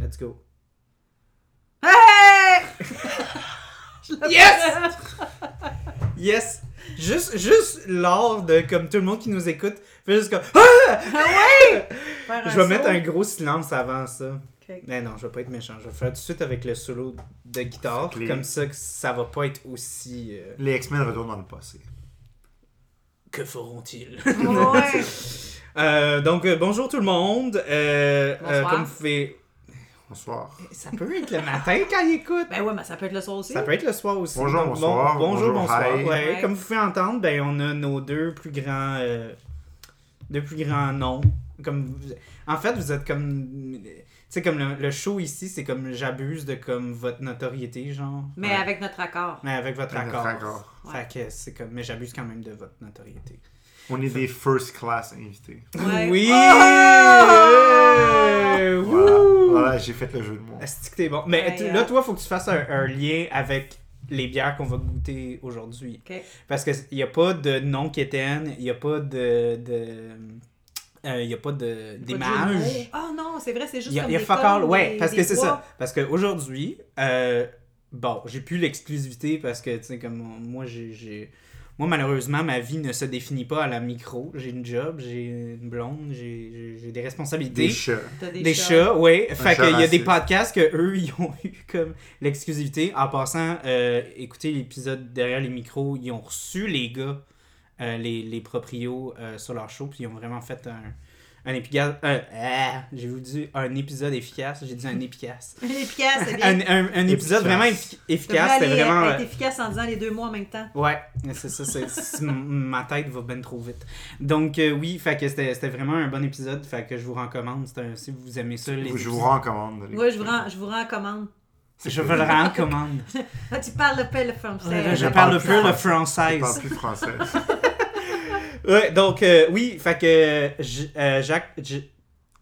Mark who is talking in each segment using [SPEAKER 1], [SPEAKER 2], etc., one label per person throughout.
[SPEAKER 1] Let's go.
[SPEAKER 2] Yes!
[SPEAKER 1] Yes! Juste, juste l'art de, comme tout le monde qui nous écoute, fait juste comme Ah!
[SPEAKER 2] Faire
[SPEAKER 1] Je vais
[SPEAKER 2] saut.
[SPEAKER 1] mettre un gros silence avant ça.
[SPEAKER 2] Ok.
[SPEAKER 1] Mais non, je vais pas être méchant. Je vais faire tout de suite avec le solo de guitare.
[SPEAKER 3] Clé.
[SPEAKER 1] Comme ça, que ça va pas être aussi. euh,
[SPEAKER 3] Les X-Men retournent dans le passé.
[SPEAKER 1] Que feront-ils?
[SPEAKER 2] Ouais.
[SPEAKER 1] Euh, donc, euh, bonjour tout le monde. Euh, euh,
[SPEAKER 2] Bonsoir.
[SPEAKER 1] comme vous pouvez-
[SPEAKER 3] Bonsoir.
[SPEAKER 1] Ça peut être le matin quand il écoute.
[SPEAKER 2] Ben ouais, mais ça peut être le soir aussi.
[SPEAKER 1] Ça peut être le soir aussi.
[SPEAKER 3] Bonjour,
[SPEAKER 1] Donc, bon-
[SPEAKER 3] bonsoir.
[SPEAKER 1] bonjour,
[SPEAKER 3] Bonjour,
[SPEAKER 1] bonsoir.
[SPEAKER 3] hi.
[SPEAKER 1] Ouais,
[SPEAKER 2] Ouais.
[SPEAKER 1] Comme vous pouvez entendre, ben, on a nos deux plus grands, euh, deux plus grands noms. Comme vous- En fait, vous êtes comme. Tu sais, comme le, le show ici, c'est comme j'abuse de comme votre notoriété, genre.
[SPEAKER 2] Mais
[SPEAKER 1] Ouais.
[SPEAKER 2] avec notre accord.
[SPEAKER 1] Mais avec votre
[SPEAKER 3] Avec
[SPEAKER 1] accord.
[SPEAKER 3] notre accord.
[SPEAKER 1] Fait que c'est comme. Mais j'abuse quand même de votre notoriété.
[SPEAKER 3] On est des first class invités.
[SPEAKER 2] Ouais. Oh!
[SPEAKER 1] Oui! Ouais!
[SPEAKER 3] Voilà,
[SPEAKER 1] Wouh!
[SPEAKER 3] Voilà, j'ai fait le jeu de mots.
[SPEAKER 1] Asti que t'es bon. Mais
[SPEAKER 2] Aïe,
[SPEAKER 1] tu-
[SPEAKER 2] aïe.
[SPEAKER 1] là, toi, faut que tu fasses un, un lien avec les bières qu'on va goûter aujourd'hui.
[SPEAKER 2] Ok.
[SPEAKER 1] Parce qu'il n'y a pas de non quétaine, il n'y a pas de. de il n'y a pas de- d'image.
[SPEAKER 2] Oh non, c'est vrai, c'est juste
[SPEAKER 1] Il y a,
[SPEAKER 2] comme
[SPEAKER 1] y a
[SPEAKER 2] des
[SPEAKER 1] fuck all.
[SPEAKER 2] cornes,
[SPEAKER 1] Ouais,
[SPEAKER 2] des-
[SPEAKER 1] parce que
[SPEAKER 2] des
[SPEAKER 1] c'est
[SPEAKER 2] bois.
[SPEAKER 1] ça. Parce qu'aujourd'hui, euh, bon, j'ai plus l'exclusivité parce que, tu sais, comme on- moi, j'ai- j'ai. Moi, malheureusement, ma vie ne se définit pas à la micro. J'ai une job, j'ai une blonde, j'ai- j'ai j'ai des responsabilités
[SPEAKER 3] Des chats.
[SPEAKER 2] T'as
[SPEAKER 1] des chats, oui. Fait
[SPEAKER 3] chat
[SPEAKER 1] qu'il y a des
[SPEAKER 3] raciste.
[SPEAKER 1] podcasts que eux ils ont eu comme l'exclusivité. En passant, euh, écoutez l'épisode derrière les micros, ils ont reçu les gars, euh, les, les proprios euh, sur leur show, puis ils ont vraiment fait un, un épiga- un- ah, j'ai voulu dire un épisode efficace, j'ai dit un efficace.
[SPEAKER 2] Les pièces, c'est bien.
[SPEAKER 1] un, un- un épisode
[SPEAKER 3] Efficace.
[SPEAKER 1] vraiment effi- efficace,
[SPEAKER 2] T'as
[SPEAKER 1] c'était
[SPEAKER 2] voulu aller
[SPEAKER 1] vraiment. euh,
[SPEAKER 2] Être efficace en disant les deux mots en même temps.
[SPEAKER 1] Ouais, c'est ça, c'est- c'est- ma tête va ben trop vite. Donc euh, oui, fait que c'était c'était vraiment un bon épisode, fait que je vous recommande, c'est un- si vous aimez ça, les
[SPEAKER 3] Je vous
[SPEAKER 1] épisodes-
[SPEAKER 3] recommande. de les
[SPEAKER 2] Ouais, je vous
[SPEAKER 3] écouter.
[SPEAKER 2] rends, je vous rends commande.
[SPEAKER 3] C'est
[SPEAKER 1] je
[SPEAKER 3] que-
[SPEAKER 1] veux le recommande.
[SPEAKER 2] Ah, tu parles le peu le français.
[SPEAKER 1] je
[SPEAKER 3] je
[SPEAKER 1] parle
[SPEAKER 3] parle
[SPEAKER 1] le
[SPEAKER 3] plus
[SPEAKER 1] peu le
[SPEAKER 3] Je
[SPEAKER 1] français.
[SPEAKER 3] parle plus français.
[SPEAKER 1] Ouais, donc, euh, oui, fait que euh, J- euh, Jacques. J-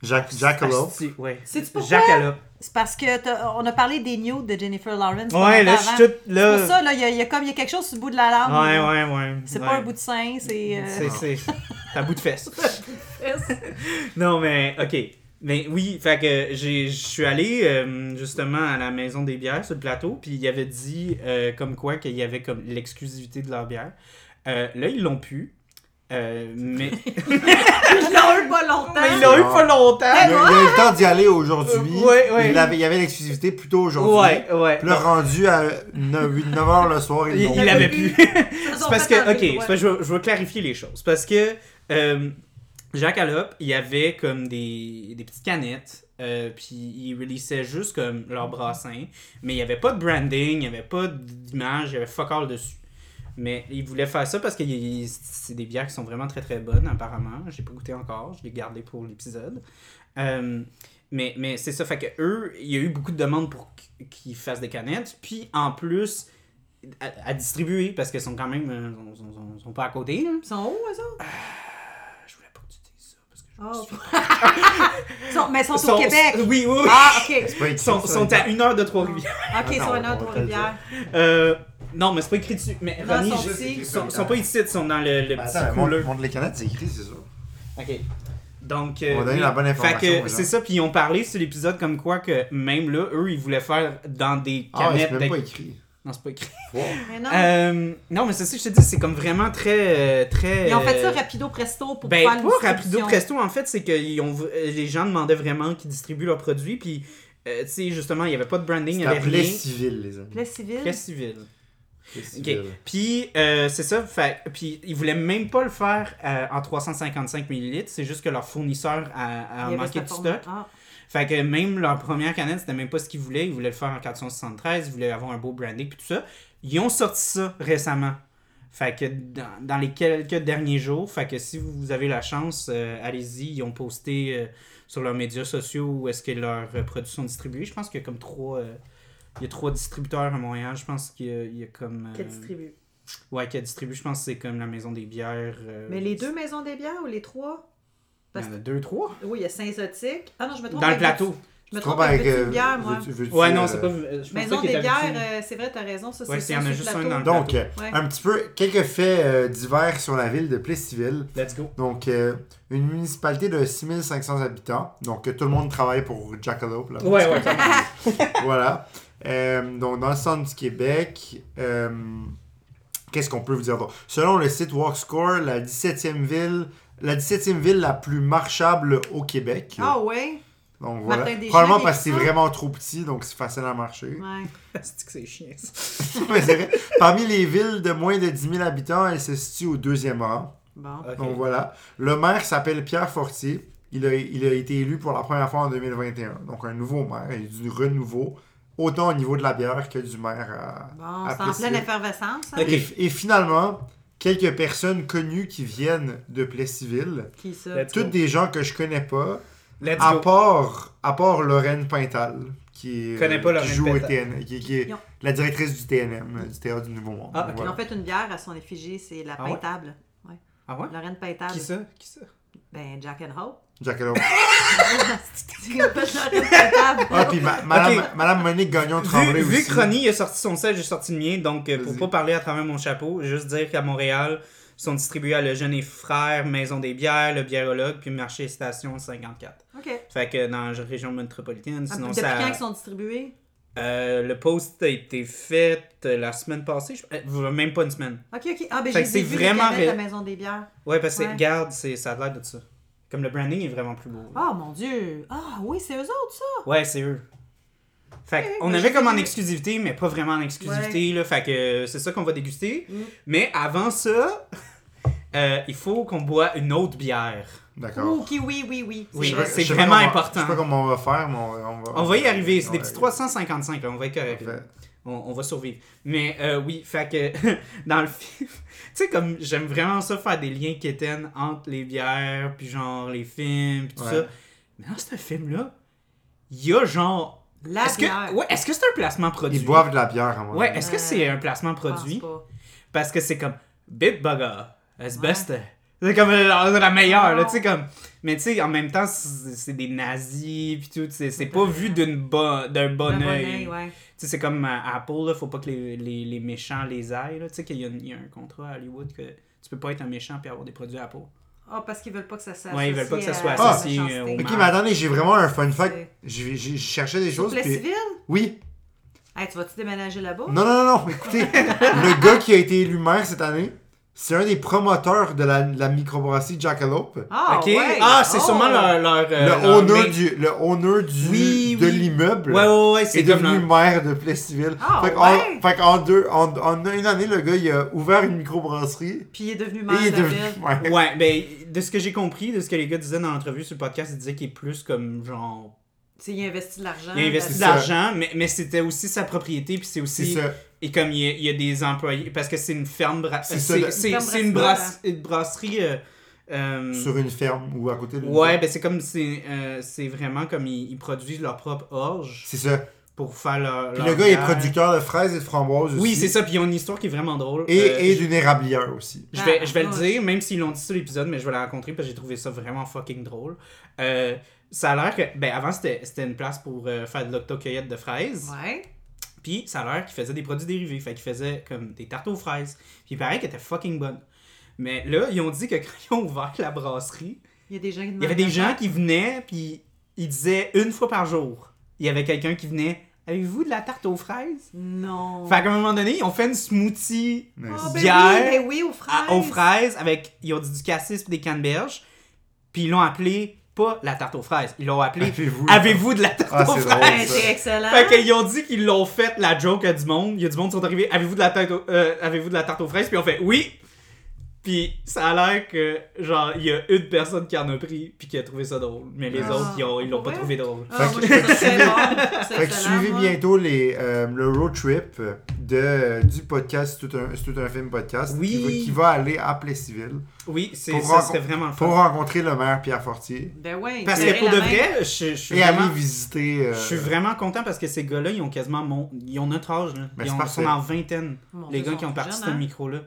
[SPEAKER 3] Jacques, Jackalope.
[SPEAKER 1] Asti, Ouais.
[SPEAKER 2] Sais-tu pourquoi?
[SPEAKER 1] Jacques Allop.
[SPEAKER 2] C'est parce que t'as- on a parlé des news de Jennifer Lawrence.
[SPEAKER 1] Ouais, là,
[SPEAKER 2] pendant
[SPEAKER 1] je suis
[SPEAKER 2] avant.
[SPEAKER 1] toute là.
[SPEAKER 2] C'est pour ça, là, il y, a- il y a comme il y a quelque chose sur le bout de la langue.
[SPEAKER 1] Ouais,
[SPEAKER 2] là.
[SPEAKER 1] ouais, ouais.
[SPEAKER 2] C'est
[SPEAKER 1] ouais.
[SPEAKER 2] pas un bout de sein, c'est. euh,
[SPEAKER 1] C'est, c'est. T'as bout de fesse.
[SPEAKER 2] c'est-
[SPEAKER 1] non, mais, ok. Mais oui, fait que j'ai- je suis allé euh, justement à la maison des bières sur le plateau, puis il avait dit euh, comme quoi qu'il y avait comme l'exclusivité de leur bière. Euh, là, ils l'ont pu. euh, mais.
[SPEAKER 2] Ils l'ont eu pas longtemps.
[SPEAKER 1] mais ils l'ont eu pas longtemps!
[SPEAKER 3] Il y a il y a eu le temps d'y aller aujourd'hui.
[SPEAKER 1] Euh, ouais, ouais.
[SPEAKER 3] Il avait- il y avait l'exclusivité plus tôt aujourd'hui.
[SPEAKER 1] Ouais, ouais.
[SPEAKER 3] Puis là, rendu à 9h le soir,
[SPEAKER 1] Il,
[SPEAKER 3] ils l'ont
[SPEAKER 1] il avait
[SPEAKER 3] fait.
[SPEAKER 1] pu.
[SPEAKER 2] Ils
[SPEAKER 1] c'est
[SPEAKER 2] ont
[SPEAKER 1] parce
[SPEAKER 2] fait
[SPEAKER 1] que,
[SPEAKER 2] enlever
[SPEAKER 1] ok,
[SPEAKER 2] le
[SPEAKER 1] c'est
[SPEAKER 2] doigt.
[SPEAKER 1] parce que je, veux, je veux clarifier les choses. Parce que euh, Jacques Allop, il y avait comme des, des petites canettes, euh, puis il releasait juste comme leur brassin, mais il n'y avait pas de branding, il n'y avait pas d'image, il y avait fuck all dessus. Mais il voulait faire ça parce que il- il- c'est des bières qui sont vraiment très très bonnes, apparemment. J'ai pas goûté encore, je l'ai gardé pour l'épisode. Euh, mais mais c'est ça, fait que eux, il y a eu beaucoup de demandes pour qu- qu'ils fassent des canettes. Puis en plus, à, à distribuer parce qu'elles sont quand même. euh, sont- sont, sont- sont pas à côté. là. Euh,
[SPEAKER 2] Ils sont hauts, eux autres?
[SPEAKER 1] Je voulais pas que tu dises ça parce que je
[SPEAKER 2] Oh. Ils sont- mais ils sont,
[SPEAKER 1] Sont-
[SPEAKER 2] Oh, au Québec.
[SPEAKER 1] Oui, oui, oui.
[SPEAKER 2] Ah, ok.
[SPEAKER 3] C'est pas écrit,
[SPEAKER 1] sont,
[SPEAKER 3] ça,
[SPEAKER 1] sont
[SPEAKER 3] ça.
[SPEAKER 1] à une heure de Trois-Rivières.
[SPEAKER 2] Ok, ils sont
[SPEAKER 3] Attends,
[SPEAKER 2] un
[SPEAKER 3] on va
[SPEAKER 2] autre
[SPEAKER 3] te le dire.
[SPEAKER 2] rivière.
[SPEAKER 1] Euh, non, mais c'est pas écrit dessus. Mais
[SPEAKER 2] Ah! Non,
[SPEAKER 1] Ronnie,
[SPEAKER 2] sont
[SPEAKER 1] je-
[SPEAKER 2] ici.
[SPEAKER 1] ils sont, sont pas ici, ils sont dans le, le
[SPEAKER 3] Bah, Attends,
[SPEAKER 1] petit
[SPEAKER 3] mais
[SPEAKER 1] couleur.
[SPEAKER 3] montre- montre les canettes, c'est écrit, c'est sûr.
[SPEAKER 1] Ok. Donc, euh,
[SPEAKER 3] On va donner la bonne information
[SPEAKER 1] Fait que
[SPEAKER 3] aux gens.
[SPEAKER 1] c'est ça, puis ils ont parlé sur l'épisode comme quoi que même là, eux, ils voulaient faire dans des
[SPEAKER 3] Ah, ouais,
[SPEAKER 1] canettes.
[SPEAKER 3] c'est même pas
[SPEAKER 1] de-
[SPEAKER 3] écrit.
[SPEAKER 1] Non, c'est pas écrit.
[SPEAKER 2] Mais non.
[SPEAKER 1] Euh, non, mais c'est ça que je te dis, c'est comme vraiment très. euh, très
[SPEAKER 2] Ils ont fait ça
[SPEAKER 1] euh,
[SPEAKER 2] rapido presto pour
[SPEAKER 1] Ben,
[SPEAKER 2] faire une
[SPEAKER 1] pas rapido
[SPEAKER 2] distribution.
[SPEAKER 1] presto, en fait, c'est que ils ont, euh, les gens demandaient vraiment qu'ils distribuent leurs produits, puis, euh, tu sais, justement, il n'y avait pas de branding, il n'y
[SPEAKER 3] C'est
[SPEAKER 1] avait
[SPEAKER 3] appelé
[SPEAKER 1] rien.
[SPEAKER 3] civil, les amis.
[SPEAKER 2] Le civil.
[SPEAKER 1] Presse civile.
[SPEAKER 3] Les
[SPEAKER 1] Ok.
[SPEAKER 3] civils.
[SPEAKER 1] Puis, euh, c'est ça, fait, puis ils voulaient même pas le faire euh, en 355 ml, c'est juste que leur fournisseur a, a
[SPEAKER 2] Il y avait
[SPEAKER 1] manqué
[SPEAKER 2] cette
[SPEAKER 1] de
[SPEAKER 2] forme-
[SPEAKER 1] stock.
[SPEAKER 2] Ah.
[SPEAKER 1] Fait que même leur première canette, c'était même pas ce qu'ils voulaient. Ils voulaient le faire en 473, ils voulaient avoir un beau branding, puis tout ça. Ils ont sorti ça récemment. Fait que dans, dans les quelques derniers jours, fait que si vous avez la chance, euh, allez-y. Ils ont posté euh, sur leurs médias sociaux où est-ce que leurs euh, produits sont distribués. Je pense qu'il y a comme trois... euh, il y a trois distributeurs à Montréal. Je pense qu'il y, a- il y a comme... euh,
[SPEAKER 2] Qui distribue.
[SPEAKER 1] Ouais, qui distribue. Je pense que c'est comme la Maison des Bières. euh,
[SPEAKER 2] Mais les deux maisons des bières ou les trois?
[SPEAKER 1] Il
[SPEAKER 2] Parce
[SPEAKER 1] y en a deux, trois.
[SPEAKER 2] Oui, il y a Saint-Zotique. Ah non, je me trompe.
[SPEAKER 1] Dans le
[SPEAKER 2] avec-
[SPEAKER 1] plateau.
[SPEAKER 2] Je me
[SPEAKER 3] Tu
[SPEAKER 2] trompe
[SPEAKER 3] trouves
[SPEAKER 2] avec
[SPEAKER 3] avec.
[SPEAKER 2] une
[SPEAKER 3] euh,
[SPEAKER 2] bière, moi.
[SPEAKER 3] veux-tu- veux-tu,
[SPEAKER 1] Ouais, non,
[SPEAKER 3] euh,
[SPEAKER 1] c'est pas. Je pense
[SPEAKER 2] Maison
[SPEAKER 1] pas qu'il
[SPEAKER 2] des
[SPEAKER 1] est habitué.
[SPEAKER 2] bières, euh, c'est vrai, t'as raison. Ça,
[SPEAKER 1] Ouais,
[SPEAKER 2] c'est
[SPEAKER 1] il y en a
[SPEAKER 2] sur le
[SPEAKER 1] juste
[SPEAKER 2] plateau.
[SPEAKER 1] un dans le-
[SPEAKER 3] Donc,
[SPEAKER 1] plateau.
[SPEAKER 3] euh,
[SPEAKER 2] Ouais.
[SPEAKER 3] un petit peu, quelques faits euh, divers sur la ville de Plessisville.
[SPEAKER 1] Let's go.
[SPEAKER 3] Donc, euh, une municipalité de 6500 habitants. Donc, euh, tout le monde travaille pour Jackalope. là.
[SPEAKER 1] Ouais, ouais.
[SPEAKER 3] voilà. Euh, donc, dans le centre du Québec, euh, qu'est-ce qu'on peut vous dire d'autre? Selon le site WalkScore, la 17e ville, la 17e ville la plus marchable au Québec.
[SPEAKER 2] Ah ouais?
[SPEAKER 3] Donc, voilà.
[SPEAKER 2] Martin Deschamps
[SPEAKER 3] Probablement
[SPEAKER 2] qui
[SPEAKER 3] parce que c'est
[SPEAKER 2] écrit ça.
[SPEAKER 3] vraiment trop petit, donc c'est facile à marcher.
[SPEAKER 2] Ouais.
[SPEAKER 1] C'est que c'est chiant, ça.
[SPEAKER 3] Mais c'est vrai. Parmi les villes de moins de 10 000 habitants, elle se situe au deuxième rang.
[SPEAKER 2] Bon.
[SPEAKER 1] Ok.
[SPEAKER 3] Donc voilà. Le maire s'appelle Pierre Fortier. Il a, il a été élu pour la première fois en 2021. Donc un nouveau maire et du renouveau, autant au niveau de la bière que du maire à,
[SPEAKER 2] Bon,
[SPEAKER 3] à
[SPEAKER 2] c'est en pleine
[SPEAKER 3] Plessisville.
[SPEAKER 2] effervescence, hein. ça.
[SPEAKER 1] Ok.
[SPEAKER 3] Et, et finalement, quelques personnes connues qui viennent de Plessisville.
[SPEAKER 2] Qui ça?
[SPEAKER 1] Let's go.
[SPEAKER 3] Toutes des gens que je connais pas,
[SPEAKER 1] Let's
[SPEAKER 3] à
[SPEAKER 1] go.
[SPEAKER 3] part, à part Lorraine Pintal, qui, est, euh,
[SPEAKER 1] Connais pas
[SPEAKER 3] qui
[SPEAKER 1] Lorraine
[SPEAKER 3] joue au
[SPEAKER 1] Pintal.
[SPEAKER 3] TN, qui, qui est
[SPEAKER 2] Ils ont-
[SPEAKER 3] la directrice du TNM, euh, du Théâtre du Nouveau Monde.
[SPEAKER 1] Ah, ok.
[SPEAKER 2] Ils
[SPEAKER 3] Voilà.
[SPEAKER 2] ont fait une bière à son effigie, c'est la
[SPEAKER 1] Ah ouais?
[SPEAKER 2] Pintable.
[SPEAKER 1] Ah ouais?
[SPEAKER 2] Lorraine Pintable.
[SPEAKER 1] Qui ça? Qui ça?
[SPEAKER 2] Ben, Jack and Hope.
[SPEAKER 3] Jackalope.
[SPEAKER 2] Tu l'appelles Lorraine Pintable.
[SPEAKER 3] Ah, puis ma- madame,
[SPEAKER 1] Ok.
[SPEAKER 3] madame Monique
[SPEAKER 1] Vu,
[SPEAKER 3] Gagnon-Tremblay
[SPEAKER 1] vu
[SPEAKER 3] aussi.
[SPEAKER 1] que Ronnie a sorti son sel, j'ai sorti le mien. Donc, euh, pour
[SPEAKER 3] Vas-y.
[SPEAKER 1] pas parler à travers mon chapeau, juste dire qu'à Montréal, ils sont distribués à Le Jeune et Frères, Maison des Bières, Le Biérologue, puis Marché Station 54.
[SPEAKER 2] OK.
[SPEAKER 1] Fait que dans la région métropolitaine,
[SPEAKER 2] Ah,
[SPEAKER 1] sinon
[SPEAKER 2] Depuis
[SPEAKER 1] ça.
[SPEAKER 2] quand ils sont distribués?
[SPEAKER 1] Euh, le post a été fait euh, la semaine passée, je- euh, même pas une semaine.
[SPEAKER 2] OK, OK. Ah, ben,
[SPEAKER 1] Fait
[SPEAKER 2] j'ai
[SPEAKER 1] que c'est
[SPEAKER 2] vu
[SPEAKER 1] vraiment
[SPEAKER 2] vraiment les canettes de la
[SPEAKER 1] ré-
[SPEAKER 2] Maison des Bières.
[SPEAKER 1] Ouais, parce que
[SPEAKER 2] Ouais.
[SPEAKER 1] regarde, c'est- ça a l'air de ça. Comme le branding est vraiment plus beau.
[SPEAKER 2] Ah, mon Dieu. Ah, oui, c'est eux autres, ça.
[SPEAKER 1] Ouais, c'est eux. Fait que,
[SPEAKER 2] Ok,
[SPEAKER 1] on
[SPEAKER 2] ben,
[SPEAKER 1] avait
[SPEAKER 2] je
[SPEAKER 1] comme en
[SPEAKER 2] vais-
[SPEAKER 1] exclusivité, mais pas vraiment en exclusivité, là. Fait que euh, c'est ça qu'on va déguster.
[SPEAKER 2] Mm.
[SPEAKER 1] Mais avant ça, euh, il faut qu'on boit une autre bière.
[SPEAKER 3] D'accord.
[SPEAKER 2] Ou qui, oui, oui, oui.
[SPEAKER 1] Oui,
[SPEAKER 3] Je sais pas-
[SPEAKER 1] c'est
[SPEAKER 3] je sais pas
[SPEAKER 1] vraiment
[SPEAKER 3] comment-
[SPEAKER 1] important.
[SPEAKER 3] Je sais pas comment on va faire, mais on, on va.
[SPEAKER 1] On va y arriver, c'est des
[SPEAKER 3] on va
[SPEAKER 1] petits euh,
[SPEAKER 3] y
[SPEAKER 1] 355, là, on va être correct.
[SPEAKER 3] arriver.
[SPEAKER 1] On, on va survivre. Mais euh, oui, fait que dans le film, tu sais, comme j'aime vraiment ça faire des liens quétaines entre les bières, puis genre les films, puis tout
[SPEAKER 3] Ouais.
[SPEAKER 1] ça. Mais dans ce film-là, il y a genre.
[SPEAKER 2] La
[SPEAKER 1] est-ce
[SPEAKER 2] bière.
[SPEAKER 1] que, ouais, est-ce que c'est un placement produit?
[SPEAKER 3] Ils boivent de la bière à moi.
[SPEAKER 1] Ouais, est-ce que
[SPEAKER 2] Euh,
[SPEAKER 1] c'est un placement
[SPEAKER 2] Je pense
[SPEAKER 1] produit?
[SPEAKER 2] pas.
[SPEAKER 1] Parce que c'est comme Bitburger, it's best. C'est comme la, la meilleure, là, tu sais, comme. Mais tu sais, en même temps, c'est c'est des nazis, puis tout, c'est c'est pas vu d'une bo- d'un bon
[SPEAKER 2] Un
[SPEAKER 1] oeil.
[SPEAKER 2] bonnet, ouais.
[SPEAKER 1] Tu sais, c'est comme euh, Apple, là, faut pas que les, les, les méchants les aillent, là. Tu sais, qu'il y, a une- il y a un contrat à Hollywood que tu peux pas être un méchant puis avoir des produits Apple.
[SPEAKER 2] Ah, parce qu'ils veulent pas que ça soit
[SPEAKER 1] Ouais, ils veulent pas que ça soit
[SPEAKER 2] à-
[SPEAKER 1] associé,
[SPEAKER 2] à la méchanceté.
[SPEAKER 1] euh, au
[SPEAKER 3] Ok,
[SPEAKER 1] mal.
[SPEAKER 3] mais attendez, j'ai vraiment un fun fact.
[SPEAKER 2] C'est-
[SPEAKER 3] J'ai j'ai- je cherchais des
[SPEAKER 2] Sur
[SPEAKER 3] choses. Puis...
[SPEAKER 2] Plessisville?
[SPEAKER 3] Oui.
[SPEAKER 2] Hey, tu vas-tu déménager là-bas?
[SPEAKER 3] Non, non, non, non. Écoutez, le gars qui a été élu maire cette année, c'est un des promoteurs de la, la microbrasserie Jackalope.
[SPEAKER 2] Ah,
[SPEAKER 1] ok?
[SPEAKER 2] ouais.
[SPEAKER 1] Ah, c'est
[SPEAKER 2] Oh.
[SPEAKER 1] sûrement leur. leur, euh,
[SPEAKER 3] Le
[SPEAKER 1] leur main-
[SPEAKER 3] honneur du, le owner du,
[SPEAKER 1] Oui,
[SPEAKER 3] de
[SPEAKER 1] oui.
[SPEAKER 3] l'immeuble.
[SPEAKER 1] Ouais, ouais, ouais,
[SPEAKER 3] est
[SPEAKER 1] c'est comme.
[SPEAKER 3] devenu
[SPEAKER 1] leur-
[SPEAKER 3] maire de Plessisville.
[SPEAKER 2] Ah,
[SPEAKER 3] fait qu'en
[SPEAKER 2] ouais?
[SPEAKER 3] fait qu'en deux, en, en une année, le gars, il a ouvert une microbrasserie.
[SPEAKER 2] Puis il est devenu
[SPEAKER 3] Et
[SPEAKER 2] maire
[SPEAKER 3] il est
[SPEAKER 2] de la
[SPEAKER 3] devenu.
[SPEAKER 2] ville.
[SPEAKER 3] Ouais.
[SPEAKER 1] Ouais, ben, de ce que j'ai compris, de ce que les gars disaient dans l'entrevue sur le podcast, ils disaient qu'il est plus comme genre.
[SPEAKER 2] Tu sais, il a investi de l'argent.
[SPEAKER 1] Il a investi de
[SPEAKER 3] ça.
[SPEAKER 1] l'argent, mais, mais c'était aussi sa propriété, puis c'est
[SPEAKER 3] C'est
[SPEAKER 1] aussi.
[SPEAKER 3] ça.
[SPEAKER 1] Et comme il y, a, il y a des employés, parce que c'est une ferme bra-
[SPEAKER 3] C'est
[SPEAKER 1] euh,
[SPEAKER 3] ça,
[SPEAKER 1] C'est
[SPEAKER 3] le-
[SPEAKER 1] c'est-
[SPEAKER 2] Une ferme
[SPEAKER 1] c'est une,
[SPEAKER 2] brassicole,
[SPEAKER 1] brass- une brasserie. euh, euh,
[SPEAKER 3] Sur une ferme ou à côté de
[SPEAKER 1] ouais, ben c'est comme. C'est euh, c'est vraiment comme ils, ils produisent leur propre orge
[SPEAKER 3] C'est ça.
[SPEAKER 1] pour faire leur.
[SPEAKER 3] Puis
[SPEAKER 1] leur
[SPEAKER 3] le gars est
[SPEAKER 1] bière.
[SPEAKER 3] producteur de fraises et de framboises aussi.
[SPEAKER 1] Oui, c'est ça, puis ils ont une histoire qui est vraiment drôle.
[SPEAKER 3] Et,
[SPEAKER 1] Euh,
[SPEAKER 3] et
[SPEAKER 1] je-
[SPEAKER 3] d'une érablière aussi.
[SPEAKER 1] Je vais,
[SPEAKER 2] Ah,
[SPEAKER 1] je vais le
[SPEAKER 2] ah,
[SPEAKER 1] dire, même s'ils l'ont dit sur l'épisode, mais je vais la rencontrer parce que j'ai trouvé ça vraiment fucking drôle. Euh, ça a l'air que. Ben, avant, c'était c'était une place pour euh, faire de l'octocueillette de fraises.
[SPEAKER 2] Ouais.
[SPEAKER 1] Puis ça a l'air qu'il faisait des produits dérivés. Fait qu'il faisait comme des tartes aux fraises. Puis il paraît qu'elle était fucking bonne. Mais là, ils ont dit que quand ils ont ouvert la brasserie,
[SPEAKER 2] Il y a des gens qui
[SPEAKER 1] il y avait des gens qui venaient, puis ils disaient une fois par jour, il y avait quelqu'un qui venait Avez-vous de la tarte aux fraises
[SPEAKER 2] Non.
[SPEAKER 1] Fait qu'à un moment donné, ils ont fait une smoothie
[SPEAKER 3] Mais-
[SPEAKER 2] Ah, ben
[SPEAKER 1] bière
[SPEAKER 2] oui, ben oui, aux fraises.
[SPEAKER 1] à- aux fraises avec. Ils ont dit du cassis puis des canneberges. Puis ils l'ont appelé pas la tarte aux fraises. Ils l'ont appelé
[SPEAKER 3] Avez-vous-
[SPEAKER 1] Avez-vous de la tarte
[SPEAKER 3] Ah,
[SPEAKER 1] aux
[SPEAKER 3] c'est
[SPEAKER 1] fraises
[SPEAKER 3] drôle,
[SPEAKER 2] Ben, c'est excellent.
[SPEAKER 1] Fait qu'ils ont dit qu'ils l'ont fait la joke à du monde. Il y a du monde qui sont arrivés. Avez-vous de la tarte, au- euh, avez-vous de la tarte aux fraises Puis on fait oui. Puis ça a l'air que genre il y a une personne qui en a pris puis qui a trouvé ça drôle, mais les
[SPEAKER 3] Ah.
[SPEAKER 1] autres ils, ont- ils l'ont pas
[SPEAKER 2] Ouais.
[SPEAKER 1] trouvé drôle.
[SPEAKER 2] Ah, moi, je trouve ça très bon.
[SPEAKER 1] ben,
[SPEAKER 2] C'est
[SPEAKER 3] Fait que
[SPEAKER 2] excellent,
[SPEAKER 3] suivez
[SPEAKER 2] moi.
[SPEAKER 3] bientôt les, euh, le road trip de, du podcast C'est tout, un- C'est tout un film podcast
[SPEAKER 1] Oui.
[SPEAKER 3] qui, va, qui va aller à Plessisville
[SPEAKER 1] Oui, c'est
[SPEAKER 3] Pour
[SPEAKER 1] ça,
[SPEAKER 3] renco-
[SPEAKER 1] c'était vraiment le
[SPEAKER 3] pour
[SPEAKER 1] fun.
[SPEAKER 3] rencontrer le maire Pierre Fortier
[SPEAKER 2] Ben oui.
[SPEAKER 1] Parce
[SPEAKER 2] serrer
[SPEAKER 1] que pour
[SPEAKER 2] la
[SPEAKER 1] de
[SPEAKER 2] main.
[SPEAKER 1] vrai, je, je suis
[SPEAKER 3] et
[SPEAKER 1] vraiment,
[SPEAKER 3] aller visiter. euh,
[SPEAKER 1] je suis vraiment content parce que ces gars-là ils ont quasiment mon, ils ont notre âge là. ils
[SPEAKER 3] Mais Ben, c'est
[SPEAKER 1] ont-
[SPEAKER 3] parfait.
[SPEAKER 1] sont en vingtaine.
[SPEAKER 2] Mon
[SPEAKER 1] les
[SPEAKER 2] Dieu,
[SPEAKER 1] gars qui
[SPEAKER 2] sont
[SPEAKER 1] ont
[SPEAKER 2] plus
[SPEAKER 1] parti
[SPEAKER 2] jeunes,
[SPEAKER 1] ce
[SPEAKER 2] hein.
[SPEAKER 1] micro là.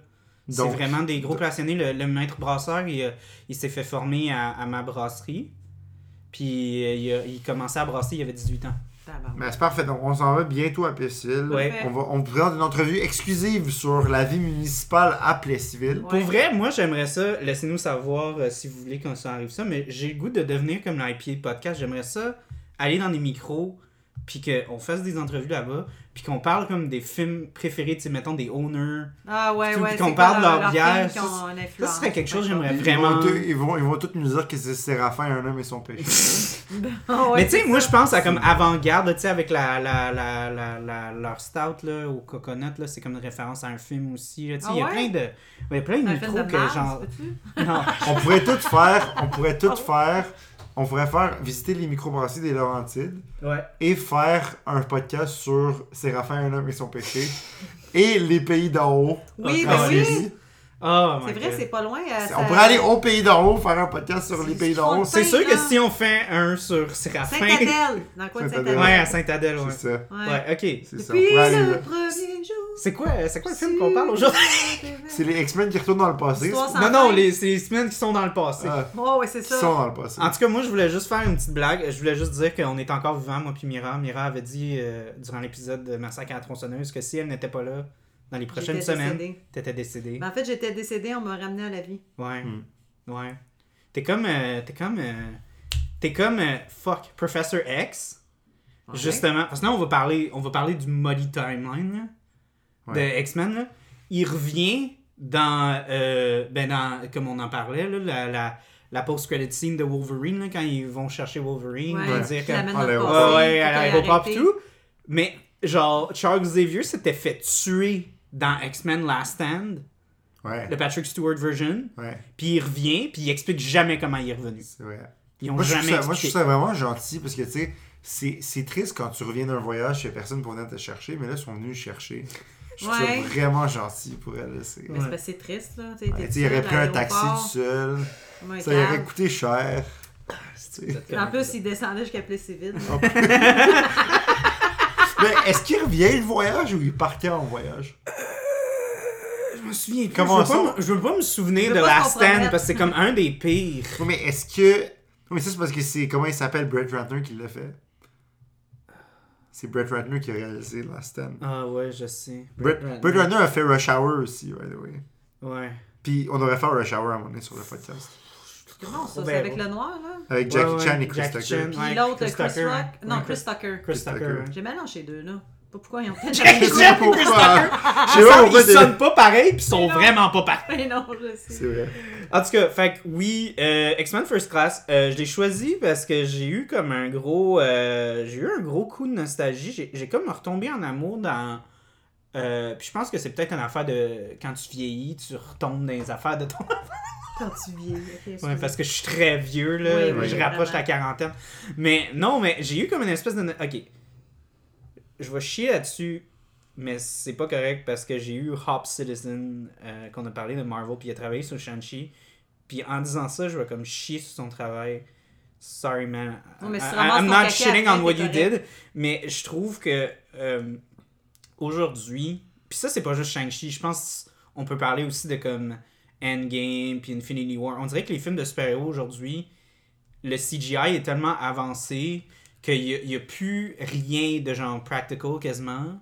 [SPEAKER 1] C'est
[SPEAKER 3] Donc,
[SPEAKER 1] vraiment des gros passionnés. Le, le maître brasseur, il, a- il s'est fait former à, à ma brasserie. Puis euh, il, a- il commençait à brasser, il avait 18 ans.
[SPEAKER 2] Tabarnak.
[SPEAKER 3] Ben, c'est parfait. Donc, on s'en va bientôt à Plessisville.
[SPEAKER 1] Ouais.
[SPEAKER 3] On, va, on vous présente une entrevue exclusive sur la vie municipale à Plessisville.
[SPEAKER 2] Ouais.
[SPEAKER 1] Pour vrai, moi j'aimerais ça, laissez-nous savoir euh, si vous voulez qu'on s'en arrive ça, mais j'ai le goût de devenir comme l'IPA podcast, j'aimerais ça aller dans des micros, puis qu'on fasse des entrevues là-bas, puis qu'on parle comme des films préférés, tu sais, mettons des owners.
[SPEAKER 2] Ah ouais,
[SPEAKER 1] Puis
[SPEAKER 2] ouais.
[SPEAKER 1] qu'on
[SPEAKER 2] c'est
[SPEAKER 1] parle
[SPEAKER 2] quoi
[SPEAKER 1] de leur
[SPEAKER 2] film
[SPEAKER 1] bière,
[SPEAKER 2] qu'on
[SPEAKER 1] ça, Ça
[SPEAKER 2] influence.
[SPEAKER 1] serait quelque chose que
[SPEAKER 2] D'accord.
[SPEAKER 1] j'aimerais
[SPEAKER 3] Ils vont,
[SPEAKER 1] vraiment...
[SPEAKER 3] tous- ils, vont, ils vont tous nous dire que c'est Séraphin, un homme et son péché.
[SPEAKER 2] Ah ouais,
[SPEAKER 1] mais tu sais,
[SPEAKER 2] c'est
[SPEAKER 1] moi
[SPEAKER 2] ça.
[SPEAKER 1] je pense à comme avant-garde, tu sais, avec la, la, la, la, la- leur stout là, au coconut, là, c'est comme une référence à un film aussi. là, tu sais,
[SPEAKER 2] Ah
[SPEAKER 1] il y a
[SPEAKER 2] ouais?
[SPEAKER 1] plein de, il y a plein de
[SPEAKER 2] Un film
[SPEAKER 1] micros
[SPEAKER 2] de
[SPEAKER 1] que
[SPEAKER 2] Mars,
[SPEAKER 1] genre. Ah,
[SPEAKER 2] peux-tu?
[SPEAKER 1] Non.
[SPEAKER 3] on pourrait tout faire. On pourrait tout
[SPEAKER 2] Ah ouais?
[SPEAKER 3] faire. On pourrait faire visiter les microbrasseries des Laurentides
[SPEAKER 1] Ouais.
[SPEAKER 3] et faire un podcast sur Séraphin, un homme et son péché et les pays d'en haut.
[SPEAKER 2] Oui,
[SPEAKER 1] Ah
[SPEAKER 3] en
[SPEAKER 2] ben oui.
[SPEAKER 1] ouais.
[SPEAKER 3] Syrie.
[SPEAKER 1] Oh my
[SPEAKER 2] C'est vrai,
[SPEAKER 1] God.
[SPEAKER 2] c'est pas loin. euh, ça-
[SPEAKER 3] On pourrait aller au pays d'en haut, faire un podcast sur
[SPEAKER 2] C'est
[SPEAKER 3] les pays
[SPEAKER 2] ce
[SPEAKER 3] d'en haut.
[SPEAKER 2] qu'on
[SPEAKER 1] C'est sûr que
[SPEAKER 2] Saint-Jean.
[SPEAKER 1] si on fait un sur Séraphin.
[SPEAKER 2] Saint-Adèle. Dans le coin de Saint-Adèle.
[SPEAKER 3] Saint-Adèle.
[SPEAKER 1] Ouais, à Sainte-Adèle, ouais.
[SPEAKER 3] C'est ça.
[SPEAKER 1] Ouais, ok.
[SPEAKER 3] C'est ça. On
[SPEAKER 2] Depuis
[SPEAKER 3] pourrait aller là.
[SPEAKER 2] le premier jour.
[SPEAKER 1] C'est quoi, c'est quoi le film qu'on parle aujourd'hui?
[SPEAKER 3] C'est les X-Men qui retournent dans le passé.
[SPEAKER 2] Histoire sans
[SPEAKER 1] Non, non,
[SPEAKER 2] fin.
[SPEAKER 1] les, c'est les semaines qui sont dans le passé.
[SPEAKER 3] Ah,
[SPEAKER 2] Oh, ouais, c'est
[SPEAKER 3] qui
[SPEAKER 2] ça.
[SPEAKER 3] sont dans le passé.
[SPEAKER 1] En tout cas, moi, je voulais juste faire une petite blague. Je voulais juste dire qu'on est encore vivant, moi puis Mira. Mira avait dit euh, durant l'épisode de Massacre à la tronçonneuse que si elle n'était pas là dans les prochaines
[SPEAKER 2] J'étais
[SPEAKER 1] semaines,
[SPEAKER 2] décédée.
[SPEAKER 1] t'étais décédée.
[SPEAKER 2] Ben, en fait, j'étais décédée, on m'a ramenée à la vie.
[SPEAKER 1] Ouais.
[SPEAKER 3] Hmm.
[SPEAKER 1] Ouais. T'es comme. euh, t'es comme. euh, t'es comme. euh, fuck, Professor X.
[SPEAKER 2] Ouais.
[SPEAKER 1] Justement. Parce que là, on va parler, on va parler du Molly Timeline, là, de X-Men. là. Il revient dans. euh, ben, dans. Comme on en parlait, là, la, la, la post-credit scene de Wolverine, là, quand ils vont chercher Wolverine. ils vont dire
[SPEAKER 2] qui
[SPEAKER 1] que.
[SPEAKER 2] l'amène
[SPEAKER 3] Ah,
[SPEAKER 2] dans le
[SPEAKER 3] là,
[SPEAKER 1] Ouais,
[SPEAKER 2] passé,
[SPEAKER 1] ouais,
[SPEAKER 2] puis
[SPEAKER 1] à
[SPEAKER 2] qu'elle a
[SPEAKER 1] l'aéroport
[SPEAKER 2] arrêté.
[SPEAKER 1] et tout. Mais, genre, Charles Xavier s'était fait tuer dans X-Men Last Stand,
[SPEAKER 3] Ouais,
[SPEAKER 1] le Patrick Stewart version.
[SPEAKER 3] ouais,
[SPEAKER 1] Puis il revient, puis il explique jamais comment il est revenu.
[SPEAKER 3] c'est vrai.
[SPEAKER 1] Ils ont
[SPEAKER 3] Moi je,
[SPEAKER 1] jamais
[SPEAKER 3] trouve ça, moi, je
[SPEAKER 1] expliqué.
[SPEAKER 3] trouve ça vraiment gentil parce que, tu sais, c'est- c'est triste quand tu reviens d'un voyage, il n'y a personne pour venir te chercher, mais là, ils sont venus chercher. Je trouve
[SPEAKER 2] Ouais.
[SPEAKER 3] ça vraiment gentil pour elle. là, c'est-
[SPEAKER 2] Mais c'est parce que c'est triste, là. Tu sais,
[SPEAKER 3] Ouais,
[SPEAKER 2] t'es
[SPEAKER 3] tu sais, il aurait
[SPEAKER 2] tout
[SPEAKER 3] pris
[SPEAKER 2] seul à
[SPEAKER 3] un taxi
[SPEAKER 2] l'aéroport,
[SPEAKER 3] tout seul.
[SPEAKER 2] comme un
[SPEAKER 3] Ça lui aurait
[SPEAKER 2] cave.
[SPEAKER 3] coûté cher.
[SPEAKER 1] C'est
[SPEAKER 2] En plus, il descendait jusqu'à Plessisville.
[SPEAKER 3] Mais est-ce qu'il revient le voyage ou il partait en voyage?
[SPEAKER 1] je me souviens plus.
[SPEAKER 3] Comment
[SPEAKER 1] je, veux
[SPEAKER 3] ça?
[SPEAKER 1] pas, me- je veux pas me
[SPEAKER 2] Je
[SPEAKER 1] souvenir
[SPEAKER 2] veux
[SPEAKER 1] de
[SPEAKER 2] pas
[SPEAKER 1] la
[SPEAKER 2] qu'on
[SPEAKER 1] stand
[SPEAKER 2] promette.
[SPEAKER 1] parce que c'est comme un des pires.
[SPEAKER 3] Oui, mais est-ce que. Oui, mais ça, c'est parce que c'est. Comment il s'appelle Brett Ratner qui l'a fait? C'est Brett Ratner qui a réalisé la stand.
[SPEAKER 1] Ah ouais, je sais.
[SPEAKER 3] Brett,
[SPEAKER 1] Brett
[SPEAKER 3] Brett
[SPEAKER 1] Ratner.
[SPEAKER 3] Ratner a fait Rush Hour aussi, by the way.
[SPEAKER 1] Ouais.
[SPEAKER 3] Puis on devrait faire Rush Hour à un moment donné sur le podcast.
[SPEAKER 2] Non, ça,
[SPEAKER 1] On
[SPEAKER 2] c'est
[SPEAKER 1] verra.
[SPEAKER 2] avec le noir, là.
[SPEAKER 3] Avec Jackie
[SPEAKER 1] Ouais, ouais,
[SPEAKER 3] Chan et Chris
[SPEAKER 1] Jackie
[SPEAKER 3] Tucker.
[SPEAKER 1] Chan.
[SPEAKER 2] Puis
[SPEAKER 1] Ouais,
[SPEAKER 2] l'autre,
[SPEAKER 1] Chris
[SPEAKER 2] Chris,
[SPEAKER 1] Tucker,
[SPEAKER 2] Rock.
[SPEAKER 1] hein.
[SPEAKER 2] Non,
[SPEAKER 1] Ouais,
[SPEAKER 2] Chris Tucker.
[SPEAKER 1] Chris
[SPEAKER 3] Tucker.
[SPEAKER 1] Tucker.
[SPEAKER 2] J'ai mélangé les deux, là. Pas pourquoi ils ont fait
[SPEAKER 3] Je sais pas pourquoi. Je sais pas
[SPEAKER 1] Ils,
[SPEAKER 3] pourquoi. des-
[SPEAKER 1] sonnent pas pareil pis sont
[SPEAKER 2] Mais non.
[SPEAKER 1] vraiment pas pareils.
[SPEAKER 2] Mais non, je sais.
[SPEAKER 3] C'est vrai.
[SPEAKER 1] En tout cas, fait que oui, euh, X-Men First Class, euh, je l'ai choisi parce que j'ai eu comme un gros, euh, j'ai eu un gros coup de nostalgie. J'ai- J'ai comme retombé en amour dans. euh, puis je pense que c'est peut-être une affaire de quand tu vieillis, tu retombes dans les affaires de ton
[SPEAKER 2] Quand tu vieillis. ok,
[SPEAKER 1] Ouais,
[SPEAKER 2] excuse-moi.
[SPEAKER 1] parce que je suis très vieux, là.
[SPEAKER 2] Oui, oui,
[SPEAKER 1] je rapproche
[SPEAKER 2] vraiment.
[SPEAKER 1] la quarantaine. Mais non, mais j'ai eu comme une espèce de. Ok. Je vais chier là-dessus, mais c'est pas correct parce que j'ai eu Hop Citizen, euh, qu'on a parlé de Marvel, puis il a travaillé sur Shang-Chi. Puis en disant ça, je vais comme chier sur son travail. Sorry, man.
[SPEAKER 2] Non, mais si
[SPEAKER 1] I-
[SPEAKER 2] tu
[SPEAKER 1] I-
[SPEAKER 2] ramasses
[SPEAKER 1] I'm
[SPEAKER 2] ton
[SPEAKER 1] not
[SPEAKER 2] caca
[SPEAKER 1] shitting
[SPEAKER 2] après,
[SPEAKER 1] on what
[SPEAKER 2] t'es
[SPEAKER 1] you
[SPEAKER 2] correct.
[SPEAKER 1] did. Mais je trouve que euh, aujourd'hui, puis ça, c'est pas juste Shang-Chi. Je pense on peut parler aussi de comme Endgame puis Infinity War. On dirait que les films de super-héros aujourd'hui, le CGI est tellement avancé qu'il n'y a, plus rien de genre practical quasiment.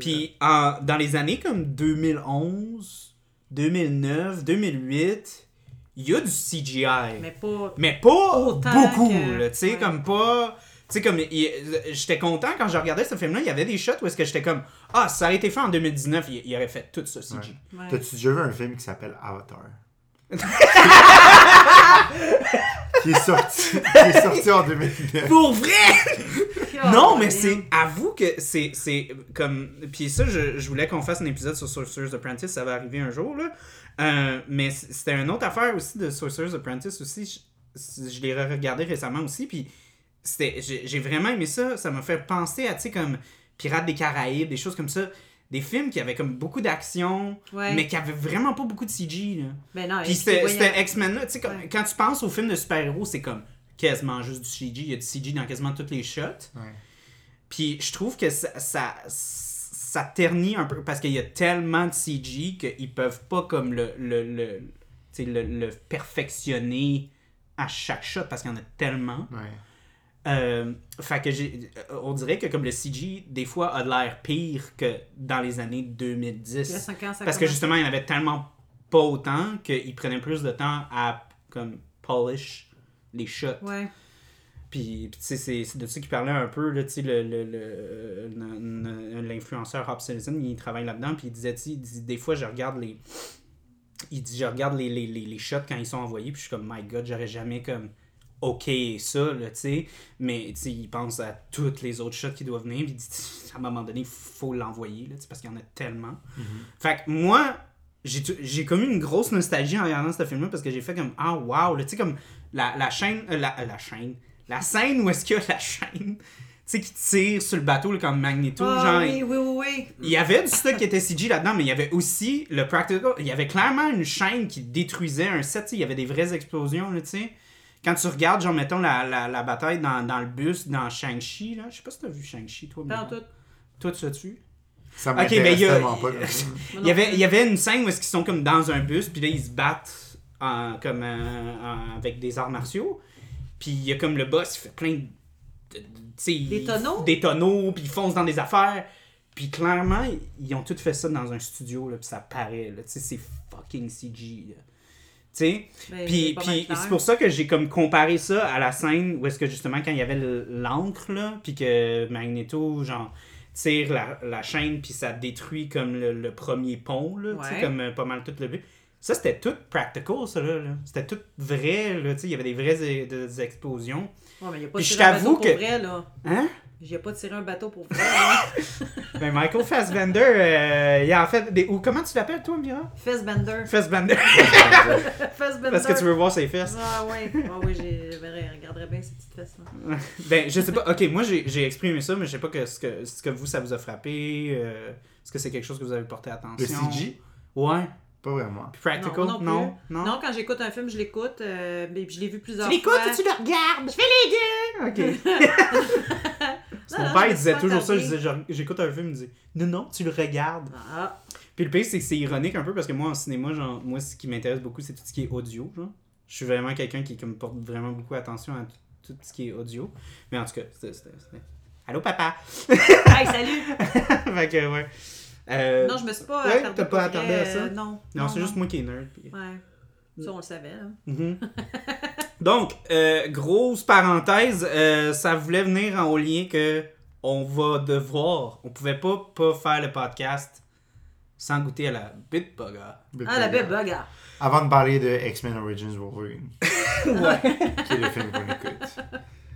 [SPEAKER 1] Puis en- dans les années comme 2011, 2009, 2008, il y a du CGI.
[SPEAKER 2] Mais pas.
[SPEAKER 1] Mais pas
[SPEAKER 2] Autant
[SPEAKER 1] beaucoup,
[SPEAKER 2] que-
[SPEAKER 1] là, tu sais,
[SPEAKER 2] ouais.
[SPEAKER 1] comme pas... Tu sais, comme, il- j'étais content quand je regardais ce film-là, il y avait des shots où est-ce que j'étais comme, ah, si ça a été fait en 2019, il, il aurait fait tout ça, CG.
[SPEAKER 2] Ouais.
[SPEAKER 3] T'as-tu déjà vu un film qui s'appelle Avatar? qui est sorti, qui est sorti en 2009.
[SPEAKER 1] Pour vrai! non, mais
[SPEAKER 2] Caroline.
[SPEAKER 1] c'est, avoue que c'est, c'est comme, puis ça, je, je voulais qu'on fasse un épisode sur Sorcerer's Apprentice, ça va arriver un jour, là, Euh, mais c- c'était une autre affaire aussi de Sorcerer's Apprentice aussi, je, je l'ai regardé récemment aussi, puis c'était j'ai j'ai vraiment aimé ça ça m'a fait penser à tu sais comme Pirates des Caraïbes des choses comme ça des films qui avaient comme beaucoup d'action
[SPEAKER 2] Ouais.
[SPEAKER 1] mais qui avaient vraiment pas beaucoup de CG là
[SPEAKER 2] Ben non,
[SPEAKER 1] puis
[SPEAKER 2] et
[SPEAKER 1] c'était
[SPEAKER 2] voyons.
[SPEAKER 1] c'était X-Men là tu sais comme-
[SPEAKER 2] Ouais.
[SPEAKER 1] quand tu penses aux films de super héros c'est comme quasiment juste du CG il y a du CG dans quasiment toutes les shots
[SPEAKER 3] Ouais.
[SPEAKER 1] puis je trouve que ça, ça, ça ternit un peu parce qu'il y a tellement de CG qu'ils peuvent pas comme le le, le, tu sais, le, le perfectionner à chaque shot parce qu'il y en a tellement.
[SPEAKER 3] Ouais.
[SPEAKER 1] Euh, fait que j'ai, on dirait que comme le CG des fois a de l'air pire que dans les années 2010.
[SPEAKER 2] Parce
[SPEAKER 1] Parce que justement, il y en avait tellement pas autant qu'ils prenaient plus de temps à comme polish les shots.
[SPEAKER 2] Ouais.
[SPEAKER 1] Puis, puis tu sais, c'est c'est de ça qu'il parlait un peu, là, tu sais, le- le- le, euh, n- n- l'influenceur Hobson, il travaille là-dedans, puis il disait, tu sais, il dit, des fois, je regarde les... Il dit, je regarde les, les, les, les shots quand ils sont envoyés, puis je suis comme, my God, j'aurais jamais, comme, OK ça, là, tu sais. Mais, tu sais, il pense à toutes les autres shots qui doivent venir, puis il dit, à un moment donné, il faut l'envoyer, là, tu sais, parce qu'il y en a tellement. Fait que moi, j'ai tu- j'ai comme eu une grosse nostalgie en regardant ce film-là, parce que j'ai fait comme, ah, wow, là, tu sais, comme, la, la chaîne... euh, la, euh, la chaîne... La scène où est-ce qu'il y a la chaîne, tu sais, qui tire sur le bateau, là, comme Magneto,
[SPEAKER 2] Ah,
[SPEAKER 1] genre...
[SPEAKER 2] oui, oui, oui, oui.
[SPEAKER 1] Il y avait du stock qui était CG là-dedans, mais il y avait aussi le practical. Il y avait clairement une chaîne qui détruisait un set. tu sais, Il y avait des vraies explosions, là, tu sais. Quand tu regardes, genre, mettons, la, la, la bataille dans, dans le bus, dans Shang-Chi, là. Je sais pas si t'as vu Shang-Chi, toi,
[SPEAKER 2] Pas en
[SPEAKER 1] Mira.
[SPEAKER 2] tout.
[SPEAKER 1] Toi, tu l'as-tu?
[SPEAKER 3] Ça
[SPEAKER 1] Ok,
[SPEAKER 3] m'intéresse
[SPEAKER 1] ben, il y a-
[SPEAKER 3] tellement pas. comme ça.
[SPEAKER 1] Il y avait, il y avait une scène où est-ce qu'ils sont comme dans un bus, puis là, ils se battent en- comme euh, en- avec des arts martiaux. Puis il y a comme le boss, il fait plein de... de- de- tu sais, il-
[SPEAKER 2] tonneaux?
[SPEAKER 1] Des tonneaux, puis ils foncent dans des affaires. Puis clairement, ils ont tout fait ça dans un studio, là, puis ça paraît, là. Tu sais, c'est fucking CG, là. Tu sais?
[SPEAKER 2] Ben,
[SPEAKER 1] Puis,
[SPEAKER 2] c'est pas
[SPEAKER 1] puis
[SPEAKER 2] mal clair.
[SPEAKER 1] c'est pour ça que j'ai comme comparé ça à la scène où est-ce que justement quand il y avait le- l'encre là, puis que Magneto genre tire la, la chaîne puis ça détruit comme le, le premier pont là, tu sais,
[SPEAKER 2] Ouais.
[SPEAKER 1] comme euh, pas mal tout le but. Ça c'était tout practical ça là, là. c'était tout vrai là, tu sais, il y avait des vraies é- des explosions.
[SPEAKER 2] Ouais, mais il a pas
[SPEAKER 1] Puis je
[SPEAKER 2] tiré un bateau
[SPEAKER 1] t'avoue
[SPEAKER 2] pour
[SPEAKER 1] que-
[SPEAKER 2] vrai, là.
[SPEAKER 1] Hein
[SPEAKER 2] J'ai pas tiré un bateau pour vrai. là.
[SPEAKER 1] Ben Michael Fassbender, euh, il a en fait des ou comment tu l'appelles toi Mira
[SPEAKER 2] Fessbender.
[SPEAKER 1] Fassbender
[SPEAKER 2] Fessbender.
[SPEAKER 1] parce que tu veux voir ses fesses.
[SPEAKER 2] Ah ouais, ah ouais, j'ai- je verrais, regarderais bien ces petites fesses là.
[SPEAKER 1] Ben, je sais pas. Ok, moi j'ai j'ai exprimé ça, mais je sais pas que ce, que ce que vous, ça vous a frappé. euh, Est-ce que c'est quelque chose que vous avez porté
[SPEAKER 3] Le
[SPEAKER 1] attention?
[SPEAKER 3] CG
[SPEAKER 1] Ouais.
[SPEAKER 3] Pas vraiment.
[SPEAKER 1] Puis Practical?
[SPEAKER 2] Non,
[SPEAKER 1] Non.
[SPEAKER 2] non
[SPEAKER 1] Non.
[SPEAKER 2] plus. Non, quand j'écoute un film, je l'écoute, euh, mais puis je l'ai vu plusieurs
[SPEAKER 1] Tu
[SPEAKER 2] fois.
[SPEAKER 1] l'écoutes ou tu le regardes? Je fais les deux! Ok. Parce que Mon
[SPEAKER 2] Non, non,
[SPEAKER 1] père,
[SPEAKER 2] je
[SPEAKER 1] il
[SPEAKER 2] me
[SPEAKER 1] disait
[SPEAKER 2] suis
[SPEAKER 1] toujours
[SPEAKER 2] pas
[SPEAKER 1] ça. je disais, je- J'écoute un film, il me dit, non, non, tu le regardes.
[SPEAKER 2] Ah,
[SPEAKER 1] Puis le pire, c'est que c'est ironique un peu parce que moi, en cinéma, genre, moi, ce qui m'intéresse beaucoup, c'est tout ce qui est audio. Genre. Je suis vraiment quelqu'un qui comme, porte vraiment beaucoup attention à tout, tout ce qui est audio. Mais en tout cas, c'était. c'était- c'était- Allô, papa!
[SPEAKER 2] hey, salut!
[SPEAKER 1] fait que, ouais. Euh,
[SPEAKER 2] Non, je me suis pas
[SPEAKER 1] Ouais,
[SPEAKER 2] attardée
[SPEAKER 1] t'as
[SPEAKER 2] pour
[SPEAKER 1] pas
[SPEAKER 2] vrai,
[SPEAKER 1] attardé à ça?
[SPEAKER 2] euh, non.
[SPEAKER 1] Non, c'est juste moi qui est nerd. puis-
[SPEAKER 2] Ouais. Ça, on le savait, hein. là.
[SPEAKER 1] Mhm. Donc, euh, grosse parenthèse, euh, ça voulait venir en au lien que on va devoir, on pouvait pas pas faire le podcast sans goûter à la Bitburger.
[SPEAKER 2] Ah, la belle bagarre!
[SPEAKER 3] Avant de parler de X-Men Origins Wolverine,
[SPEAKER 1] Ouais.
[SPEAKER 3] qui est le film qu'on écoute.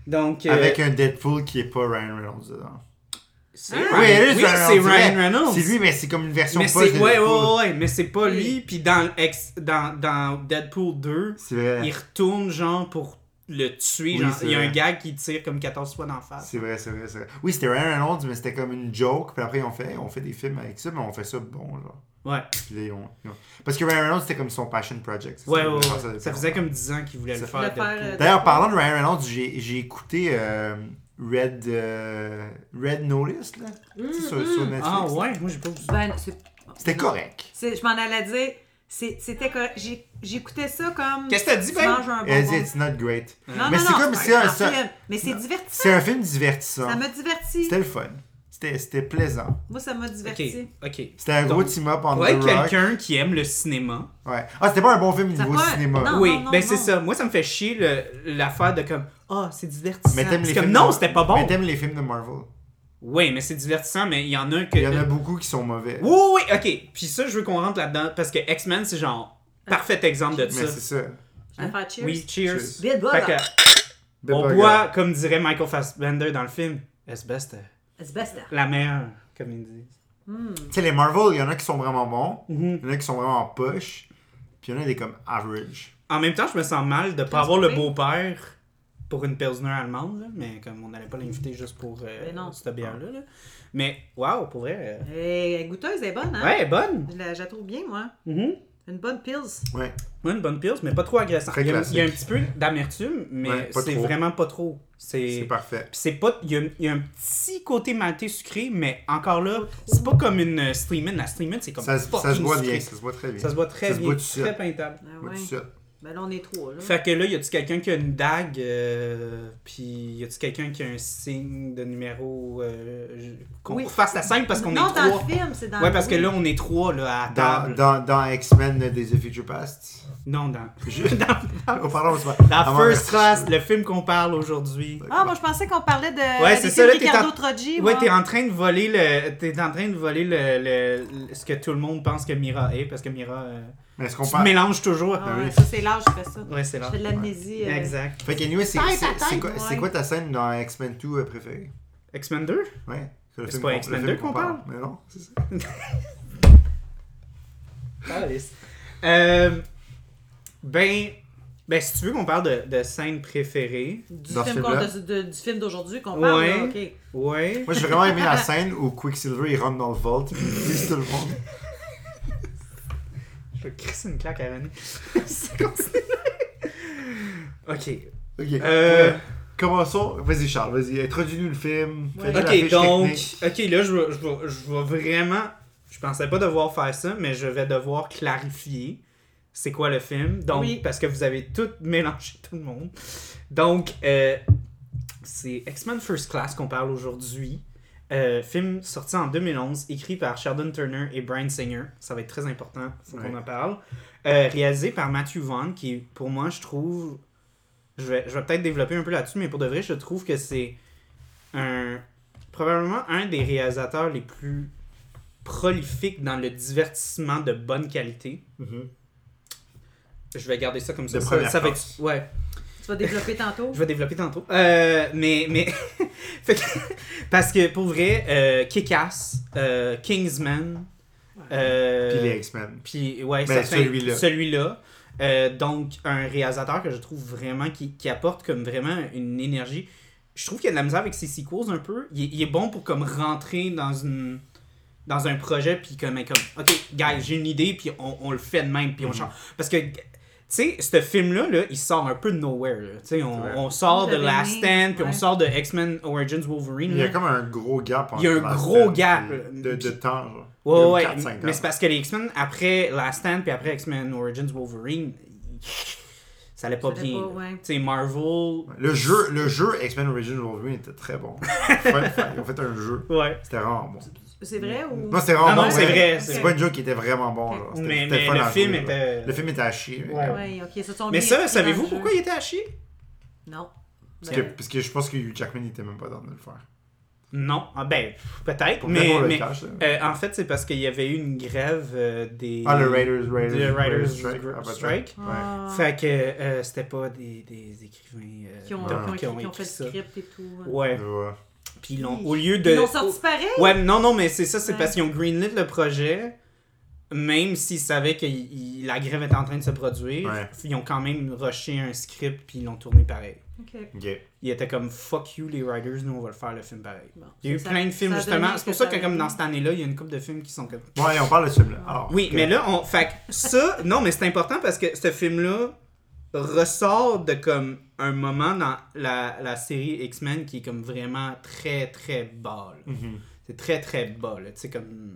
[SPEAKER 1] Donc, euh,
[SPEAKER 3] Avec un Deadpool qui est pas Ryan Reynolds dedans.
[SPEAKER 1] c'est
[SPEAKER 2] Ah,
[SPEAKER 1] Ryan-
[SPEAKER 3] elle,
[SPEAKER 1] oui,
[SPEAKER 3] c'est un-
[SPEAKER 1] c'est
[SPEAKER 3] on dirait-
[SPEAKER 1] Ryan Reynolds.
[SPEAKER 3] C'est lui, mais c'est comme une version
[SPEAKER 1] mais
[SPEAKER 3] poche
[SPEAKER 1] c'est
[SPEAKER 3] de
[SPEAKER 1] ouais, ouais,
[SPEAKER 3] Deadpool.
[SPEAKER 1] ouais, ouais, mais c'est pas
[SPEAKER 2] Oui.
[SPEAKER 1] lui. Puis dans, ex- dans, dans Deadpool 2,
[SPEAKER 3] C'est vrai,
[SPEAKER 1] il retourne genre pour le tuer.
[SPEAKER 3] Oui,
[SPEAKER 1] genre,
[SPEAKER 3] c'est
[SPEAKER 1] il y a un
[SPEAKER 3] vrai.
[SPEAKER 1] gars qui tire comme 14 fois d'en face.
[SPEAKER 3] c'est vrai, c'est vrai, c'est vrai. Oui, c'était Ryan Reynolds, mais c'était comme une joke. Puis après, on fait, on fait des films avec ça, mais on fait ça bon, genre.
[SPEAKER 1] Ouais.
[SPEAKER 3] Puis là, ils ont- ils ont- Parce que Ryan Reynolds, c'était comme son passion project. c'est
[SPEAKER 1] Ouais,
[SPEAKER 3] Ah, ça,
[SPEAKER 1] ouais,
[SPEAKER 3] il a fait
[SPEAKER 1] ouais.
[SPEAKER 3] depuis
[SPEAKER 1] Ça faisait
[SPEAKER 3] longtemps.
[SPEAKER 1] comme 10 ans qu'il voulait le
[SPEAKER 3] Ça-
[SPEAKER 1] faire.
[SPEAKER 2] Le faire,
[SPEAKER 1] Deadpool.
[SPEAKER 2] euh,
[SPEAKER 3] D'ailleurs, parlant de Ryan Reynolds, j'ai j'ai écouté euh, Red, euh, Red Notice, là. tu sais, sur, sur Netflix.
[SPEAKER 1] Ah
[SPEAKER 3] là.
[SPEAKER 1] ouais, moi j'ai pas vu ça.
[SPEAKER 2] Mm. Ben, c'est-
[SPEAKER 3] C'était correct.
[SPEAKER 2] c'est- Je m'en allais dire, c'est- c'était correct. J'ai- J'écoutais ça comme.
[SPEAKER 1] Qu'est-ce que t'as dit,
[SPEAKER 2] tu
[SPEAKER 1] Ben?
[SPEAKER 2] manges un
[SPEAKER 3] Elle dit,
[SPEAKER 2] bonbon.
[SPEAKER 3] it's not great.
[SPEAKER 2] Ah,
[SPEAKER 1] Euh.
[SPEAKER 2] Non,
[SPEAKER 3] Mais
[SPEAKER 2] non,
[SPEAKER 3] c'est
[SPEAKER 2] non,
[SPEAKER 3] comme
[SPEAKER 2] pas
[SPEAKER 3] si un
[SPEAKER 2] un
[SPEAKER 3] seul-
[SPEAKER 2] film, Mais c'est divertissant.
[SPEAKER 3] C'est un film divertissant.
[SPEAKER 2] Ça m'a diverti.
[SPEAKER 3] C'était le fun. C'était c'était plaisant.
[SPEAKER 2] Moi, ça m'a
[SPEAKER 1] Ok,
[SPEAKER 2] diverti.
[SPEAKER 1] ok.
[SPEAKER 3] C'était un gros
[SPEAKER 1] Donc,
[SPEAKER 3] team-up en
[SPEAKER 1] Pour être
[SPEAKER 3] The Rock.
[SPEAKER 1] quelqu'un qui aime le cinéma.
[SPEAKER 3] Ouais. Ah, c'était pas un bon film
[SPEAKER 2] Ça
[SPEAKER 3] niveau
[SPEAKER 2] pas-
[SPEAKER 3] cinéma.
[SPEAKER 2] Ah, non.
[SPEAKER 1] oui, ben
[SPEAKER 2] non.
[SPEAKER 1] c'est ça. Moi, ça me fait chier le- l'affaire de comme ah c'est divertissant.
[SPEAKER 3] Mais t'aimes les
[SPEAKER 1] C'est comme
[SPEAKER 3] films
[SPEAKER 1] non,
[SPEAKER 3] de-
[SPEAKER 1] c'était pas bon.
[SPEAKER 3] Mais t'aimes les films de Marvel.
[SPEAKER 1] Oui, mais c'est divertissant, mais il y en a que.
[SPEAKER 3] Il y en a beaucoup qui sont mauvais.
[SPEAKER 1] Oui, oui, ok. Puis ça, je veux qu'on rentre là-dedans parce que X-Men, c'est genre parfait exemple de
[SPEAKER 3] Mais c'est
[SPEAKER 1] ça.
[SPEAKER 3] ça.
[SPEAKER 2] Je vais faire cheers.
[SPEAKER 1] Hein? Oui, cheers.
[SPEAKER 3] Cheers.
[SPEAKER 2] Bill
[SPEAKER 1] Fait
[SPEAKER 2] Bogart.
[SPEAKER 1] que, on boit, comme dirait Michael Fassbender dans le film, it's best, euh,
[SPEAKER 2] C'est best.
[SPEAKER 1] la meilleure, comme ils disent.
[SPEAKER 3] Tu sais, les Marvel, il y en a qui sont vraiment bons.
[SPEAKER 1] Mm-hmm.
[SPEAKER 3] Il y en a qui sont vraiment en poche. Puis il y en a des comme average.
[SPEAKER 1] En même temps, je me sens mal de pas
[SPEAKER 2] Qu'est-ce
[SPEAKER 1] avoir
[SPEAKER 2] que
[SPEAKER 1] le
[SPEAKER 2] c'est?
[SPEAKER 1] beau-père pour une Pilsner allemande, là, mais comme on n'allait pas l'inviter juste pour euh,
[SPEAKER 2] Mais non. Ah.
[SPEAKER 1] cette bière-là. là. Mais waouh, pour vrai. euh,
[SPEAKER 2] Eh, goûteuse elle est bonne, hein?
[SPEAKER 1] Ouais, elle est bonne.
[SPEAKER 2] Je la, je la trouve bien, moi.
[SPEAKER 1] Mhm.
[SPEAKER 2] Une bonne pills.
[SPEAKER 3] Ouais.
[SPEAKER 1] Ouais, une bonne pils, mais pas trop agressant.
[SPEAKER 3] Très
[SPEAKER 1] Il y, a,
[SPEAKER 3] classique.
[SPEAKER 1] il y a un petit peu d'amertume, mais
[SPEAKER 3] Ouais, pas
[SPEAKER 1] c'est
[SPEAKER 3] trop.
[SPEAKER 1] vraiment pas trop.
[SPEAKER 3] C'est
[SPEAKER 1] C'est
[SPEAKER 3] parfait.
[SPEAKER 1] Puis c'est pas il y, a, il y a un petit côté maltais sucré mais encore là c'est pas comme une euh, streamin la streamin c'est comme
[SPEAKER 3] Ça, se- ça se
[SPEAKER 1] fucking
[SPEAKER 3] voit
[SPEAKER 1] sucré.
[SPEAKER 3] bien, ça se voit très bien.
[SPEAKER 1] ça se voit très
[SPEAKER 3] Ça se
[SPEAKER 1] bien
[SPEAKER 3] boit tout de
[SPEAKER 1] très
[SPEAKER 3] suite.
[SPEAKER 1] peintable
[SPEAKER 2] Ah
[SPEAKER 3] Ça se voit
[SPEAKER 2] ouais.
[SPEAKER 3] tout de suite.
[SPEAKER 2] Ben là, on est trois, là.
[SPEAKER 1] Mm. fait que là y a-tu quelqu'un qui a une dague euh, puis y a-tu quelqu'un qui a un signe de numéro euh, je- qu'on
[SPEAKER 2] Oui.
[SPEAKER 1] refasse la scène parce qu'on est
[SPEAKER 2] non, dans
[SPEAKER 1] trois
[SPEAKER 2] le film, c'est dans
[SPEAKER 1] ouais parce que
[SPEAKER 2] oui.
[SPEAKER 1] là on est trois là à
[SPEAKER 3] Dans,
[SPEAKER 1] table
[SPEAKER 3] dans, dans X-Men euh, Days of Future Past.
[SPEAKER 1] non dans
[SPEAKER 3] Je-
[SPEAKER 1] dans,
[SPEAKER 3] Oh, pardon, c'est pas- Ah,
[SPEAKER 1] dans
[SPEAKER 3] ouais,
[SPEAKER 1] First Class le film qu'on parle aujourd'hui
[SPEAKER 2] Ah, moi, je pensais qu'on parlait de
[SPEAKER 1] Ouais,
[SPEAKER 2] des
[SPEAKER 1] c'est
[SPEAKER 2] films
[SPEAKER 1] ça, là, t'es
[SPEAKER 2] Ricardo
[SPEAKER 1] en-
[SPEAKER 2] Troggi.
[SPEAKER 1] Ouais,
[SPEAKER 2] moi.
[SPEAKER 1] t'es en train de voler le, t'es en train de voler le, le- le- ce que tout le monde pense que Mira est, parce que Mira, euh,
[SPEAKER 3] Mais est-ce qu'on
[SPEAKER 1] tu te
[SPEAKER 3] parle.
[SPEAKER 1] mélanges toujours.
[SPEAKER 2] Ah,
[SPEAKER 3] oui.
[SPEAKER 2] ouais, Ça, c'est l'âge, je fais ça.
[SPEAKER 1] Ouais, c'est
[SPEAKER 2] Je
[SPEAKER 1] là.
[SPEAKER 2] fais de l'amnésie. euh,
[SPEAKER 1] Exact.
[SPEAKER 3] Fait que, anyway, c'est
[SPEAKER 2] Tête à
[SPEAKER 3] c'est- c'est
[SPEAKER 2] tête,
[SPEAKER 3] quoi, c'est
[SPEAKER 2] ouais.
[SPEAKER 3] quoi ta scène dans X-Men 2 euh, préférée
[SPEAKER 1] X-Men 2
[SPEAKER 3] Ouais. C'est le
[SPEAKER 1] C'est
[SPEAKER 3] film
[SPEAKER 1] pas
[SPEAKER 3] qu'on- le
[SPEAKER 1] X-Men
[SPEAKER 3] film
[SPEAKER 1] 2 qu'on parle.
[SPEAKER 3] Mais non, c'est ça.
[SPEAKER 1] Alice. Euh, ben, ben, si tu veux qu'on parle de, de scène préférée,
[SPEAKER 2] Du,
[SPEAKER 3] Dans
[SPEAKER 2] film
[SPEAKER 3] ce
[SPEAKER 2] qu'on-
[SPEAKER 3] film-là.
[SPEAKER 2] de- de- du film d'aujourd'hui qu'on parle,
[SPEAKER 1] Ouais.
[SPEAKER 2] là, ok.
[SPEAKER 1] ouais.
[SPEAKER 3] Moi, j'ai vraiment aimé la scène où Quicksilver il rentre dans le vault puis il vise tout le monde.
[SPEAKER 1] Je vais crisser une claque à René. C'est comme ça. Ok.
[SPEAKER 3] Ok.
[SPEAKER 1] Euh,
[SPEAKER 3] Ouais. Commençons. Vas-y, Charles, vas-y. Introduis-nous le film.
[SPEAKER 2] Ouais.
[SPEAKER 3] Fais-nous la
[SPEAKER 1] Ok,
[SPEAKER 3] fiche
[SPEAKER 1] donc,
[SPEAKER 3] technique.
[SPEAKER 1] ok, là, je vais, je, vais, je vais vraiment. Je pensais pas devoir faire ça, mais je vais devoir clarifier c'est quoi le film. Donc,
[SPEAKER 2] Oui.
[SPEAKER 1] parce que vous avez tout mélangé, tout le monde. Donc, euh, c'est X-Men First Class qu'on parle aujourd'hui. Euh, film sorti en 2011, écrit par Sheldon Turner et Brian Singer. Ça va être très important, faut qu'on
[SPEAKER 3] Ouais.
[SPEAKER 1] en parle. Euh, réalisé par Matthew Vaughn, qui est, pour moi, je trouve. Je vais, je vais peut-être développer un peu là-dessus, mais pour de vrai, je trouve que c'est un. Probablement un des réalisateurs les plus prolifiques dans le divertissement de bonne qualité.
[SPEAKER 3] Mhm.
[SPEAKER 1] Je vais garder ça comme ça.
[SPEAKER 3] De
[SPEAKER 1] Ça,
[SPEAKER 3] première
[SPEAKER 1] ça va être.
[SPEAKER 3] classe.
[SPEAKER 1] Ouais.
[SPEAKER 2] Tu vas développer tantôt.
[SPEAKER 1] Je vais développer tantôt. Euh, mais mais fait que- parce que pour vrai, euh, Kick-Ass, euh, Kingsman, euh,
[SPEAKER 3] Puis les X-Men.
[SPEAKER 1] puis ouais, ça
[SPEAKER 3] Ben,
[SPEAKER 1] fait-
[SPEAKER 3] celui-là.
[SPEAKER 1] celui-là. Euh, donc un réalisateur que je trouve vraiment qui, qui apporte comme vraiment une énergie. Je trouve qu'il y a de la misère avec ses sequels un peu. Il, est- il est bon pour comme rentrer dans une dans un projet puis comme être comme OK, guys, j'ai une idée puis on, on le fait de même puis
[SPEAKER 3] Mhm.
[SPEAKER 1] on change parce que tu sais, ce film-là, là, il sort un peu de nowhere. là. Tu sais, on,
[SPEAKER 3] vrai.
[SPEAKER 1] on sort de
[SPEAKER 2] J'avais
[SPEAKER 1] Last
[SPEAKER 2] aimé,
[SPEAKER 1] Stand, puis on
[SPEAKER 2] ouais.
[SPEAKER 1] sort de X-Men Origins Wolverine.
[SPEAKER 3] Il y a
[SPEAKER 1] là.
[SPEAKER 3] comme un gros gap
[SPEAKER 1] Il y a
[SPEAKER 3] entre
[SPEAKER 1] un
[SPEAKER 3] la
[SPEAKER 1] gros
[SPEAKER 3] scène
[SPEAKER 1] gap, euh,
[SPEAKER 3] et De, de
[SPEAKER 1] puis-
[SPEAKER 3] temps, genre.
[SPEAKER 1] Ouais,
[SPEAKER 3] Comme
[SPEAKER 1] ouais,
[SPEAKER 3] quatre, cinq
[SPEAKER 1] mais
[SPEAKER 3] ans.
[SPEAKER 1] c'est parce que les X-Men, après Last Stand, puis après X-Men Origins Wolverine, ça allait pas
[SPEAKER 2] Ça allait
[SPEAKER 1] bien.
[SPEAKER 2] pas,
[SPEAKER 1] là.
[SPEAKER 2] ouais.
[SPEAKER 1] Tu sais, Marvel.
[SPEAKER 3] Le jeu, le jeu X-Men Origins Wolverine était très bon. Fun fact, Ils ont fait un jeu.
[SPEAKER 1] Ouais.
[SPEAKER 3] C'était vraiment bon.
[SPEAKER 2] C'est vrai ou.
[SPEAKER 3] Non, c'était
[SPEAKER 1] Non,
[SPEAKER 3] vraiment
[SPEAKER 1] Ah non,
[SPEAKER 3] bon.
[SPEAKER 1] c'est
[SPEAKER 3] ouais.
[SPEAKER 1] vrai.
[SPEAKER 3] C'est
[SPEAKER 1] c'est
[SPEAKER 3] pas
[SPEAKER 1] vrai.
[SPEAKER 3] un jeu qui était vraiment bon. genre. C'était-
[SPEAKER 1] Mais-
[SPEAKER 3] c'était
[SPEAKER 1] mais
[SPEAKER 3] fun
[SPEAKER 1] le
[SPEAKER 3] à
[SPEAKER 1] film
[SPEAKER 3] jouer, genre.
[SPEAKER 1] était-
[SPEAKER 3] Le film était à chier. mais-
[SPEAKER 1] Ouais.
[SPEAKER 2] Ouais, ok, ça sont
[SPEAKER 1] Mais
[SPEAKER 2] bien
[SPEAKER 1] ça,
[SPEAKER 2] inscrits dans
[SPEAKER 1] savez-vous
[SPEAKER 2] le
[SPEAKER 1] pourquoi
[SPEAKER 2] jeu.
[SPEAKER 1] il était à chier
[SPEAKER 2] Non.
[SPEAKER 3] Parce, que, parce que je pense que Hugh Jackman n'était même pas dans de le faire.
[SPEAKER 1] Non. Ah, ben, peut-être.
[SPEAKER 3] Pour
[SPEAKER 1] Mais,
[SPEAKER 3] mais, le
[SPEAKER 1] mais
[SPEAKER 3] cash, là.
[SPEAKER 1] euh, en fait, c'est parce qu'il y avait eu une grève euh, des.
[SPEAKER 3] Ah, le Raiders, Raiders,
[SPEAKER 1] des Writers
[SPEAKER 3] Strike.
[SPEAKER 1] Gr-
[SPEAKER 3] Ah, bah,
[SPEAKER 1] Strike.
[SPEAKER 3] Ouais.
[SPEAKER 2] Ah.
[SPEAKER 1] Fait que euh, c'était pas des, des écrivains euh,
[SPEAKER 2] qui ont,
[SPEAKER 1] de-
[SPEAKER 3] Ouais.
[SPEAKER 2] qui ont- qui ont fait le
[SPEAKER 1] ça.
[SPEAKER 2] script et tout.
[SPEAKER 1] Ouais.
[SPEAKER 3] Ouais.
[SPEAKER 1] Puis ils l'ont- au lieu de.
[SPEAKER 2] Ils l'ont sorti pareil.
[SPEAKER 1] Ouais, mais non, non, mais c'est ça, c'est
[SPEAKER 2] Ouais.
[SPEAKER 1] parce qu'ils ont greenlit le projet, même s'ils savaient que il- il- la grève était en train de se produire,
[SPEAKER 3] Ouais.
[SPEAKER 1] ils ont quand même rushé un script puis ils l'ont tourné pareil.
[SPEAKER 2] Ok.
[SPEAKER 3] Ok.
[SPEAKER 1] Ils étaient comme fuck you les writers, nous on va le faire le film pareil.
[SPEAKER 2] Bon.
[SPEAKER 1] Il y a eu
[SPEAKER 2] Ça-
[SPEAKER 1] plein de films
[SPEAKER 2] ça a donné
[SPEAKER 1] justement, c'est pour ça que
[SPEAKER 2] ça a
[SPEAKER 1] comme
[SPEAKER 2] donné.
[SPEAKER 1] dans cette année-là, il y a une couple de films qui sont comme
[SPEAKER 3] Ouais, on parle de ce film-là. Alors,
[SPEAKER 1] oui,
[SPEAKER 3] Ah, ok.
[SPEAKER 1] mais là, on. Fait que ça, non, mais c'est important parce que ce film-là ressort de comme un moment dans la, la série X-Men qui est comme vraiment très très bas. là.
[SPEAKER 3] Mhm.
[SPEAKER 1] C'est très très bas, là. Tu sais, comme.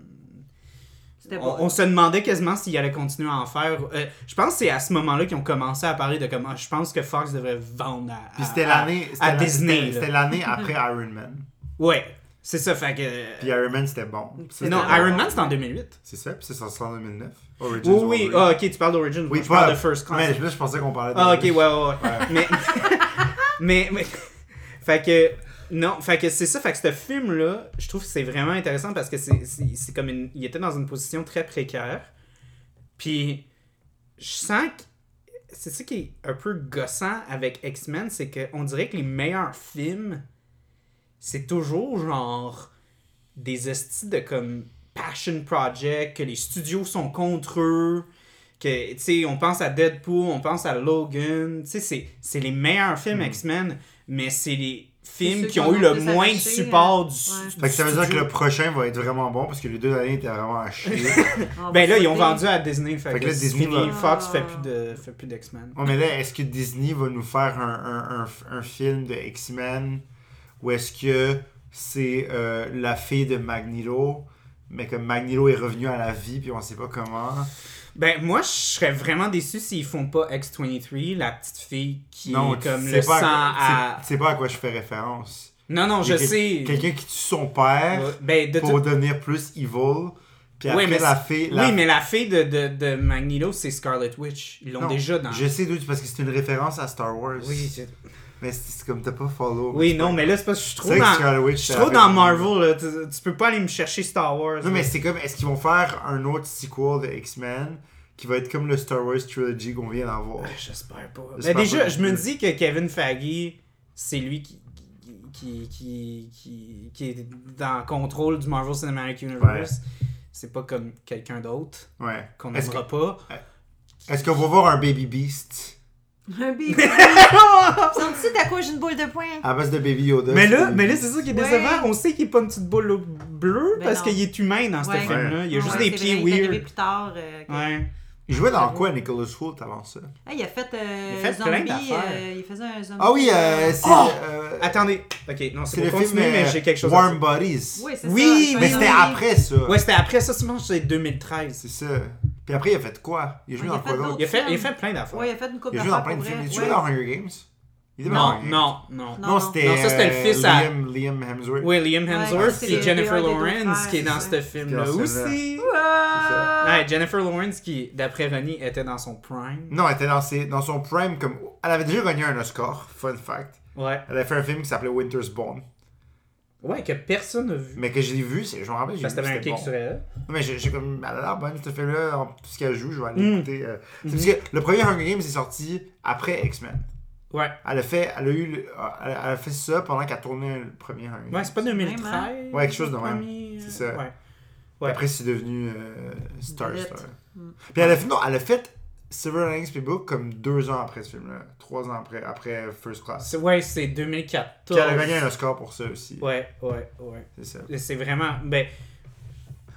[SPEAKER 2] C'était
[SPEAKER 1] On,
[SPEAKER 2] bon.
[SPEAKER 1] on se demandait quasiment s'il allait continuer à en faire. Euh, je pense que c'est à ce moment-là qu'ils ont commencé à parler de comment. Je pense que Fox devrait vendre à.
[SPEAKER 3] Puis
[SPEAKER 1] à-
[SPEAKER 3] c'était
[SPEAKER 1] à-
[SPEAKER 3] l'année. c'était
[SPEAKER 1] à
[SPEAKER 3] la-
[SPEAKER 1] Disney,
[SPEAKER 3] c'était-
[SPEAKER 1] là.
[SPEAKER 3] C'était l'année après Iron Man.
[SPEAKER 1] Ouais, c'est ça, fait que. euh,
[SPEAKER 3] Puis Iron Man, c'était bon. Ça,
[SPEAKER 1] non,
[SPEAKER 3] c'était-
[SPEAKER 1] Iron Man, c'est en 2008.
[SPEAKER 3] C'est ça, puis c'est sorti en 2009. Origins
[SPEAKER 1] Oui, oui,
[SPEAKER 3] Wolverine.
[SPEAKER 1] ah, ok, tu parles d'Origin.
[SPEAKER 3] Oui,
[SPEAKER 1] je parle
[SPEAKER 3] pas-
[SPEAKER 1] de First Class.
[SPEAKER 3] Mais là, je pensais qu'on parlait de.
[SPEAKER 1] Ah, ok, ouais, ouais, ouais. Mais, mais, mais- fait que, non, fait que c'est ça, fait que ce film-là, je trouve que c'est vraiment intéressant parce que c'est- c'est c'est comme une. Il était dans une position très précaire. Puis, je sens que. C'est ça qui est un peu gossant avec X-Men, c'est qu'on dirait que les meilleurs films, c'est toujours genre des estis de comme passion project, que les studios sont contre eux, que, tu sais, on pense à
[SPEAKER 3] Mm.
[SPEAKER 1] Deadpool, on pense à Logan, tu sais, c'est- c'est les meilleurs films X-Men, mais c'est les films
[SPEAKER 2] ceux
[SPEAKER 1] qui
[SPEAKER 2] qui
[SPEAKER 1] ont
[SPEAKER 2] ont
[SPEAKER 1] eu le
[SPEAKER 2] le plus
[SPEAKER 1] moins de
[SPEAKER 2] arraché,
[SPEAKER 1] support du,
[SPEAKER 2] ouais.
[SPEAKER 1] du
[SPEAKER 3] Fait que ça veut dire que
[SPEAKER 1] studio.
[SPEAKER 3] le prochain va être vraiment bon parce que les deux derniers étaient vraiment à chier.
[SPEAKER 2] On va
[SPEAKER 1] Ben là, ils ont
[SPEAKER 2] sauter.
[SPEAKER 1] vendu à Disney. Fait,
[SPEAKER 3] Fait
[SPEAKER 1] que
[SPEAKER 3] que là,
[SPEAKER 1] c'est
[SPEAKER 3] Disney
[SPEAKER 1] fini.
[SPEAKER 3] va-
[SPEAKER 1] Fox fait
[SPEAKER 2] Ah.
[SPEAKER 1] plus de fait plus d'X-Men.
[SPEAKER 3] Oh, mais là, est-ce que Disney va nous faire un, un- un- un film de X-Men ou est-ce que c'est euh, la fille de Magneto, mais que Magneto est revenu à la vie puis on sait pas comment
[SPEAKER 1] Ben, moi, je serais vraiment déçu s'ils font pas X-23, la petite fille qui
[SPEAKER 3] Non,
[SPEAKER 1] est comme
[SPEAKER 3] tu
[SPEAKER 1] le
[SPEAKER 3] sais
[SPEAKER 1] sang
[SPEAKER 3] pas
[SPEAKER 1] à...
[SPEAKER 3] à... quoi- tu- tu sais pas à quoi je fais référence.
[SPEAKER 1] Non, non, je
[SPEAKER 3] Il y a
[SPEAKER 1] sais.
[SPEAKER 3] Quelqu'un qui tue son père
[SPEAKER 1] Ouais, Ben, de
[SPEAKER 3] pour
[SPEAKER 1] tout-
[SPEAKER 3] devenir plus evil. Puis
[SPEAKER 1] Oui,
[SPEAKER 3] après,
[SPEAKER 1] mais
[SPEAKER 3] la fille. la-
[SPEAKER 1] Oui, mais la fille de, de, de Magneto, c'est Scarlet Witch. Ils l'ont
[SPEAKER 3] Non,
[SPEAKER 1] déjà dans...
[SPEAKER 3] Je sais d'où, c'est parce que c'est une référence à Star Wars.
[SPEAKER 1] Oui, je-
[SPEAKER 3] Mais c'est c'est comme t'as pas follow.
[SPEAKER 1] oui non, mais là, c'est parce que je suis
[SPEAKER 3] C'est
[SPEAKER 1] trop
[SPEAKER 3] vrai que
[SPEAKER 1] dans...
[SPEAKER 3] Scarlet Witch,
[SPEAKER 1] Je suis
[SPEAKER 3] c'est
[SPEAKER 1] trop
[SPEAKER 3] la fille
[SPEAKER 1] dans
[SPEAKER 3] de-
[SPEAKER 1] Marvel, là. Tu, tu peux pas aller me chercher Star Wars.
[SPEAKER 3] Non, mais
[SPEAKER 1] là.
[SPEAKER 3] c'est comme, est-ce qu'ils vont faire un autre sequel de X-Men qui va être comme le Star Wars Trilogy qu'on vient d'avoir?
[SPEAKER 1] Ah, J'espère pas. Ben
[SPEAKER 3] J'espère
[SPEAKER 1] déjà,
[SPEAKER 3] pas.
[SPEAKER 1] je me dis que Kevin Faggy, c'est lui qui, qui, qui, qui, qui est dans le contrôle du Marvel Cinematic Universe. C'est pas comme quelqu'un d'autre
[SPEAKER 3] Ouais.
[SPEAKER 1] qu'on
[SPEAKER 3] Est-ce
[SPEAKER 1] n'aimera pas.
[SPEAKER 3] Est-ce qu'on va voir un Baby Beast
[SPEAKER 2] Un bébé.
[SPEAKER 4] Son petit à quoi j'ai une boule de poing.
[SPEAKER 3] à base de Baby Yoda?
[SPEAKER 1] mais
[SPEAKER 3] c'est
[SPEAKER 1] là,
[SPEAKER 3] Baby
[SPEAKER 1] mais là
[SPEAKER 3] Beast.
[SPEAKER 1] c'est ça qui est
[SPEAKER 4] Ouais.
[SPEAKER 1] décevant. On sait qu'il est pas une petite boule bleue
[SPEAKER 2] Ben
[SPEAKER 1] parce
[SPEAKER 2] non.
[SPEAKER 1] qu'il est humain dans ce
[SPEAKER 2] Ouais.
[SPEAKER 1] film-là. Il a
[SPEAKER 3] Ouais.
[SPEAKER 1] juste
[SPEAKER 2] Ouais,
[SPEAKER 1] des
[SPEAKER 2] c'est
[SPEAKER 1] pieds
[SPEAKER 2] vrai, il est arrivé
[SPEAKER 1] weird.
[SPEAKER 2] plus tard. euh, que-
[SPEAKER 1] Ouais.
[SPEAKER 3] Il jouait dans quoi, Nicholas Hoult, avant ça?
[SPEAKER 2] Ah, il a fait, euh,
[SPEAKER 1] Il a fait plein
[SPEAKER 2] zombie,
[SPEAKER 1] d'affaires.
[SPEAKER 2] euh, il faisait un zombie.
[SPEAKER 3] Ah oui, euh, c'est.
[SPEAKER 1] Oh!
[SPEAKER 3] euh,
[SPEAKER 1] Attendez. Ok, non, c'est
[SPEAKER 3] c'est le
[SPEAKER 1] pour
[SPEAKER 3] film
[SPEAKER 1] continuer, mais
[SPEAKER 3] euh,
[SPEAKER 1] j'ai quelque chose. à
[SPEAKER 3] Warm
[SPEAKER 1] dire.
[SPEAKER 3] Bodies.
[SPEAKER 2] Oui, c'est
[SPEAKER 1] Oui,
[SPEAKER 2] ça.
[SPEAKER 1] mais
[SPEAKER 3] mais
[SPEAKER 2] Oui,
[SPEAKER 3] c'était
[SPEAKER 2] oui.
[SPEAKER 3] après ça.
[SPEAKER 1] Ouais, c'était après ça, sinon c'est 2013.
[SPEAKER 3] C'est ça. Puis après, il a fait quoi? Il a joué
[SPEAKER 2] Il a
[SPEAKER 3] dans quoi
[SPEAKER 2] fait
[SPEAKER 3] d'autre?
[SPEAKER 1] Il a fait, il a
[SPEAKER 2] Film.
[SPEAKER 1] fait plein d'affaires.
[SPEAKER 2] Ouais, il a fait une coupe
[SPEAKER 3] Il a joué dans plein de films. Il a joué dans Hunger Games? Il était dans
[SPEAKER 1] Non,
[SPEAKER 3] Hunger Games.
[SPEAKER 1] non, non.
[SPEAKER 3] Non,
[SPEAKER 2] Non,
[SPEAKER 3] c'était.
[SPEAKER 1] non, ça, c'était le
[SPEAKER 3] euh,
[SPEAKER 1] fils à-
[SPEAKER 3] Liam, Liam Hemsworth.
[SPEAKER 1] William
[SPEAKER 2] Ouais,
[SPEAKER 1] Hemsworth
[SPEAKER 2] c'est
[SPEAKER 1] et
[SPEAKER 2] les-
[SPEAKER 1] Jennifer
[SPEAKER 2] les deux
[SPEAKER 1] Lawrence
[SPEAKER 2] frères,
[SPEAKER 1] qui est dans
[SPEAKER 2] ouais.
[SPEAKER 1] ce film-là
[SPEAKER 3] Dans celle-là.
[SPEAKER 1] aussi. Ouais, Jennifer Lawrence qui, d'après Ronnie, était dans son prime.
[SPEAKER 3] Non, elle était dans, ses- dans son prime comme. Elle avait déjà gagné un Oscar, fun fact.
[SPEAKER 1] Ouais.
[SPEAKER 3] Elle avait fait un film qui s'appelait Winter's Bone.
[SPEAKER 1] Ouais, que personne n'a vu.
[SPEAKER 3] Mais que j'ai vu, c'est- je me rappelle, j'ai
[SPEAKER 1] Parce que
[SPEAKER 3] vu.
[SPEAKER 1] t'avais un
[SPEAKER 3] C'était
[SPEAKER 1] kick
[SPEAKER 3] bon.
[SPEAKER 1] sur elle.
[SPEAKER 3] Non, mais j'ai j'ai comme. Elle a l'air bonne, ce film-là, en tout ce qu'elle joue, je vais aller
[SPEAKER 1] Mm.
[SPEAKER 3] écouter. euh. C'est parce que le premier Hunger Games est sorti après X-Men.
[SPEAKER 1] Ouais.
[SPEAKER 3] Elle a fait, elle a eu, le- euh, elle a elle a fait ça pendant qu'elle tournait le premier Hunger Games.
[SPEAKER 1] Ouais, c'est
[SPEAKER 2] hein?
[SPEAKER 1] pas 2013.
[SPEAKER 3] Ouais, quelque chose de même.
[SPEAKER 1] premier, euh,
[SPEAKER 3] C'est ça.
[SPEAKER 1] Ouais.
[SPEAKER 3] Puis Après, c'est devenu euh, Star
[SPEAKER 2] Vedette.
[SPEAKER 3] Star. Puis elle a fait, non, elle a fait Silver Linings Playbook comme deux ans après ce film-là, trois ans après, après First Class.
[SPEAKER 1] C'est- Ouais, c'est
[SPEAKER 3] Puis
[SPEAKER 1] 2014.
[SPEAKER 3] elle a gagné un Oscar pour ça aussi.
[SPEAKER 1] Ouais, ouais, ouais.
[SPEAKER 3] C'est ça.
[SPEAKER 1] Et C'est vraiment. Ben,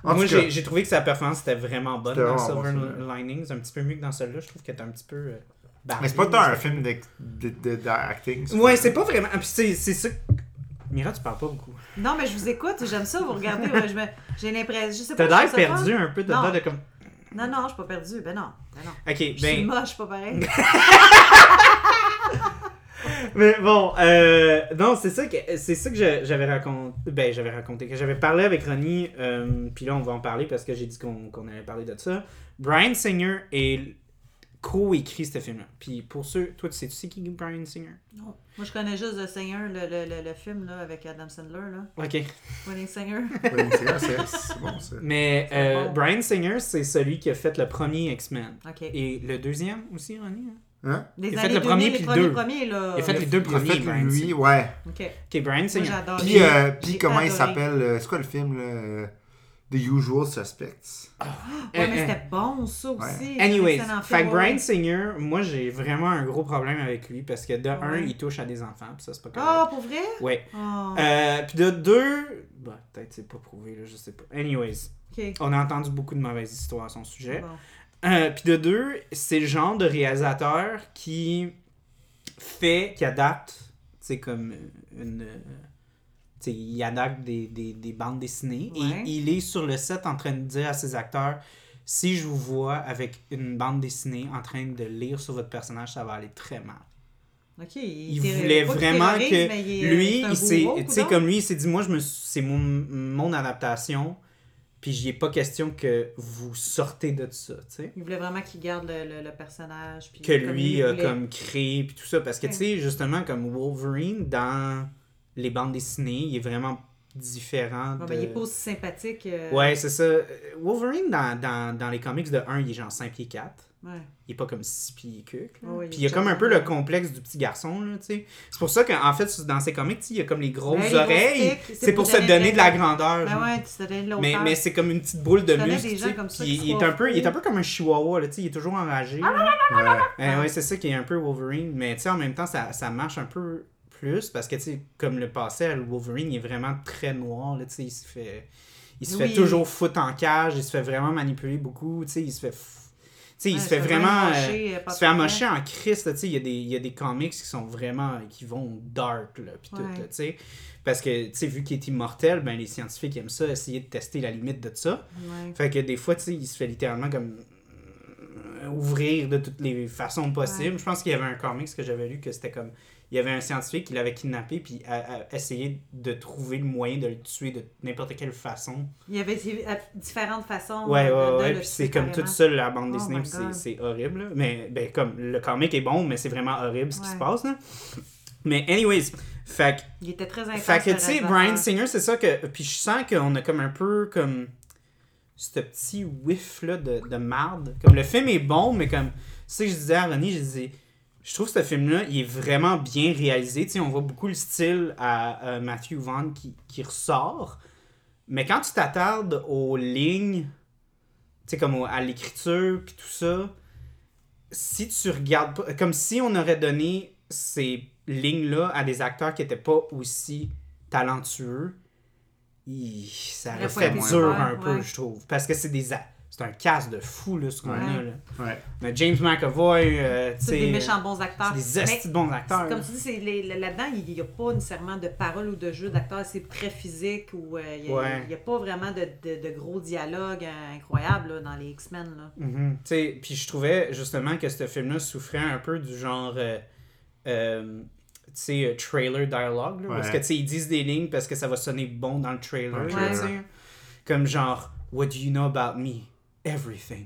[SPEAKER 3] En
[SPEAKER 1] moi,
[SPEAKER 3] tout cas-
[SPEAKER 1] j'ai j'ai trouvé que sa performance était vraiment bonne
[SPEAKER 3] C'était
[SPEAKER 1] dans
[SPEAKER 3] vraiment bon,
[SPEAKER 1] Silver
[SPEAKER 3] celui-là.
[SPEAKER 1] Linings. Un petit peu mieux que dans celui-là. Je trouve qu'elle est un petit peu. euh,
[SPEAKER 3] Mais c'est pas tant un film d'acting. De, de- d'acting, ça.
[SPEAKER 1] Ouais, c'est pas vraiment. Ah, Puis c'est c'est ça. que- Mira, tu parles pas beaucoup.
[SPEAKER 2] Non, mais je vous écoute, j'aime ça, vous regardez. ouais, je me- J'ai l'impression. je sais
[SPEAKER 1] T'as
[SPEAKER 2] pas, je
[SPEAKER 1] l'air
[SPEAKER 2] trouve ça fun.
[SPEAKER 1] perdu un peu, t'as
[SPEAKER 2] Non.
[SPEAKER 1] l'air de comme.
[SPEAKER 2] Non, non, je suis pas perdue. Ben non. Ben non.
[SPEAKER 1] Ok,
[SPEAKER 2] Je
[SPEAKER 1] ben.
[SPEAKER 2] suis moche, pas pareil.
[SPEAKER 1] Mais bon, euh, non, c'est ça que c'est ça que je- j'avais raconté. Ben, j'avais raconté que j'avais parlé avec Ronnie. euh, Puis là, on va en parler parce que j'ai dit qu'on qu'on allait parler de ça. Brian Singer est co-écrit ce film-là. Puis pour ceux, toi, tu sais, tu sais qui est Brian Singer
[SPEAKER 2] Non. Moi, je connais juste le Seigneur, le, le, le, le film là, avec Adam Sandler, là.
[SPEAKER 1] Ok.
[SPEAKER 2] Winning Singer.
[SPEAKER 3] Ouais, c'est- c'est- c'est bon, ça.
[SPEAKER 1] Mais euh,
[SPEAKER 2] bon.
[SPEAKER 1] Brian Singer, c'est celui qui a fait le premier X-Men
[SPEAKER 2] OK.
[SPEAKER 1] et le deuxième aussi, Ronnie. hein?
[SPEAKER 3] Hein?
[SPEAKER 2] Les
[SPEAKER 1] Il a fait
[SPEAKER 2] années
[SPEAKER 1] le premier
[SPEAKER 2] 2000, les
[SPEAKER 1] puis le
[SPEAKER 2] premiers
[SPEAKER 1] deux.
[SPEAKER 2] premiers, là.
[SPEAKER 1] Il a fait les deux
[SPEAKER 3] Il a
[SPEAKER 1] premiers.
[SPEAKER 3] fait
[SPEAKER 1] Brian
[SPEAKER 3] lui,
[SPEAKER 1] Singer.
[SPEAKER 3] ouais.
[SPEAKER 2] OK.
[SPEAKER 1] Ok, Brian
[SPEAKER 2] Moi,
[SPEAKER 1] Singer.
[SPEAKER 2] j'adore.
[SPEAKER 3] Puis,
[SPEAKER 2] J'ai-
[SPEAKER 3] euh, puis
[SPEAKER 2] j'ai
[SPEAKER 3] comment il
[SPEAKER 2] adoré.
[SPEAKER 3] s'appelle euh, C'est quoi le film là, euh, The Usual Suspects
[SPEAKER 2] Ouais, mais
[SPEAKER 1] Euh,
[SPEAKER 2] c'était bon, ça aussi.
[SPEAKER 1] Anyways,
[SPEAKER 2] Excellent film,
[SPEAKER 1] fait que
[SPEAKER 2] ouais,
[SPEAKER 1] Brian
[SPEAKER 2] ouais.
[SPEAKER 1] Singer, moi j'ai vraiment un gros problème avec lui parce que de un, il touche à des enfants, pis ça c'est pas correct.
[SPEAKER 2] Ah, pour vrai?
[SPEAKER 1] Ouais.
[SPEAKER 2] Ah,
[SPEAKER 1] Euh, puis de deux, bah, peut-être c'est pas prouvé, là, je sais pas. Anyways,
[SPEAKER 2] OK.
[SPEAKER 1] on a entendu beaucoup de mauvaises histoires à son sujet.
[SPEAKER 2] Bon.
[SPEAKER 1] Euh, puis de deux, c'est le genre de réalisateur qui fait, qui adapte, c'est comme une. euh, tu sais, il adapte des, des- des bandes dessinées
[SPEAKER 2] Ouais.
[SPEAKER 1] et il est sur le set en train de dire à ses acteurs si je vous vois avec une bande dessinée en train de lire sur votre personnage, ça va aller très mal.
[SPEAKER 2] OK. Il,
[SPEAKER 1] Il
[SPEAKER 2] terro-
[SPEAKER 1] voulait
[SPEAKER 2] pas qu'il
[SPEAKER 1] vraiment
[SPEAKER 2] terrorise,
[SPEAKER 1] que
[SPEAKER 2] mais il est-
[SPEAKER 1] lui,
[SPEAKER 2] euh, c'est un
[SPEAKER 1] il s'est,
[SPEAKER 2] bourreau,
[SPEAKER 1] tu sais,
[SPEAKER 2] coudonc.
[SPEAKER 1] comme lui, il s'est dit, moi, je me, suis- c'est mon, mon adaptation, puis j'y ai pas question que vous sortez de ça, tu sais.
[SPEAKER 2] Il voulait vraiment qu'il garde le, le, le personnage. Puis
[SPEAKER 1] que
[SPEAKER 2] comme
[SPEAKER 1] lui
[SPEAKER 2] il
[SPEAKER 1] a
[SPEAKER 2] voulait.
[SPEAKER 1] comme créé puis tout ça parce que tu sais justement comme Wolverine dans les bandes dessinées il est vraiment différent
[SPEAKER 2] Bon,
[SPEAKER 1] de...
[SPEAKER 2] ben, il est pas aussi sympathique. euh,
[SPEAKER 1] ouais c'est ça Euh, Wolverine dans, dans, dans les comics de 1 il est genre 5 pieds 4
[SPEAKER 2] ouais.
[SPEAKER 1] il est pas comme 6 pieds et quelques, là.
[SPEAKER 2] Ouais, ouais,
[SPEAKER 1] puis
[SPEAKER 2] il
[SPEAKER 1] il y a
[SPEAKER 2] est
[SPEAKER 1] comme un
[SPEAKER 2] charmant.
[SPEAKER 1] peu le complexe du petit garçon là tu sais c'est pour ça qu'en fait dans ces comics tu sais, il y a comme les grosses
[SPEAKER 2] Ouais, les grosses
[SPEAKER 1] oreilles
[SPEAKER 2] pics,
[SPEAKER 1] c'est pour se donner de la grandeur
[SPEAKER 2] Ben
[SPEAKER 1] genre.
[SPEAKER 2] ouais, tu te donnes de l'auteur.
[SPEAKER 1] mais, mais c'est comme une petite boule de
[SPEAKER 2] Je connais
[SPEAKER 1] muscle
[SPEAKER 2] des
[SPEAKER 1] tu sais,
[SPEAKER 2] gens comme ça
[SPEAKER 1] puis
[SPEAKER 2] qui
[SPEAKER 1] il est
[SPEAKER 2] se Ah,
[SPEAKER 1] un
[SPEAKER 2] coiffent
[SPEAKER 1] peu il est
[SPEAKER 2] pas.
[SPEAKER 1] un peu comme un chihuahua là tu sais il est toujours enragé là.
[SPEAKER 3] Ouais.
[SPEAKER 1] Eh ouais, c'est ça qui est un peu Wolverine, mais tu sais, en même temps, ça, ça marche un peu plus plus parce que, tu sais, comme le passé, le Wolverine il est vraiment très noir. Là, tu sais, il se fait, il se
[SPEAKER 2] Oui.
[SPEAKER 1] fait toujours foutre en cage, il se fait vraiment manipuler beaucoup. Tu sais, il se fait. f- Tu sais, il
[SPEAKER 2] Ouais,
[SPEAKER 1] se fait vraiment. euh,
[SPEAKER 2] amocher, euh,
[SPEAKER 1] il
[SPEAKER 2] pas
[SPEAKER 1] se fait
[SPEAKER 2] de problème.
[SPEAKER 1] amocher en Christ, là, tu sais, il y, a des- il y a des comics qui sont vraiment, qui vont dark, là, pis tout,
[SPEAKER 2] Ouais.
[SPEAKER 1] là, tu sais. Parce que, tu sais, vu qu'il est immortel, ben, les scientifiques aiment ça, essayer de tester la limite de ça.
[SPEAKER 2] Ouais.
[SPEAKER 1] Fait que des fois, tu sais, il se fait littéralement comme euh, ouvrir de toutes les façons possibles. Je pense qu'il y avait un comics que j'avais lu que c'était comme, il y avait un scientifique qui l'avait kidnappé, puis a, a essayé de trouver le moyen de le tuer de n'importe quelle façon.
[SPEAKER 2] Il y avait des- euh, différentes façons. euh,
[SPEAKER 1] Ouais,
[SPEAKER 2] de-
[SPEAKER 1] ouais,
[SPEAKER 2] de
[SPEAKER 1] ouais.
[SPEAKER 2] le
[SPEAKER 1] Puis c'est
[SPEAKER 2] tuer
[SPEAKER 1] comme toute
[SPEAKER 2] carrément.
[SPEAKER 1] seule la bande
[SPEAKER 2] Oh
[SPEAKER 1] dessinée,
[SPEAKER 2] my
[SPEAKER 1] puis c'est-
[SPEAKER 2] God.
[SPEAKER 1] c'est horrible. là. Mais ben comme le comic est bon, mais c'est vraiment horrible ce qui se
[SPEAKER 2] Ouais.
[SPEAKER 1] passe là. Mais anyways, fait, que-
[SPEAKER 2] Il était très intense.
[SPEAKER 1] fait que
[SPEAKER 2] le
[SPEAKER 1] tu sais,
[SPEAKER 2] réalisateur.
[SPEAKER 1] Brian Singer, c'est ça que puis je sens qu'on a comme un peu comme ce petit whiff là de, de marde. Comme le film est bon, mais comme tu sais, je disais à Ronnie, je disais je trouve que ce film-là, il est vraiment bien réalisé. Tu sais, on voit beaucoup le style à, euh, Matthew Vaughn qui, qui ressort. Mais quand tu t'attardes aux lignes, tu sais, comme au- à l'écriture, puis tout ça, si tu regardes pas... Comme si on aurait donné ces lignes-là à des acteurs qui n'étaient pas aussi talentueux, il- ça aurait
[SPEAKER 2] Aurait pas
[SPEAKER 1] fait
[SPEAKER 2] été
[SPEAKER 1] dur
[SPEAKER 2] super,
[SPEAKER 1] un peu,
[SPEAKER 2] ouais.
[SPEAKER 1] je trouve. Parce que c'est des... a- C'est un casse de fou, là, ce qu'on
[SPEAKER 3] Ouais.
[SPEAKER 1] a, là.
[SPEAKER 3] Ouais.
[SPEAKER 1] On a James McAvoy, euh, tu
[SPEAKER 2] C'est
[SPEAKER 1] sais...
[SPEAKER 2] des méchants bons acteurs.
[SPEAKER 1] C'est des
[SPEAKER 2] Mais
[SPEAKER 1] estis de bons acteurs.
[SPEAKER 2] Comme tu dis, c'est les- les- là-dedans, il n'y a pas nécessairement de parole ou de jeu d'acteur. C'est très physique ou euh, il n'y a,
[SPEAKER 1] Ouais.
[SPEAKER 2] il y a pas vraiment de, de- de gros dialogues euh, incroyables là, dans les X-Men. là.
[SPEAKER 1] Mhm. Tu sais, Puis je trouvais justement que ce film-là souffrait un peu du genre, euh, euh, tu sais, euh, trailer dialogue. là, Parce
[SPEAKER 3] Ouais.
[SPEAKER 1] que, tu sais, ils disent des lignes parce que ça va sonner bon dans le trailer.
[SPEAKER 3] Ouais.
[SPEAKER 1] là, tu sais. Comme genre, What do you know about me? Everything.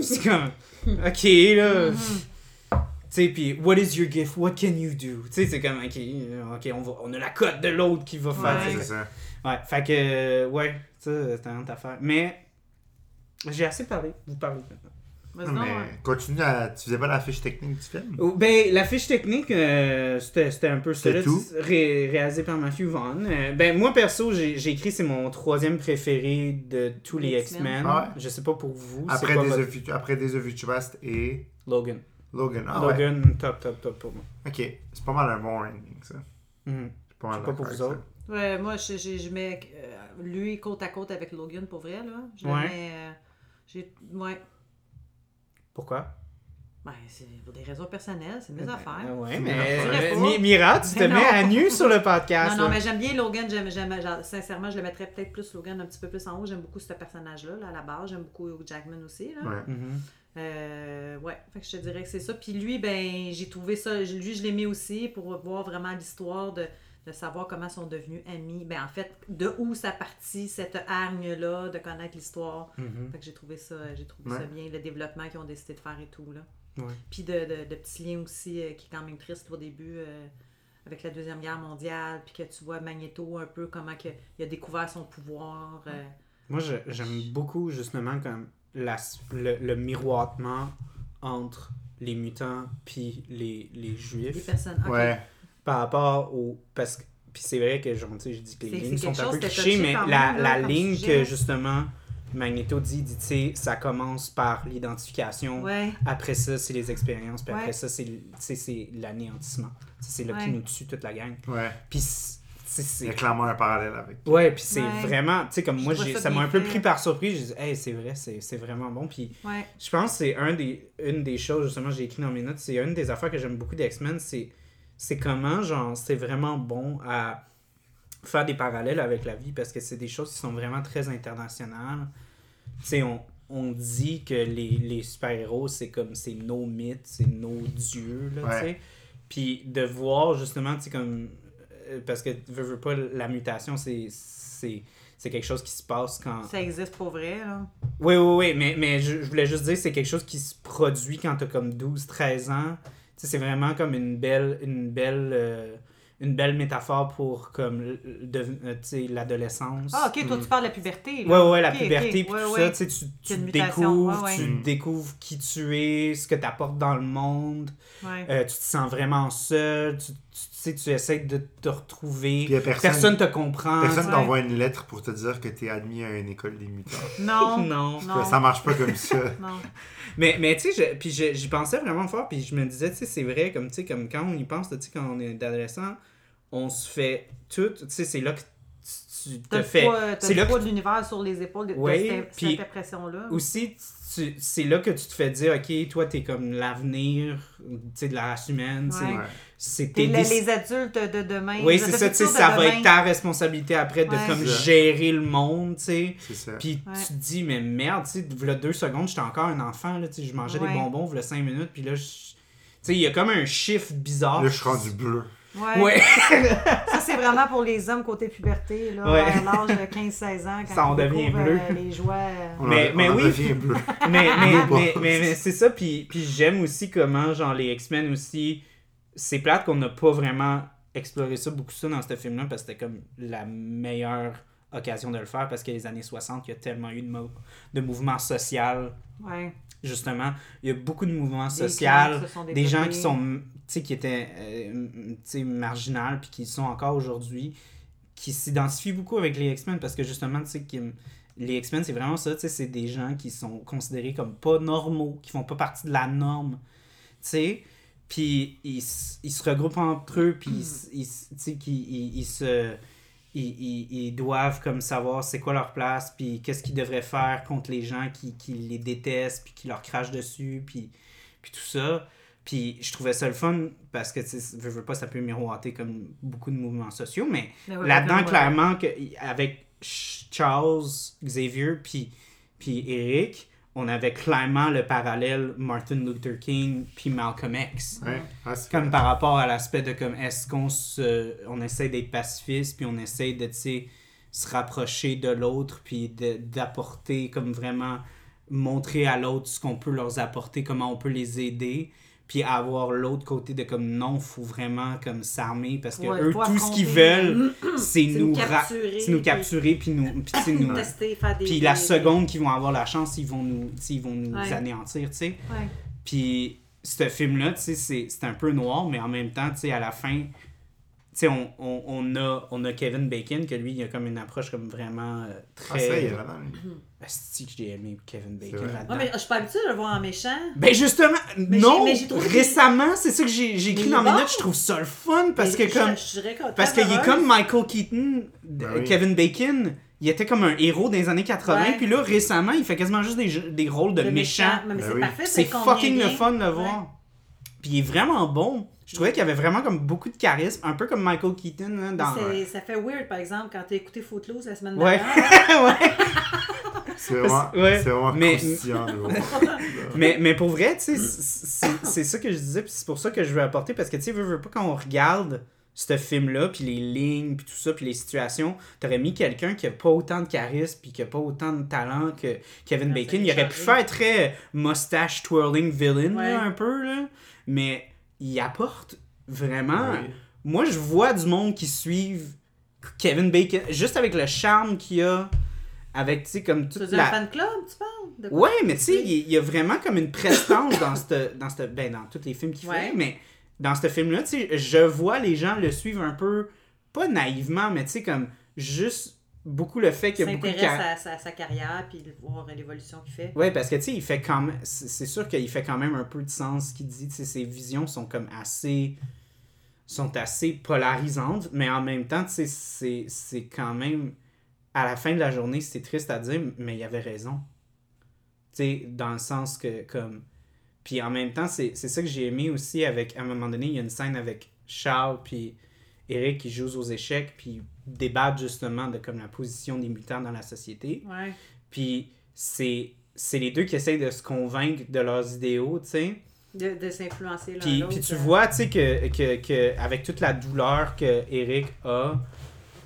[SPEAKER 1] C'est comme, OK, là. Tu sais, puis, what is your gift? What can you do? Tu sais, c'est comme, OK, euh, ok, on, va, on a la cote de l'autre qui va faire.
[SPEAKER 2] Ouais.
[SPEAKER 1] tu sais,
[SPEAKER 3] C'est ça.
[SPEAKER 1] Ouais, fait que, euh, ouais, ça, c'est une autre affaire. Mais, j'ai assez parlé, vous parlez maintenant.
[SPEAKER 2] Mais
[SPEAKER 3] Non,
[SPEAKER 2] sinon,
[SPEAKER 3] mais
[SPEAKER 2] euh,
[SPEAKER 3] continue à. Tu faisais pas la fiche technique du film
[SPEAKER 1] Oh, ben, la fiche technique, euh, c'était c'était un peu
[SPEAKER 3] C'était
[SPEAKER 1] cela,
[SPEAKER 3] tout?
[SPEAKER 1] ré- réalisé par Matthew Vaughn. Euh, ben, moi, perso, j'ai j'ai écrit, c'est mon troisième préféré de tous les
[SPEAKER 2] Les
[SPEAKER 1] X-Men.
[SPEAKER 2] X-Men.
[SPEAKER 3] Ah ouais?
[SPEAKER 1] Je sais pas pour vous, c'est
[SPEAKER 3] après
[SPEAKER 1] quoi
[SPEAKER 3] des,
[SPEAKER 1] votre-
[SPEAKER 3] The Futu- après Days of Future Past et
[SPEAKER 1] Logan.
[SPEAKER 3] Logan. Ah ouais.
[SPEAKER 1] Logan, top, top, top pour moi.
[SPEAKER 3] Ok. C'est pas mal un bon ranking, ça.
[SPEAKER 1] Mhm.
[SPEAKER 3] C'est pas mal
[SPEAKER 1] Je sais pas pour
[SPEAKER 3] d'accord
[SPEAKER 1] vous
[SPEAKER 3] avec
[SPEAKER 1] autres.
[SPEAKER 2] ouais, moi, je, je- je mets euh, lui côte à côte avec Logan pour vrai. Là. Je le
[SPEAKER 1] Ouais.
[SPEAKER 2] mets, euh, j'ai- ouais.
[SPEAKER 1] Pourquoi?
[SPEAKER 2] Ben, c'est pour des raisons personnelles, c'est mes
[SPEAKER 1] Ben,
[SPEAKER 2] affaires.
[SPEAKER 1] ouais,
[SPEAKER 3] C'est
[SPEAKER 1] mais,
[SPEAKER 3] mes affaires.
[SPEAKER 1] mais-
[SPEAKER 2] Je dirais pas.
[SPEAKER 1] Mi- Mira, tu te
[SPEAKER 2] Mais
[SPEAKER 1] mets
[SPEAKER 2] non.
[SPEAKER 1] à nu sur le podcast.
[SPEAKER 2] Non, non,
[SPEAKER 1] là.
[SPEAKER 2] mais j'aime bien Logan. J'aime, j'aime, genre, sincèrement, je le mettrais peut-être plus Logan un petit peu plus en haut. J'aime beaucoup ce personnage-là, là, à la base. J'aime beaucoup Hugh Jackman aussi. Là.
[SPEAKER 3] ça. Ouais.
[SPEAKER 1] Mhm.
[SPEAKER 2] Euh, ouais, fait que je te dirais que c'est ça. Puis lui, ben, j'ai trouvé ça. je- Lui, je l'ai mis aussi pour voir vraiment l'histoire de, de savoir comment sont devenus amis. Ben, en fait, de où ça partit, cette hargne-là, de connaître l'histoire.
[SPEAKER 1] Mhm.
[SPEAKER 2] Fait que j'ai trouvé ça, euh, j'ai trouvé
[SPEAKER 3] Ouais.
[SPEAKER 2] ça bien, le développement qu'ils ont décidé de faire et tout. Là.
[SPEAKER 1] Ouais.
[SPEAKER 2] Puis de, de, de petits liens aussi, euh, qui est quand même triste au début, euh, avec la Deuxième Guerre mondiale, puis que tu vois Magneto un peu comment que, il a découvert son pouvoir. euh,
[SPEAKER 1] Moi, je- j'aime beaucoup justement comme la, le, le miroitement entre les mutants puis les, les
[SPEAKER 2] les
[SPEAKER 1] juifs
[SPEAKER 2] personnes. ok.
[SPEAKER 3] Ouais.
[SPEAKER 1] par rapport au parce que puis c'est vrai que genre, tu sais, je dis que les
[SPEAKER 2] C'est-
[SPEAKER 1] lignes
[SPEAKER 2] c'est
[SPEAKER 1] sont
[SPEAKER 2] quelque
[SPEAKER 1] un peu
[SPEAKER 2] chose, c'était
[SPEAKER 1] clichés
[SPEAKER 2] touché
[SPEAKER 1] mais
[SPEAKER 2] quand
[SPEAKER 1] la,
[SPEAKER 2] même,
[SPEAKER 1] la
[SPEAKER 2] là, comme
[SPEAKER 1] ligne
[SPEAKER 2] sujet,
[SPEAKER 1] que
[SPEAKER 2] là.
[SPEAKER 1] justement Magneto dit dit tu sais ça commence par l'identification
[SPEAKER 2] Ouais.
[SPEAKER 1] après ça c'est les expériences puis
[SPEAKER 2] Ouais.
[SPEAKER 1] après ça c'est le- tu sais, c'est l'anéantissement Tu sais, c'est là qui
[SPEAKER 2] Ouais.
[SPEAKER 1] nous tue toute la gang
[SPEAKER 3] Ouais.
[SPEAKER 1] puis c'est- tu sais,
[SPEAKER 3] Il y a
[SPEAKER 1] c'est
[SPEAKER 3] clairement un parallèle avec.
[SPEAKER 1] Ouais, puis c'est
[SPEAKER 2] Ouais.
[SPEAKER 1] vraiment, tu sais, comme
[SPEAKER 2] Je
[SPEAKER 1] moi,
[SPEAKER 2] trouve
[SPEAKER 1] j'ai-
[SPEAKER 2] ça
[SPEAKER 1] ça
[SPEAKER 2] bien
[SPEAKER 1] m'a un peu
[SPEAKER 2] fait.
[SPEAKER 1] pris par surprise. J'ai dit, hey, c'est vrai, c'est c'est vraiment bon. Puis
[SPEAKER 2] Ouais.
[SPEAKER 1] je pense que c'est un des, une des choses, justement, j'ai écrit dans mes notes, c'est une des affaires que j'aime beaucoup d'X-Men, c'est c'est comment, genre, c'est vraiment bon à faire des parallèles avec la vie parce que c'est des choses qui sont vraiment très internationales. Tu sais, on, on dit que les, les super-héros, c'est comme, c'est nos mythes, c'est nos dieux, là,
[SPEAKER 3] Ouais.
[SPEAKER 1] tu sais. Puis de voir, justement, tu sais, comme. euh, Parce que, veux, veux pas, la mutation, c'est. c'est- C'est quelque chose qui se passe quand,
[SPEAKER 2] Ça existe pour vrai, là.
[SPEAKER 1] oui, oui, oui, mais, mais je, je voulais juste dire que c'est quelque chose qui se produit quand t'as comme 12, 13 ans. Tu sais, c'est vraiment comme une belle, une belle, euh, une belle métaphore pour comme l- de- euh, tu sais, l'adolescence.
[SPEAKER 2] Ah, ok, toi,
[SPEAKER 3] Mm.
[SPEAKER 2] tu parles de la puberté.
[SPEAKER 1] Ouais,
[SPEAKER 2] Là.
[SPEAKER 1] ouais, ouais, la
[SPEAKER 2] Ok, ok,
[SPEAKER 1] puberté, puis
[SPEAKER 2] ouais,
[SPEAKER 1] tout
[SPEAKER 2] ouais.
[SPEAKER 1] ça, tu sais, tu,
[SPEAKER 2] Qu'il y
[SPEAKER 1] tu
[SPEAKER 2] a une mutation,
[SPEAKER 1] découvres,
[SPEAKER 2] ouais, ouais.
[SPEAKER 1] tu
[SPEAKER 3] Mm.
[SPEAKER 1] découvres qui tu es, ce que t'apportes dans le monde,
[SPEAKER 2] Ouais.
[SPEAKER 1] Euh, tu te sens vraiment seul, tu, tu- tu sais, tu essaies de te retrouver,
[SPEAKER 3] Puis y a personne-
[SPEAKER 1] personne te comprend.
[SPEAKER 3] Personne
[SPEAKER 2] ouais.
[SPEAKER 3] t'envoie une lettre pour te dire que t'es admis à une école des mutants.
[SPEAKER 2] Non, non,
[SPEAKER 1] Non.
[SPEAKER 2] non.
[SPEAKER 3] Ça marche pas comme ça.
[SPEAKER 1] Mais, mais tu sais, je- puis je- j'y pensais vraiment fort, puis je me disais, tu sais, c'est vrai, comme, tu sais, comme quand on y pense, tu sais, quand on est adolescent, on se fait tout. Tu sais, c'est là que tu- tu
[SPEAKER 2] T'as
[SPEAKER 1] te
[SPEAKER 2] le
[SPEAKER 1] fais.
[SPEAKER 2] poids- t'as
[SPEAKER 1] C'est
[SPEAKER 2] le
[SPEAKER 1] là que
[SPEAKER 2] poids de l'univers sur les épaules de, de
[SPEAKER 1] Oui,
[SPEAKER 2] cette,
[SPEAKER 1] puis-
[SPEAKER 2] cette impression-là.
[SPEAKER 1] aussi, tu- c'est là que tu te fais dire, OK, toi, t'es comme l'avenir tu sais, de la race humaine. tu sais.
[SPEAKER 2] Ouais.
[SPEAKER 1] C'est
[SPEAKER 2] T'es
[SPEAKER 1] tes
[SPEAKER 2] le-
[SPEAKER 1] déc-
[SPEAKER 2] les adultes de demain.
[SPEAKER 1] Oui,
[SPEAKER 2] le
[SPEAKER 1] c'est ça, tu sais,
[SPEAKER 2] futur de
[SPEAKER 1] ça va
[SPEAKER 2] demain.
[SPEAKER 1] être ta responsabilité après de
[SPEAKER 2] Ouais.
[SPEAKER 1] comme
[SPEAKER 3] C'est ça.
[SPEAKER 1] gérer le monde, tu sais.
[SPEAKER 3] C'est ça.
[SPEAKER 1] Puis
[SPEAKER 2] Ouais.
[SPEAKER 1] tu te dis, mais merde, tu sais, v'là deux secondes, j'étais encore un enfant, là, tu sais, je mangeais des
[SPEAKER 2] Ouais.
[SPEAKER 1] bonbons, v'là cinq minutes, puis là, je- tu sais, il y a comme un chiffre bizarre.
[SPEAKER 3] Là, je suis rendu bleu.
[SPEAKER 2] Ouais.
[SPEAKER 1] Ouais,
[SPEAKER 2] Ça, c'est vraiment pour les hommes côté puberté, là,
[SPEAKER 1] Ouais.
[SPEAKER 2] à l'âge de 15-16 ans. Quand
[SPEAKER 1] Ça, on
[SPEAKER 2] ils
[SPEAKER 1] devient
[SPEAKER 2] découvrent,
[SPEAKER 1] bleu.
[SPEAKER 2] euh, les joies. euh,
[SPEAKER 3] On
[SPEAKER 1] Mais-
[SPEAKER 3] en,
[SPEAKER 1] mais
[SPEAKER 3] on en
[SPEAKER 1] oui.
[SPEAKER 3] devient bleu.
[SPEAKER 1] mais, mais,
[SPEAKER 3] Bon.
[SPEAKER 1] mais, mais- mais c'est ça, puis, puis j'aime aussi comment, genre, les X-Men aussi, c'est plate qu'on n'a pas vraiment exploré ça, beaucoup ça dans ce film-là, parce que c'était comme la meilleure occasion de le faire, parce que les années 60, il y a tellement eu de, mo- de mouvements sociaux,
[SPEAKER 2] Ouais.
[SPEAKER 1] justement. Il y a beaucoup de mouvements
[SPEAKER 2] Des
[SPEAKER 1] sociaux.
[SPEAKER 2] clans se sont
[SPEAKER 1] des gens qui
[SPEAKER 2] développés.
[SPEAKER 1] sont tu sais qui étaient euh, m- tu sais marginales puis qui sont encore aujourd'hui qui s'identifient beaucoup avec les X-Men parce que justement tu sais qui- les X-Men c'est vraiment ça tu sais c'est des gens qui sont considérés comme pas normaux qui font pas partie de la norme tu sais puis ils, s- ils se regroupent entre eux puis ils s- ils s- tu sais qui ils, ils se ils, ils- ils doivent comme savoir c'est quoi leur place puis qu'est-ce qu'ils devraient faire contre les gens qui, qui les détestent puis qui leur crachent dessus puis puis tout ça. Puis je trouvais ça le fun parce que, tu sais, veux, veux pas, ça peut miroiter comme beaucoup de mouvements sociaux, mais
[SPEAKER 2] Mais ouais,
[SPEAKER 1] là-dedans,
[SPEAKER 2] ouais.
[SPEAKER 1] clairement, que, avec Ch- Charles, Xavier, puis, puis Eric, on avait clairement le parallèle Martin Luther King puis Malcolm X.
[SPEAKER 3] Ouais. Ah, c'est-
[SPEAKER 1] Comme par rapport à l'aspect de comme est-ce qu'on se, on essaie d'être pacifiste puis on essaie de tu sais, se rapprocher de l'autre puis de- d'apporter comme vraiment montrer à l'autre ce qu'on peut leur apporter, comment on peut les aider puis avoir l'autre côté de comme non, faut vraiment comme s'armer parce que
[SPEAKER 2] Ouais,
[SPEAKER 1] eux
[SPEAKER 2] faut
[SPEAKER 1] tout ce qu'ils
[SPEAKER 2] affronter.
[SPEAKER 1] veulent c'est
[SPEAKER 2] nous
[SPEAKER 1] nous ra-
[SPEAKER 2] capturer,
[SPEAKER 1] c'est nous
[SPEAKER 2] puis-
[SPEAKER 1] capturer puis nous puis tu sais, nous
[SPEAKER 2] Tester, faire des-
[SPEAKER 1] puis la
[SPEAKER 2] des-
[SPEAKER 1] seconde qu'ils vont avoir la chance, ils vont nous tu sais, ils vont nous
[SPEAKER 2] Ouais.
[SPEAKER 1] anéantir, tu sais.
[SPEAKER 2] Ouais.
[SPEAKER 1] Puis ce film-là, tu sais, c'est c'est un peu noir, mais en même temps, tu sais, à la fin, tu sais, on, on, on a, on a Kevin Bacon, que lui, il a comme une approche comme vraiment euh,
[SPEAKER 3] Ah, ça, il
[SPEAKER 1] très...
[SPEAKER 3] est vraiment.
[SPEAKER 1] Asti que j'ai aimé Kevin
[SPEAKER 3] C'est
[SPEAKER 1] Bacon
[SPEAKER 3] vrai.
[SPEAKER 1] là-dedans.
[SPEAKER 2] Ouais, mais je suis pas habituée de le voir en méchant.
[SPEAKER 1] Ben justement,
[SPEAKER 2] j'ai-
[SPEAKER 1] non,
[SPEAKER 2] mais j'ai trouvé-
[SPEAKER 1] récemment, c'est ça que j'ai j'ai écrit
[SPEAKER 2] Mais
[SPEAKER 1] dans mes
[SPEAKER 2] bon.
[SPEAKER 1] notes, je trouve ça le fun, parce
[SPEAKER 2] Mais
[SPEAKER 1] que
[SPEAKER 2] je-
[SPEAKER 1] comme...
[SPEAKER 2] je serais contente
[SPEAKER 1] Parce qu'il est
[SPEAKER 2] heureuse.
[SPEAKER 1] comme Michael Keaton, de-
[SPEAKER 3] Ben oui.
[SPEAKER 1] Kevin Bacon, il était comme un héros des années 80,
[SPEAKER 2] Ouais.
[SPEAKER 1] puis là, récemment, il fait quasiment juste des, jeux- des rôles de
[SPEAKER 2] Le
[SPEAKER 1] méchants.
[SPEAKER 2] Mais
[SPEAKER 3] Ben
[SPEAKER 2] c'est
[SPEAKER 3] oui.
[SPEAKER 2] parfait,
[SPEAKER 1] C'est
[SPEAKER 2] qu'on
[SPEAKER 1] fucking
[SPEAKER 2] est
[SPEAKER 1] le
[SPEAKER 2] bien.
[SPEAKER 1] fun de le
[SPEAKER 2] Ouais.
[SPEAKER 1] voir. Puis il est vraiment bon. Je trouvais qu'il y avait vraiment comme beaucoup de charisme, un peu comme Michael Keaton là, dans.
[SPEAKER 2] C'est- Ça fait weird, par exemple, quand t'as écouté Footloose la semaine
[SPEAKER 1] Ouais.
[SPEAKER 2] dernière.
[SPEAKER 1] ouais.
[SPEAKER 3] C'est vraiment,
[SPEAKER 1] Ouais.
[SPEAKER 3] c'est vraiment
[SPEAKER 1] Mais-
[SPEAKER 3] croustillant, là.
[SPEAKER 1] Mais, mais pour vrai, tu sais, c'est- c'est c'est ça que je disais, puis c'est pour ça que je veux apporter, parce que tu sais, veux, veux pas quand on regarde ce film-là, puis les lignes, puis tout ça, puis les situations, t'aurais mis quelqu'un qui a pas autant de charisme, puis qui a pas autant de talent que Kevin
[SPEAKER 2] Non, ça
[SPEAKER 1] Bacon.
[SPEAKER 2] a
[SPEAKER 1] Il aurait pu
[SPEAKER 2] changé.
[SPEAKER 1] faire très mustache twirling villain, là,
[SPEAKER 2] Ouais.
[SPEAKER 1] un peu, là. Mais il apporte vraiment.
[SPEAKER 3] Oui.
[SPEAKER 1] Moi, je vois du monde qui suivent Kevin Bacon, juste avec le charme qu'il a, avec, tu sais, comme
[SPEAKER 2] Tu
[SPEAKER 1] toute
[SPEAKER 2] as
[SPEAKER 1] la.
[SPEAKER 2] un fan club, tu parles? De quoi?
[SPEAKER 1] Ouais, mais tu sais, il il y a vraiment comme une prestance dans ce dans cette- ben dans tous les films qu'il fait,
[SPEAKER 2] Ouais.
[SPEAKER 1] mais dans ce film là, tu sais, je vois les gens le suivre un peu pas naïvement, mais tu sais comme juste beaucoup le fait qu'il y a beaucoup de
[SPEAKER 2] s'intéresse
[SPEAKER 1] char-
[SPEAKER 2] à, sa- sa carrière puis de voir l'évolution qu'il fait.
[SPEAKER 1] Ouais, parce que tu sais, il fait quand même. C'est c'est sûr qu'il fait quand même un peu de sens ce qu'il dit. Tu sais, ses visions sont comme assez. sont assez polarisantes, mais en même temps, tu sais, c'est- c'est quand même. À la fin de la journée, c'est triste à dire, mais il avait raison. Tu sais, dans le sens que, comme. Puis en même temps, c'est c'est ça que j'ai aimé aussi avec. À un moment donné, il y a une scène avec Charles, puis Eric qui jouent aux échecs, puis débattent justement de comme la position des mutants dans la société.
[SPEAKER 2] Ouais.
[SPEAKER 1] Puis c'est c'est les deux qui essayent de se convaincre de leurs idéaux, tu sais.
[SPEAKER 2] De, de s'influencer l'un
[SPEAKER 1] Puis,
[SPEAKER 2] l'autre.
[SPEAKER 1] puis tu
[SPEAKER 2] euh,
[SPEAKER 1] vois, tu sais, que, que, que avec toute la douleur que Eric a,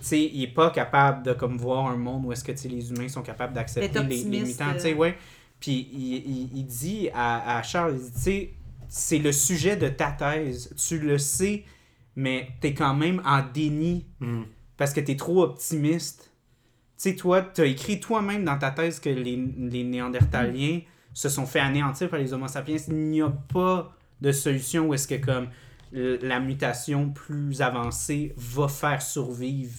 [SPEAKER 1] tu sais, il est pas capable de comme voir un monde où est-ce que tu sais, les humains sont capables d'accepter
[SPEAKER 2] D'être
[SPEAKER 1] les, les
[SPEAKER 2] optimiste,
[SPEAKER 1] mutants, tu sais,
[SPEAKER 2] euh.
[SPEAKER 1] ouais. Puis il, il- il dit à, à Charles, il dit, tu sais, c'est le sujet de ta thèse, tu le sais, mais t'es quand même en déni
[SPEAKER 3] Mm.
[SPEAKER 1] parce que t'es trop optimiste. Tu sais, toi, t'as écrit toi-même dans ta thèse que les, les Néandertaliens se sont fait anéantir par les Homo sapiens. Il n'y a pas de solution où est-ce que comme le- la mutation plus avancée va faire survivre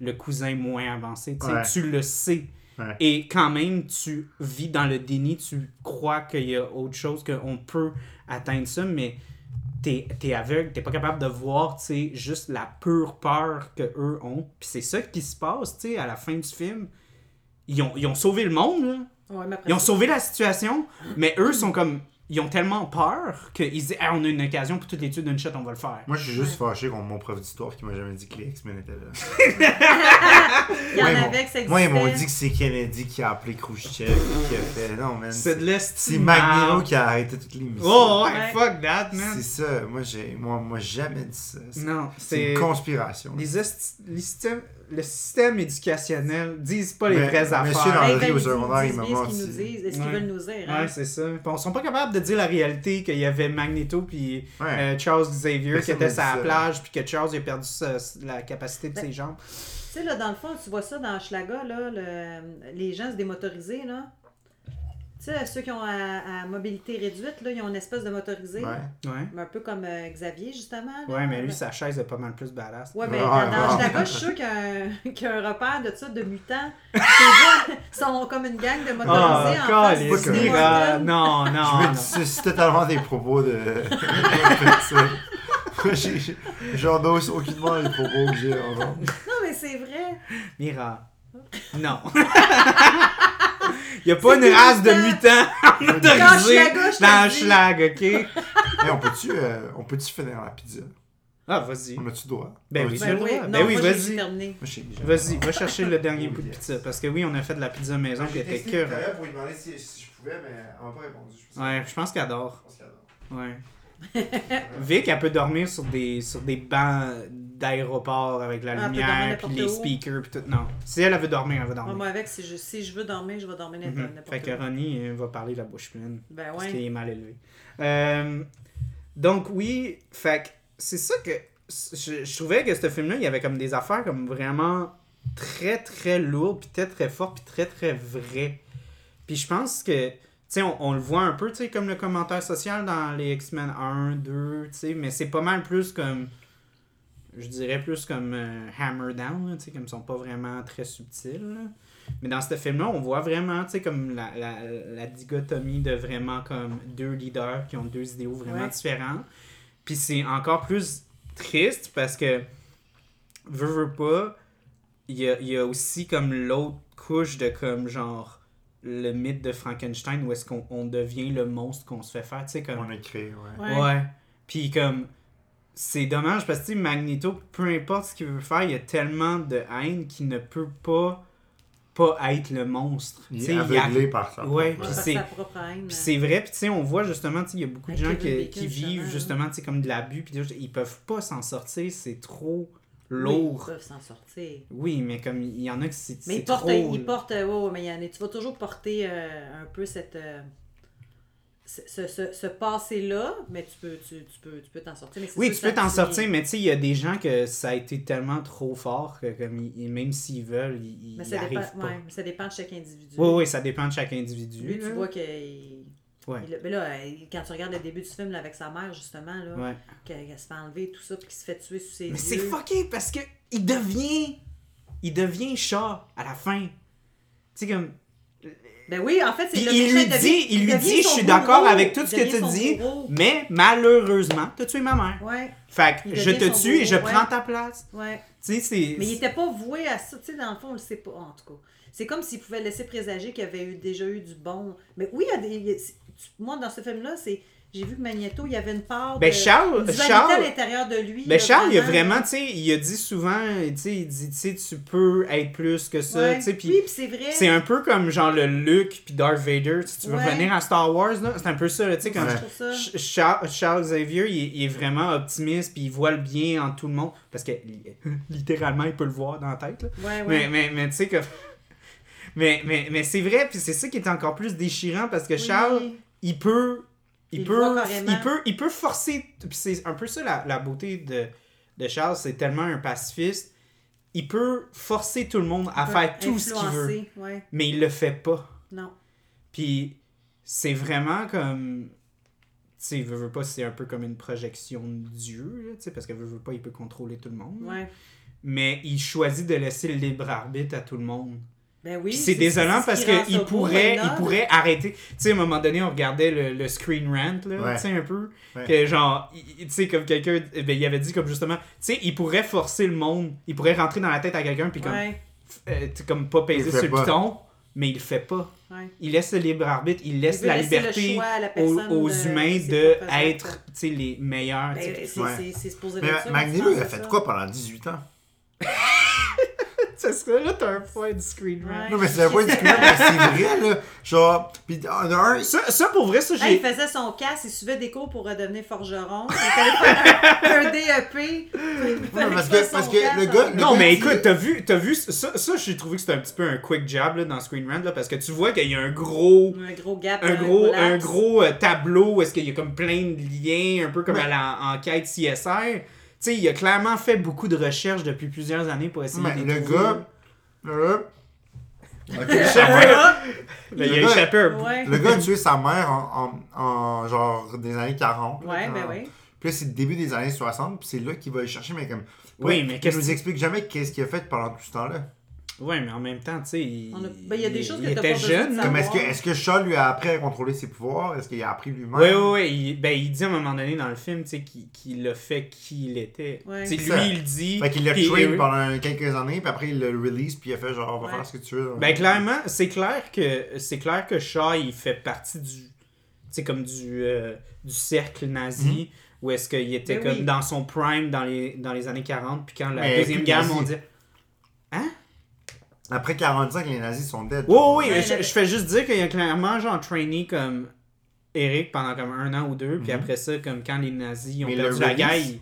[SPEAKER 1] le cousin moins avancé. Tu sais,
[SPEAKER 3] Ouais.
[SPEAKER 1] Tu le sais.
[SPEAKER 3] Ouais.
[SPEAKER 1] Et quand même, tu vis dans le déni, tu crois qu'il y a autre chose, qu'on peut atteindre ça, mais t'es es aveugle, t'es pas capable de voir, tu sais, juste la pure peur que eux ont. Puis c'est ça qui se passe, tu sais, à la fin du film. Ils ont, ils ont sauvé le monde, là.
[SPEAKER 2] Ouais, mais après
[SPEAKER 1] Ils ont
[SPEAKER 2] ça-
[SPEAKER 1] sauvé la situation, mais eux sont comme. Ils ont tellement peur qu'ils disent Ah, on a une occasion pour toutes les tuer d'une shot, on va le faire.
[SPEAKER 3] Moi, je suis juste fâché contre mon prof d'histoire qui m'a jamais dit que les X-Men étaient là.
[SPEAKER 2] Il y en
[SPEAKER 3] Moi, ils
[SPEAKER 2] avait
[SPEAKER 3] m'ont-
[SPEAKER 2] que ça existait.
[SPEAKER 3] Moi, ils m'ont dit que c'est Kennedy qui a appelé Khrushchev et qui a fait. Non, man.
[SPEAKER 1] C'est de
[SPEAKER 3] C'est
[SPEAKER 1] l'estime.
[SPEAKER 3] c'est Magneto qui a arrêté toutes les missions.
[SPEAKER 1] Oh, ouais,
[SPEAKER 2] Ouais.
[SPEAKER 1] fuck that, man.
[SPEAKER 3] c'est ça. Moi, j'ai moi, moi, jamais dit ça. C'est-
[SPEAKER 1] Non,
[SPEAKER 3] C'est
[SPEAKER 1] c'est.
[SPEAKER 3] une conspiration.
[SPEAKER 1] Les esti- les systèmes- le système éducationnel disent pas les
[SPEAKER 3] Mais-
[SPEAKER 1] vraies
[SPEAKER 3] monsieur
[SPEAKER 1] affaires.
[SPEAKER 3] Henry,
[SPEAKER 2] Ben, ben,
[SPEAKER 3] au
[SPEAKER 2] ils
[SPEAKER 3] secondaire,
[SPEAKER 2] disent
[SPEAKER 3] ils m'ont
[SPEAKER 2] bien ce qu'ils nous
[SPEAKER 3] menti.
[SPEAKER 2] disent et ce qu'ils
[SPEAKER 1] Ouais.
[SPEAKER 2] veulent nous dire. hein.
[SPEAKER 1] Ouais, c'est ça. Puis on sont pas capables de dire la réalité qu'il y avait Magneto puis
[SPEAKER 3] Ouais.
[SPEAKER 1] euh, Charles Xavier qui
[SPEAKER 3] Personne
[SPEAKER 1] était
[SPEAKER 3] ne dit
[SPEAKER 1] sur la
[SPEAKER 3] ça.
[SPEAKER 1] plage puis que Charles il a perdu sa- la capacité de
[SPEAKER 2] Ben,
[SPEAKER 1] ses jambes.
[SPEAKER 2] Tu sais, là, dans le fond, tu vois ça dans Schlaga, là, le- les gens se démotorisés, là. Tu sais, ceux qui ont à, à mobilité réduite, là, ils ont une espèce de
[SPEAKER 1] Euh,
[SPEAKER 2] motorisé.
[SPEAKER 3] Ouais.
[SPEAKER 1] Ouais.
[SPEAKER 2] Mais un peu comme euh, Xavier, justement. là.
[SPEAKER 1] Ouais, mais lui, sa chaise est pas mal plus badass.
[SPEAKER 2] Ouais, mais
[SPEAKER 3] Ouais,
[SPEAKER 2] dans, dans
[SPEAKER 3] ouais.
[SPEAKER 2] Schlaga, je suis sûre qu'il y a un- qu'il y a un repère de ça, de mutants. Les gens sont comme une gang
[SPEAKER 3] Ah,
[SPEAKER 2] de motorisés en face du
[SPEAKER 3] calisse,
[SPEAKER 1] câlisse,
[SPEAKER 3] les
[SPEAKER 2] cinéma.
[SPEAKER 1] Ah, gars. non, non, non.
[SPEAKER 3] Je me dis, c'est totalement des propos de. de ça. Moi, j'ai- J'endosse aucunement les propos que j'ai entendu.
[SPEAKER 2] Non, mais c'est vrai.
[SPEAKER 1] Mira. Non. Il y a pas une race de mutants autorisés
[SPEAKER 2] Schlaga, je te
[SPEAKER 1] dans
[SPEAKER 2] dis.
[SPEAKER 1] Schlag, ok?
[SPEAKER 3] Hey, on peut-tu euh, on peut-tu finir la pizza
[SPEAKER 1] Ah, vas-y.
[SPEAKER 3] On a-tu le droit
[SPEAKER 1] Ben
[SPEAKER 3] On
[SPEAKER 1] oui.
[SPEAKER 3] a-tu-
[SPEAKER 1] C'est
[SPEAKER 2] Ben oui,
[SPEAKER 1] vrai.
[SPEAKER 2] non,
[SPEAKER 1] Ben oui,
[SPEAKER 2] moi,
[SPEAKER 1] vas-y.
[SPEAKER 2] j'ai terminé.
[SPEAKER 3] Moi, j'ai- j'ai-
[SPEAKER 1] Vas-y, va chercher le dernier
[SPEAKER 3] Oh,
[SPEAKER 1] bout de
[SPEAKER 3] yes.
[SPEAKER 1] pizza. Parce que oui, on a fait de la pizza maison qui
[SPEAKER 3] J'ai
[SPEAKER 1] était
[SPEAKER 3] texté
[SPEAKER 1] cœur.
[SPEAKER 3] tout à l'heure pour lui demander si, si je pouvais, mais elle m'a pas répondu. Je pense-
[SPEAKER 1] Ouais, Eh, je pense qu'elle dort.
[SPEAKER 3] je pense qu'elle a-
[SPEAKER 1] Ouais. Vic, elle peut dormir sur des, sur des bancs d'aéroport avec la
[SPEAKER 2] Ah, elle peut dormir
[SPEAKER 1] lumière, puis
[SPEAKER 2] n'importe
[SPEAKER 1] les
[SPEAKER 2] où.
[SPEAKER 1] speakers, puis tout. Non. Si elle, elle veut dormir, elle va dormir.
[SPEAKER 2] Ouais, moi, avec, si je, si je veux dormir, je vais dormir
[SPEAKER 1] Mhm.
[SPEAKER 2] n'importe
[SPEAKER 1] Fait
[SPEAKER 2] n'importe
[SPEAKER 1] que
[SPEAKER 2] où.
[SPEAKER 1] Ronnie euh, va parler la bouche pleine.
[SPEAKER 2] Ben
[SPEAKER 1] Parce
[SPEAKER 2] ouais.
[SPEAKER 1] qu'il est mal élevé. Euh, donc oui, fait que c'est ça que je, je trouvais que ce film-là, il y avait comme des affaires comme vraiment très très lourdes, puis très très fortes, puis très très vraies. Puis je pense que, tu sais, on, on le voit un peu, tu sais, comme le commentaire social dans les X-Men 1, 2, tu sais, mais c'est pas mal plus comme, je dirais plus comme euh, Hammer Down, là, tu sais, comme ils sont pas vraiment très subtils. là. Mais dans ce film-là, on voit vraiment, tu sais, comme la, la, la dichotomie de vraiment comme deux leaders qui ont deux idéaux vraiment
[SPEAKER 2] Ouais.
[SPEAKER 1] différents. Puis c'est encore plus triste parce que, veux, veux pas, il y a, il y a aussi comme l'autre couche de comme genre le mythe de Frankenstein où est-ce qu'on on devient le monstre qu'on se fait faire, tu sais, comme...
[SPEAKER 3] On a créé, ouais.
[SPEAKER 2] Ouais.
[SPEAKER 1] Ouais. Puis comme c'est dommage parce que tu sais, Magneto, peu importe ce qu'il veut faire, il y a tellement de haine qu'il ne peut pas pas être le monstre. Tu
[SPEAKER 3] Il
[SPEAKER 1] sais,
[SPEAKER 3] est
[SPEAKER 1] il a-
[SPEAKER 3] aveuglé par ça.
[SPEAKER 1] Ouais,
[SPEAKER 2] Par
[SPEAKER 1] puis c'est-
[SPEAKER 2] sa propre haine. euh,
[SPEAKER 1] Puis c'est vrai, puis tu sais, on voit justement, tu sais, il y a beaucoup de
[SPEAKER 2] Avec
[SPEAKER 1] gens
[SPEAKER 2] Kevin
[SPEAKER 1] qui,
[SPEAKER 2] Bacon,
[SPEAKER 1] qui vivent
[SPEAKER 2] justement,
[SPEAKER 1] justement, tu sais, comme de l'abus, puis des- ils peuvent pas s'en sortir, c'est trop
[SPEAKER 2] Oui,
[SPEAKER 1] lourd.
[SPEAKER 2] Ils peuvent s'en sortir.
[SPEAKER 1] Oui, mais comme il y en a qui c'est
[SPEAKER 2] Mais
[SPEAKER 1] c'est
[SPEAKER 2] ils portent,
[SPEAKER 1] trop...
[SPEAKER 2] ils portent, ouais, ouais, mais il y en a- tu vas toujours porter euh, un peu cette, euh, ce, ce- ce- ce passé-là, mais tu peux tu, tu peux, tu peux t'en sortir. Mais c'est
[SPEAKER 1] Oui,
[SPEAKER 2] sûr
[SPEAKER 1] tu
[SPEAKER 2] que
[SPEAKER 1] peux
[SPEAKER 2] ça
[SPEAKER 1] t'en
[SPEAKER 2] te-
[SPEAKER 1] sortir, mais tu sais, il y a des gens que ça a été tellement trop fort que comme ils- ils- même s'ils veulent, ils,
[SPEAKER 2] Mais
[SPEAKER 1] ils
[SPEAKER 2] ça dépend,
[SPEAKER 1] arrivent pas.
[SPEAKER 2] ouais, mais ça dépend de chaque individu.
[SPEAKER 1] Oui, oui, ça dépend de chaque individu.
[SPEAKER 2] Lui, tu
[SPEAKER 1] là.
[SPEAKER 2] vois qu'il.
[SPEAKER 1] Ouais.
[SPEAKER 2] il- mais là, il- quand tu regardes le début du film là, avec sa mère, justement, là,
[SPEAKER 1] Ouais.
[SPEAKER 2] qu'elle qu'elle se fait enlever, tout ça, puis qu'il se fait tuer sous ses
[SPEAKER 1] Mais
[SPEAKER 2] yeux.
[SPEAKER 1] c'est fucké parce que il devient il devient chat à la fin. Tu sais comme
[SPEAKER 2] Ben oui, en fait, c'est
[SPEAKER 1] Puis
[SPEAKER 2] le
[SPEAKER 1] il
[SPEAKER 2] prochain
[SPEAKER 1] lui
[SPEAKER 2] devient-
[SPEAKER 1] dit, il lui
[SPEAKER 2] devient
[SPEAKER 1] dit je
[SPEAKER 2] son
[SPEAKER 1] suis d'accord
[SPEAKER 2] bourreau.
[SPEAKER 1] avec tout ce
[SPEAKER 2] Il
[SPEAKER 1] que
[SPEAKER 2] devient
[SPEAKER 1] tu
[SPEAKER 2] son
[SPEAKER 1] dis,
[SPEAKER 2] bourreau.
[SPEAKER 1] mais malheureusement, tu as tué ma mère.
[SPEAKER 2] Ouais,
[SPEAKER 1] Fait
[SPEAKER 2] Il
[SPEAKER 1] que je
[SPEAKER 2] devient
[SPEAKER 1] te
[SPEAKER 2] son
[SPEAKER 1] tue et je
[SPEAKER 2] bourreau,
[SPEAKER 1] prends
[SPEAKER 2] ouais.
[SPEAKER 1] ta place.
[SPEAKER 2] ouais.
[SPEAKER 1] Tu sais c'est
[SPEAKER 2] Mais il n'était pas voué à ça, tu sais, dans le fond, on le sait pas, en tout cas. C'est comme s'il pouvait laisser présager qu'il avait eu, déjà eu du bon. Mais oui, il y a des. il y a- tu- moi, dans ce film-là, c'est. J'ai vu que Magneto, il y avait une part
[SPEAKER 1] Ben,
[SPEAKER 2] de
[SPEAKER 1] Charles-
[SPEAKER 2] d'humanité à
[SPEAKER 1] Charles-
[SPEAKER 2] l'intérieur de lui.
[SPEAKER 1] Mais
[SPEAKER 2] là,
[SPEAKER 1] Charles, il a vraiment, tu sais, il a dit souvent, tu sais, il dit, tu sais, tu peux être plus que ça,
[SPEAKER 2] Ouais.
[SPEAKER 1] tu sais, puis
[SPEAKER 2] oui, puis c'est vrai.
[SPEAKER 1] C'est un peu comme genre le Luke puis Darth Vader, si tu veux
[SPEAKER 2] Ouais.
[SPEAKER 1] revenir à Star Wars, là, c'est un peu ça, là, tu sais, comme
[SPEAKER 2] Je
[SPEAKER 3] Ouais.
[SPEAKER 2] trouve ça.
[SPEAKER 1] Ch- Charles, Charles Xavier, il, est- il est vraiment optimiste, puis il voit le bien en tout le monde, parce que li- littéralement, il peut le voir dans la tête, là.
[SPEAKER 2] Ouais, ouais.
[SPEAKER 1] Mais, mais, mais tu sais, comme... Mais, mais, mais c'est vrai, puis c'est ça qui est encore plus déchirant, parce que
[SPEAKER 2] Oui.
[SPEAKER 1] Charles, il peut il,
[SPEAKER 2] Il le
[SPEAKER 1] peut
[SPEAKER 2] voit carrément.
[SPEAKER 1] il peut il peut forcer puis c'est un peu ça la, la beauté de, de Charles c'est tellement un pacifiste il peut forcer tout le monde à
[SPEAKER 2] peut
[SPEAKER 1] faire tout ce qu'il veut
[SPEAKER 2] influencer, Ouais,
[SPEAKER 1] mais il le fait pas
[SPEAKER 2] non.
[SPEAKER 1] puis c'est vraiment comme tu sais veut, veut pas c'est un peu comme une projection de Dieu là, tu sais parce que veut, veut pas il peut contrôler tout le monde
[SPEAKER 2] Ouais.
[SPEAKER 1] mais il choisit de laisser le libre arbitre à tout le monde
[SPEAKER 2] Ben oui.
[SPEAKER 1] Puis c'est désolant
[SPEAKER 2] ce
[SPEAKER 1] parce
[SPEAKER 2] qui
[SPEAKER 1] qu'il
[SPEAKER 2] rend ça beau,
[SPEAKER 1] pourrait,
[SPEAKER 2] Why
[SPEAKER 1] il
[SPEAKER 2] Not?
[SPEAKER 1] pourrait arrêter. Tu sais, à un moment donné, on regardait le, le screen rant, là,
[SPEAKER 3] Ouais.
[SPEAKER 1] tu sais, un peu.
[SPEAKER 3] Ouais.
[SPEAKER 1] Que genre, il- il- tu sais, comme quelqu'un, eh ben, il avait dit comme justement, tu sais, il pourrait forcer le monde, il pourrait rentrer dans la tête à quelqu'un, puis comme,
[SPEAKER 2] Ouais,
[SPEAKER 1] euh, tu sais, comme pas
[SPEAKER 3] Il
[SPEAKER 1] peser
[SPEAKER 3] le fait
[SPEAKER 1] sur le
[SPEAKER 3] pas.
[SPEAKER 1] piton, mais il le fait pas.
[SPEAKER 2] ouais.
[SPEAKER 1] Il laisse le libre arbitre, il laisse
[SPEAKER 2] Il veut
[SPEAKER 1] la
[SPEAKER 2] laisser le
[SPEAKER 1] liberté
[SPEAKER 2] choix à la
[SPEAKER 1] aux,
[SPEAKER 2] personne
[SPEAKER 1] aux
[SPEAKER 2] de-
[SPEAKER 1] humains
[SPEAKER 2] c'est
[SPEAKER 1] de
[SPEAKER 2] pas faisable, ça.
[SPEAKER 1] être, tu sais, les meilleurs. tu sais,
[SPEAKER 2] Ben, c'est-
[SPEAKER 3] Ouais.
[SPEAKER 2] c'est- C'est supposé
[SPEAKER 3] Mais
[SPEAKER 2] être ça,
[SPEAKER 3] Magnélo, il a
[SPEAKER 2] c'est
[SPEAKER 3] fait
[SPEAKER 2] ça.
[SPEAKER 3] quoi pendant 18 ans?
[SPEAKER 1] Ça serait là, t'as un point du screen rant.
[SPEAKER 2] Ouais.
[SPEAKER 3] Non, mais c'est un point discutable, mais c'est vrai, là. Genre, pis en un,
[SPEAKER 1] Ça, ça, pour vrai, ça,
[SPEAKER 2] Hey,
[SPEAKER 1] j'ai.
[SPEAKER 2] Ben, il faisait son casse, il suivait des cours pour redevenir forgeron. Il fallait faire un, E un DEP.
[SPEAKER 3] Ouais, parce que- parce que le gars-
[SPEAKER 2] hein.
[SPEAKER 1] Non, mais
[SPEAKER 3] gars,
[SPEAKER 1] écoute, t'as vu, t'as vu, ça, ça j'ai trouvé que c'était un petit peu un quick jab là, dans Screen Rant, là, parce que tu vois qu'il y a un gros,
[SPEAKER 2] Un gros gap. euh,
[SPEAKER 1] un gros,
[SPEAKER 2] laps.
[SPEAKER 1] un gros euh, tableau où est-ce qu'il y a comme plein de liens, un peu comme
[SPEAKER 3] Ouais.
[SPEAKER 1] à l'enquête CSR. Tu sais, il a clairement fait beaucoup de recherches depuis plusieurs années pour essayer
[SPEAKER 3] mais
[SPEAKER 1] de
[SPEAKER 3] le
[SPEAKER 1] trouver.
[SPEAKER 3] gars. Le,
[SPEAKER 1] Ben,
[SPEAKER 3] le
[SPEAKER 1] il a
[SPEAKER 3] gars-
[SPEAKER 1] échappé un bout.
[SPEAKER 2] Ouais.
[SPEAKER 3] le gars a tué sa mère en, en, en genre des années 40. là,
[SPEAKER 2] Ouais,
[SPEAKER 3] quand-
[SPEAKER 2] ben
[SPEAKER 1] Ah.
[SPEAKER 2] oui.
[SPEAKER 3] Puis là, c'est le début des années 60, puis c'est là qu'il va le chercher, mais comme.
[SPEAKER 1] Oui,
[SPEAKER 3] Ouais,
[SPEAKER 1] mais
[SPEAKER 3] Il
[SPEAKER 1] qu'est-ce
[SPEAKER 3] nous
[SPEAKER 1] que.
[SPEAKER 3] explique jamais qu'est-ce qu'il a fait pendant tout ce temps-là.
[SPEAKER 1] Ouais, mais en même temps, tu sais. Il...
[SPEAKER 2] On a- ben, il y a des choses
[SPEAKER 1] il
[SPEAKER 2] que t'as
[SPEAKER 1] était
[SPEAKER 2] pas besoin de
[SPEAKER 1] jeune. hein. là.
[SPEAKER 2] savoir.
[SPEAKER 3] Comme est-ce que, est-ce que Shaw lui a appris à contrôler ses pouvoirs Est-ce qu'il a appris lui-même
[SPEAKER 1] Ouais, ouais, ouais. Il, ben, il dit à un moment donné dans le film, tu sais, qu'il qu'il a fait qui il était.
[SPEAKER 2] Ouais.
[SPEAKER 1] Tu sais,
[SPEAKER 3] Ça.
[SPEAKER 1] lui, il dit.
[SPEAKER 3] Fait qu'il l'a
[SPEAKER 1] puis- euh,
[SPEAKER 3] train pendant quelques années, puis après il le release, puis il a fait genre, on va
[SPEAKER 2] Ouais.
[SPEAKER 3] faire ce que tu veux.
[SPEAKER 1] Ben clairement, c'est clair que c'est clair que Shaw il fait partie du c'est comme du euh, du cercle
[SPEAKER 3] Mhm.
[SPEAKER 1] nazi où est-ce qu'il était
[SPEAKER 2] Ben
[SPEAKER 1] comme
[SPEAKER 2] oui.
[SPEAKER 1] dans son prime dans les dans les années 40 puis quand la
[SPEAKER 3] Mais
[SPEAKER 1] deuxième
[SPEAKER 3] plus
[SPEAKER 1] guerre
[SPEAKER 3] Ben, nazi.
[SPEAKER 1] mondiale.
[SPEAKER 3] Après 45, les nazis sont dead.
[SPEAKER 1] Oui oui,
[SPEAKER 2] Ouais,
[SPEAKER 1] je,
[SPEAKER 2] la-
[SPEAKER 1] je fais juste dire qu'il y a clairement genre trainee comme Eric pendant comme un an ou deux puis
[SPEAKER 3] Mhm.
[SPEAKER 1] après ça comme quand les nazis ont
[SPEAKER 3] Mais
[SPEAKER 1] perdu
[SPEAKER 3] le
[SPEAKER 1] la guerre.
[SPEAKER 3] release.
[SPEAKER 1] ils-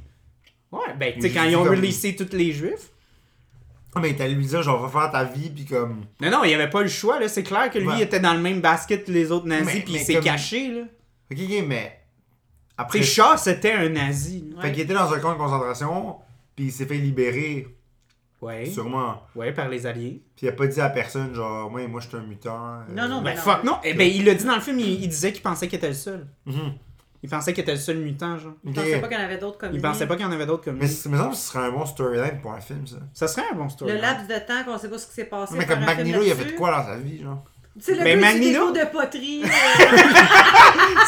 [SPEAKER 1] Ouais, ben tu
[SPEAKER 3] Mais
[SPEAKER 1] sais quand
[SPEAKER 3] j'ai
[SPEAKER 1] ils ont
[SPEAKER 3] dit comme-
[SPEAKER 1] releasé tous les juifs.
[SPEAKER 3] Ah, Mais t'as lui dire, genre, va faire ta vie, puis comme.
[SPEAKER 1] Non non, il y avait pas le choix là, c'est clair que lui
[SPEAKER 3] Ouais.
[SPEAKER 1] il était dans le même basket que les autres nazis
[SPEAKER 3] Mais-
[SPEAKER 1] puis
[SPEAKER 3] mais
[SPEAKER 1] il s'est
[SPEAKER 3] comme-
[SPEAKER 1] caché là.
[SPEAKER 3] Ok, ok, mais.
[SPEAKER 1] Tu
[SPEAKER 3] Après.
[SPEAKER 1] sais, Shaw c'était un nazi. là.
[SPEAKER 3] Fait qu'il était dans un camp de concentration, puis il s'est fait libérer,
[SPEAKER 1] Ouais.
[SPEAKER 3] sûrement.
[SPEAKER 1] Ouais, par les alliés.
[SPEAKER 3] Puis il a pas dit à personne, genre, moi, moi, je suis un mutant. euh.
[SPEAKER 2] Non, non,
[SPEAKER 1] Ben
[SPEAKER 2] mais
[SPEAKER 1] fuck, non. Eh ben, il l'a dit dans le film, il, il disait qu'il pensait qu'il était le seul.
[SPEAKER 3] Mhm.
[SPEAKER 1] Il pensait qu'il était le seul mutant, genre.
[SPEAKER 2] Il
[SPEAKER 3] Ok.
[SPEAKER 2] pensait pas qu'il y en avait d'autres comme
[SPEAKER 1] Il
[SPEAKER 2] lui.
[SPEAKER 1] pensait pas qu'il y en avait d'autres comme
[SPEAKER 3] Mais
[SPEAKER 1] lui.
[SPEAKER 3] c'est- me semble que ce serait un bon storyline pour un film, ça.
[SPEAKER 1] Ça serait un bon story.
[SPEAKER 2] Le laps de temps qu'on sait pas ce qui s'est passé.
[SPEAKER 3] Mais
[SPEAKER 2] faire
[SPEAKER 3] comme
[SPEAKER 2] un film
[SPEAKER 3] Magnilo, il a
[SPEAKER 2] là-dessus.
[SPEAKER 3] fait quoi dans sa vie, genre
[SPEAKER 2] Tu sais, le
[SPEAKER 1] Mais
[SPEAKER 2] gars, il
[SPEAKER 1] Magnélo-
[SPEAKER 2] a des cours de poterie. euh,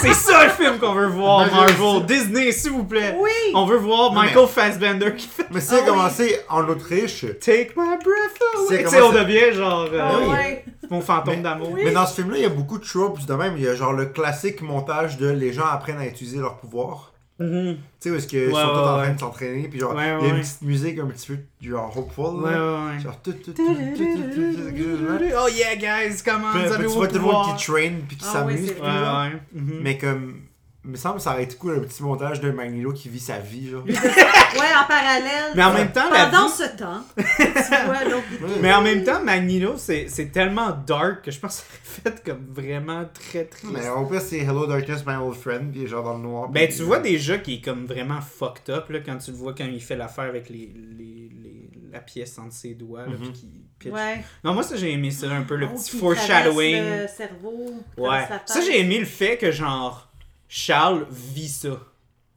[SPEAKER 1] C'est ça le film qu'on veut voir,
[SPEAKER 3] Mario,
[SPEAKER 1] Marvel. Disney, s'il vous plaît.
[SPEAKER 2] oui!
[SPEAKER 1] On veut voir
[SPEAKER 3] Non, mais-
[SPEAKER 1] Michael Fassbender qui fait
[SPEAKER 3] Mais si il a
[SPEAKER 2] oui.
[SPEAKER 3] commencé en Autriche,
[SPEAKER 1] Take my breath
[SPEAKER 3] C'est
[SPEAKER 1] away. Tu
[SPEAKER 3] comment
[SPEAKER 1] sais, on
[SPEAKER 3] ça-
[SPEAKER 1] devient genre
[SPEAKER 2] Ah
[SPEAKER 1] euh,
[SPEAKER 3] oui.
[SPEAKER 2] ouais.
[SPEAKER 1] mon fantôme d'amour.
[SPEAKER 3] mais dans ce film-là, il y a beaucoup de tropes de même. Il y a genre le classique montage de les gens apprennent à utiliser leur pouvoir.
[SPEAKER 1] Mhm.
[SPEAKER 3] Tu sais, parce qu'ils
[SPEAKER 1] Ouais,
[SPEAKER 3] sont
[SPEAKER 1] ouais,
[SPEAKER 3] tous en train
[SPEAKER 1] ouais.
[SPEAKER 3] de s'entraîner, puis genre,
[SPEAKER 1] Ouais,
[SPEAKER 3] il y a
[SPEAKER 1] ouais.
[SPEAKER 3] une petite musique un petit peu, genre, hopeful.
[SPEAKER 1] Ouais,
[SPEAKER 3] là.
[SPEAKER 1] ouais, ouais.
[SPEAKER 3] Genre, tout, tout, tout, tout, tout, tout, tout, tout, tout,
[SPEAKER 1] Oh yeah, guys, comment
[SPEAKER 3] Puis
[SPEAKER 1] vous
[SPEAKER 3] après,
[SPEAKER 1] avez
[SPEAKER 3] Ben, tu
[SPEAKER 1] vos
[SPEAKER 3] vois tout le monde
[SPEAKER 1] pouvoirs?
[SPEAKER 3] qui traîne puis qui
[SPEAKER 2] Ah ouais,
[SPEAKER 3] s'amuse.
[SPEAKER 2] c'est
[SPEAKER 3] puis
[SPEAKER 1] Ouais,
[SPEAKER 2] vrai.
[SPEAKER 3] genre.
[SPEAKER 1] ouais. Mhm.
[SPEAKER 3] Mais comme. Il me semble que ça aurait été cool un petit montage de Magnilo qui vit sa vie, genre.
[SPEAKER 2] Ouais, en parallèle.
[SPEAKER 1] Mais en même temps, la
[SPEAKER 2] Pendant
[SPEAKER 1] vie-
[SPEAKER 2] ce temps, tu vois l'autre.
[SPEAKER 1] Mais en même temps, Magneto, c'est c'est tellement dark que je pense que ça aurait fait comme vraiment très triste.
[SPEAKER 3] Mais au pire, c'est Hello Darkness, my old friend, puis genre dans le noir.
[SPEAKER 1] Ben,
[SPEAKER 3] puis-
[SPEAKER 1] tu vois déjà qu'il est comme vraiment fucked up là, quand tu le vois quand il fait l'affaire avec les, les, les- la pièce entre ses doigts. Là, puis qu'il pitch.
[SPEAKER 2] Ouais.
[SPEAKER 1] Non, moi, ça, j'ai aimé ça un peu, le
[SPEAKER 2] Oh,
[SPEAKER 1] petit
[SPEAKER 2] puis il traverse
[SPEAKER 1] foreshadowing.
[SPEAKER 2] Le cerveau.
[SPEAKER 1] Ouais.
[SPEAKER 2] traverse la
[SPEAKER 1] Ça,
[SPEAKER 2] tête.
[SPEAKER 1] j'ai aimé le fait que, genre, Charles vit ça.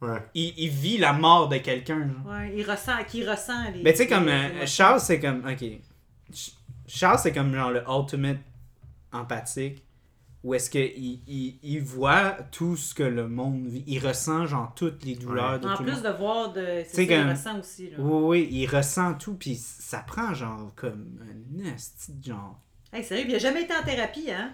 [SPEAKER 3] Ouais.
[SPEAKER 1] Il, il vit la mort de quelqu'un. genre.
[SPEAKER 2] Ouais, il ressent, qui ressent les.
[SPEAKER 1] Mais tu sais, comme
[SPEAKER 2] les-
[SPEAKER 1] euh,
[SPEAKER 2] les-
[SPEAKER 1] Charles, c'est comme. Ok. Ch- Charles, c'est comme genre le ultimate empathique. Où est-ce qu'il il, il voit tout ce que le monde vit. Il ressent, genre, toutes les douleurs de
[SPEAKER 2] En
[SPEAKER 1] tout le
[SPEAKER 2] plus
[SPEAKER 1] monde.
[SPEAKER 2] de voir de.
[SPEAKER 1] sais,
[SPEAKER 2] C'est ça, il
[SPEAKER 1] comme-
[SPEAKER 2] ressent aussi. Là.
[SPEAKER 1] Oui, oui, il ressent tout. Puis ça prend, genre, comme un esti de genre.
[SPEAKER 2] Hey, sérieux, il a jamais été en thérapie, hein?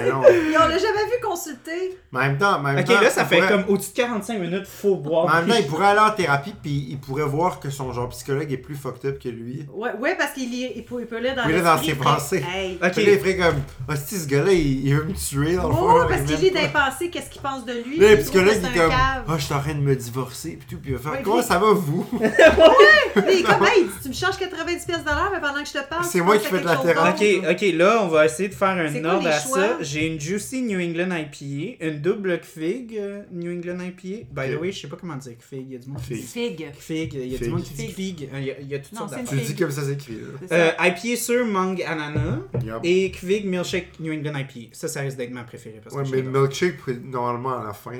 [SPEAKER 3] Mais non.
[SPEAKER 2] Et on l'a jamais vu consulter.
[SPEAKER 3] Mais en même temps, en même
[SPEAKER 1] Ok,
[SPEAKER 3] temps,
[SPEAKER 1] là, ça
[SPEAKER 3] il
[SPEAKER 1] fait
[SPEAKER 3] pourrait-
[SPEAKER 1] comme au-dessus de 45 minutes, faut boire.
[SPEAKER 3] mais En même temps, il pourrait aller en thérapie, puis il pourrait voir que son genre psychologue est plus fucked up que lui.
[SPEAKER 2] Ouais, ouais parce qu'il y- il peut, il peut lire dans,
[SPEAKER 3] Il peut lire dans
[SPEAKER 2] l'esprit,
[SPEAKER 3] ses
[SPEAKER 2] puis-
[SPEAKER 3] pensées.
[SPEAKER 2] Hey.
[SPEAKER 1] Ok.
[SPEAKER 3] Puis là, il ferait comme. Ah, si, ce gars-là, il, il veut me tuer, dans
[SPEAKER 2] Ouais,
[SPEAKER 3] le fond.
[SPEAKER 2] ouais, parce
[SPEAKER 3] il
[SPEAKER 2] qu'il
[SPEAKER 3] m'aime
[SPEAKER 2] lit
[SPEAKER 3] pas.
[SPEAKER 2] dans les pensées, qu'est-ce qu'il pense de lui.
[SPEAKER 3] Là,
[SPEAKER 2] puis il
[SPEAKER 3] le
[SPEAKER 2] trouve
[SPEAKER 3] psychologue,
[SPEAKER 2] que c'est
[SPEAKER 3] il est
[SPEAKER 2] un
[SPEAKER 3] comme. Ah,
[SPEAKER 2] cave.
[SPEAKER 3] je suis en train de me divorcer, puis tout, puis il va faire.
[SPEAKER 2] Ouais,
[SPEAKER 3] Comment
[SPEAKER 2] puis-
[SPEAKER 3] ça va, vous
[SPEAKER 2] Mais il est comme, hey, tu me charges 90$ pièces de l'heure, mais pendant que je te parle.
[SPEAKER 3] C'est
[SPEAKER 2] tu
[SPEAKER 3] moi
[SPEAKER 2] penses
[SPEAKER 3] qui
[SPEAKER 2] à
[SPEAKER 3] fais de la
[SPEAKER 2] quelque chose
[SPEAKER 3] thérapie.
[SPEAKER 1] Ok,
[SPEAKER 2] d'autre.
[SPEAKER 1] ok, là, on va essayer de faire un
[SPEAKER 2] C'est quoi
[SPEAKER 1] ordre
[SPEAKER 2] les
[SPEAKER 1] à ça.
[SPEAKER 2] choix?
[SPEAKER 1] J'ai une Juicy New England IPA, une double fig euh, New England IPA. By the
[SPEAKER 3] Ok.
[SPEAKER 1] way, je sais pas comment dire fig, il y a du monde qui dit
[SPEAKER 4] Figue.
[SPEAKER 1] fig, il y a du
[SPEAKER 3] Fig.
[SPEAKER 1] monde qui dit fig, Hein, il y a, il y a toutes
[SPEAKER 4] Non,
[SPEAKER 1] sortes
[SPEAKER 4] c'est une
[SPEAKER 1] d'affaires.
[SPEAKER 3] Tu le dis comme ça s'écrit, là.
[SPEAKER 4] C'est ça.
[SPEAKER 1] Euh, IPA sur mangue ananas
[SPEAKER 3] Yup.
[SPEAKER 1] et Kvig Milkshake New England IPA. Ça, ça risque d'être ma préférée. Parce que
[SPEAKER 3] Ouais,
[SPEAKER 1] je
[SPEAKER 3] mais
[SPEAKER 1] l'adore.
[SPEAKER 2] Hmm.
[SPEAKER 3] milkshake, pourrait être normalement à la fin, là.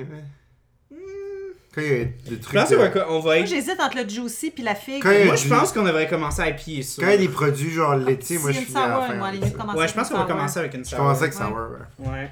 [SPEAKER 3] Quand il y a des
[SPEAKER 1] Je
[SPEAKER 3] trucs.
[SPEAKER 1] pense qu'on
[SPEAKER 3] de-
[SPEAKER 1] va- on va
[SPEAKER 2] Moi,
[SPEAKER 1] être-
[SPEAKER 2] j'hésite entre le juicy puis la figue.
[SPEAKER 3] Quand il y a
[SPEAKER 1] Moi,
[SPEAKER 3] du-
[SPEAKER 1] je pense qu'on devrait commencer à épier ça.
[SPEAKER 3] Quand il y a des produits genre laitiers, moi je suis à la fin.
[SPEAKER 2] moi, les
[SPEAKER 3] avec
[SPEAKER 2] mieux
[SPEAKER 3] ça.
[SPEAKER 2] commencer
[SPEAKER 1] Ouais, je pense
[SPEAKER 2] avec
[SPEAKER 1] qu'on va
[SPEAKER 2] sour.
[SPEAKER 1] commencer avec une
[SPEAKER 3] Je
[SPEAKER 1] sour.
[SPEAKER 3] commençais avec
[SPEAKER 2] Ouais.
[SPEAKER 3] ça, ouais, ouais.
[SPEAKER 1] Ouais.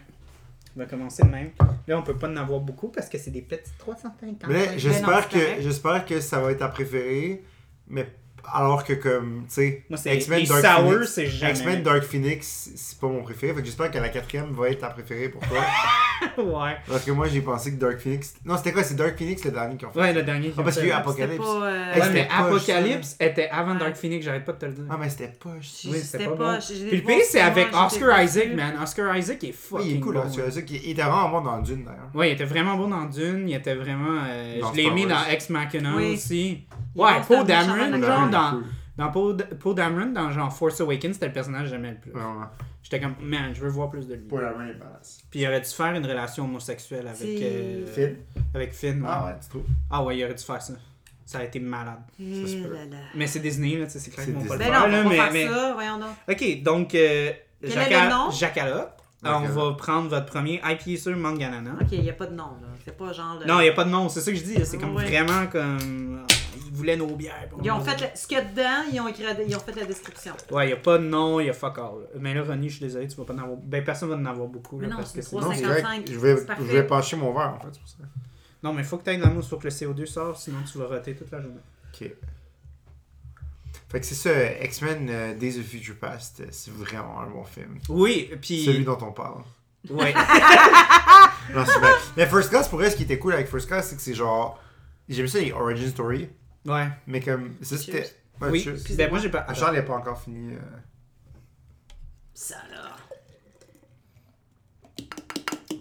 [SPEAKER 1] On va commencer de même. Là, on peut pas en avoir beaucoup parce que c'est des petites 350.
[SPEAKER 3] Mais là,
[SPEAKER 2] non,
[SPEAKER 3] j'espère
[SPEAKER 2] c'est correct.
[SPEAKER 3] que, j'espère que ça va être ta préférée. Mais alors que, comme, tu sais,
[SPEAKER 1] Moi, c'est- les
[SPEAKER 3] Dark
[SPEAKER 1] sours,
[SPEAKER 3] Phoenix-
[SPEAKER 1] c'est jamais
[SPEAKER 3] X-Men
[SPEAKER 1] mes-
[SPEAKER 3] Dark Phoenix, c'est pas mon préféré. Fait que j'espère que la quatrième va être ta préférée pour toi.
[SPEAKER 1] ouais.
[SPEAKER 3] parce que moi, j'ai pensé que Dark Phoenix. Non, c'était quoi C'est Dark Phoenix le dernier qu'on fait
[SPEAKER 1] Ouais, le dernier.
[SPEAKER 3] Ah, parce qu'il y a eu
[SPEAKER 1] Ouais,
[SPEAKER 2] C'était
[SPEAKER 3] Apocalypse.
[SPEAKER 2] pas, euh,
[SPEAKER 3] Hey,
[SPEAKER 2] ouais,
[SPEAKER 3] c'était
[SPEAKER 1] mais
[SPEAKER 3] poche,
[SPEAKER 1] Apocalypse était avant
[SPEAKER 2] Ouais.
[SPEAKER 1] Dark Phoenix, j'arrête pas de te le dire.
[SPEAKER 3] Ah, mais c'était pas. je-
[SPEAKER 1] oui, c'était
[SPEAKER 2] c'était
[SPEAKER 1] pas
[SPEAKER 2] pas-
[SPEAKER 1] bon.
[SPEAKER 2] j'ai- j'ai
[SPEAKER 1] Puis le
[SPEAKER 2] des
[SPEAKER 1] pire,
[SPEAKER 2] bons
[SPEAKER 1] c'est avec
[SPEAKER 2] souvenirs, j'étais
[SPEAKER 1] Oscar Isaac,
[SPEAKER 2] déçue.
[SPEAKER 1] man. Oscar Isaac est
[SPEAKER 3] Oui,
[SPEAKER 1] fucking
[SPEAKER 3] il est cool,
[SPEAKER 1] bon.
[SPEAKER 3] là. Tu as vu qu'il était vraiment bon dans Dune, d'ailleurs.
[SPEAKER 1] Ouais, il était vraiment bon dans Dune, il était vraiment... euh,
[SPEAKER 3] Dans
[SPEAKER 1] je l'ai
[SPEAKER 3] Star
[SPEAKER 1] mis
[SPEAKER 3] Wars.
[SPEAKER 1] dans Ex Machina
[SPEAKER 2] Oui.
[SPEAKER 1] aussi.
[SPEAKER 2] Il est
[SPEAKER 1] Ouais,
[SPEAKER 2] bon, c'est un
[SPEAKER 1] Poe
[SPEAKER 2] bon
[SPEAKER 1] Dameron,
[SPEAKER 2] charlatan.
[SPEAKER 1] genre
[SPEAKER 3] Ouais,
[SPEAKER 1] dans...
[SPEAKER 3] cool.
[SPEAKER 1] Dans Poe Poe Dameron, dans genre Force Awakens, c'était le personnage que j'aimais le plus.
[SPEAKER 3] Vraiment.
[SPEAKER 1] J'étais comme, man, je veux voir plus de lui.
[SPEAKER 3] Pour la main, il est badass.
[SPEAKER 1] Puis il aurait dû faire une relation homosexuelle avec,
[SPEAKER 2] C'est-
[SPEAKER 1] euh,
[SPEAKER 3] Finn?
[SPEAKER 1] avec Finn. ouais.
[SPEAKER 3] Ah, ouais, tu trouves.
[SPEAKER 1] Ah ouais, il aurait dû faire ça. Ça a été malade.
[SPEAKER 2] Eh
[SPEAKER 3] se peut.
[SPEAKER 2] là là.
[SPEAKER 1] Mais c'est Disney, là, tu sais, c'est clair
[SPEAKER 3] C'est
[SPEAKER 1] qu'ils vont pas le
[SPEAKER 2] Ben
[SPEAKER 1] faire.
[SPEAKER 2] non, on
[SPEAKER 1] là,
[SPEAKER 2] va
[SPEAKER 1] mais-
[SPEAKER 2] pas
[SPEAKER 1] mais-
[SPEAKER 2] faire ça, voyons donc.
[SPEAKER 1] Ok, donc, euh,
[SPEAKER 2] Quel est
[SPEAKER 1] Jaca-
[SPEAKER 2] le nom?
[SPEAKER 1] Jacalope. Alors, On va prendre votre premier IPA sur Manganana.
[SPEAKER 2] Ok, il n'y a pas de nom, là. C'est pas genre. le- Ah
[SPEAKER 1] Non, il n'y a pas de nom, c'est ça que je dis. là, C'est comme
[SPEAKER 2] Ouais.
[SPEAKER 1] vraiment comme. euh, Ils voulaient nos bières.
[SPEAKER 2] Ils ont fait la- ce qu'il y a dedans, ils ont, écrit la- ils ont fait la description.
[SPEAKER 1] Ouais, il n'y a pas de nom, il y a fuck all. là. Mais là, Ronnie, je suis désolé, tu vas pas en avoir. Ben, personne va en avoir beaucoup.
[SPEAKER 2] Mais
[SPEAKER 1] là,
[SPEAKER 2] non,
[SPEAKER 1] parce
[SPEAKER 2] c'est
[SPEAKER 1] que c'est-
[SPEAKER 3] Non, c'est
[SPEAKER 2] 55,
[SPEAKER 3] correct. Je vais,
[SPEAKER 2] c'est parfait.
[SPEAKER 3] je vais pencher mon verre, en fait, c'est pour ça.
[SPEAKER 1] Non, mais faut que tu ailles dans l'eau, faut que le CO2 sorte, sinon tu vas roter toute la journée.
[SPEAKER 3] Ok. Fait que c'est ça, X-Men euh, Days of Future Past, euh, c'est vraiment un bon film.
[SPEAKER 1] Oui, puis.
[SPEAKER 3] Celui dont on parle.
[SPEAKER 1] Ouais.
[SPEAKER 3] Non, c'est vrai. Mais First Class, pour vrai, ce qui était cool avec First Class, c'est que c'est genre. J'aime ça les Origin Story,
[SPEAKER 1] ouais.
[SPEAKER 3] mais comme. Ça, c'était. Ouais,
[SPEAKER 1] oui.
[SPEAKER 3] cheers.
[SPEAKER 1] Ben, moi, j'ai pas.
[SPEAKER 3] Ah, Charles n'est pas encore fini. euh.
[SPEAKER 2] Ça, là.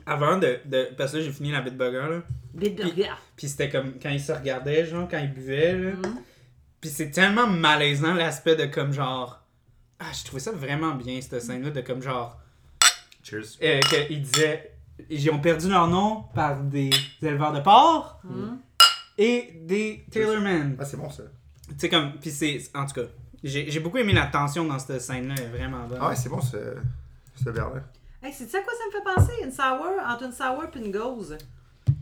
[SPEAKER 1] Avant de, de- Parce que là, j'ai fini la Bitburger, là.
[SPEAKER 2] Big burger.
[SPEAKER 1] Puis c'était comme quand ils se regardaient, genre, quand ils buvaient, là.
[SPEAKER 2] Mhm.
[SPEAKER 1] Puis c'est tellement malaisant l'aspect de comme genre. Ah, j'ai trouvé ça vraiment bien, cette scène-là, de comme genre.
[SPEAKER 3] Cheers.
[SPEAKER 1] Euh, qu'ils disaient. Ils ont perdu leur nom par des éleveurs de porc
[SPEAKER 2] Mhm.
[SPEAKER 1] et des Taylormen.
[SPEAKER 3] Ah, c'est bon ça.
[SPEAKER 1] Tu sais, comme. Puis c'est. En tout cas, j'ai j'ai beaucoup aimé la tension dans cette scène-là, elle est vraiment bonne.
[SPEAKER 3] Ah, ouais, c'est bon ce. Ce verre-là.
[SPEAKER 2] Hey, c'est ça quoi ça me fait penser? Une sour? Entre une sour et une gauze.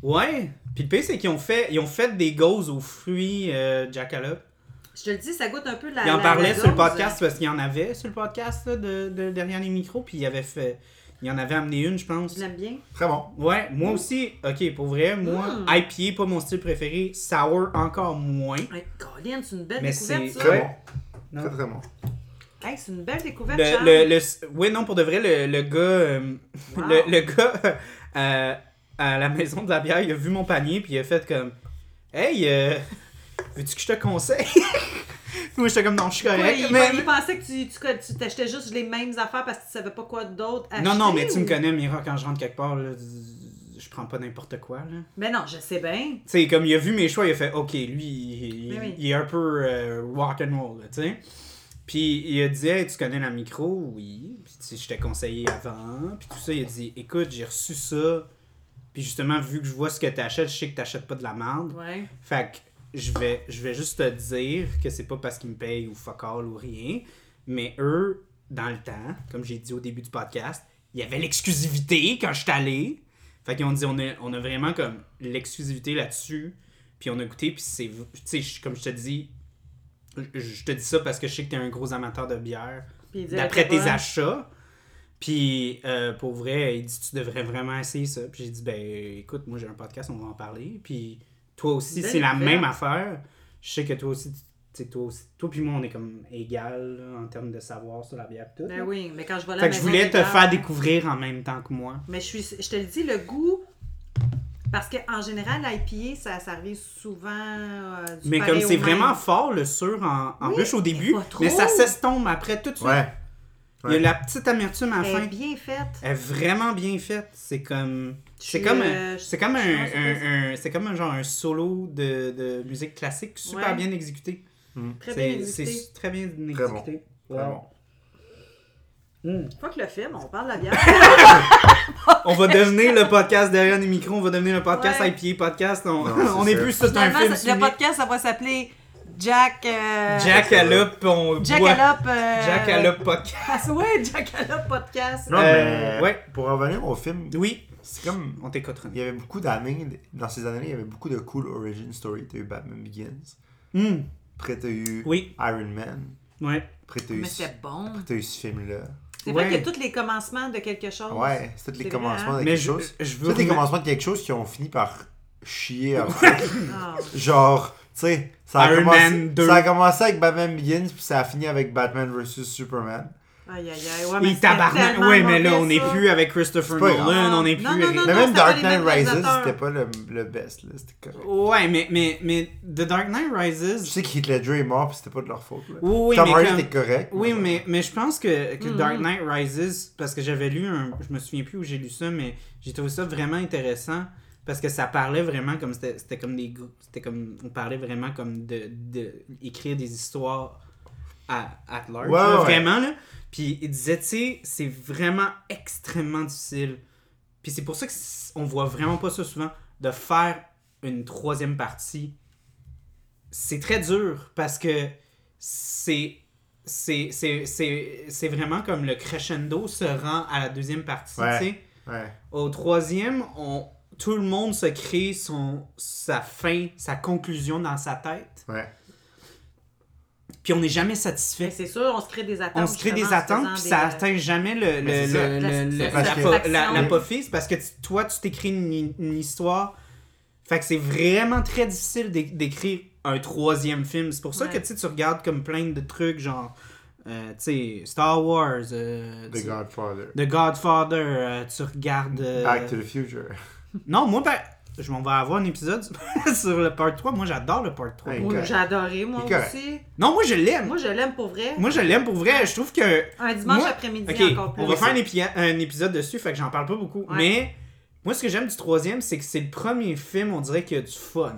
[SPEAKER 1] Ouais. Puis le pire, c'est qu'ils ont fait, ils ont fait des gauzes aux fruits euh, Jackalope.
[SPEAKER 2] Je te le dis, ça goûte un peu la.
[SPEAKER 1] Ils en
[SPEAKER 2] la-
[SPEAKER 1] parlaient
[SPEAKER 2] la
[SPEAKER 1] sur le
[SPEAKER 2] gauze.
[SPEAKER 1] podcast parce qu'il y en avait sur le podcast là, de, de derrière les micros, puis il avait fait, il en avait amené une, je pense.
[SPEAKER 2] Je l'aime bien.
[SPEAKER 3] Très bon.
[SPEAKER 1] Ouais, moi aussi. Ok, pour vrai, moi,
[SPEAKER 2] Mm.
[SPEAKER 1] IPA pas mon style préféré, sour encore moins.
[SPEAKER 2] Hey, Colin, c'est une belle
[SPEAKER 1] Mais
[SPEAKER 2] découverte,
[SPEAKER 1] c'est-
[SPEAKER 2] ça.
[SPEAKER 3] Très
[SPEAKER 1] Ouais.
[SPEAKER 3] bon.
[SPEAKER 1] Non.
[SPEAKER 3] Très très bon.
[SPEAKER 2] Hey, c'est une belle découverte, Charles.
[SPEAKER 1] Le, le, le- oui, non, pour de vrai, le, le gars, euh,
[SPEAKER 2] Wow.
[SPEAKER 1] le, le gars euh, à la maison de la bière, il a vu mon panier puis il a fait comme, hey, euh, veux-tu que je te conseille? moi, j'étais comme non, je suis
[SPEAKER 2] Quoi,
[SPEAKER 1] correct.
[SPEAKER 2] il,
[SPEAKER 1] mais-
[SPEAKER 2] il pensait que tu, tu, tu t'achetais juste les mêmes affaires parce que tu savais pas quoi d'autre acheter.
[SPEAKER 1] Non, non, mais tu
[SPEAKER 2] ou-
[SPEAKER 1] me connais, Mira, quand je rentre quelque part, là, je prends pas n'importe quoi. Là.
[SPEAKER 2] Mais non, je sais bien.
[SPEAKER 1] Tu sais, comme il a vu mes choix, il a fait OK, lui, il,
[SPEAKER 2] Mais oui.
[SPEAKER 1] il est un peu euh, rock and roll, là, tu sais. Puis il a dit Hey, tu connais la micro Oui. Puis tu sais, je t'ai conseillé avant. Puis tout ça, il a dit Écoute, j'ai reçu ça. Puis justement, vu que je vois ce que t'achètes, je sais que t'achètes pas de la merde.
[SPEAKER 2] Ouais.
[SPEAKER 1] Fait que je vais, je vais juste te dire que c'est pas parce qu'ils me payent ou fuck all ou rien, mais eux, dans le temps, comme j'ai dit au début du podcast, il y avait l'exclusivité quand je suis allé. Fait qu'ils ont dit, on a, on a vraiment comme l'exclusivité là-dessus. Puis on a goûté, puis c'est. Tu sais, je- comme je te dis, je, je te dis ça parce que je sais que t'es un gros amateur de bière.
[SPEAKER 2] Puis il dit,
[SPEAKER 1] D'après
[SPEAKER 2] elle était
[SPEAKER 1] tes
[SPEAKER 2] bonne.
[SPEAKER 1] achats. Puis euh, pour vrai, il dit tu devrais vraiment essayer ça. Puis j'ai dit ben écoute, moi j'ai un podcast, on va en parler. Puis toi aussi,
[SPEAKER 2] Belle
[SPEAKER 1] c'est la
[SPEAKER 2] nouvelle.
[SPEAKER 1] même affaire. Je sais que toi aussi, tu tu sais, toi aussi, toi puis moi on est comme égal là, en termes de savoir sur la bière pis tout.
[SPEAKER 2] Ben
[SPEAKER 1] là.
[SPEAKER 2] oui, mais quand je vois la
[SPEAKER 1] Fait que je
[SPEAKER 2] maison
[SPEAKER 1] voulais
[SPEAKER 2] des
[SPEAKER 1] te
[SPEAKER 2] gars,
[SPEAKER 1] faire découvrir en même temps que moi.
[SPEAKER 2] Mais je, suis, je te le dis, le goût. Parce qu'en général, l'IPA, ça, ça arrive souvent. euh, du
[SPEAKER 1] Mais
[SPEAKER 2] pareil
[SPEAKER 1] comme
[SPEAKER 2] au
[SPEAKER 1] c'est
[SPEAKER 2] même.
[SPEAKER 1] vraiment fort le sur en, en ruche au début,
[SPEAKER 2] pas trop.
[SPEAKER 1] mais ça s'estompe après tout de suite.
[SPEAKER 3] Ouais.
[SPEAKER 1] Il y a la petite amertume à la
[SPEAKER 2] Elle est
[SPEAKER 1] fin.
[SPEAKER 2] Eh bien faite.
[SPEAKER 1] Elle est vraiment bien faite. C'est comme. C'est
[SPEAKER 2] suis,
[SPEAKER 1] comme, un-
[SPEAKER 2] euh, je-
[SPEAKER 1] c'est comme un,
[SPEAKER 2] je suis en surprise.
[SPEAKER 1] un- un- c'est comme un genre un solo de, de musique classique super
[SPEAKER 2] Ouais.
[SPEAKER 1] bien exécuté.
[SPEAKER 2] Très bien
[SPEAKER 1] C'est-
[SPEAKER 2] édité.
[SPEAKER 1] C'est très bien exécuté.
[SPEAKER 3] Très bon. Très
[SPEAKER 1] Wow.
[SPEAKER 3] bon.
[SPEAKER 1] Mm.
[SPEAKER 2] Pas que le film, on parle de la bière.
[SPEAKER 1] On va devenir le podcast derrière les micros, on va devenir le podcast
[SPEAKER 2] Ouais.
[SPEAKER 1] IPA podcast. On,
[SPEAKER 3] Non, c'est
[SPEAKER 1] on est
[SPEAKER 3] ça.
[SPEAKER 1] plus sur un
[SPEAKER 2] Finalement,
[SPEAKER 1] film.
[SPEAKER 2] ça- le
[SPEAKER 1] soumis.
[SPEAKER 2] podcast, ça va s'appeler
[SPEAKER 4] Jack. euh,
[SPEAKER 1] Jackalope, on boit-
[SPEAKER 4] Jackalope. euh,
[SPEAKER 1] Jackalope podcast.
[SPEAKER 2] Ah, ouais, Jackalope Podcast.
[SPEAKER 3] Non,
[SPEAKER 1] Euh,
[SPEAKER 3] mais
[SPEAKER 1] ouais.
[SPEAKER 3] pour revenir au film,
[SPEAKER 1] Oui,
[SPEAKER 3] c'est comme.
[SPEAKER 1] on t'écoute. René.
[SPEAKER 3] Il y avait beaucoup d'années, dans ces années-là, il y avait beaucoup de cool origin story. T'as eu Batman Begins,
[SPEAKER 1] Hmm,
[SPEAKER 3] après t'as eu
[SPEAKER 1] Oui,
[SPEAKER 3] Iron Man,
[SPEAKER 1] ouais.
[SPEAKER 3] après t'as eu,
[SPEAKER 2] Mais
[SPEAKER 3] ce-
[SPEAKER 2] c'était bon.
[SPEAKER 3] t'as eu ce film-là.
[SPEAKER 2] C'est vrai
[SPEAKER 1] Ouais.
[SPEAKER 2] qu'il y a tous les commencements de quelque chose.
[SPEAKER 3] Ouais, c'est tous les
[SPEAKER 2] Oh, C'est vrai,
[SPEAKER 3] commencements
[SPEAKER 2] hein?
[SPEAKER 3] de
[SPEAKER 1] Mais
[SPEAKER 3] quelque
[SPEAKER 1] je,
[SPEAKER 3] chose.
[SPEAKER 1] je veux.
[SPEAKER 3] C'est tous les
[SPEAKER 1] remettre-
[SPEAKER 3] commencements de quelque chose qui ont fini par chier. à-
[SPEAKER 2] Ah.
[SPEAKER 3] Genre, tu sais, ça, a
[SPEAKER 1] Iron
[SPEAKER 3] commencé-
[SPEAKER 1] Man 2.
[SPEAKER 3] ça a commencé avec Batman Begins, puis ça a fini avec Batman vs Superman.
[SPEAKER 2] Aïe, aïe, aïe. Ouais, Ah, mais
[SPEAKER 1] Il
[SPEAKER 2] c'était
[SPEAKER 1] tabarnak.
[SPEAKER 2] tellement
[SPEAKER 1] Ouais, mais là,
[SPEAKER 2] mauvais,
[SPEAKER 1] on n'est
[SPEAKER 2] ça.
[SPEAKER 1] plus avec
[SPEAKER 3] C'est
[SPEAKER 1] Christopher
[SPEAKER 3] pas grave.
[SPEAKER 1] Nolan, on n'est plus
[SPEAKER 2] Non,
[SPEAKER 1] avec.
[SPEAKER 2] non,
[SPEAKER 3] Mais
[SPEAKER 2] non,
[SPEAKER 3] même
[SPEAKER 2] ça va
[SPEAKER 3] Dark
[SPEAKER 2] les
[SPEAKER 3] Knight
[SPEAKER 2] mêmes
[SPEAKER 3] Rises,
[SPEAKER 2] réalisateurs.
[SPEAKER 3] c'était pas le, le best, là, c'était correct.
[SPEAKER 1] Ouais, mais, mais, mais The Dark Knight
[SPEAKER 3] Je
[SPEAKER 1] Rises.
[SPEAKER 3] sais que Heath Ledger est mort, puis c'était pas de leur faute. Là.
[SPEAKER 1] Oui, oui,
[SPEAKER 3] Tom
[SPEAKER 1] mais
[SPEAKER 3] Hardy
[SPEAKER 1] comme-
[SPEAKER 3] était correct.
[SPEAKER 1] Oui,
[SPEAKER 3] ça-
[SPEAKER 1] mais, mais je pense que, que
[SPEAKER 2] Mhm.
[SPEAKER 1] Dark Knight Rises, parce que j'avais lu un. Je me souviens plus où j'ai lu ça, mais j'ai trouvé ça vraiment intéressant. Parce que ça parlait vraiment comme. C'était c'était comme des. gr- C'était comme. On parlait vraiment comme de. de écrire des histoires à, à large.
[SPEAKER 3] Ouais,
[SPEAKER 1] là,
[SPEAKER 3] ouais.
[SPEAKER 1] Vraiment, là. Puis il disait, tu sais, c'est vraiment extrêmement difficile. Puis c'est pour ça que c- on voit vraiment pas ça souvent. De faire une troisième partie, c'est très dur parce que c'est c'est c'est- c'est c'est vraiment comme le crescendo se rend à la deuxième partie
[SPEAKER 3] Ouais.
[SPEAKER 1] tu sais.
[SPEAKER 3] Ouais.
[SPEAKER 1] au troisième on tout le monde se crée son sa fin sa conclusion dans sa tête
[SPEAKER 3] Ouais.
[SPEAKER 1] puis on n'est jamais
[SPEAKER 2] Mais
[SPEAKER 1] satisfait
[SPEAKER 2] Ben, c'est sûr, on se crée des attentes.
[SPEAKER 1] on se crée des
[SPEAKER 2] justement, en
[SPEAKER 1] attentes
[SPEAKER 2] faisant
[SPEAKER 1] puis ça
[SPEAKER 2] des- euh,
[SPEAKER 1] atteint jamais le,
[SPEAKER 3] Mais
[SPEAKER 1] le,
[SPEAKER 3] c'est ça.
[SPEAKER 1] le- le- le-
[SPEAKER 2] La
[SPEAKER 1] la-
[SPEAKER 3] satisfaction.
[SPEAKER 1] la- la-
[SPEAKER 2] Oui.
[SPEAKER 1] l'apophyse parce que tu- toi tu t'écris une, une histoire fait que c'est vraiment très difficile d'é- d'écrire un troisième film c'est pour ça que
[SPEAKER 2] Ouais.
[SPEAKER 1] tu sais, tu regardes comme plein de trucs genre euh, tu sais Star Wars euh,
[SPEAKER 3] The
[SPEAKER 1] tu-
[SPEAKER 3] Godfather.
[SPEAKER 1] The Godfather, euh, tu regardes. euh,
[SPEAKER 3] Back to the Future.
[SPEAKER 1] Non, moi, ben, je m'en vais avoir un épisode sur le part 3. Moi, j'adore le part 3.
[SPEAKER 3] Ouais.
[SPEAKER 2] Moi,
[SPEAKER 3] Correct.
[SPEAKER 2] euh, j'ai adoré, moi
[SPEAKER 3] C'est correct.
[SPEAKER 2] aussi.
[SPEAKER 1] Non, moi, je l'aime.
[SPEAKER 2] Moi, je l'aime pour vrai.
[SPEAKER 1] Moi, je l'aime pour vrai. Je trouve que.
[SPEAKER 2] Un dimanche
[SPEAKER 1] Moi-
[SPEAKER 2] après-midi
[SPEAKER 1] Ok,
[SPEAKER 2] encore plus.
[SPEAKER 1] on va faire un, épi- un épisode dessus, fait que j'en parle pas beaucoup.
[SPEAKER 2] Ouais.
[SPEAKER 1] Mais, moi, ce que j'aime du troisième, c'est que c'est le premier film, on dirait qu'il y a du fun.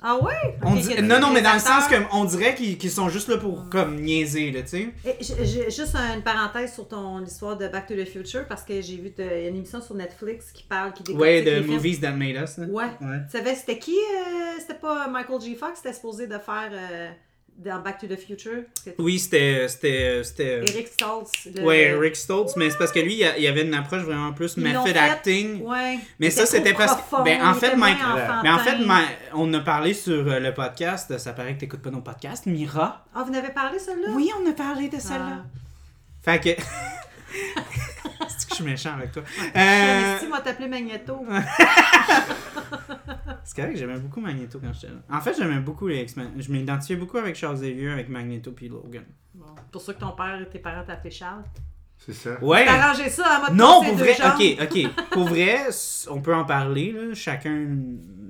[SPEAKER 2] Ah ouais?
[SPEAKER 1] On
[SPEAKER 2] Ok,
[SPEAKER 1] dit-
[SPEAKER 2] qu'il y a
[SPEAKER 1] Non,
[SPEAKER 2] des Mm.
[SPEAKER 1] non, mais dans le sens
[SPEAKER 2] acteurs.
[SPEAKER 1] que on dirait qu'ils qu'ils sont juste là pour comme niaiser, là, tu sais.
[SPEAKER 2] Eh, j'ai- j'ai juste une parenthèse sur ton histoire de Back to the Future parce que j'ai vu de- il y a une émission sur Netflix qui parle, qui décortique
[SPEAKER 1] Ouais,
[SPEAKER 2] les
[SPEAKER 1] de
[SPEAKER 2] films.
[SPEAKER 1] Movies That Made Us. là.
[SPEAKER 2] Ouais.
[SPEAKER 1] Ouais.
[SPEAKER 2] Tu savais, c'était qui? euh, c'était pas Michael G. Fox, c'était supposé de faire euh, dans Back to the Future. C'était
[SPEAKER 1] Oui, c'était. c'était- C'était.
[SPEAKER 2] Eric Stoltz. le-
[SPEAKER 1] Ouais, Rick Stoltz, mais c'est parce que lui, il a- il avait une approche vraiment plus
[SPEAKER 2] Ils l'ont
[SPEAKER 1] method
[SPEAKER 2] fait.
[SPEAKER 1] acting.
[SPEAKER 2] Ouais.
[SPEAKER 1] Mais ça, c'était parce que-
[SPEAKER 2] que.
[SPEAKER 1] ben, en fait, Mike- Mais en fait,
[SPEAKER 2] Mike.
[SPEAKER 1] ma- on a parlé sur euh, le podcast, ça paraît que t'écoutes pas nos podcasts, Mira.
[SPEAKER 2] Ah, vous n'avez parlé, celle-là?
[SPEAKER 1] Oui, on a parlé de celle-là.
[SPEAKER 2] Ah.
[SPEAKER 1] Fait que... C'est que je suis méchant avec toi. Euh,
[SPEAKER 2] Ici, m'a t'appelé Magneto.
[SPEAKER 1] C'est correct, j'aimais beaucoup Magneto quand j'étais là. En fait, j'aimais beaucoup les X-Men. Je m'identifiais beaucoup avec Charles Xavier, avec Magneto puis Logan.
[SPEAKER 2] Bon, c'est pour ça que ton père et tes parents t'appelaient Charles.
[SPEAKER 3] C'est ça.
[SPEAKER 1] Ouais!
[SPEAKER 2] T'as arrangé ça hein, à mode
[SPEAKER 1] Non,
[SPEAKER 2] corsé
[SPEAKER 1] pour
[SPEAKER 2] deux
[SPEAKER 1] vrai,
[SPEAKER 2] jambes.
[SPEAKER 1] ok, ok. Pour vrai, s- on peut en parler, là, chacun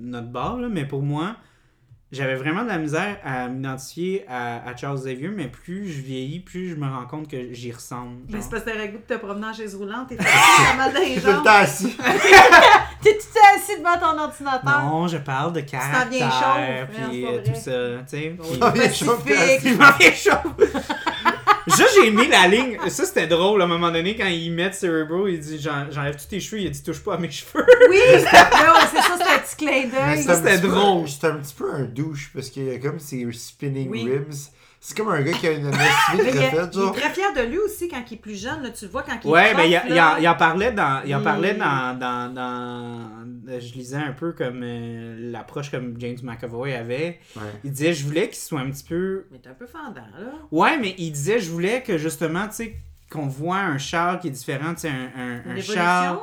[SPEAKER 1] notre bord, là, mais pour moi, j'avais vraiment de la misère à m'identifier à, à Charles Xavier, mais plus je vieillis, plus je me rends compte que j'y ressemble.
[SPEAKER 2] Mais
[SPEAKER 1] genre.
[SPEAKER 2] c'est parce que t'avais le goût de te promener en chaise roulante, t'es pas mal dans les
[SPEAKER 3] J'étais tout le
[SPEAKER 2] jambes.
[SPEAKER 3] temps assis.
[SPEAKER 4] T'es tout assis devant ton ordinateur.
[SPEAKER 1] Non, je parle de
[SPEAKER 2] t'en viens
[SPEAKER 1] caractère,
[SPEAKER 2] chauve,
[SPEAKER 1] puis
[SPEAKER 2] voyons,
[SPEAKER 1] euh, tout
[SPEAKER 2] c'est
[SPEAKER 1] ça, tu sais. puis-
[SPEAKER 3] Ah, mais je suis
[SPEAKER 4] Pacifique.
[SPEAKER 1] Il m'en vient chaud. Ça, j'ai mis la ligne. Ça, c'était drôle. À un moment donné, quand ils mettent Cerebro, il dit J'en- J'enlève tous tes cheveux. Il a dit Touche pas à mes cheveux.
[SPEAKER 4] Oui, ouais, c'est ça, c'est un petit clin
[SPEAKER 3] Mais
[SPEAKER 4] d'œil.
[SPEAKER 3] c'est un
[SPEAKER 1] c'était
[SPEAKER 3] petit peu-
[SPEAKER 1] drôle.
[SPEAKER 3] J'étais un petit peu un douche parce qu'il y a comme ces spinning
[SPEAKER 2] Oui.
[SPEAKER 3] ribs. C'est comme un gars qui a une anesthésie
[SPEAKER 2] Mais il,
[SPEAKER 3] de
[SPEAKER 2] est-
[SPEAKER 3] fait,
[SPEAKER 2] il est
[SPEAKER 3] genre.
[SPEAKER 2] très fier de lui aussi quand il est plus jeune. Là, tu le vois quand il
[SPEAKER 1] Ouais,
[SPEAKER 2] est
[SPEAKER 1] ben il, y a-
[SPEAKER 2] prof,
[SPEAKER 1] il en-
[SPEAKER 2] là.
[SPEAKER 1] il en parlait dans, il en
[SPEAKER 2] Mm.
[SPEAKER 1] parlait dans, dans, dans- euh, je lisais un peu comme euh, l'approche comme James McAvoy avait.
[SPEAKER 3] Ouais.
[SPEAKER 1] Il disait je voulais qu'il soit un petit peu,
[SPEAKER 2] Mais t'es un peu fendant, là.
[SPEAKER 1] ouais, mais il disait je voulais que justement tu sais qu'on voit un Charles qui est différent, tu sais un, un,
[SPEAKER 2] Une
[SPEAKER 1] un
[SPEAKER 2] évolution.
[SPEAKER 1] Charles.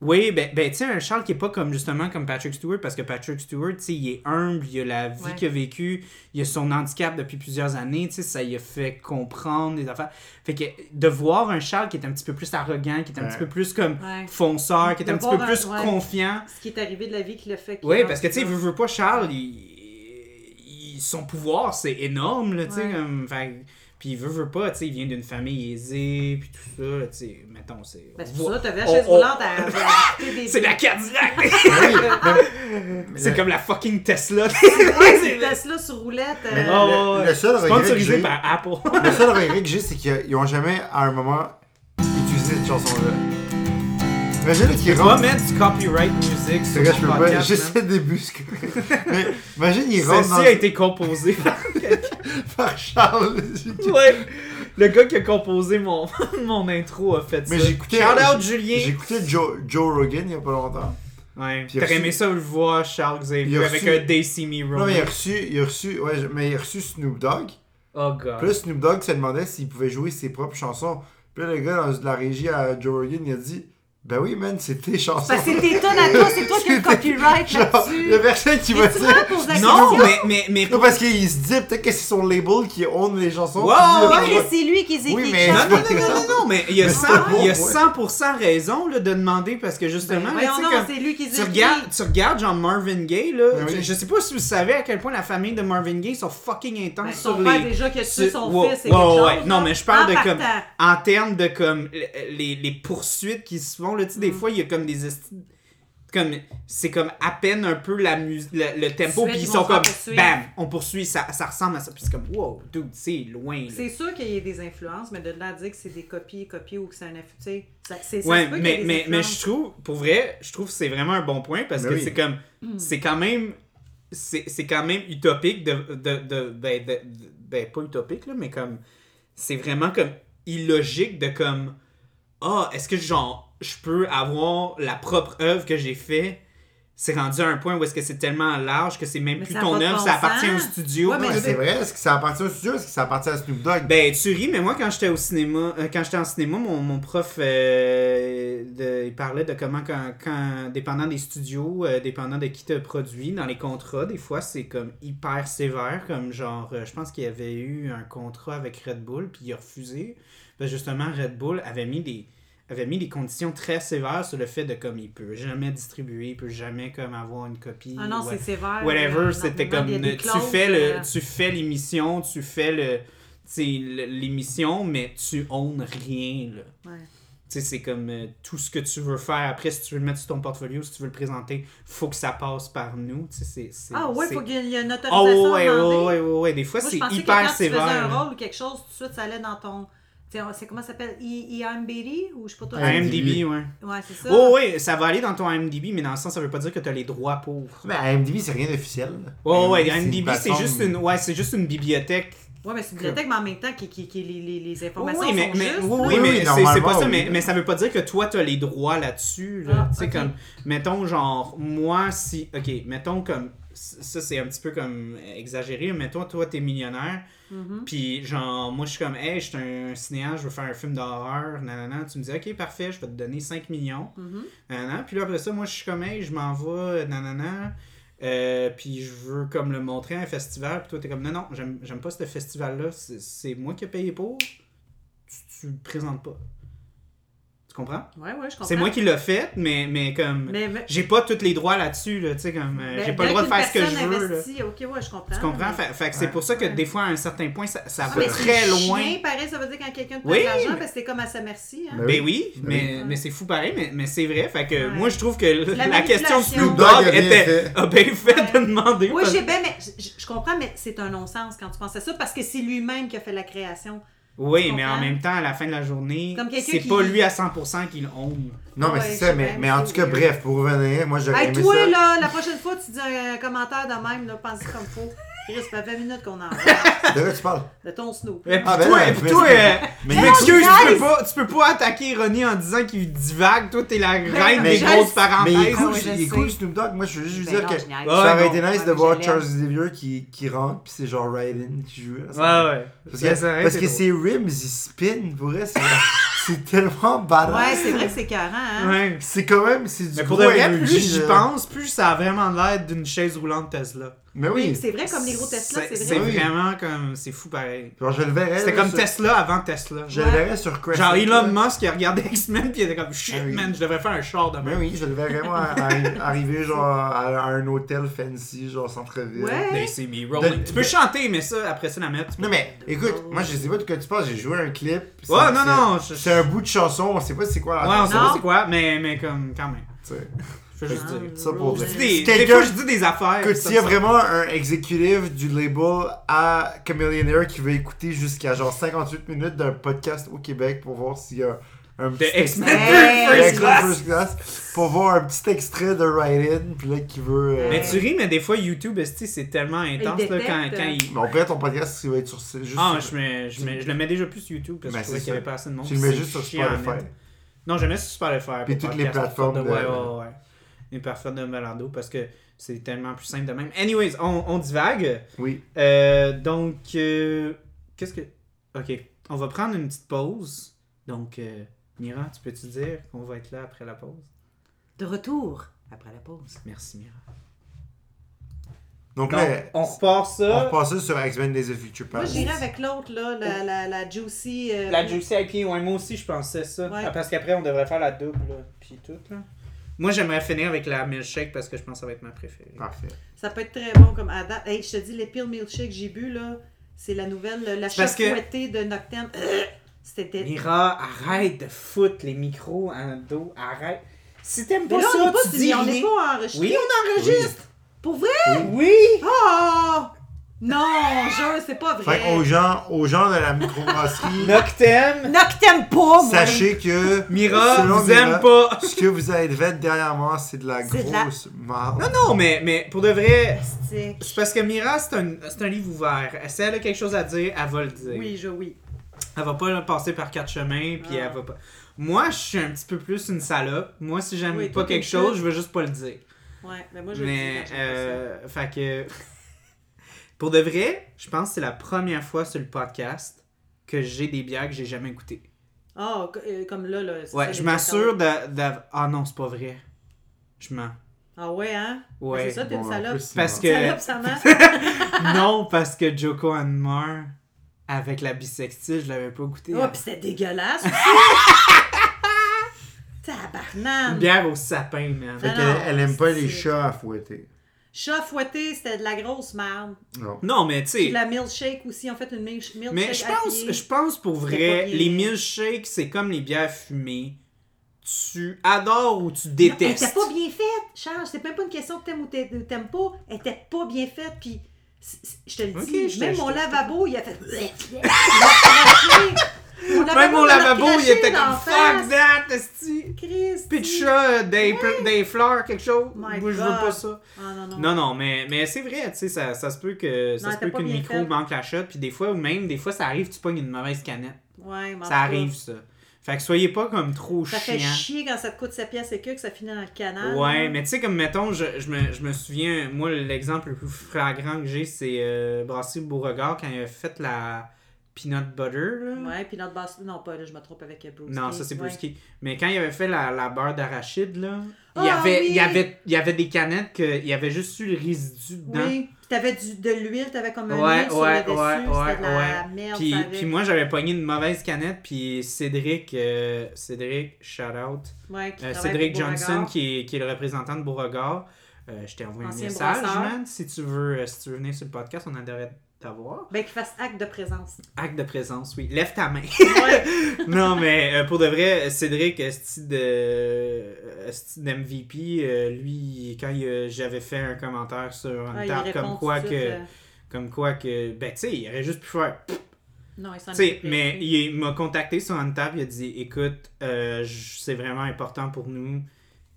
[SPEAKER 1] Oui, ben, ben tu sais un Charles qui est pas comme justement comme Patrick Stewart parce que Patrick Stewart, tu sais, il est humble, il a la vie
[SPEAKER 2] Ouais.
[SPEAKER 1] qu'il a vécue, il a son handicap depuis plusieurs années, tu sais, ça lui a fait comprendre des affaires. Fait que de voir un Charles qui est un petit peu plus arrogant, qui est un
[SPEAKER 3] Ouais.
[SPEAKER 1] petit peu plus comme
[SPEAKER 2] Ouais.
[SPEAKER 1] fonceur, qui est
[SPEAKER 2] De
[SPEAKER 1] un petit peu
[SPEAKER 2] voir un-
[SPEAKER 1] plus
[SPEAKER 2] ouais.
[SPEAKER 1] confiant.
[SPEAKER 2] Ce qui est arrivé de la vie qui le fait. qu'il
[SPEAKER 1] Oui,
[SPEAKER 2] est
[SPEAKER 1] parce que tu sais,
[SPEAKER 2] rendu
[SPEAKER 1] veut,
[SPEAKER 2] là.
[SPEAKER 1] veut pas Charles, il- il- son pouvoir, c'est énorme, là, tu sais,
[SPEAKER 2] Ouais.
[SPEAKER 1] comme, fait- Puis il veut, veut pas, tu sais, il vient d'une famille aisée, puis tout ça, là, tu sais, mettons, c'est... on
[SPEAKER 2] Ben, c'est
[SPEAKER 1] voit-
[SPEAKER 2] ça, t'avais la
[SPEAKER 1] on-
[SPEAKER 2] chaise
[SPEAKER 1] on-
[SPEAKER 2] roulante à. à- des- euh,
[SPEAKER 1] C'est la Cadillac!
[SPEAKER 3] Oui, mais- mais
[SPEAKER 1] c'est
[SPEAKER 3] le-
[SPEAKER 1] comme la fucking Tesla!
[SPEAKER 2] Ouais, c'est Tesla sur roulette. euh,
[SPEAKER 3] Mais
[SPEAKER 1] Oh,
[SPEAKER 3] le-
[SPEAKER 1] ouais.
[SPEAKER 3] le seul regret que
[SPEAKER 1] Sponsorisé
[SPEAKER 3] j'ai-
[SPEAKER 1] par Apple.
[SPEAKER 3] Le seul regret que j'ai, c'est qu'ils ont jamais, à un moment, utilisé cette chanson-là. Imagine
[SPEAKER 1] Tu
[SPEAKER 3] qu'il
[SPEAKER 1] vas
[SPEAKER 3] rentre.
[SPEAKER 1] mettre du copyright music
[SPEAKER 3] C'est
[SPEAKER 1] sur
[SPEAKER 3] vrai,
[SPEAKER 1] le
[SPEAKER 3] je peux pas.
[SPEAKER 1] podcast.
[SPEAKER 3] J'essaie
[SPEAKER 1] man.
[SPEAKER 3] de débusquer. Mais imagine, il rentre
[SPEAKER 1] Ceci
[SPEAKER 3] dans...
[SPEAKER 1] a été composé par
[SPEAKER 3] par Charles.
[SPEAKER 1] Ouais. Le gars qui a composé mon, mon intro a fait
[SPEAKER 3] Mais
[SPEAKER 1] ça.
[SPEAKER 3] j'écoutais-
[SPEAKER 1] Shout out Julien.
[SPEAKER 3] J'écoutais Joe, Joe Rogan il y a pas longtemps.
[SPEAKER 1] Ouais.
[SPEAKER 3] Puis il a
[SPEAKER 1] T'aurais
[SPEAKER 3] reçu-
[SPEAKER 1] aimé ça le voir, Charles
[SPEAKER 3] Il
[SPEAKER 1] Xavier,
[SPEAKER 3] a
[SPEAKER 1] avec
[SPEAKER 3] reçu-
[SPEAKER 1] un They See Me
[SPEAKER 3] Non, mais il a
[SPEAKER 1] Roman.
[SPEAKER 3] reçu, il a reçu, ouais, je- mais il a reçu Snoop Dogg.
[SPEAKER 1] Oh
[SPEAKER 3] Puis
[SPEAKER 1] god.
[SPEAKER 3] là, Snoop Dogg se demandait s'il pouvait jouer ses propres chansons. Puis là, le gars dans la régie à Joe Rogan, il a dit Ben oui, man, c'est tes chansons.
[SPEAKER 4] Parce que c'est tes tonnes à toi, c'est toi qui as le copyright
[SPEAKER 3] Genre, il y a
[SPEAKER 4] là-dessus.
[SPEAKER 3] personne qui va
[SPEAKER 4] Es-tu
[SPEAKER 3] dire.
[SPEAKER 4] prêt pour la question?
[SPEAKER 1] Non, mais, mais, mais
[SPEAKER 3] Non, parce qu'il se dit peut-être que c'est son label qui own les chansons.
[SPEAKER 1] Ouais,
[SPEAKER 3] puis lui,
[SPEAKER 1] ouais,
[SPEAKER 3] il
[SPEAKER 4] Chris,
[SPEAKER 3] a-
[SPEAKER 4] c'est lui qui dit
[SPEAKER 3] Oui,
[SPEAKER 4] qui
[SPEAKER 3] mais-
[SPEAKER 1] Non,
[SPEAKER 4] chante.
[SPEAKER 1] non, non, non, non, non, mais il y a
[SPEAKER 3] Mais
[SPEAKER 1] 100%,
[SPEAKER 3] c'est bon,
[SPEAKER 1] il y a
[SPEAKER 3] ouais.
[SPEAKER 1] 100 raison là, de demander parce que justement,
[SPEAKER 3] Ben,
[SPEAKER 1] là,
[SPEAKER 2] Voyons
[SPEAKER 1] tu sais,
[SPEAKER 2] donc,
[SPEAKER 1] comme-
[SPEAKER 2] c'est lui qui Ben, dit
[SPEAKER 1] tu, regardes, tu regardes genre Marvin Gaye, là,
[SPEAKER 3] Ben oui.
[SPEAKER 1] je, je sais pas si vous savez à quel point la famille de Marvin Gaye sont fucking intenses
[SPEAKER 2] Ben,
[SPEAKER 1] sur
[SPEAKER 2] son
[SPEAKER 1] les...
[SPEAKER 2] père déjà qui a tué
[SPEAKER 1] sur-
[SPEAKER 2] son
[SPEAKER 1] Ouais,
[SPEAKER 2] fils et
[SPEAKER 1] ouais,
[SPEAKER 2] quelque chose,
[SPEAKER 1] ouais. Non,
[SPEAKER 2] là,
[SPEAKER 1] mais je parle
[SPEAKER 2] en
[SPEAKER 1] de comme...
[SPEAKER 2] partant.
[SPEAKER 1] En termes de comme les- les, les poursuites qui se font, là, tu sais, des
[SPEAKER 2] Mm.
[SPEAKER 1] fois, il y a comme des... esti- Comme, c'est comme à peine un peu la mus- le, le tempo,
[SPEAKER 2] Suite,
[SPEAKER 1] puis ils
[SPEAKER 2] ils
[SPEAKER 1] sont
[SPEAKER 2] vont se faire
[SPEAKER 1] comme
[SPEAKER 2] poursuivre.
[SPEAKER 1] bam, on poursuit, ça, ça ressemble à ça, puis c'est comme wow, dude, c'est loin. là.
[SPEAKER 2] C'est sûr qu'il y a des influences, mais de là à dire que c'est des copies, copies ou que c'est un affût, tu sais, ça- c'est ça
[SPEAKER 1] Ouais,
[SPEAKER 2] se peut qu'il y ait
[SPEAKER 1] mais,
[SPEAKER 2] des
[SPEAKER 1] mais, mais
[SPEAKER 2] influences.
[SPEAKER 1] je trouve, pour vrai, je trouve que c'est vraiment un bon point parce
[SPEAKER 3] Mais
[SPEAKER 1] que
[SPEAKER 3] oui.
[SPEAKER 1] c'est comme,
[SPEAKER 2] Mm.
[SPEAKER 1] c'est quand même, c'est c'est quand même utopique de, de, de, ben, de- de- ben, pas utopique, là, mais comme, c'est vraiment comme illogique de comme, ah, est-ce que genre, je peux avoir la propre œuvre que j'ai fait c'est rendu à un point où est-ce que c'est tellement large que c'est même
[SPEAKER 2] Mais
[SPEAKER 1] plus
[SPEAKER 2] ça a
[SPEAKER 1] ton
[SPEAKER 2] pas de
[SPEAKER 1] œuvre,
[SPEAKER 2] bon
[SPEAKER 1] ça appartient au
[SPEAKER 2] sens.
[SPEAKER 1] studio.
[SPEAKER 2] Ouais, mais
[SPEAKER 3] Ouais,
[SPEAKER 1] Tout
[SPEAKER 3] c'est vrai, est-ce que ça appartient au studio Est-ce que ça appartient à Snoop Dogg
[SPEAKER 1] ben, tu ris, mais moi, quand j'étais au cinéma, euh, quand j'étais en cinéma, mon, mon prof, euh, de- il parlait de comment, quand, quand- dépendant des studios, euh, dépendant de qui te produit, dans les contrats, des fois, c'est comme hyper sévère, comme genre, euh, je pense qu'il y avait eu un contrat avec Red Bull, puis il a refusé. Parce que justement, Red Bull avait mis des avait mis des conditions très sévères sur le fait de comme il peut jamais distribuer, il peut jamais comme avoir une copie.
[SPEAKER 2] Ah non,
[SPEAKER 1] ouais
[SPEAKER 2] c'est sévère.
[SPEAKER 1] whatever,
[SPEAKER 2] euh,
[SPEAKER 1] c'était
[SPEAKER 2] normalement,
[SPEAKER 1] comme
[SPEAKER 2] il y a des
[SPEAKER 1] tu
[SPEAKER 2] clauses,
[SPEAKER 1] fais le
[SPEAKER 2] euh,
[SPEAKER 1] tu fais l'émission, tu fais le tu sais, l- l'émission mais tu owns rien là.
[SPEAKER 2] Ouais.
[SPEAKER 1] Tu sais, c'est comme euh, tout ce que tu veux faire après si tu veux le mettre sur ton portfolio, si tu veux le présenter, faut que ça passe par nous, tu sais c'est c'est-
[SPEAKER 2] Ah ouais,
[SPEAKER 1] c'est-
[SPEAKER 2] faut qu'il y ait une
[SPEAKER 1] Ah
[SPEAKER 2] autorisation
[SPEAKER 1] ouais, ouais,
[SPEAKER 2] demandée.
[SPEAKER 1] ouais, ouais, ouais, ouais, des fois
[SPEAKER 2] Moi,
[SPEAKER 1] c'est
[SPEAKER 2] je pensais que
[SPEAKER 1] hyper
[SPEAKER 2] quand
[SPEAKER 1] sévère.
[SPEAKER 2] tu faisais un
[SPEAKER 1] là.
[SPEAKER 2] rôle ou quelque chose, tout de suite, ça allait dans ton... tu sais, C'est comment ça s'appelle? I- IMDb? Ou je sais pas toi.
[SPEAKER 1] Un IMDb,
[SPEAKER 3] IMDb.
[SPEAKER 1] ouais.
[SPEAKER 2] Ouais, c'est ça.
[SPEAKER 1] Oh ouais, ça va aller dans ton IMDb, mais dans le sens, ça veut pas dire que t'as les droits pour.
[SPEAKER 3] Mais IMDb, c'est rien d'officiel.
[SPEAKER 1] Ouais, ouais,
[SPEAKER 3] une
[SPEAKER 1] IMDb, c'est
[SPEAKER 3] plateforme-
[SPEAKER 1] juste une, ouais, c'est juste une bibliothèque
[SPEAKER 2] Ouais, mais c'est une bibliothèque, mais en même temps, qui, qui, qui- les, les, les informations
[SPEAKER 1] Oui, mais,
[SPEAKER 2] sont
[SPEAKER 1] mais-
[SPEAKER 2] justes.
[SPEAKER 1] oui,
[SPEAKER 2] là.
[SPEAKER 1] oui,
[SPEAKER 3] Oui,
[SPEAKER 1] mais
[SPEAKER 3] oui,
[SPEAKER 1] c'est- c'est
[SPEAKER 3] normalement,
[SPEAKER 1] pas ça,
[SPEAKER 3] oui.
[SPEAKER 1] mais, mais ça veut pas dire que toi, t'as les droits là-dessus. Là.
[SPEAKER 2] Ah,
[SPEAKER 1] Tu sais,
[SPEAKER 2] ok.
[SPEAKER 1] comme, mettons, genre, moi, si, ok, mettons comme, ça, c'est un petit peu comme exagéré, mais mettons, toi, t'es millionnaire,
[SPEAKER 2] Mm-hmm.
[SPEAKER 1] puis genre, moi, je suis comme, hey, je suis un cinéaste, je veux faire un film d'horreur, nanana, tu me dis, ok, parfait, je vais te donner 5 millions,
[SPEAKER 2] Mm-hmm.
[SPEAKER 1] nanana, puis là, après ça, moi, je suis comme, hey, je m'en vais, nanana, euh, puis je veux comme le montrer à un festival, puis toi t'es comme non, non, j'aime j'aime pas ce festival-là, c'est- c'est moi qui ai payé pour, tu, tu le présentes pas. Tu comprends?
[SPEAKER 2] Ouais, ouais, je comprends.
[SPEAKER 1] C'est moi qui l'ai fait, mais, mais comme.
[SPEAKER 2] Mais, mais-
[SPEAKER 1] J'ai pas tous les droits là-dessus, là, tu sais, comme. euh,
[SPEAKER 2] ben,
[SPEAKER 1] j'ai pas le droit de
[SPEAKER 2] dès
[SPEAKER 1] faire ce que
[SPEAKER 2] qu'une
[SPEAKER 1] je veux, là.
[SPEAKER 2] personne investit, Ok, ouais, je comprends.
[SPEAKER 1] Tu comprends? Fait, fait que c'est pour ça que des fois, à un certain point, ça, ça
[SPEAKER 2] Ah,
[SPEAKER 1] va
[SPEAKER 2] mais
[SPEAKER 1] très
[SPEAKER 2] c'est
[SPEAKER 1] loin.
[SPEAKER 2] chien, pareil, ça veut dire quand quelqu'un te
[SPEAKER 1] Oui,
[SPEAKER 2] prête l'argent,
[SPEAKER 1] mais-
[SPEAKER 2] parce que c'est comme à sa merci. Hein.
[SPEAKER 3] Ben
[SPEAKER 1] Ben oui, mais,
[SPEAKER 2] oui.
[SPEAKER 1] mais c'est fou pareil, mais, mais c'est vrai. Fait que
[SPEAKER 2] Ouais.
[SPEAKER 1] moi, je trouve que l- la,
[SPEAKER 2] La
[SPEAKER 1] question de
[SPEAKER 2] manipulation.
[SPEAKER 1] Snoop
[SPEAKER 3] Snoop Dogg
[SPEAKER 1] Dogg
[SPEAKER 3] a bien
[SPEAKER 1] était,
[SPEAKER 3] fait.
[SPEAKER 1] a bien fait de demander.
[SPEAKER 2] Oui,
[SPEAKER 1] parce-
[SPEAKER 2] j'ai bien, mais je- je je comprends, mais c'est un non-sens quand tu penses à ça, parce que c'est lui-même qui a fait la création.
[SPEAKER 1] Oui,
[SPEAKER 2] Tu
[SPEAKER 1] mais en
[SPEAKER 2] comprends?
[SPEAKER 1] même temps, à la fin de la journée,
[SPEAKER 2] Comme quelqu'un
[SPEAKER 1] c'est
[SPEAKER 2] qui-
[SPEAKER 1] pas lui à 100% qui le own.
[SPEAKER 3] Non, mais
[SPEAKER 2] Ouais,
[SPEAKER 3] c'est
[SPEAKER 2] je
[SPEAKER 3] ça,
[SPEAKER 2] sais
[SPEAKER 3] mais,
[SPEAKER 2] bien,
[SPEAKER 3] mais en
[SPEAKER 2] c'est
[SPEAKER 3] tout cas,
[SPEAKER 2] weird.
[SPEAKER 3] bref, pour revenir, moi j'aurais
[SPEAKER 2] Hey,
[SPEAKER 3] aimé
[SPEAKER 2] toi,
[SPEAKER 3] ça.
[SPEAKER 2] là, la prochaine fois, tu dis un commentaire de même, là, pense comme faut. Chris, ça fait 20 minutes qu'on en parle
[SPEAKER 3] De là, tu parles.
[SPEAKER 2] de ton Snoop.
[SPEAKER 1] Mais
[SPEAKER 3] Ah,
[SPEAKER 1] puis
[SPEAKER 3] ben
[SPEAKER 1] toi,
[SPEAKER 3] là,
[SPEAKER 1] puis
[SPEAKER 3] mais-
[SPEAKER 1] toi, euh,
[SPEAKER 3] mais-
[SPEAKER 1] je m'excuse,
[SPEAKER 4] Non,
[SPEAKER 1] tu, peux
[SPEAKER 4] guys!
[SPEAKER 1] pas- tu peux pas attaquer Ronnie en disant qu'il divague. Toi, t'es la reine
[SPEAKER 3] mais-
[SPEAKER 1] des grosses
[SPEAKER 3] Mais il est
[SPEAKER 1] parenthèses.
[SPEAKER 3] cool,
[SPEAKER 4] ouais, je
[SPEAKER 3] il est
[SPEAKER 4] sais.
[SPEAKER 3] cool, Snoop Dogg. Moi, je veux
[SPEAKER 2] Ben
[SPEAKER 3] juste lui dire que ça
[SPEAKER 1] Ouais,
[SPEAKER 3] aurait
[SPEAKER 1] Ah, non.
[SPEAKER 3] été nice
[SPEAKER 2] Ah,
[SPEAKER 4] Ouais,
[SPEAKER 3] de
[SPEAKER 4] mais
[SPEAKER 3] voir
[SPEAKER 4] je
[SPEAKER 3] Charles
[SPEAKER 4] l'aime.
[SPEAKER 3] Xavier qui, qui rentre, puis c'est genre Raiden qui joue. là, ça.
[SPEAKER 1] Ouais, ouais.
[SPEAKER 3] Parce
[SPEAKER 1] Ça,
[SPEAKER 3] que,
[SPEAKER 1] ça aurait
[SPEAKER 3] parce
[SPEAKER 1] été
[SPEAKER 3] que ses rims, ils spin pour vrai, c'est- c'est tellement badass.
[SPEAKER 2] Ouais, c'est vrai que c'est carré,
[SPEAKER 1] drôle.
[SPEAKER 2] hein?
[SPEAKER 1] Ouais.
[SPEAKER 3] C'est quand même, c'est du
[SPEAKER 1] Mais pour de
[SPEAKER 3] gros
[SPEAKER 1] vrai,
[SPEAKER 3] energy,
[SPEAKER 1] plus j'y
[SPEAKER 3] là.
[SPEAKER 1] pense, plus ça a vraiment l'air d'une chaise roulante Tesla.
[SPEAKER 3] Mais
[SPEAKER 2] Oui,
[SPEAKER 3] oui.
[SPEAKER 2] c'est vrai, comme les gros Tesla, c'est
[SPEAKER 1] C'est
[SPEAKER 2] vrai.
[SPEAKER 3] Oui.
[SPEAKER 1] vraiment comme. C'est fou pareil.
[SPEAKER 3] Genre, je le verrais.
[SPEAKER 1] C'était
[SPEAKER 3] là,
[SPEAKER 1] comme
[SPEAKER 3] sur-
[SPEAKER 1] Tesla avant Tesla.
[SPEAKER 3] Je
[SPEAKER 2] Ouais.
[SPEAKER 3] le verrais sur Crash.
[SPEAKER 1] Genre
[SPEAKER 3] là.
[SPEAKER 1] Elon Musk, il regardait X-Men, puis il était comme shit,
[SPEAKER 3] Ah oui.
[SPEAKER 1] man, je devrais faire un char demain.
[SPEAKER 3] Mais oui, je le verrais moi arri- arriver genre à, à un hôtel fancy, genre centre-ville.
[SPEAKER 2] Ouais.
[SPEAKER 1] They see me rolling.
[SPEAKER 3] De-
[SPEAKER 1] Tu peux chanter, mais ça, après ça, la mettre.
[SPEAKER 3] Non mais écoute, moi je sais pas de quoi tu parles, j'ai joué un clip. c'est-
[SPEAKER 1] Ouais, non,
[SPEAKER 3] c'est-
[SPEAKER 1] non. je-
[SPEAKER 3] C'est un bout de chanson, on sait pas c'est quoi.
[SPEAKER 1] Ouais,
[SPEAKER 3] la
[SPEAKER 1] on sait pas
[SPEAKER 2] Non. Ah.
[SPEAKER 1] c'est quoi, mais, mais comme, quand même.
[SPEAKER 3] tu sais.
[SPEAKER 1] Je veux juste dire.
[SPEAKER 3] Ça pour dire.
[SPEAKER 1] Je dis Des,
[SPEAKER 3] Si
[SPEAKER 1] des
[SPEAKER 3] quelqu'un-
[SPEAKER 1] fois, je dis des affaires.
[SPEAKER 3] Écoute,
[SPEAKER 1] ça
[SPEAKER 3] s'il y a
[SPEAKER 1] me
[SPEAKER 3] vraiment un exécutif du label à Chameleon Air qui veut écouter jusqu'à genre 58 minutes d'un podcast au Québec pour voir s'il y a un
[SPEAKER 1] De
[SPEAKER 3] petit
[SPEAKER 1] X-Men
[SPEAKER 3] extrait-
[SPEAKER 2] Hey!
[SPEAKER 1] First
[SPEAKER 3] de X-Men
[SPEAKER 1] Class.
[SPEAKER 3] First Class pour voir un petit extrait de Ride In, puis là, qui veut. euh,
[SPEAKER 1] Mais tu ris, mais des fois, YouTube, esti, c'est tellement intense là, quand,
[SPEAKER 2] détecte.
[SPEAKER 1] quand il.
[SPEAKER 3] Mais on pourrait ton podcast, il va être sur. c'est Juste
[SPEAKER 1] Ah,
[SPEAKER 3] sur-
[SPEAKER 1] je, mets- je, mets- je le mets déjà plus sur YouTube parce que
[SPEAKER 3] Ben,
[SPEAKER 1] je trouvais
[SPEAKER 3] c'est
[SPEAKER 1] qu'il n'y
[SPEAKER 3] ça.
[SPEAKER 1] avait pas assez de monde.
[SPEAKER 3] Tu le mets
[SPEAKER 1] C'est
[SPEAKER 3] juste sur
[SPEAKER 1] chiant à
[SPEAKER 3] Spotify.
[SPEAKER 1] mettre. Non, je le mets sur Spotify.
[SPEAKER 3] Puis
[SPEAKER 1] pour
[SPEAKER 3] toutes les
[SPEAKER 1] podcast,
[SPEAKER 3] plateformes
[SPEAKER 1] pour
[SPEAKER 3] de-
[SPEAKER 1] Ouais, ouais, ouais. Les plateformes de Malando parce que c'est tellement plus simple de même. Anyways, on, on divague.
[SPEAKER 3] Oui.
[SPEAKER 1] Euh, donc, euh, qu'est-ce que. Ok, on va prendre une petite pause. Donc, euh, Mira, tu peux-tu dire qu'on va être là après la pause
[SPEAKER 2] De retour après la pause.
[SPEAKER 1] Merci, Mira.
[SPEAKER 3] Donc
[SPEAKER 1] Donc,
[SPEAKER 3] là,
[SPEAKER 1] on repart ça.
[SPEAKER 3] on repasse ça sur X-Men Days of Future
[SPEAKER 2] Moi,
[SPEAKER 3] Past.
[SPEAKER 2] j'irai avec l'autre, là, la, la, la Juicy. euh,
[SPEAKER 1] La Juicy IP, ouais, moi aussi je pensais ça.
[SPEAKER 2] Ouais.
[SPEAKER 1] Ah, Parce qu'après on devrait faire la double, là, puis tout. Là. Moi j'aimerais finir avec la milkshake parce que je pense que ça va être ma préférée.
[SPEAKER 3] Parfait.
[SPEAKER 2] Ça peut être très bon comme à date. Hey, je te dis, les pires milkshakes que j'ai bu, là, c'est la nouvelle, euh, la
[SPEAKER 1] C'est parce
[SPEAKER 2] chef
[SPEAKER 1] que-
[SPEAKER 2] fouettée de Noctem. Euh, C'était.
[SPEAKER 1] Mira, arrête de foutre les micros en dos, arrête. Si t'aimes
[SPEAKER 2] Mais
[SPEAKER 1] pas
[SPEAKER 2] là, on
[SPEAKER 1] ça,
[SPEAKER 2] n'est pas,
[SPEAKER 1] tu
[SPEAKER 2] sur-
[SPEAKER 1] dis
[SPEAKER 2] on n'est
[SPEAKER 1] rien.
[SPEAKER 2] pas enregistré.
[SPEAKER 1] Oui, on enregistre.
[SPEAKER 2] Pour vrai?
[SPEAKER 1] Oui.
[SPEAKER 2] Oh! Non, je, c'est pas
[SPEAKER 3] Fait
[SPEAKER 2] vrai.
[SPEAKER 3] qu'aux gens, aux gens de la microbrasserie,
[SPEAKER 1] Noctem,
[SPEAKER 4] Noctem pas, moi.
[SPEAKER 3] sachez que.
[SPEAKER 1] Mira,
[SPEAKER 3] selon
[SPEAKER 1] vous
[SPEAKER 3] Mira,
[SPEAKER 1] aime pas.
[SPEAKER 3] Ce que vous avez fait dernièrement, c'est de la
[SPEAKER 2] C'est de la-
[SPEAKER 3] grosse merde.
[SPEAKER 1] Non, non, mais, mais pour de vrai,
[SPEAKER 2] C'est-
[SPEAKER 1] c'est parce que Mira, c'est un, c'est un livre ouvert. Si elle a quelque chose à dire, elle va le dire.
[SPEAKER 2] Oui, je, oui.
[SPEAKER 1] Elle va pas là, passer par quatre chemins, puis
[SPEAKER 2] Ah.
[SPEAKER 1] elle va pas. Moi, je suis un petit peu plus une salope. Moi, si j'aime
[SPEAKER 2] Oui,
[SPEAKER 1] pas
[SPEAKER 2] toi, t'es
[SPEAKER 1] quelque chose,
[SPEAKER 2] plus-
[SPEAKER 1] je veux juste pas le dire.
[SPEAKER 2] Ouais, mais moi, je le
[SPEAKER 1] Mais,
[SPEAKER 2] dis quand j'aime pas ça.
[SPEAKER 1] euh, fait que. Pour de vrai, je pense que c'est la première fois sur le podcast que j'ai des bières que j'ai jamais goûtées.
[SPEAKER 2] Ah, co- euh, comme là, là. c'est ça,
[SPEAKER 1] Ouais,
[SPEAKER 2] les
[SPEAKER 1] je m'assure d'a- d'a- Ah non, c'est pas vrai. Je mens.
[SPEAKER 2] Ah ouais, hein?
[SPEAKER 1] Ouais.
[SPEAKER 2] C'est ça, t'es
[SPEAKER 3] Bon,
[SPEAKER 2] une
[SPEAKER 3] en
[SPEAKER 2] salope.
[SPEAKER 3] plus, c'est
[SPEAKER 1] Parce
[SPEAKER 3] marrant.
[SPEAKER 1] que-
[SPEAKER 2] Salope, ça marche.
[SPEAKER 1] non, parce que Joko Anmar, avec la bisextile, je l'avais pas goûté.
[SPEAKER 2] Oh, pis c'était dégueulasse aussi.
[SPEAKER 1] Une
[SPEAKER 2] Tabarnane.
[SPEAKER 1] bière au sapin, man.
[SPEAKER 3] Fait
[SPEAKER 2] Non,
[SPEAKER 3] qu'elle
[SPEAKER 2] non,
[SPEAKER 3] elle aime pas les
[SPEAKER 2] c'est-
[SPEAKER 3] chats à fouetter.
[SPEAKER 2] Chat fouetté, c'était de la grosse merde.
[SPEAKER 3] Non.
[SPEAKER 1] Non, mais tu sais.
[SPEAKER 2] Puis la milkshake aussi, en fait, une milk- milkshake.
[SPEAKER 1] Mais je
[SPEAKER 2] à
[SPEAKER 1] pense,
[SPEAKER 2] pied.
[SPEAKER 1] je pense pour
[SPEAKER 2] C'était pas
[SPEAKER 1] vrai,
[SPEAKER 2] bien.
[SPEAKER 1] les milkshakes, c'est comme les bières fumées. Tu adores ou tu
[SPEAKER 2] Non, Elle était
[SPEAKER 1] détestes.
[SPEAKER 2] pas bien faite, Charles. C'est même pas une question que t'aimes ou t'a- t'aimes pas. Elle était pas bien faite, puis c- c- je te le
[SPEAKER 1] Ok,
[SPEAKER 2] dis,
[SPEAKER 1] je te-
[SPEAKER 2] même
[SPEAKER 1] je
[SPEAKER 2] mon
[SPEAKER 1] te-
[SPEAKER 2] lavabo, il a fait. Il a craché.
[SPEAKER 1] Même mon
[SPEAKER 2] il a
[SPEAKER 1] lavabo, il
[SPEAKER 2] craché
[SPEAKER 1] était
[SPEAKER 2] dans
[SPEAKER 1] comme
[SPEAKER 2] la
[SPEAKER 1] fuck
[SPEAKER 2] face.
[SPEAKER 1] that, esti.
[SPEAKER 2] Christ.
[SPEAKER 1] Pis de chat, euh, des, pl- des fleurs, quelque chose.
[SPEAKER 2] Oh My
[SPEAKER 1] Moi, je veux
[SPEAKER 2] God.
[SPEAKER 1] pas ça.
[SPEAKER 2] Ah, non, non.
[SPEAKER 1] Non, non, mais, mais c'est vrai, tu sais, ça, ça se peut que ça
[SPEAKER 2] Non,
[SPEAKER 1] se
[SPEAKER 2] t'as
[SPEAKER 1] peut
[SPEAKER 2] pas
[SPEAKER 1] qu'une
[SPEAKER 2] bien
[SPEAKER 1] micro
[SPEAKER 2] fait.
[SPEAKER 1] manque la shot, puis des fois, ou même, des fois, ça arrive, tu pognes une mauvaise canette.
[SPEAKER 2] Ouais, mais en tout
[SPEAKER 1] Ça
[SPEAKER 2] cas,
[SPEAKER 1] arrive, ça. Fait que soyez pas comme trop
[SPEAKER 2] Ça fait
[SPEAKER 1] chiant.
[SPEAKER 2] chier quand ça te coûte sa pièce et que que ça finit dans le canal.
[SPEAKER 1] Ouais,
[SPEAKER 2] là.
[SPEAKER 1] mais tu sais, comme mettons, je, je me, je me souviens, moi, l'exemple le plus flagrant que j'ai, c'est euh, Brasserie Beauregard quand il a fait la peanut butter. là.
[SPEAKER 2] Ouais, puis notre basse. Non, pas là, je me trompe avec euh, Bruce.
[SPEAKER 1] Non,
[SPEAKER 2] Lee.
[SPEAKER 1] ça c'est
[SPEAKER 2] Ouais.
[SPEAKER 1] Bruce Key. Mais quand il avait fait la, la beurre d'arachide, là, il, y
[SPEAKER 2] Ah
[SPEAKER 1] avait, il, y
[SPEAKER 2] oui!
[SPEAKER 1] avait, il y avait des canettes que- il y avait juste eu le résidu dedans.
[SPEAKER 2] Oui, puis t'avais du- de l'huile, t'avais comme un
[SPEAKER 1] Ouais,
[SPEAKER 2] huile sur
[SPEAKER 1] ouais,
[SPEAKER 2] le dessus,
[SPEAKER 1] ouais,
[SPEAKER 2] c'était de la
[SPEAKER 1] ouais,
[SPEAKER 2] merde.
[SPEAKER 1] Puis,
[SPEAKER 2] ça avait-
[SPEAKER 1] puis moi, j'avais pogné une mauvaise canette, puis Cédric, euh, Cédric, shout out,
[SPEAKER 2] Ouais, qui
[SPEAKER 1] Euh,
[SPEAKER 2] travaille
[SPEAKER 1] Cédric
[SPEAKER 2] pour
[SPEAKER 1] Johnson,
[SPEAKER 2] Beauregard.
[SPEAKER 1] qui est, qui est le représentant de Beauregard. Euh, je t'ai envoyé un
[SPEAKER 2] Ancien
[SPEAKER 1] message,
[SPEAKER 2] brasseur.
[SPEAKER 1] man. Si tu, veux, euh, si tu veux venir sur le podcast, on adorait t'avoir.
[SPEAKER 2] Ben, qu'il fasse acte de présence.
[SPEAKER 1] Acte de présence, oui. Lève ta main.
[SPEAKER 2] Ouais.
[SPEAKER 1] non, mais euh, pour de vrai, Cédric, style de esti d'MVP, euh, lui, quand il, euh, j'avais fait un commentaire sur
[SPEAKER 2] Ouais,
[SPEAKER 1] un
[SPEAKER 2] Ah, il
[SPEAKER 1] table
[SPEAKER 2] répond
[SPEAKER 1] comme
[SPEAKER 2] tout
[SPEAKER 1] quoi
[SPEAKER 2] de
[SPEAKER 1] que.
[SPEAKER 2] suite, euh,
[SPEAKER 1] Comme quoi que. Ben, tu sais, il aurait juste pu faire.
[SPEAKER 2] Non, il s'en
[SPEAKER 1] Tu sais,
[SPEAKER 2] occupe,
[SPEAKER 1] mais
[SPEAKER 2] oui.
[SPEAKER 1] il m'a contacté sur une table, il a dit écoute, euh, j- c'est vraiment important pour nous.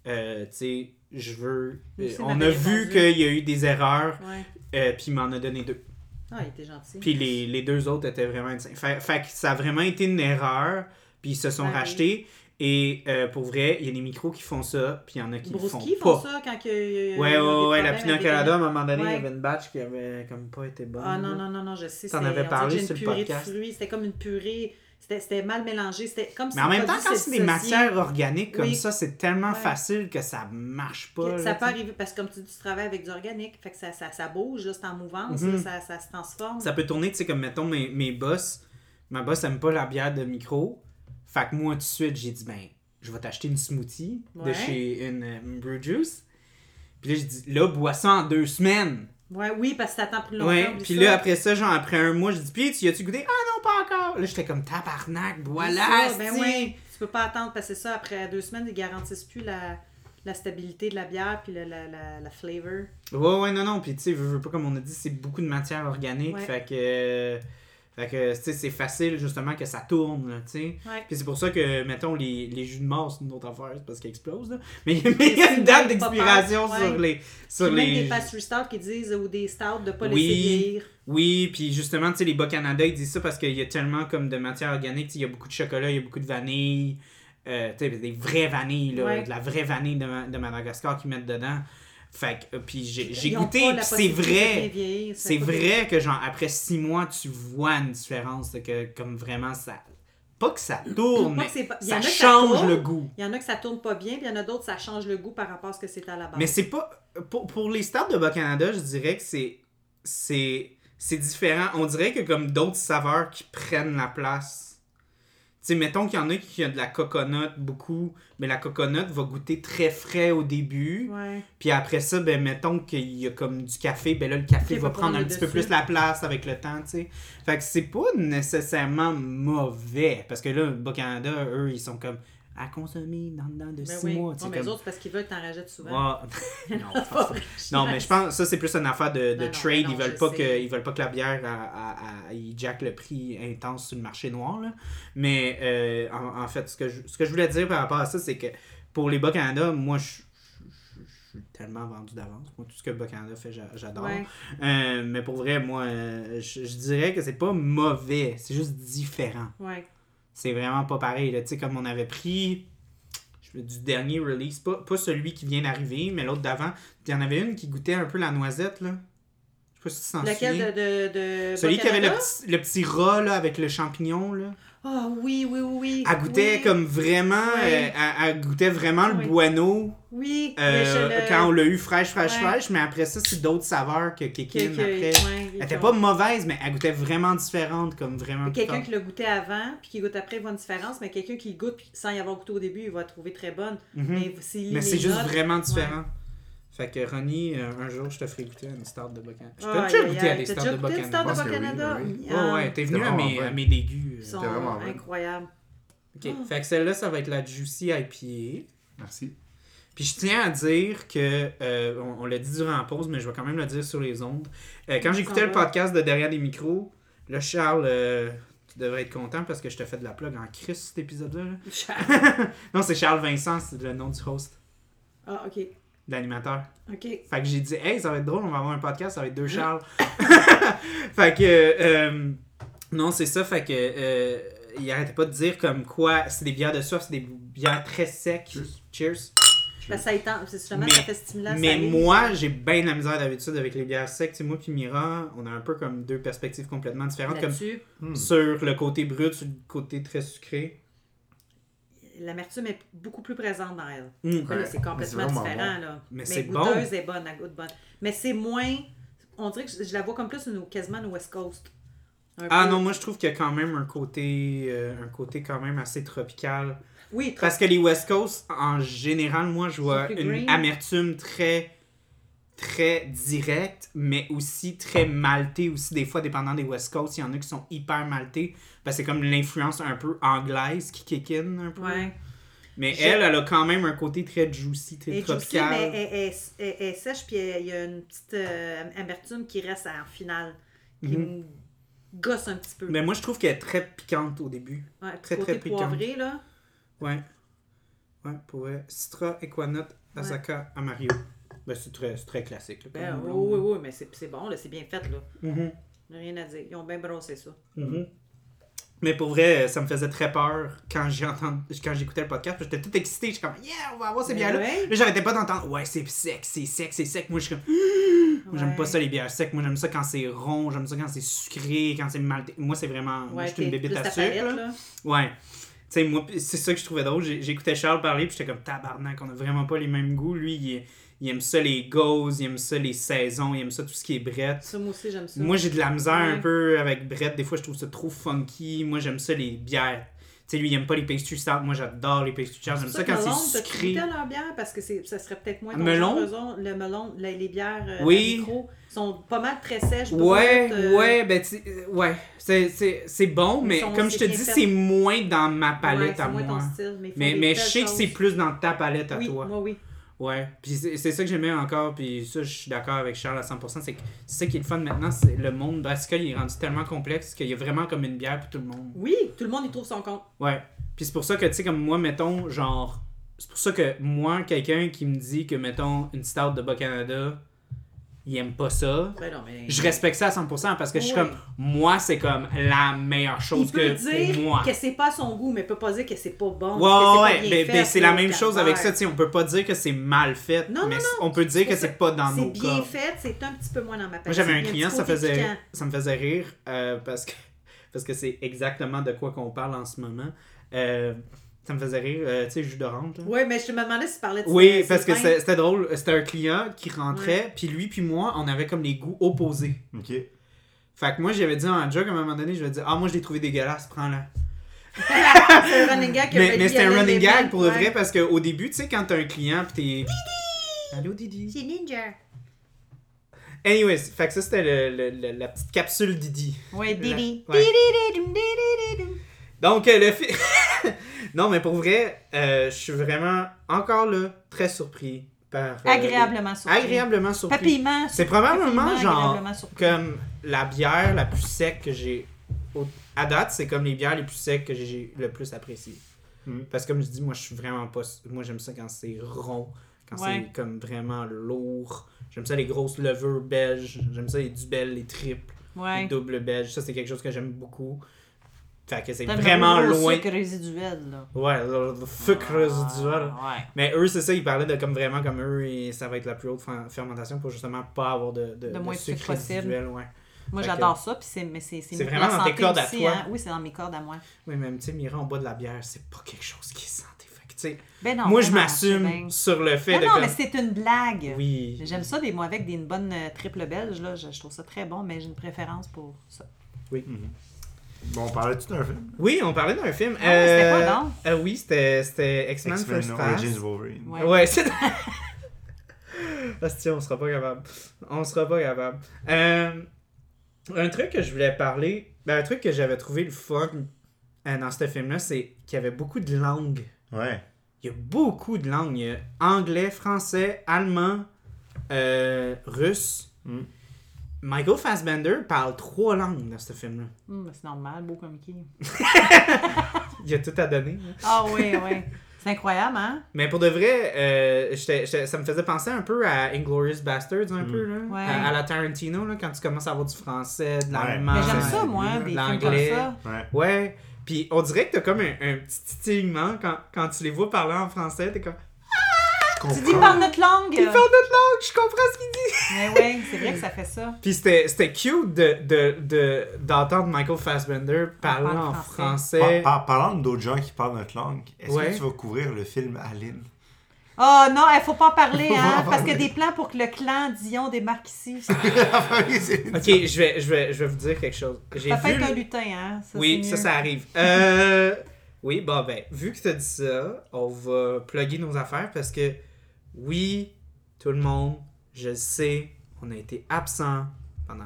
[SPEAKER 1] Euh, tu sais, je veux. euh,
[SPEAKER 2] Oui, c'est
[SPEAKER 1] on
[SPEAKER 2] ma
[SPEAKER 1] a
[SPEAKER 2] réponse,
[SPEAKER 1] vu
[SPEAKER 2] là.
[SPEAKER 1] qu'il y a eu des erreurs,
[SPEAKER 2] Ouais.
[SPEAKER 1] euh, puis il m'en a donné deux.
[SPEAKER 2] Ah, il était gentil.
[SPEAKER 1] Puis les, les deux autres étaient vraiment insane. Fait, fait que ça a vraiment été une erreur, puis ils se sont
[SPEAKER 2] Ben oui.
[SPEAKER 1] rachetés. Et euh, pour vrai, il y a des micros qui font ça, puis il y en a qui le font
[SPEAKER 2] Brouski
[SPEAKER 1] pas.
[SPEAKER 2] font ça quand il y a- il y a.
[SPEAKER 1] Ouais, ouais, ouais, la
[SPEAKER 2] il y a des problèmes
[SPEAKER 1] Pina
[SPEAKER 2] avec
[SPEAKER 1] Colada, à
[SPEAKER 2] les-
[SPEAKER 1] un moment donné, il
[SPEAKER 2] Ouais.
[SPEAKER 1] y avait une batch qui avait comme pas été bonne.
[SPEAKER 2] Ah non, non, non, non, je sais.
[SPEAKER 1] T'en
[SPEAKER 2] c'est-
[SPEAKER 1] avais
[SPEAKER 2] on dirait
[SPEAKER 1] parlé
[SPEAKER 2] que j'ai
[SPEAKER 1] sur le
[SPEAKER 2] une purée
[SPEAKER 1] podcast.
[SPEAKER 2] de fruits, c'était comme une purée. C'était c'était mal mélangé. C'était comme si
[SPEAKER 1] Mais en
[SPEAKER 2] le
[SPEAKER 1] même temps,
[SPEAKER 2] produit
[SPEAKER 1] quand
[SPEAKER 2] s'est
[SPEAKER 1] c'est des
[SPEAKER 2] dissocié.
[SPEAKER 1] matières organiques comme
[SPEAKER 2] Oui.
[SPEAKER 1] ça, c'est tellement
[SPEAKER 2] Ouais.
[SPEAKER 1] facile que ça marche
[SPEAKER 2] Puis
[SPEAKER 1] pas. là,
[SPEAKER 2] ça
[SPEAKER 1] tu
[SPEAKER 2] peut
[SPEAKER 1] sais.
[SPEAKER 2] arriver parce que comme tu dis, tu travailles avec du organique, fait que ça, ça, ça bouge, là, c'est en mouvance,
[SPEAKER 1] Mhm.
[SPEAKER 2] là, ça, ça se transforme.
[SPEAKER 1] Ça peut tourner, tu sais, comme mettons mes, mes boss. Ma boss aime pas la bière de micro. Fait que moi, tout de suite, j'ai dit, ben, je vais t'acheter une smoothie de
[SPEAKER 2] Ouais.
[SPEAKER 1] chez une euh, brew juice. Puis là, j'ai dit, là, bois ça en deux semaines.
[SPEAKER 2] Ouais, oui, parce que ça t'attend plus longtemps.
[SPEAKER 1] Ouais.
[SPEAKER 2] oublie
[SPEAKER 1] Puis
[SPEAKER 2] ça.
[SPEAKER 1] là, après ça, genre, après un mois, j'ai dit, puis tu y as-tu goûté? Ah non, pas encore. Là, j'étais comme tabarnak,
[SPEAKER 2] Oublie
[SPEAKER 1] voilà.
[SPEAKER 2] ça, ben ouais, tu peux pas attendre parce que c'est ça, après deux semaines, ils garantissent plus la, la stabilité de la bière puis le- la, la, la flavor.
[SPEAKER 1] Ouais, ouais, non, non. Puis, tu sais, veux, veux pas, comme on a dit, c'est beaucoup de matière organique.
[SPEAKER 2] Ouais.
[SPEAKER 1] Fait que. euh, Fait que, tu sais, c'est facile justement que ça tourne, là, tu sais.
[SPEAKER 2] Ouais.
[SPEAKER 1] Puis c'est pour ça que, mettons, les, les jus de mort, c'est une autre affaire, c'est parce qu'ils explosent, là. Mais mais il y a une date d'expiration
[SPEAKER 2] Ouais.
[SPEAKER 1] sur les. Sur
[SPEAKER 2] Puis
[SPEAKER 1] les...
[SPEAKER 2] Même des pastry stouts qui disent, ou des stouts, de ne pas
[SPEAKER 1] Oui.
[SPEAKER 2] laisser vieillir.
[SPEAKER 1] Oui, puis justement, tu sais, les Bas-Canada, ils disent ça parce qu'il y a tellement comme de matière organique. tu sais, Il y a beaucoup de chocolat, il y a beaucoup de vanille. Euh, tu sais, des vraies vanilles, là,
[SPEAKER 2] Ouais.
[SPEAKER 1] de la vraie vanille de, Ma- de Madagascar qu'ils mettent dedans. Fait que, euh, puis j'ai j'ai
[SPEAKER 2] Ils ont
[SPEAKER 1] goûté,
[SPEAKER 2] pas
[SPEAKER 1] puis
[SPEAKER 2] la
[SPEAKER 1] c'est
[SPEAKER 2] possibilité de
[SPEAKER 1] vrai.
[SPEAKER 2] bien vieillir, ça
[SPEAKER 1] C'est
[SPEAKER 2] coûte-
[SPEAKER 1] vrai que, genre, après six mois, tu vois une différence, de que, comme vraiment, ça. Pas que ça tourne,
[SPEAKER 2] Pas
[SPEAKER 1] mais
[SPEAKER 2] que c'est pas- il y
[SPEAKER 1] ça
[SPEAKER 2] en a que ça
[SPEAKER 1] change
[SPEAKER 2] tourne.
[SPEAKER 1] le goût.
[SPEAKER 2] Il y en a que ça tourne pas bien, puis il y en a d'autres, ça change le goût par rapport à ce que c'est à la base.
[SPEAKER 1] Mais c'est pas. Pour, pour les stars de Bas-Canada, je dirais que c'est. C'est. C'est différent. On dirait que comme d'autres saveurs qui prennent la place. Tu sais, mettons qu'il y en a qui ont de la coconut beaucoup, mais la coconut va goûter très frais au début.
[SPEAKER 2] Ouais.
[SPEAKER 1] Puis après ça, ben mettons qu'il y a comme du café, ben là le café
[SPEAKER 2] Ok,
[SPEAKER 1] va
[SPEAKER 2] va
[SPEAKER 1] prendre
[SPEAKER 2] prendre
[SPEAKER 1] un
[SPEAKER 2] le
[SPEAKER 1] petit peu
[SPEAKER 2] dessus.
[SPEAKER 1] plus la place avec le temps, tu sais. Fait que c'est pas nécessairement mauvais. Parce que là, Bas-Canada, eux, ils sont comme à consommer dans, dans de
[SPEAKER 2] Ben
[SPEAKER 1] six
[SPEAKER 2] oui.
[SPEAKER 1] mois.
[SPEAKER 2] Non,
[SPEAKER 1] tu sais,
[SPEAKER 2] mais
[SPEAKER 1] comme-
[SPEAKER 2] eux autres, c'est parce qu'ils veulent que t'en rajettes souvent.
[SPEAKER 1] Ouais. non, je pense pas. Non, mais je pense que ça, c'est plus une affaire de, de
[SPEAKER 2] Non, non,
[SPEAKER 1] trade.
[SPEAKER 2] non,
[SPEAKER 1] ils, veulent
[SPEAKER 2] je
[SPEAKER 1] pas
[SPEAKER 2] sais.
[SPEAKER 1] que, ils veulent pas que la bière, à, ils jack le prix intense sur le marché noir. Là. Mais euh, en, en fait, ce que, je, ce que je voulais dire par rapport à ça, c'est que pour les Bas-Canada, moi, je, je- je suis tellement vendu d'avance. Moi, tout ce que Bas-Canada fait, j'a- j'adore.
[SPEAKER 2] Ouais.
[SPEAKER 1] Euh, mais pour vrai, moi, euh, je, je dirais que c'est pas mauvais. C'est juste différent.
[SPEAKER 2] Ouais.
[SPEAKER 1] C'est vraiment pas pareil. là. Tu sais, comme on avait pris je- du dernier release, pas, pas celui qui vient d'arriver, mais l'autre d'avant. Il y en avait une qui goûtait un peu la noisette, là. Je sais pas si tu t'en
[SPEAKER 2] Laquelle
[SPEAKER 1] souviens.
[SPEAKER 2] de, de, de
[SPEAKER 1] Celui qui avait le
[SPEAKER 2] Bas-Canada?
[SPEAKER 1] petit, le petit rat, là, avec le champignon, là.
[SPEAKER 2] Ah oui, oui, oui, oui.
[SPEAKER 1] Elle goûtait
[SPEAKER 2] Oui,
[SPEAKER 1] comme vraiment...
[SPEAKER 2] Oui.
[SPEAKER 1] euh, elle, elle goûtait vraiment
[SPEAKER 2] Oui.
[SPEAKER 1] le guano
[SPEAKER 2] Oui,
[SPEAKER 1] euh,
[SPEAKER 2] mais je le-
[SPEAKER 1] quand on l'a eu fraîche, fraîche,
[SPEAKER 2] Ouais.
[SPEAKER 1] fraîche. Mais après ça, c'est d'autres saveurs que
[SPEAKER 2] que-
[SPEAKER 1] Kékin
[SPEAKER 2] que-
[SPEAKER 1] après.
[SPEAKER 2] ouais,
[SPEAKER 1] Elle était
[SPEAKER 2] qu'on-
[SPEAKER 1] pas mauvaise, mais elle goûtait vraiment différente, comme vraiment...
[SPEAKER 2] Quelqu'un qui l'a goûté avant, puis qui goûte après, il voit une différence, mais quelqu'un qui le goûte puis sans y avoir goûté au début, il va la trouver très bonne.
[SPEAKER 1] Mhm.
[SPEAKER 2] Mais c'est
[SPEAKER 1] Mais c'est juste vraiment différent.
[SPEAKER 2] Ouais.
[SPEAKER 1] Fait que Ronnie, euh, un jour, je te ferai goûter à une star de Bocan. Je
[SPEAKER 2] Ah,
[SPEAKER 1] t'ai déjà
[SPEAKER 2] aïe,
[SPEAKER 1] goûté à
[SPEAKER 2] aïe,
[SPEAKER 1] des
[SPEAKER 2] t'as
[SPEAKER 1] stars
[SPEAKER 2] déjà
[SPEAKER 1] de
[SPEAKER 2] goûté une
[SPEAKER 1] Bocan.
[SPEAKER 2] star de
[SPEAKER 3] Je pense que oui,
[SPEAKER 2] Bacanada?
[SPEAKER 3] oui.
[SPEAKER 1] Ouais, Oh, ouais, t'es venu
[SPEAKER 3] C'était
[SPEAKER 1] à mes,
[SPEAKER 3] vraiment
[SPEAKER 1] à
[SPEAKER 3] bon.
[SPEAKER 1] mes dégus.
[SPEAKER 2] Ils
[SPEAKER 1] euh.
[SPEAKER 2] sont
[SPEAKER 3] C'était vraiment bon.
[SPEAKER 2] incroyables.
[SPEAKER 1] Ok, Fait que celle-là, ça va être la Juicy IPA.
[SPEAKER 3] Merci.
[SPEAKER 1] Puis je tiens à dire que, euh, on, on l'a dit durant la pause, mais je vais quand même le dire sur les ondes. Euh, quand
[SPEAKER 2] Ça
[SPEAKER 1] j'écoutais le
[SPEAKER 2] va.
[SPEAKER 1] podcast de Derrière les micros, là, Charles, euh, tu devrais être content parce que je te fais de la plug en crise cet épisode-là. là. non, c'est Charles Vincent, c'est le nom du host,
[SPEAKER 2] Ah, ok.
[SPEAKER 1] de l'animateur.
[SPEAKER 2] Ok.
[SPEAKER 1] Fait que j'ai dit, hey, ça va être drôle, on va avoir un podcast, ça va être
[SPEAKER 3] Mm.
[SPEAKER 1] deux Charles. fait que, euh, non, c'est ça, fait que, euh, il arrêtait pas de dire comme quoi, c'est des bières de soif, c'est des bières très secs.
[SPEAKER 3] Cheers.
[SPEAKER 1] Cheers.
[SPEAKER 2] Parce que ça étend, c'est justement,
[SPEAKER 1] Mais-
[SPEAKER 2] ça fait stimulant. ça
[SPEAKER 1] Mais
[SPEAKER 2] aide.
[SPEAKER 1] moi, j'ai bien de la misère d'habitude avec les bières secs. Tu sais, moi puis Mira, on a un peu comme deux perspectives complètement différentes, comme
[SPEAKER 2] Là-dessus,
[SPEAKER 3] Hmm.
[SPEAKER 1] sur le côté brut, sur le côté très sucré.
[SPEAKER 2] l'amertume est beaucoup plus présente dans elle.
[SPEAKER 1] Mm.
[SPEAKER 2] Ben là,
[SPEAKER 3] Ouais,
[SPEAKER 2] c'est
[SPEAKER 3] mais
[SPEAKER 2] complètement
[SPEAKER 3] c'est vraiment
[SPEAKER 2] différent. Là.
[SPEAKER 1] Mais c'est
[SPEAKER 2] goûteuse est bonne, elle goûte bonne. Mais c'est moins. On dirait que je, je la vois comme plus une, quasiment une West Coast. Un
[SPEAKER 1] Ah
[SPEAKER 2] peu.
[SPEAKER 1] non, moi je trouve qu'il y a quand même un côté, euh, un côté quand même assez tropical.
[SPEAKER 2] Oui, très-
[SPEAKER 1] Parce que les West Coast, en général, moi, je vois
[SPEAKER 2] Sont plus
[SPEAKER 1] une
[SPEAKER 2] green.
[SPEAKER 1] amertume très, très directe, mais aussi très maltée. Aussi, des fois, dépendant des West Coast, il y en a qui sont hyper maltés. Parce que c'est comme l'influence un peu anglaise qui kick in un peu.
[SPEAKER 2] ouais.
[SPEAKER 1] Mais
[SPEAKER 2] Je-
[SPEAKER 1] elle, elle a quand même un côté très juicy, très
[SPEAKER 2] Elle est juicy,
[SPEAKER 1] tropical.
[SPEAKER 2] mais elle, elle- elle- elle est sèche, puis elle- il y a une petite euh, amertume qui reste en finale, qui
[SPEAKER 1] Mhm.
[SPEAKER 2] me gosse un petit peu.
[SPEAKER 1] Mais moi, je trouve qu'elle est très piquante au début.
[SPEAKER 2] Ouais, petit
[SPEAKER 1] très,
[SPEAKER 2] côté
[SPEAKER 1] très piquant.
[SPEAKER 2] poivré, là.
[SPEAKER 1] Ouais. Ouais, pour vrai. Citra, Equanot, Asaka, Amario. Ben, c'est très, c'est très classique. là,
[SPEAKER 2] Ben,
[SPEAKER 1] comme
[SPEAKER 2] oui,
[SPEAKER 1] blonde.
[SPEAKER 2] oui, oui, mais c'est c'est bon, là, c'est bien fait, là.
[SPEAKER 1] Mhm.
[SPEAKER 2] Rien à dire. Ils ont bien brossé ça.
[SPEAKER 1] Mhm. Mais pour vrai, ça me faisait très peur quand j'ai entendu, quand j'écoutais le podcast. parce que J'étais tout excité. J'étais comme, yeah, on va avoir ces
[SPEAKER 2] Mais
[SPEAKER 1] bières-là.
[SPEAKER 2] Ben ouais.
[SPEAKER 1] Là, j'arrêtais pas d'entendre, ouais, c'est sec, c'est sec, c'est sec. Moi, je suis comme, Moi, j'aime pas ça les bières secs. Moi, j'aime ça quand c'est rond, j'aime ça quand c'est sucré, quand c'est mal. Moi, c'est vraiment. moi, je suis une
[SPEAKER 2] t'es
[SPEAKER 1] bébite
[SPEAKER 2] plus
[SPEAKER 1] à
[SPEAKER 2] ta
[SPEAKER 1] sucre.
[SPEAKER 2] palette,
[SPEAKER 1] là.
[SPEAKER 2] là.
[SPEAKER 1] Ouais. Tu sais, moi, pis c'est ça que je trouvais drôle. J'ai- J'écoutais Charles parler, puis j'étais comme tabarnak, on a vraiment pas les mêmes goûts. Lui, il, il aime ça les gauzes, il aime ça les saisons, il aime ça tout ce qui est brette.
[SPEAKER 2] Ça, moi aussi, j'aime ça.
[SPEAKER 1] Moi, j'ai de la misère un
[SPEAKER 2] Ouais.
[SPEAKER 1] peu avec Brett. Des fois, je trouve ça trop funky. Moi, j'aime ça les bières. Tu sais, lui, il aime pas les pastry stouts. Moi, j'adore les pastry stouts. J'aime ça quand c'est sucré.
[SPEAKER 2] Tu leur bière parce que c'est- ça serait peut-être moins
[SPEAKER 1] Un melon?
[SPEAKER 2] dangereux, raison, Le melon, les, les bières euh,
[SPEAKER 1] Oui.
[SPEAKER 2] à micro sont pas mal très sèches.
[SPEAKER 1] Ouais,
[SPEAKER 2] brutes, euh,
[SPEAKER 1] ouais, ben, tu sais, euh, ouais. C'est- C'est c'est bon, mais
[SPEAKER 2] sont-
[SPEAKER 1] comme je te
[SPEAKER 2] c'est
[SPEAKER 1] dis,
[SPEAKER 2] bien fait.
[SPEAKER 1] c'est moins dans ma palette
[SPEAKER 2] ouais, c'est
[SPEAKER 1] à
[SPEAKER 2] moins
[SPEAKER 1] moi.
[SPEAKER 2] ton style, mais, ils font
[SPEAKER 1] Mais,
[SPEAKER 2] des
[SPEAKER 1] mais je
[SPEAKER 2] belles
[SPEAKER 1] sais que c'est
[SPEAKER 2] choses.
[SPEAKER 1] plus dans ta palette à
[SPEAKER 2] oui,
[SPEAKER 1] toi.
[SPEAKER 2] Moi, oui.
[SPEAKER 1] Ouais, puis c'est c'est ça que j'aimais encore, puis ça, je suis d'accord avec Charles à 100%, c'est que c'est ça qui est le fun maintenant, c'est le monde brassicole, il est rendu tellement complexe qu'il y a vraiment comme une bière pour tout le monde.
[SPEAKER 2] Oui, tout le monde y trouve son compte.
[SPEAKER 1] Ouais, puis c'est pour ça que, tu sais, comme moi, mettons, genre, c'est pour ça que moi, quelqu'un qui me dit que, mettons, une stout de Bas-Canada, il aime pas ça,
[SPEAKER 2] Ben non, mais...
[SPEAKER 1] je respecte ça à 100% parce que je suis
[SPEAKER 2] Ouais.
[SPEAKER 1] comme, moi, c'est comme la meilleure
[SPEAKER 2] Il
[SPEAKER 1] chose
[SPEAKER 2] peut
[SPEAKER 1] que pour moi.
[SPEAKER 2] dire que c'est pas à son goût, mais peut pas dire que c'est pas bon.
[SPEAKER 1] Ouais,
[SPEAKER 2] que
[SPEAKER 1] ouais,
[SPEAKER 2] pas bien
[SPEAKER 1] mais
[SPEAKER 2] fait,
[SPEAKER 1] mais c'est la
[SPEAKER 2] là,
[SPEAKER 1] même chose avec ça,
[SPEAKER 2] calvaire.
[SPEAKER 1] tu sais, on peut pas dire que c'est mal fait,
[SPEAKER 2] Non, non,
[SPEAKER 1] mais
[SPEAKER 2] non,
[SPEAKER 1] on peut dire que
[SPEAKER 2] c'est-
[SPEAKER 1] c'est pas dans
[SPEAKER 2] C'est
[SPEAKER 1] nos
[SPEAKER 2] bien
[SPEAKER 1] corps.
[SPEAKER 2] fait, c'est un petit peu moins dans ma
[SPEAKER 1] Moi,
[SPEAKER 2] personne.
[SPEAKER 1] j'avais un
[SPEAKER 2] Il y a
[SPEAKER 1] client,
[SPEAKER 2] petit
[SPEAKER 1] ça
[SPEAKER 2] côté
[SPEAKER 1] faisait,
[SPEAKER 2] piquant.
[SPEAKER 1] ça me faisait rire euh, parce que parce que c'est exactement de quoi qu'on parle en ce moment. Euh, ça me faisait rire, euh, tu sais, jus d'orange. là.
[SPEAKER 2] Ouais, mais je me demandais si tu parlais de
[SPEAKER 1] Oui,
[SPEAKER 2] ces-
[SPEAKER 1] parce
[SPEAKER 2] ces
[SPEAKER 1] que
[SPEAKER 2] vins.
[SPEAKER 1] c'est- c'était drôle. Euh, C'était un client qui rentrait, puis lui puis moi, on avait comme les goûts opposés.
[SPEAKER 3] Ok.
[SPEAKER 1] Fait que moi, j'avais dit en joke à un moment donné, je vais dire, ah, moi, je l'ai trouvé dégueulasse, prends-la.
[SPEAKER 2] C'est un running gag que
[SPEAKER 1] Mais,
[SPEAKER 2] Freddy
[SPEAKER 1] mais c'était un
[SPEAKER 2] avait
[SPEAKER 1] running
[SPEAKER 2] aimé,
[SPEAKER 1] gag pour le
[SPEAKER 2] ouais.
[SPEAKER 1] vrai, parce qu'au début, tu sais, quand t'as un client, pis t'es. Didi! Allô, Didi?
[SPEAKER 2] C'est Ninja.
[SPEAKER 1] Anyways, fait que ça, c'était le- le- le- la petite capsule Didi.
[SPEAKER 2] Ouais, Didi.
[SPEAKER 1] Ouais. Donc, euh, le fi- non, mais pour vrai, euh, je suis vraiment encore là, très surpris par. euh,
[SPEAKER 4] Agréablement
[SPEAKER 1] les-
[SPEAKER 4] surpris.
[SPEAKER 1] Agréablement surpris.
[SPEAKER 4] Papillement.
[SPEAKER 1] C'est probablement
[SPEAKER 4] Papillement,
[SPEAKER 1] genre
[SPEAKER 4] agréablement surpris.
[SPEAKER 1] comme la bière la plus sec que j'ai au- à date, c'est comme les bières les plus secs que j'ai le plus appréciées.
[SPEAKER 3] Mm.
[SPEAKER 1] Parce que comme je dis, moi je suis vraiment pas moi j'aime ça quand c'est rond, quand
[SPEAKER 4] Ouais.
[SPEAKER 1] c'est comme vraiment lourd. J'aime ça les grosses levures belges, j'aime ça les dubelles, les triples, les
[SPEAKER 4] Ouais.
[SPEAKER 1] doubles belges, ça c'est quelque chose que j'aime beaucoup. Fait que c'est
[SPEAKER 4] T'as
[SPEAKER 1] vraiment
[SPEAKER 4] le gros
[SPEAKER 1] loin.
[SPEAKER 4] sucre Ah. résiduel, là.
[SPEAKER 1] Ouais, le, le sucre résiduel.
[SPEAKER 4] Ouais.
[SPEAKER 1] Mais eux, c'est ça, ils parlaient de comme vraiment comme eux, et ça va être la plus haute fer- fermentation pour justement pas avoir de, de,
[SPEAKER 4] moins de sucre possible.
[SPEAKER 1] résiduel, ouais.
[SPEAKER 4] Moi,
[SPEAKER 1] Fait
[SPEAKER 4] j'adore ça, puis c'est mais c'est
[SPEAKER 1] c'est
[SPEAKER 4] mieux pour
[SPEAKER 1] vraiment
[SPEAKER 4] la
[SPEAKER 1] dans tes
[SPEAKER 4] santé
[SPEAKER 1] cordes à
[SPEAKER 4] aussi,
[SPEAKER 1] toi.
[SPEAKER 4] hein. Oui, c'est dans mes cordes à moi.
[SPEAKER 1] Oui, mais tu sais, Mira, on boit de la bière, c'est pas quelque chose qui est santé. Fait que, tu sais,
[SPEAKER 4] Ben non,
[SPEAKER 1] moi,
[SPEAKER 4] ben
[SPEAKER 1] je
[SPEAKER 4] non,
[SPEAKER 1] m'assume
[SPEAKER 4] c'est bien.
[SPEAKER 1] sur le fait
[SPEAKER 4] Ben
[SPEAKER 1] de
[SPEAKER 4] non,
[SPEAKER 1] comme-
[SPEAKER 4] mais c'est une blague.
[SPEAKER 1] Oui.
[SPEAKER 4] J'aime ça, des mois avec des, une bonne euh, triple belge, là. Je, je trouve ça très bon, mais j'ai une préférence pour ça.
[SPEAKER 3] Hmm. Bon, on parlait tout d'un film.
[SPEAKER 1] Oui, on parlait d'un film.
[SPEAKER 4] mais Ah, c'était quoi,
[SPEAKER 1] euh,
[SPEAKER 4] donc?
[SPEAKER 1] euh, oui, c'était c'était X-Men
[SPEAKER 3] X-Men
[SPEAKER 1] First Class.
[SPEAKER 3] Origins Wolverine.
[SPEAKER 4] Ouais.
[SPEAKER 1] Ouais, c'est... Hostie, on sera pas capable. On sera pas capable. Euh, un truc que je voulais parler, ben, un truc que j'avais trouvé le fun euh, dans ce film-là, c'est qu'il y avait beaucoup de langues.
[SPEAKER 3] Ouais.
[SPEAKER 1] Il y a beaucoup de langues. Il y a anglais, français, allemand, euh, russe.
[SPEAKER 3] Mm.
[SPEAKER 1] Michael Fassbender parle trois langues dans ce film-là.
[SPEAKER 4] Hum, ben, c'est normal, beau comme qui.
[SPEAKER 1] Il a tout à donner. hein.
[SPEAKER 4] Ah oui, oui. C'est incroyable, hein?
[SPEAKER 1] Mais pour de vrai, euh, j'étais- j'étais- ça me faisait penser un peu à Inglorious Bastards, un peu, là.
[SPEAKER 4] Ouais.
[SPEAKER 1] À, à la Tarantino, là, quand tu commences à avoir du français, de l'allemand.
[SPEAKER 4] Mais
[SPEAKER 3] Ah,
[SPEAKER 4] j'aime
[SPEAKER 3] ouais.
[SPEAKER 4] ça, moi, des films comme
[SPEAKER 1] L'anglais.
[SPEAKER 4] ça.
[SPEAKER 3] Ouais.
[SPEAKER 1] Ouais. Puis on dirait que t'as comme un, un petit titillement quand, quand tu les vois parler en français. T'es comme.
[SPEAKER 3] Je comprends.
[SPEAKER 4] Tu dis par notre langue.
[SPEAKER 1] Ils parlent notre langue, je comprends ce qu'ils disent.
[SPEAKER 4] Mais oui, c'est vrai que ça fait ça.
[SPEAKER 1] Puis c'était c'était cute de- de- de- d'entendre de, Michael Fassbender parler
[SPEAKER 4] parle
[SPEAKER 1] en
[SPEAKER 4] français.
[SPEAKER 1] français.
[SPEAKER 3] Par- par- parlant d'autres gens qui parlent notre langue, est-ce
[SPEAKER 1] Ouais.
[SPEAKER 3] que tu vas couvrir le film Aline
[SPEAKER 4] Oh non, il faut pas en parler,
[SPEAKER 3] Faut pas
[SPEAKER 4] hein?
[SPEAKER 3] en
[SPEAKER 4] Parce qu'il y a
[SPEAKER 3] parler.
[SPEAKER 4] des plans pour que le clan Dion démarque ici. Ça
[SPEAKER 1] Ok, je vais, je, vais, je vais vous dire quelque chose. J'ai
[SPEAKER 4] peut
[SPEAKER 1] vu.
[SPEAKER 4] être un
[SPEAKER 1] le-
[SPEAKER 4] lutin, hein? Ça,
[SPEAKER 1] oui,
[SPEAKER 4] c'est
[SPEAKER 1] ça,
[SPEAKER 4] mieux.
[SPEAKER 1] ça arrive. Euh, oui, bon, ben, vu que tu as dit ça, on va plugger nos affaires parce que, oui, tout le monde, je le sais, on a été absent pendant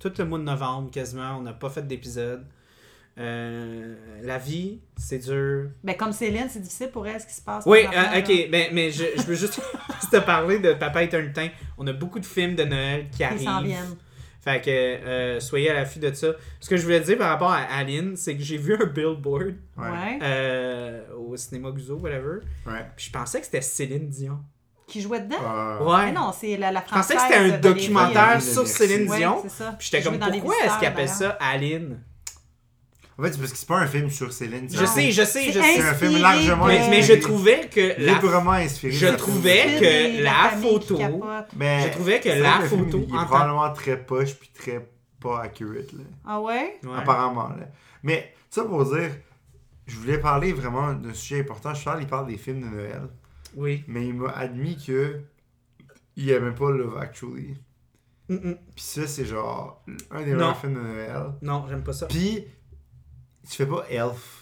[SPEAKER 1] tout le mois de novembre quasiment, on n'a pas fait d'épisode. Euh, la vie, c'est dur,
[SPEAKER 4] Ben, comme Céline, c'est difficile pour elle ce qui se passe.
[SPEAKER 1] Oui,
[SPEAKER 4] présentement,
[SPEAKER 1] euh, ok, mais, mais je, je veux juste te parler de Papa est un lutin. On a beaucoup de films de Noël qui
[SPEAKER 4] là. Ils s'en
[SPEAKER 1] arrivent.
[SPEAKER 4] viennent.
[SPEAKER 1] Fait que euh, soyez à l'affût de ça. Ce que je voulais dire par rapport à Aline, c'est que j'ai vu un billboard
[SPEAKER 3] Ouais.
[SPEAKER 4] Ouais.
[SPEAKER 1] euh, au cinéma Guzzo, whatever.
[SPEAKER 3] Ouais.
[SPEAKER 1] Puis je pensais que c'était Céline Dion.
[SPEAKER 4] Qui jouait dedans?
[SPEAKER 3] Euh,
[SPEAKER 1] Ouais.
[SPEAKER 4] Mais non, c'est la, la
[SPEAKER 1] je pensais
[SPEAKER 4] française.
[SPEAKER 1] que c'était un
[SPEAKER 4] de Valérie. hein.
[SPEAKER 1] documentaire
[SPEAKER 3] Valérie
[SPEAKER 1] sur
[SPEAKER 3] Lemercier.
[SPEAKER 1] Céline
[SPEAKER 4] Ouais,
[SPEAKER 1] Dion.
[SPEAKER 4] c'est ça.
[SPEAKER 1] Puis j'étais
[SPEAKER 4] Qui jouait
[SPEAKER 1] comme,
[SPEAKER 4] dans Les
[SPEAKER 1] pourquoi est-ce
[SPEAKER 4] Visiteurs,
[SPEAKER 1] qu'ils
[SPEAKER 4] hein.
[SPEAKER 1] appellent ça Aline
[SPEAKER 3] En fait, c'est parce que c'est pas un film sur Céline.
[SPEAKER 1] Je
[SPEAKER 3] c'est-
[SPEAKER 1] sais, je sais, je
[SPEAKER 4] C'est
[SPEAKER 1] sais.
[SPEAKER 3] C'est un film
[SPEAKER 4] inspiré
[SPEAKER 3] largement
[SPEAKER 4] de-
[SPEAKER 1] Mais, mais je trouvais que. La...
[SPEAKER 3] Librement inspiré.
[SPEAKER 1] Je
[SPEAKER 3] de la
[SPEAKER 1] trouvais
[SPEAKER 3] film.
[SPEAKER 4] Valérie.
[SPEAKER 1] que
[SPEAKER 4] Valérie,
[SPEAKER 1] la
[SPEAKER 4] famille qui
[SPEAKER 1] photo-
[SPEAKER 4] capote.
[SPEAKER 3] Mais
[SPEAKER 1] je trouvais que
[SPEAKER 3] c'est
[SPEAKER 1] la
[SPEAKER 3] vrai le film,
[SPEAKER 1] photo
[SPEAKER 3] Il est
[SPEAKER 1] en tant-
[SPEAKER 3] probablement très poche puis très pas accurate. Là.
[SPEAKER 4] Ah ouais?
[SPEAKER 1] Ouais.
[SPEAKER 3] Apparemment. Là. Mais ça pour dire, je voulais parler vraiment d'un sujet important. Charles, il parle des films de Noël.
[SPEAKER 1] Oui.
[SPEAKER 3] Mais il m'a admis que il aimait pas Love Actually.
[SPEAKER 1] Mm, mm.
[SPEAKER 3] Puis ça, c'est genre un des
[SPEAKER 1] Non.
[SPEAKER 3] meilleurs films de Noël.
[SPEAKER 1] Non, j'aime pas ça.
[SPEAKER 3] Puis, tu fais pas Elf.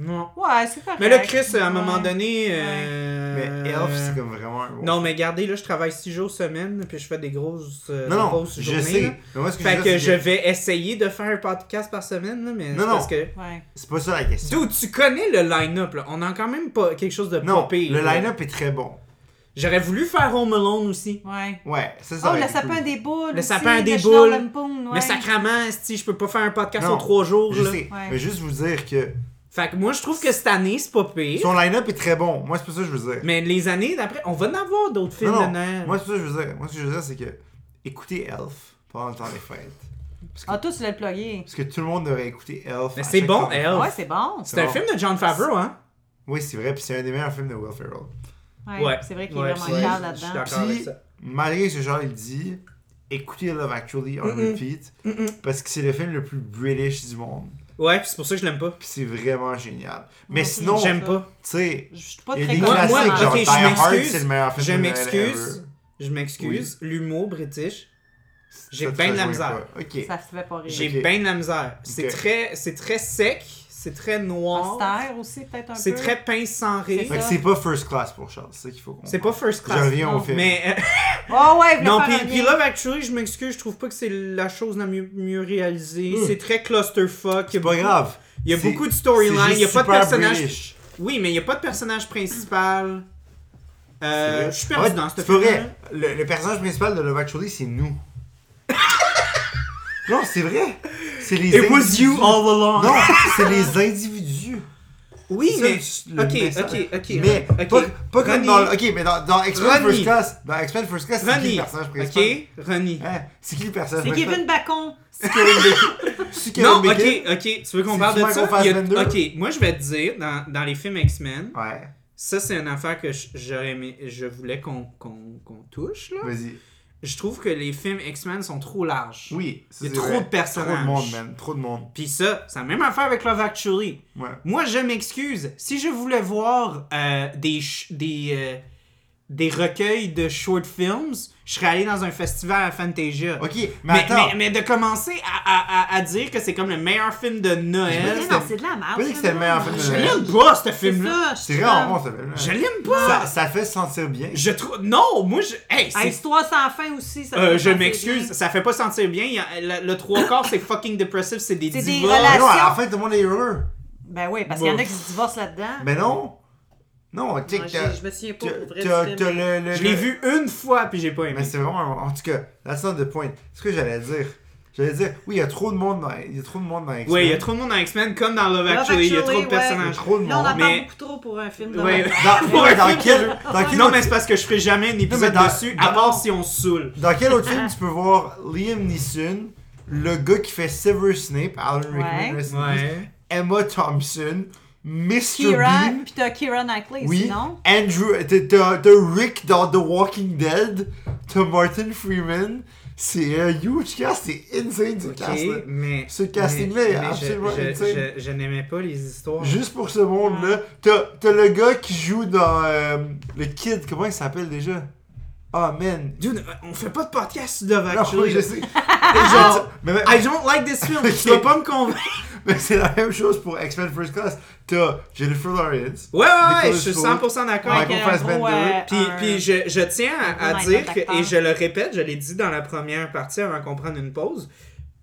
[SPEAKER 1] Non.
[SPEAKER 4] Ouais, c'est correct.
[SPEAKER 1] Mais là, Chris, à un
[SPEAKER 4] Ouais.
[SPEAKER 1] moment donné. euh,
[SPEAKER 3] Mais Elf, c'est comme vraiment un bon
[SPEAKER 1] Non, mais regardez, là, je travaille 6 jours semaine, puis je fais des grosses euh,
[SPEAKER 3] Non, non,
[SPEAKER 1] grosses
[SPEAKER 3] je
[SPEAKER 1] journées,
[SPEAKER 3] sais.
[SPEAKER 1] là.
[SPEAKER 3] Mais moi, ce que
[SPEAKER 1] Fait
[SPEAKER 3] je
[SPEAKER 1] que
[SPEAKER 3] veux dire,
[SPEAKER 1] je
[SPEAKER 3] c'est que
[SPEAKER 1] vais essayer de faire un podcast par semaine, là, mais
[SPEAKER 3] Non,
[SPEAKER 1] c'est
[SPEAKER 3] non.
[SPEAKER 1] parce que.
[SPEAKER 4] Ouais.
[SPEAKER 3] c'est pas ça la question.
[SPEAKER 1] Dude, tu connais le line-up, là. On a quand même pas quelque chose de
[SPEAKER 3] Non,
[SPEAKER 1] pas pire,
[SPEAKER 3] le
[SPEAKER 1] là.
[SPEAKER 3] line-up est très bon.
[SPEAKER 1] J'aurais voulu faire Home Alone aussi.
[SPEAKER 4] Ouais.
[SPEAKER 3] Ouais, ça, ça
[SPEAKER 4] Oh,
[SPEAKER 3] aurait
[SPEAKER 4] le
[SPEAKER 3] été
[SPEAKER 4] sapin
[SPEAKER 3] cool.
[SPEAKER 4] des boules.
[SPEAKER 1] Le
[SPEAKER 4] aussi,
[SPEAKER 1] sapin des
[SPEAKER 4] le Schnarr
[SPEAKER 1] boules.
[SPEAKER 4] Lampoon, ouais.
[SPEAKER 1] Mais sacrament, si je peux pas faire un podcast
[SPEAKER 3] Non,
[SPEAKER 1] en trois jours.
[SPEAKER 3] Je
[SPEAKER 1] Là.
[SPEAKER 3] sais,
[SPEAKER 4] Ouais.
[SPEAKER 3] mais juste vous dire que
[SPEAKER 1] Fait que moi, je trouve que cette année, c'est pas pire.
[SPEAKER 3] son line-up est très bon. Moi, c'est pour ça que je veux dire.
[SPEAKER 1] Mais les années d'après, on va en avoir d'autres films
[SPEAKER 3] Non,
[SPEAKER 1] de
[SPEAKER 3] non.
[SPEAKER 1] Noël.
[SPEAKER 3] Moi, c'est pour ça que je veux dire. Moi, ce que je veux dire, c'est que écoutez Elf pendant le temps des fêtes.
[SPEAKER 4] Ah, toi, tu l'as plugué.
[SPEAKER 3] Parce que tout le monde devrait écouter Elf.
[SPEAKER 1] Mais
[SPEAKER 3] à
[SPEAKER 1] c'est
[SPEAKER 3] chaque
[SPEAKER 1] bon,
[SPEAKER 3] temps des fêtes.
[SPEAKER 1] Elf.
[SPEAKER 4] Ouais, c'est bon.
[SPEAKER 1] c'est un
[SPEAKER 3] bon.
[SPEAKER 1] film de John Favreau, hein?
[SPEAKER 3] Oui, c'est vrai, puis c'est un des meilleurs films de Will Ferrell.
[SPEAKER 4] Ouais.
[SPEAKER 1] Ouais.
[SPEAKER 4] C'est vrai qu'il
[SPEAKER 1] Ouais,
[SPEAKER 4] est vraiment
[SPEAKER 3] c'est-
[SPEAKER 4] clair
[SPEAKER 1] je suis
[SPEAKER 4] là-dedans.
[SPEAKER 1] d'accord. avec
[SPEAKER 3] Puis,
[SPEAKER 1] ça.
[SPEAKER 3] malgré ce que Charles dit, écoutez Love Actually on
[SPEAKER 1] Mm-mm.
[SPEAKER 3] repeat,
[SPEAKER 1] Mm-mm.
[SPEAKER 3] parce que c'est le film le plus British du monde.
[SPEAKER 1] Ouais, puis c'est pour ça que je l'aime pas.
[SPEAKER 3] Puis c'est vraiment génial.
[SPEAKER 4] Moi
[SPEAKER 3] Mais
[SPEAKER 4] aussi,
[SPEAKER 3] sinon, tu
[SPEAKER 1] J'aime pas.
[SPEAKER 3] sais,
[SPEAKER 4] Je suis pas
[SPEAKER 3] il y a
[SPEAKER 4] très
[SPEAKER 3] des
[SPEAKER 1] Moi-
[SPEAKER 3] classiques
[SPEAKER 1] moi,
[SPEAKER 4] dans-
[SPEAKER 3] genre
[SPEAKER 1] ok, je
[SPEAKER 3] Die Hard,
[SPEAKER 1] m'excuse.
[SPEAKER 3] c'est le meilleur film
[SPEAKER 1] Je
[SPEAKER 3] de Noël
[SPEAKER 1] m'excuse.
[SPEAKER 3] ever.
[SPEAKER 1] Je m'excuse. L'humour british, J'ai
[SPEAKER 3] Ça te
[SPEAKER 1] bien de la
[SPEAKER 3] rejoint
[SPEAKER 1] misère.
[SPEAKER 3] pas. Ok.
[SPEAKER 4] Ça se fait pas rire.
[SPEAKER 1] j'ai
[SPEAKER 3] Ok.
[SPEAKER 1] bien de la misère. C'est
[SPEAKER 3] Ok.
[SPEAKER 1] très, c'est très sec, c'est très noir,
[SPEAKER 4] Austère aussi, peut-être un peu.
[SPEAKER 1] c'est très pince sans rire.
[SPEAKER 4] C'est
[SPEAKER 3] Fait que
[SPEAKER 4] ça.
[SPEAKER 3] c'est pas first class pour Charles, c'est ça qu'il faut comprendre.
[SPEAKER 1] C'est pas first
[SPEAKER 3] Je
[SPEAKER 1] class.
[SPEAKER 3] reviens au
[SPEAKER 4] non,
[SPEAKER 3] film.
[SPEAKER 1] Mais euh,
[SPEAKER 4] Oh, ouais,
[SPEAKER 1] non,
[SPEAKER 4] non,
[SPEAKER 1] puis, puis Love Actually, je m'excuse, je trouve pas que c'est la chose la mieux, mieux réalisée.
[SPEAKER 3] Mm.
[SPEAKER 1] C'est très clusterfuck. il y a
[SPEAKER 3] C'est pas
[SPEAKER 1] beaucoup-
[SPEAKER 3] grave.
[SPEAKER 1] Il y a
[SPEAKER 3] C'est-
[SPEAKER 1] beaucoup de storylines, il
[SPEAKER 3] c'est
[SPEAKER 1] y a
[SPEAKER 3] juste
[SPEAKER 1] pas de
[SPEAKER 3] super
[SPEAKER 1] personnage.
[SPEAKER 3] British.
[SPEAKER 1] Oui, mais il y a pas de personnage principal. Euh, je suis perdu
[SPEAKER 3] Ouais,
[SPEAKER 1] dans ce
[SPEAKER 3] C'est pas
[SPEAKER 1] film-là.
[SPEAKER 3] vrai. Le, le personnage principal de Love Actually, c'est nous. non, c'est vrai. C'est les
[SPEAKER 1] It was you
[SPEAKER 3] individus.
[SPEAKER 1] all along.
[SPEAKER 3] Non, c'est les individus.
[SPEAKER 1] Oui,
[SPEAKER 3] C'est
[SPEAKER 1] mais.
[SPEAKER 3] ça, le- le
[SPEAKER 1] ok,
[SPEAKER 3] message.
[SPEAKER 1] ok, ok,
[SPEAKER 3] Mais
[SPEAKER 1] ok.
[SPEAKER 3] pas, pas comme
[SPEAKER 1] Ronnie.
[SPEAKER 3] dans. le- Ok, mais dans, dans X-Men
[SPEAKER 1] Ronnie.
[SPEAKER 3] First Class, dans X-Men First Class, c'est qui
[SPEAKER 1] Ronnie.
[SPEAKER 3] le personnage principal
[SPEAKER 1] Ok, Ronnie.
[SPEAKER 3] Hein? C'est qui le personnage
[SPEAKER 4] C'est
[SPEAKER 3] principal
[SPEAKER 4] Kevin Bacon.
[SPEAKER 3] C'est Kevin Bacon. C'est Kevin
[SPEAKER 1] Non,
[SPEAKER 3] Bacon.
[SPEAKER 1] ok, ok. Tu veux qu'on
[SPEAKER 3] C'est
[SPEAKER 1] parle
[SPEAKER 3] du
[SPEAKER 1] de
[SPEAKER 3] Michael
[SPEAKER 1] ça? Il y a-
[SPEAKER 3] Fassbender?
[SPEAKER 1] Ok, moi je vais te dire, dans, dans les films X-Men,
[SPEAKER 3] Ouais,
[SPEAKER 1] ça c'est une affaire que je- j'aurais aimé, je voulais qu'on qu'on- qu'on touche. Là.
[SPEAKER 3] vas-y.
[SPEAKER 1] Je trouve que les films X-Men sont trop larges.
[SPEAKER 3] Oui, ça,
[SPEAKER 1] Il y a
[SPEAKER 3] c'est
[SPEAKER 1] trop
[SPEAKER 3] vrai.
[SPEAKER 1] de personnages.
[SPEAKER 3] Trop de monde, man. Trop de monde.
[SPEAKER 1] Puis ça, c'est la même affaire avec Love Actually.
[SPEAKER 3] Ouais.
[SPEAKER 1] Moi, je m'excuse. Si je voulais voir euh, des, ch- des, euh, des recueils de short films, je serais allé dans un festival à Fantasia.
[SPEAKER 3] Ok, mais,
[SPEAKER 1] Mais,
[SPEAKER 3] attends.
[SPEAKER 1] mais- mais de commencer à, à- à- à dire que c'est comme le meilleur film de
[SPEAKER 3] Mais
[SPEAKER 1] Noël.
[SPEAKER 3] non,
[SPEAKER 4] Mais
[SPEAKER 3] c'était-
[SPEAKER 4] non, c'est de la merde.
[SPEAKER 3] Oui,
[SPEAKER 4] ça,
[SPEAKER 3] c'était le
[SPEAKER 4] non.
[SPEAKER 3] meilleur film de
[SPEAKER 1] Je
[SPEAKER 3] Noël.
[SPEAKER 1] l'aime pas, ce
[SPEAKER 2] C'est
[SPEAKER 1] film-là.
[SPEAKER 2] ça, je
[SPEAKER 3] C'est
[SPEAKER 2] suis
[SPEAKER 3] vraiment
[SPEAKER 2] comme-
[SPEAKER 3] bon, ça fait-
[SPEAKER 1] Je l'aime
[SPEAKER 3] Ça,
[SPEAKER 1] pas.
[SPEAKER 3] ça fait sentir bien.
[SPEAKER 1] Je trouve. Non, moi, je. Hey,
[SPEAKER 2] Ah,
[SPEAKER 1] c'est-
[SPEAKER 2] Histoire sans fin aussi. Ça
[SPEAKER 1] Euh,
[SPEAKER 2] fait
[SPEAKER 1] je
[SPEAKER 2] penser
[SPEAKER 1] m'excuse,
[SPEAKER 2] bien.
[SPEAKER 1] ça fait pas sentir bien. Il y a- le, le trois quarts, c'est fucking dépressif, c'est des
[SPEAKER 4] C'est des
[SPEAKER 1] divas.
[SPEAKER 4] relations.
[SPEAKER 3] Mais non, à la fin, tout le monde est heureux.
[SPEAKER 4] Ben oui, parce qu'il y en a qui se divorcent là-dedans.
[SPEAKER 3] Mais non. Non, check
[SPEAKER 2] Moi, je,
[SPEAKER 3] t'as-
[SPEAKER 2] je me souviens pas
[SPEAKER 3] t'as-
[SPEAKER 2] pour vrai
[SPEAKER 3] t'as-
[SPEAKER 2] du
[SPEAKER 3] t'as
[SPEAKER 2] film.
[SPEAKER 3] le- le-
[SPEAKER 1] Je l'ai
[SPEAKER 3] le-
[SPEAKER 1] vu une fois, puis j'ai pas aimé.
[SPEAKER 3] Mais c'est vraiment un- En tout cas, that's not the point. Ce que j'allais dire. J'allais dire, oui, il y a trop de monde dans, il y a trop de monde dans X-Men.
[SPEAKER 1] Ouais, il y a trop de monde dans X-men, comme dans Love
[SPEAKER 2] Love
[SPEAKER 1] Actually, il y a
[SPEAKER 2] Actually,
[SPEAKER 1] trop de
[SPEAKER 2] ouais.
[SPEAKER 3] Il y a
[SPEAKER 1] personnages.
[SPEAKER 3] trop de
[SPEAKER 2] Là, on
[SPEAKER 3] monde.
[SPEAKER 2] en
[SPEAKER 1] Mais-
[SPEAKER 2] parle beaucoup trop pour un film. de
[SPEAKER 1] Ouais.
[SPEAKER 2] Noël.
[SPEAKER 3] Dans,
[SPEAKER 1] Pour un
[SPEAKER 3] dans
[SPEAKER 1] film-
[SPEAKER 3] quel, dans, quel
[SPEAKER 1] Non,
[SPEAKER 3] autre,
[SPEAKER 1] mais c'est parce que je ferai jamais un épisode
[SPEAKER 3] dans-
[SPEAKER 1] dessus, à
[SPEAKER 3] dans-
[SPEAKER 1] part si on se saoule.
[SPEAKER 3] dans quel autre film tu peux voir Liam Neeson, le gars qui fait Severus Snape, Alan Rickman,
[SPEAKER 4] Ouais.
[SPEAKER 3] rest in peace, Emma Thompson, Mr.
[SPEAKER 4] Kira,
[SPEAKER 3] Bean,
[SPEAKER 4] puis t'as Kira Knightley
[SPEAKER 3] Oui.
[SPEAKER 4] aussi, non?
[SPEAKER 3] Andrew, t'as- t'as t'as Rick dans The Walking Dead, t'as Martin Freeman, c'est un huge cast, c'est insane ce
[SPEAKER 1] Ok,
[SPEAKER 3] cast là.
[SPEAKER 1] mais.
[SPEAKER 3] Ce casting-là
[SPEAKER 1] mais-
[SPEAKER 3] est
[SPEAKER 1] mais je-
[SPEAKER 3] absolument
[SPEAKER 1] je-
[SPEAKER 3] insane.
[SPEAKER 1] je- Je n'aimais pas les histoires.
[SPEAKER 3] Juste pour ce monde là, t'as t'as le gars qui joue dans euh, le Kid, comment il s'appelle déjà? Ah man.
[SPEAKER 1] Dude, on fait pas de podcast sur Love
[SPEAKER 3] Non,
[SPEAKER 1] Actually.
[SPEAKER 3] je sais.
[SPEAKER 1] Genre,
[SPEAKER 3] Mais, mais-
[SPEAKER 1] I don't like this film, tu vas pas me convaincre.
[SPEAKER 3] mais c'est la même chose pour X-Men First Class. T'as Jennifer Lawrence.
[SPEAKER 1] Ouais, ouais, ouais,
[SPEAKER 3] Nicolas
[SPEAKER 1] je suis
[SPEAKER 3] Cage.
[SPEAKER 1] 100% d'accord.
[SPEAKER 3] Michael
[SPEAKER 4] Avec un
[SPEAKER 3] Fassbender.
[SPEAKER 4] gros, euh,
[SPEAKER 1] Puis,
[SPEAKER 4] un-
[SPEAKER 1] puis je, je tiens à, à
[SPEAKER 4] Ouais,
[SPEAKER 1] dire,
[SPEAKER 4] non,
[SPEAKER 1] que, et
[SPEAKER 4] d'accord.
[SPEAKER 1] je le répète, je l'ai dit dans la première partie avant qu'on prenne une pause,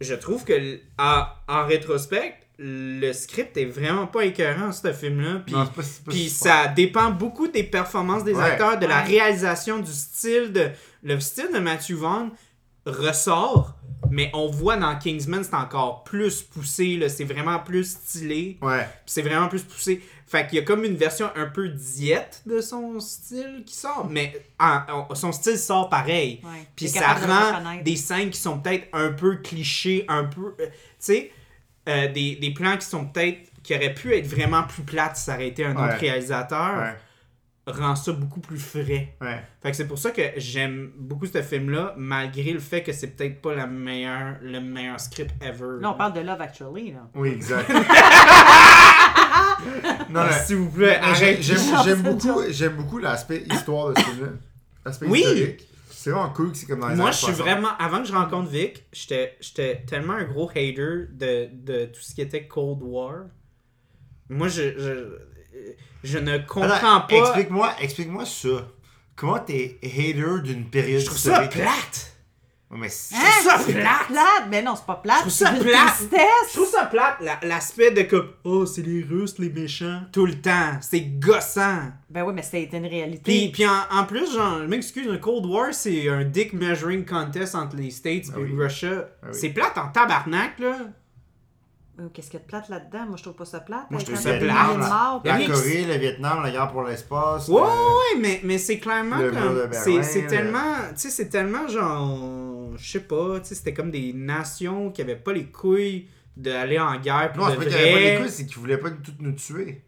[SPEAKER 1] je trouve que l- à- en rétrospect, le script est vraiment pas écœurant, ce film-là. Puis,
[SPEAKER 3] Non, c'est pas- c'est pas
[SPEAKER 1] puis
[SPEAKER 3] super.
[SPEAKER 1] ça dépend beaucoup des performances des
[SPEAKER 3] Ouais.
[SPEAKER 1] acteurs, de la
[SPEAKER 4] Ouais.
[SPEAKER 1] réalisation, du style. de Le style de Matthew Vaughn ressort, mais on voit dans Kingsman, c'est encore plus poussé, là, c'est vraiment plus stylé.
[SPEAKER 3] Ouais.
[SPEAKER 1] Puis c'est vraiment plus poussé. Fait qu'il y a comme une version un peu diète de son style qui sort, mais en- en- son style sort pareil.
[SPEAKER 4] Ouais.
[SPEAKER 1] Puis
[SPEAKER 4] T'es
[SPEAKER 1] ça
[SPEAKER 4] capable de le
[SPEAKER 1] rend
[SPEAKER 4] reconnaître.
[SPEAKER 1] des scènes qui sont peut-être un peu clichés, un peu. euh, tu sais, euh, des, des plans qui sont peut-être. qui auraient pu être vraiment plus plates si ça aurait été un
[SPEAKER 3] Ouais.
[SPEAKER 1] autre réalisateur,
[SPEAKER 3] Ouais.
[SPEAKER 1] rend ça beaucoup plus frais.
[SPEAKER 3] Ouais.
[SPEAKER 1] Fait que c'est pour ça que j'aime beaucoup ce film-là, malgré le fait que c'est peut-être pas la meilleure, le meilleur script ever.
[SPEAKER 4] Là, on parle de Love Actually, là.
[SPEAKER 3] Oui, exact. non,
[SPEAKER 1] Ah,
[SPEAKER 3] mais-
[SPEAKER 1] S'il vous plaît,
[SPEAKER 3] mais j'ai-
[SPEAKER 1] arrête.
[SPEAKER 3] j'aime
[SPEAKER 4] Non,
[SPEAKER 3] j'aime
[SPEAKER 4] c'est
[SPEAKER 3] beaucoup, j'aime beaucoup l'aspect histoire de ce film-là. L'aspect
[SPEAKER 1] Oui.
[SPEAKER 3] historique. C'est vraiment cool que c'est comme dans les
[SPEAKER 1] Moi,
[SPEAKER 3] années
[SPEAKER 1] je suis
[SPEAKER 3] 60.
[SPEAKER 1] vraiment. Avant que je rencontre Vic, j'étais j'étais tellement un gros hater de, de tout ce qui était Cold War. Moi, je. Je, je ne comprends
[SPEAKER 3] Attends,
[SPEAKER 1] pas.
[SPEAKER 3] Explique-moi explique ça. Comment t'es hater d'une période
[SPEAKER 1] Je trouve ça
[SPEAKER 3] historique?
[SPEAKER 1] plate.
[SPEAKER 3] Mais c'est
[SPEAKER 4] Hein?
[SPEAKER 1] ça
[SPEAKER 4] C'est
[SPEAKER 1] plate!
[SPEAKER 4] plate! Mais non, c'est pas plate.
[SPEAKER 1] Je trouve ça
[SPEAKER 4] c'est une
[SPEAKER 1] plate.
[SPEAKER 4] tristesse.
[SPEAKER 1] Je trouve ça plate, la- l'aspect de comme Oh, c'est les Russes, les méchants, tout le temps. C'est gossant.
[SPEAKER 4] Ben oui, mais c'était une réalité.
[SPEAKER 1] Puis, puis en, en plus, genre, je m'excuse, le Cold War, c'est un dick measuring contest entre les States
[SPEAKER 3] Ah
[SPEAKER 1] et
[SPEAKER 3] oui.
[SPEAKER 1] Russia.
[SPEAKER 3] Ah oui.
[SPEAKER 1] C'est plate en tabarnak, là.
[SPEAKER 2] Euh, Qu'est-ce qu'il y a de plate là-dedans? Moi, je trouve pas ça plate.
[SPEAKER 3] Moi, je
[SPEAKER 2] Quand
[SPEAKER 3] trouve
[SPEAKER 2] il y a
[SPEAKER 1] ça
[SPEAKER 2] des
[SPEAKER 1] plate.
[SPEAKER 2] milliers de morts,
[SPEAKER 1] Y a
[SPEAKER 3] La
[SPEAKER 1] rien qui-
[SPEAKER 3] Corée, le Vietnam, la guerre pour l'espace.
[SPEAKER 1] Ouais, ouais,
[SPEAKER 3] euh,
[SPEAKER 1] ouais, mais, mais c'est clairement
[SPEAKER 3] Le mur de
[SPEAKER 1] comme.
[SPEAKER 3] Berlin,
[SPEAKER 1] C'est c'est
[SPEAKER 3] le-
[SPEAKER 1] tellement. Tu sais, c'est tellement genre. Je sais pas, tu sais, c'était comme des nations qui avaient pas les couilles d'aller en guerre pour
[SPEAKER 3] Non,
[SPEAKER 1] de
[SPEAKER 3] c'est pas qu'il y avait pas
[SPEAKER 1] vrai.
[SPEAKER 3] les couilles, c'est qu'ils voulaient pas toutes nous tuer.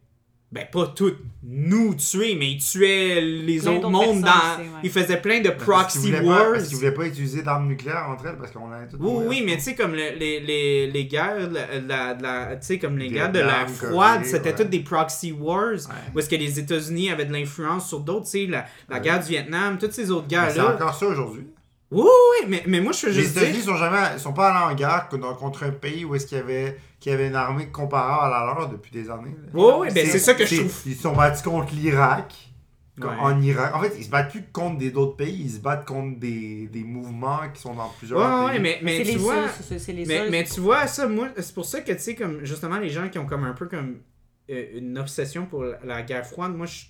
[SPEAKER 1] ben pas toutes nous tuer, mais ils tuaient les
[SPEAKER 4] Plein d'autres
[SPEAKER 1] autres mondes dans.
[SPEAKER 4] personnes aussi, ouais.
[SPEAKER 1] Ils faisaient plein de
[SPEAKER 3] Ben, Parce
[SPEAKER 1] proxy
[SPEAKER 3] qu'ils voulaient pas-
[SPEAKER 1] wars.
[SPEAKER 3] Parce qu'ils voulaient pas utiliser d'armes nucléaires entre elles parce qu'on allait tout
[SPEAKER 1] Oui,
[SPEAKER 3] mourir.
[SPEAKER 1] oui, mais tu sais, comme le- les, les, les guerres, la, la- la- tu sais, comme les guerres de la
[SPEAKER 3] Vietnam,
[SPEAKER 1] froide,
[SPEAKER 3] Corée,
[SPEAKER 1] c'était
[SPEAKER 3] ouais.
[SPEAKER 1] toutes des proxy wars,
[SPEAKER 3] Ouais.
[SPEAKER 1] où est-ce que les États-Unis avaient de l'influence sur d'autres, tu sais, la, la guerre du Vietnam, toutes ces autres
[SPEAKER 3] Mais C'est
[SPEAKER 1] guerres-là.
[SPEAKER 3] encore ça aujourd'hui.
[SPEAKER 1] Oui, oui, mais, mais moi, je suis
[SPEAKER 3] Les
[SPEAKER 1] juste
[SPEAKER 3] États-Unis
[SPEAKER 1] dire...
[SPEAKER 3] sont jamais, sont pas allés en guerre que dans- contre un pays où est-ce qu'il y avait, qu'il y avait une armée comparable à la leur depuis des années. là.
[SPEAKER 1] Oui, oui, ben c'est ça que je
[SPEAKER 3] c'est-
[SPEAKER 1] trouve.
[SPEAKER 3] Ils se sont battus contre l'Irak. comme
[SPEAKER 1] Ouais.
[SPEAKER 3] En Irak. En fait, ils se battent plus contre des d'autres pays, ils se battent contre des, des mouvements qui sont dans plusieurs
[SPEAKER 1] Ouais, ouais,
[SPEAKER 3] pays.
[SPEAKER 1] mais, mais
[SPEAKER 4] c'est
[SPEAKER 1] tu
[SPEAKER 4] les
[SPEAKER 1] vois...
[SPEAKER 4] seuls, c'est- c'est les
[SPEAKER 1] Mais,
[SPEAKER 4] seuls.
[SPEAKER 1] mais tu vois, ça, moi, c'est pour ça que, tu sais, comme, justement, les gens qui ont comme un peu comme euh, une obsession pour la, la guerre froide, moi, je...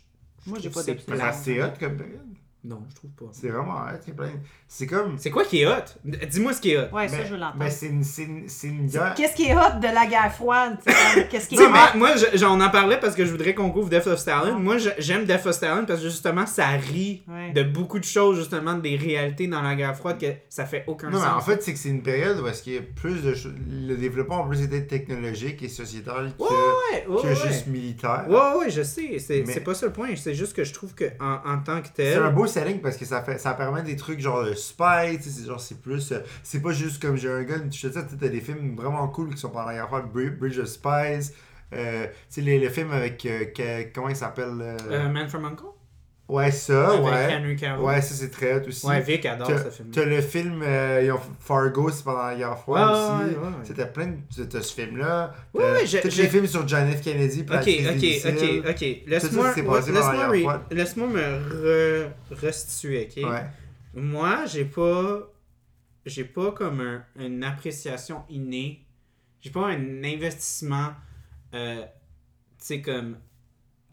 [SPEAKER 1] je
[SPEAKER 4] Moi, j'ai
[SPEAKER 1] trouve
[SPEAKER 4] pas
[SPEAKER 1] que c'est
[SPEAKER 3] Mais
[SPEAKER 1] plat.
[SPEAKER 3] ça, c'est hot comme période.
[SPEAKER 1] Non, je trouve pas.
[SPEAKER 3] C'est vraiment hot. C'est plein. C'est comme.
[SPEAKER 1] C'est quoi qui est hot? Dis-moi ce qui est hot.
[SPEAKER 4] Ouais, ça,
[SPEAKER 3] mais-
[SPEAKER 4] je veux l'entendre.
[SPEAKER 3] Mais c'est une, c'est une, c'est une guerre.
[SPEAKER 4] Qu'est-ce qui est hot de la guerre froide? tu sais, comme, Qu'est-ce qui
[SPEAKER 1] Tu
[SPEAKER 4] est
[SPEAKER 1] sais, moi,
[SPEAKER 4] hot? Ah.
[SPEAKER 1] moi, je- j'en en parlais parce que je voudrais qu'on couvre Death of Stalin. Moi, je- j'aime Death of Stalin parce que justement, ça rit
[SPEAKER 4] Ouais.
[SPEAKER 1] de beaucoup de choses, justement, des réalités dans la guerre froide que ça fait aucun
[SPEAKER 3] Non, mais en
[SPEAKER 1] sens.
[SPEAKER 3] fait, c'est que c'est une période où est-ce qu'il y a plus de cho- le développement a plus été technologique et sociétal que,
[SPEAKER 1] Ouais, ouais, ouais,
[SPEAKER 3] que
[SPEAKER 1] ouais.
[SPEAKER 3] juste militaire.
[SPEAKER 1] Ouais, ouais, je sais. C'est
[SPEAKER 3] Mais-
[SPEAKER 1] c'est pas ça le point. C'est juste que je trouve que en, en tant que
[SPEAKER 3] C'est
[SPEAKER 1] tel.
[SPEAKER 3] un beau selling parce que ça fait ça permet des trucs genre de spy, tu sais, c'est genre c'est plus euh, c'est pas juste comme j'ai un gun, je te dis tu sais, t'as des films vraiment cool qui sont pendant la guerre froide, Bri- Bridge of Spies, euh, tu sais les- le film avec euh, que- comment il s'appelle euh,
[SPEAKER 1] euh, Man from Uncle?
[SPEAKER 3] Ouais, ça,
[SPEAKER 1] Avec
[SPEAKER 3] Ah, ouais.
[SPEAKER 1] Henry Cavill.
[SPEAKER 3] Ouais, ça c'est très hot aussi.
[SPEAKER 1] Ouais, Vic adore
[SPEAKER 3] T'as-
[SPEAKER 1] ce film.
[SPEAKER 3] T'as le film euh, ils ont- Fargo, c'est pendant la guerre froide
[SPEAKER 1] Ouais,
[SPEAKER 3] aussi.
[SPEAKER 1] ouais, ouais, ouais.
[SPEAKER 3] C'était plein de t'as- t'as ce film-là.
[SPEAKER 1] Ouais,
[SPEAKER 3] T'as
[SPEAKER 1] ouais, j'ai-
[SPEAKER 3] Tous
[SPEAKER 1] j'ai-
[SPEAKER 3] les films sur John F. Kennedy. puis
[SPEAKER 1] Ok,
[SPEAKER 3] la crise des
[SPEAKER 1] ok,
[SPEAKER 3] missiles.
[SPEAKER 1] ok, ok. Laisse-moi
[SPEAKER 3] ça, c'est basé
[SPEAKER 1] laisse-moi
[SPEAKER 3] dans la guerre
[SPEAKER 1] re-
[SPEAKER 3] froide.
[SPEAKER 1] laisse-moi me re- restituer, ok?
[SPEAKER 3] Ouais.
[SPEAKER 1] Moi, j'ai pas. J'ai pas comme un- une appréciation innée. J'ai pas un investissement, euh, tu sais, comme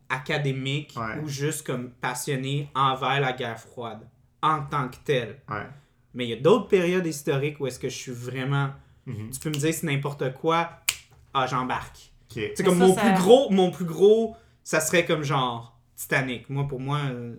[SPEAKER 1] académique
[SPEAKER 3] Ouais.
[SPEAKER 1] ou juste comme passionné envers la guerre froide en tant que telle.
[SPEAKER 3] Ouais.
[SPEAKER 1] Mais il y a d'autres périodes historiques où est-ce que je suis vraiment.
[SPEAKER 3] Mhm.
[SPEAKER 1] Tu peux me dire c'est n'importe quoi, ah, j'embarque.
[SPEAKER 3] Ok.
[SPEAKER 1] C'est
[SPEAKER 4] Mais
[SPEAKER 1] comme
[SPEAKER 4] ça,
[SPEAKER 1] mon
[SPEAKER 4] ça-
[SPEAKER 1] plus gros, mon plus gros, ça serait comme genre Titanic. Moi, pour moi, euh,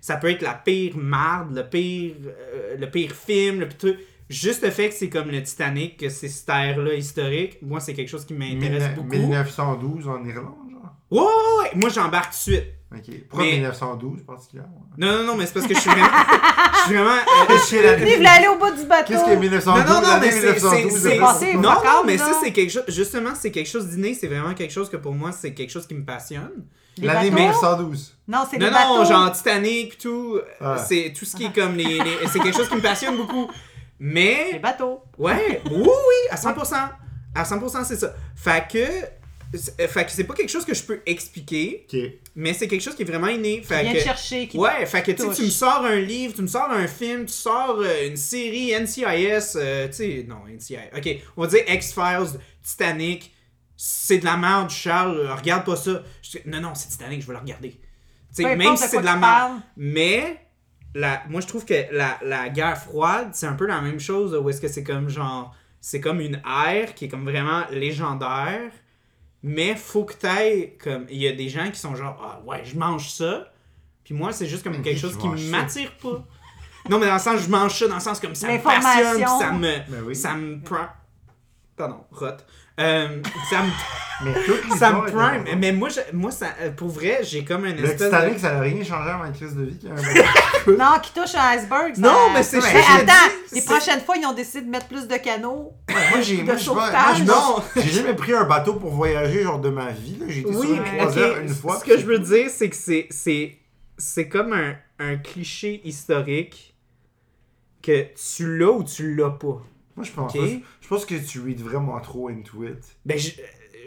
[SPEAKER 1] ça peut être la pire marde, le pire, euh, le pire film, le pire truc. Juste le fait que c'est comme le Titanic, que c'est cette ère-là historique, moi, c'est quelque chose qui m'intéresse
[SPEAKER 3] Mille-
[SPEAKER 1] beaucoup.
[SPEAKER 3] 1912 en Irlande, genre.
[SPEAKER 1] Ouais, ouais, ouais, moi, j'embarque tout de suite.
[SPEAKER 3] Ok. Pourquoi
[SPEAKER 1] Mais-
[SPEAKER 3] 1912 particulièrement
[SPEAKER 1] Non, non, non, mais c'est parce que je suis vraiment. je suis vraiment. euh,
[SPEAKER 3] Qu'est-ce qu'il y a
[SPEAKER 4] Lui, il voulait aller au bout du bateau.
[SPEAKER 3] Qu'est-ce que 1912
[SPEAKER 1] Non, non, non,
[SPEAKER 3] l'année
[SPEAKER 1] mais c'est- c'est-
[SPEAKER 3] 1912,
[SPEAKER 1] c'est
[SPEAKER 3] je
[SPEAKER 4] passé,
[SPEAKER 3] sais
[SPEAKER 1] Non,
[SPEAKER 3] pas.
[SPEAKER 4] Pas
[SPEAKER 1] non,
[SPEAKER 4] grave,
[SPEAKER 1] mais ça,
[SPEAKER 4] là.
[SPEAKER 1] c'est quelque chose. Justement, c'est quelque chose d'inné. C'est vraiment quelque chose que pour moi, c'est quelque chose qui me passionne.
[SPEAKER 4] Les
[SPEAKER 3] L'année
[SPEAKER 4] bateaux?
[SPEAKER 3] 1912.
[SPEAKER 4] Non, c'est
[SPEAKER 1] Non,
[SPEAKER 4] les
[SPEAKER 1] non,
[SPEAKER 4] bateaux. Ah.
[SPEAKER 1] genre Titanic, pis tout. euh,
[SPEAKER 3] Ouais.
[SPEAKER 1] C'est tout ce qui est comme les. les- c'est quelque chose qui me passionne beaucoup.
[SPEAKER 4] Les
[SPEAKER 1] Mais,
[SPEAKER 4] bateaux.
[SPEAKER 1] ouais, oui, oui, à 100%. À 100%, c'est ça. Fait que. c'est- Fait que c'est pas quelque chose que je peux expliquer,
[SPEAKER 3] Ok.
[SPEAKER 1] mais c'est quelque chose qui est vraiment inné. Fait
[SPEAKER 4] Viens
[SPEAKER 1] que-
[SPEAKER 4] te chercher. qui-
[SPEAKER 1] Ouais, fait que tu sais,
[SPEAKER 4] touche.
[SPEAKER 1] tu me sors un livre, tu me sors un film, tu sors euh, une série NCIS, euh, tu sais, non, NCIS, ok, on va dire X-Files, Titanic, c'est de la merde, Charles, euh, regarde pas ça. Je dis, non, non, c'est Titanic, je vais le regarder. Tu
[SPEAKER 4] Peu
[SPEAKER 1] sais, même
[SPEAKER 4] importe
[SPEAKER 1] si
[SPEAKER 4] de
[SPEAKER 1] c'est
[SPEAKER 4] quoi
[SPEAKER 1] de la
[SPEAKER 4] tu
[SPEAKER 1] merde.
[SPEAKER 4] parles.
[SPEAKER 1] Mais, la, moi je trouve que la, la guerre froide, c'est un peu la même chose, où est-ce que c'est comme genre, c'est comme une ère qui est comme vraiment légendaire. Mais faut que t'ailles comme il y a des gens qui sont genre ah ouais je mange ça puis moi c'est juste comme
[SPEAKER 3] Mais
[SPEAKER 1] quelque
[SPEAKER 3] qui
[SPEAKER 1] chose
[SPEAKER 3] qui
[SPEAKER 1] qui
[SPEAKER 3] mange ça?
[SPEAKER 1] m'attire pas non mais dans le sens je mange ça dans le sens comme ça me
[SPEAKER 4] L'information.
[SPEAKER 1] passionne puis ça me
[SPEAKER 3] Ben oui.
[SPEAKER 1] ça me prend pardon rote Euh, ça me
[SPEAKER 3] Mais toutes les
[SPEAKER 1] ça
[SPEAKER 3] histoires
[SPEAKER 1] me
[SPEAKER 3] étaient
[SPEAKER 1] prime
[SPEAKER 3] bonnes.
[SPEAKER 1] mais moi je- moi ça euh, pour vrai j'ai comme un
[SPEAKER 3] Le
[SPEAKER 1] espèce de...
[SPEAKER 3] Titanic, ça n'a rien changé à ma crise de vie. quand même.
[SPEAKER 4] Non, qui touche un iceberg. ça-
[SPEAKER 1] Non, mais c'est-
[SPEAKER 4] Mais
[SPEAKER 1] je te
[SPEAKER 4] attends,
[SPEAKER 1] dis,
[SPEAKER 4] les
[SPEAKER 1] c'est-
[SPEAKER 4] prochaines fois, ils ont décidé de mettre plus de canaux.
[SPEAKER 3] Moi, j'ai moi, je sais pas- moi,
[SPEAKER 4] chauffage.
[SPEAKER 3] je
[SPEAKER 1] non
[SPEAKER 3] J'ai jamais pris un bateau pour voyager genre de ma vie. là. J'ai été sur
[SPEAKER 1] Oui,
[SPEAKER 3] une
[SPEAKER 1] mais
[SPEAKER 3] croisière
[SPEAKER 1] ok,
[SPEAKER 3] une fois.
[SPEAKER 1] Ce que je veux dire, c'est que c'est, c'est, c'est comme un, un cliché historique que tu l'as ou tu l'as pas.
[SPEAKER 3] Moi, je pense
[SPEAKER 1] Ok.
[SPEAKER 3] pas- Je pense que tu read vraiment trop into it.
[SPEAKER 1] Ben, je.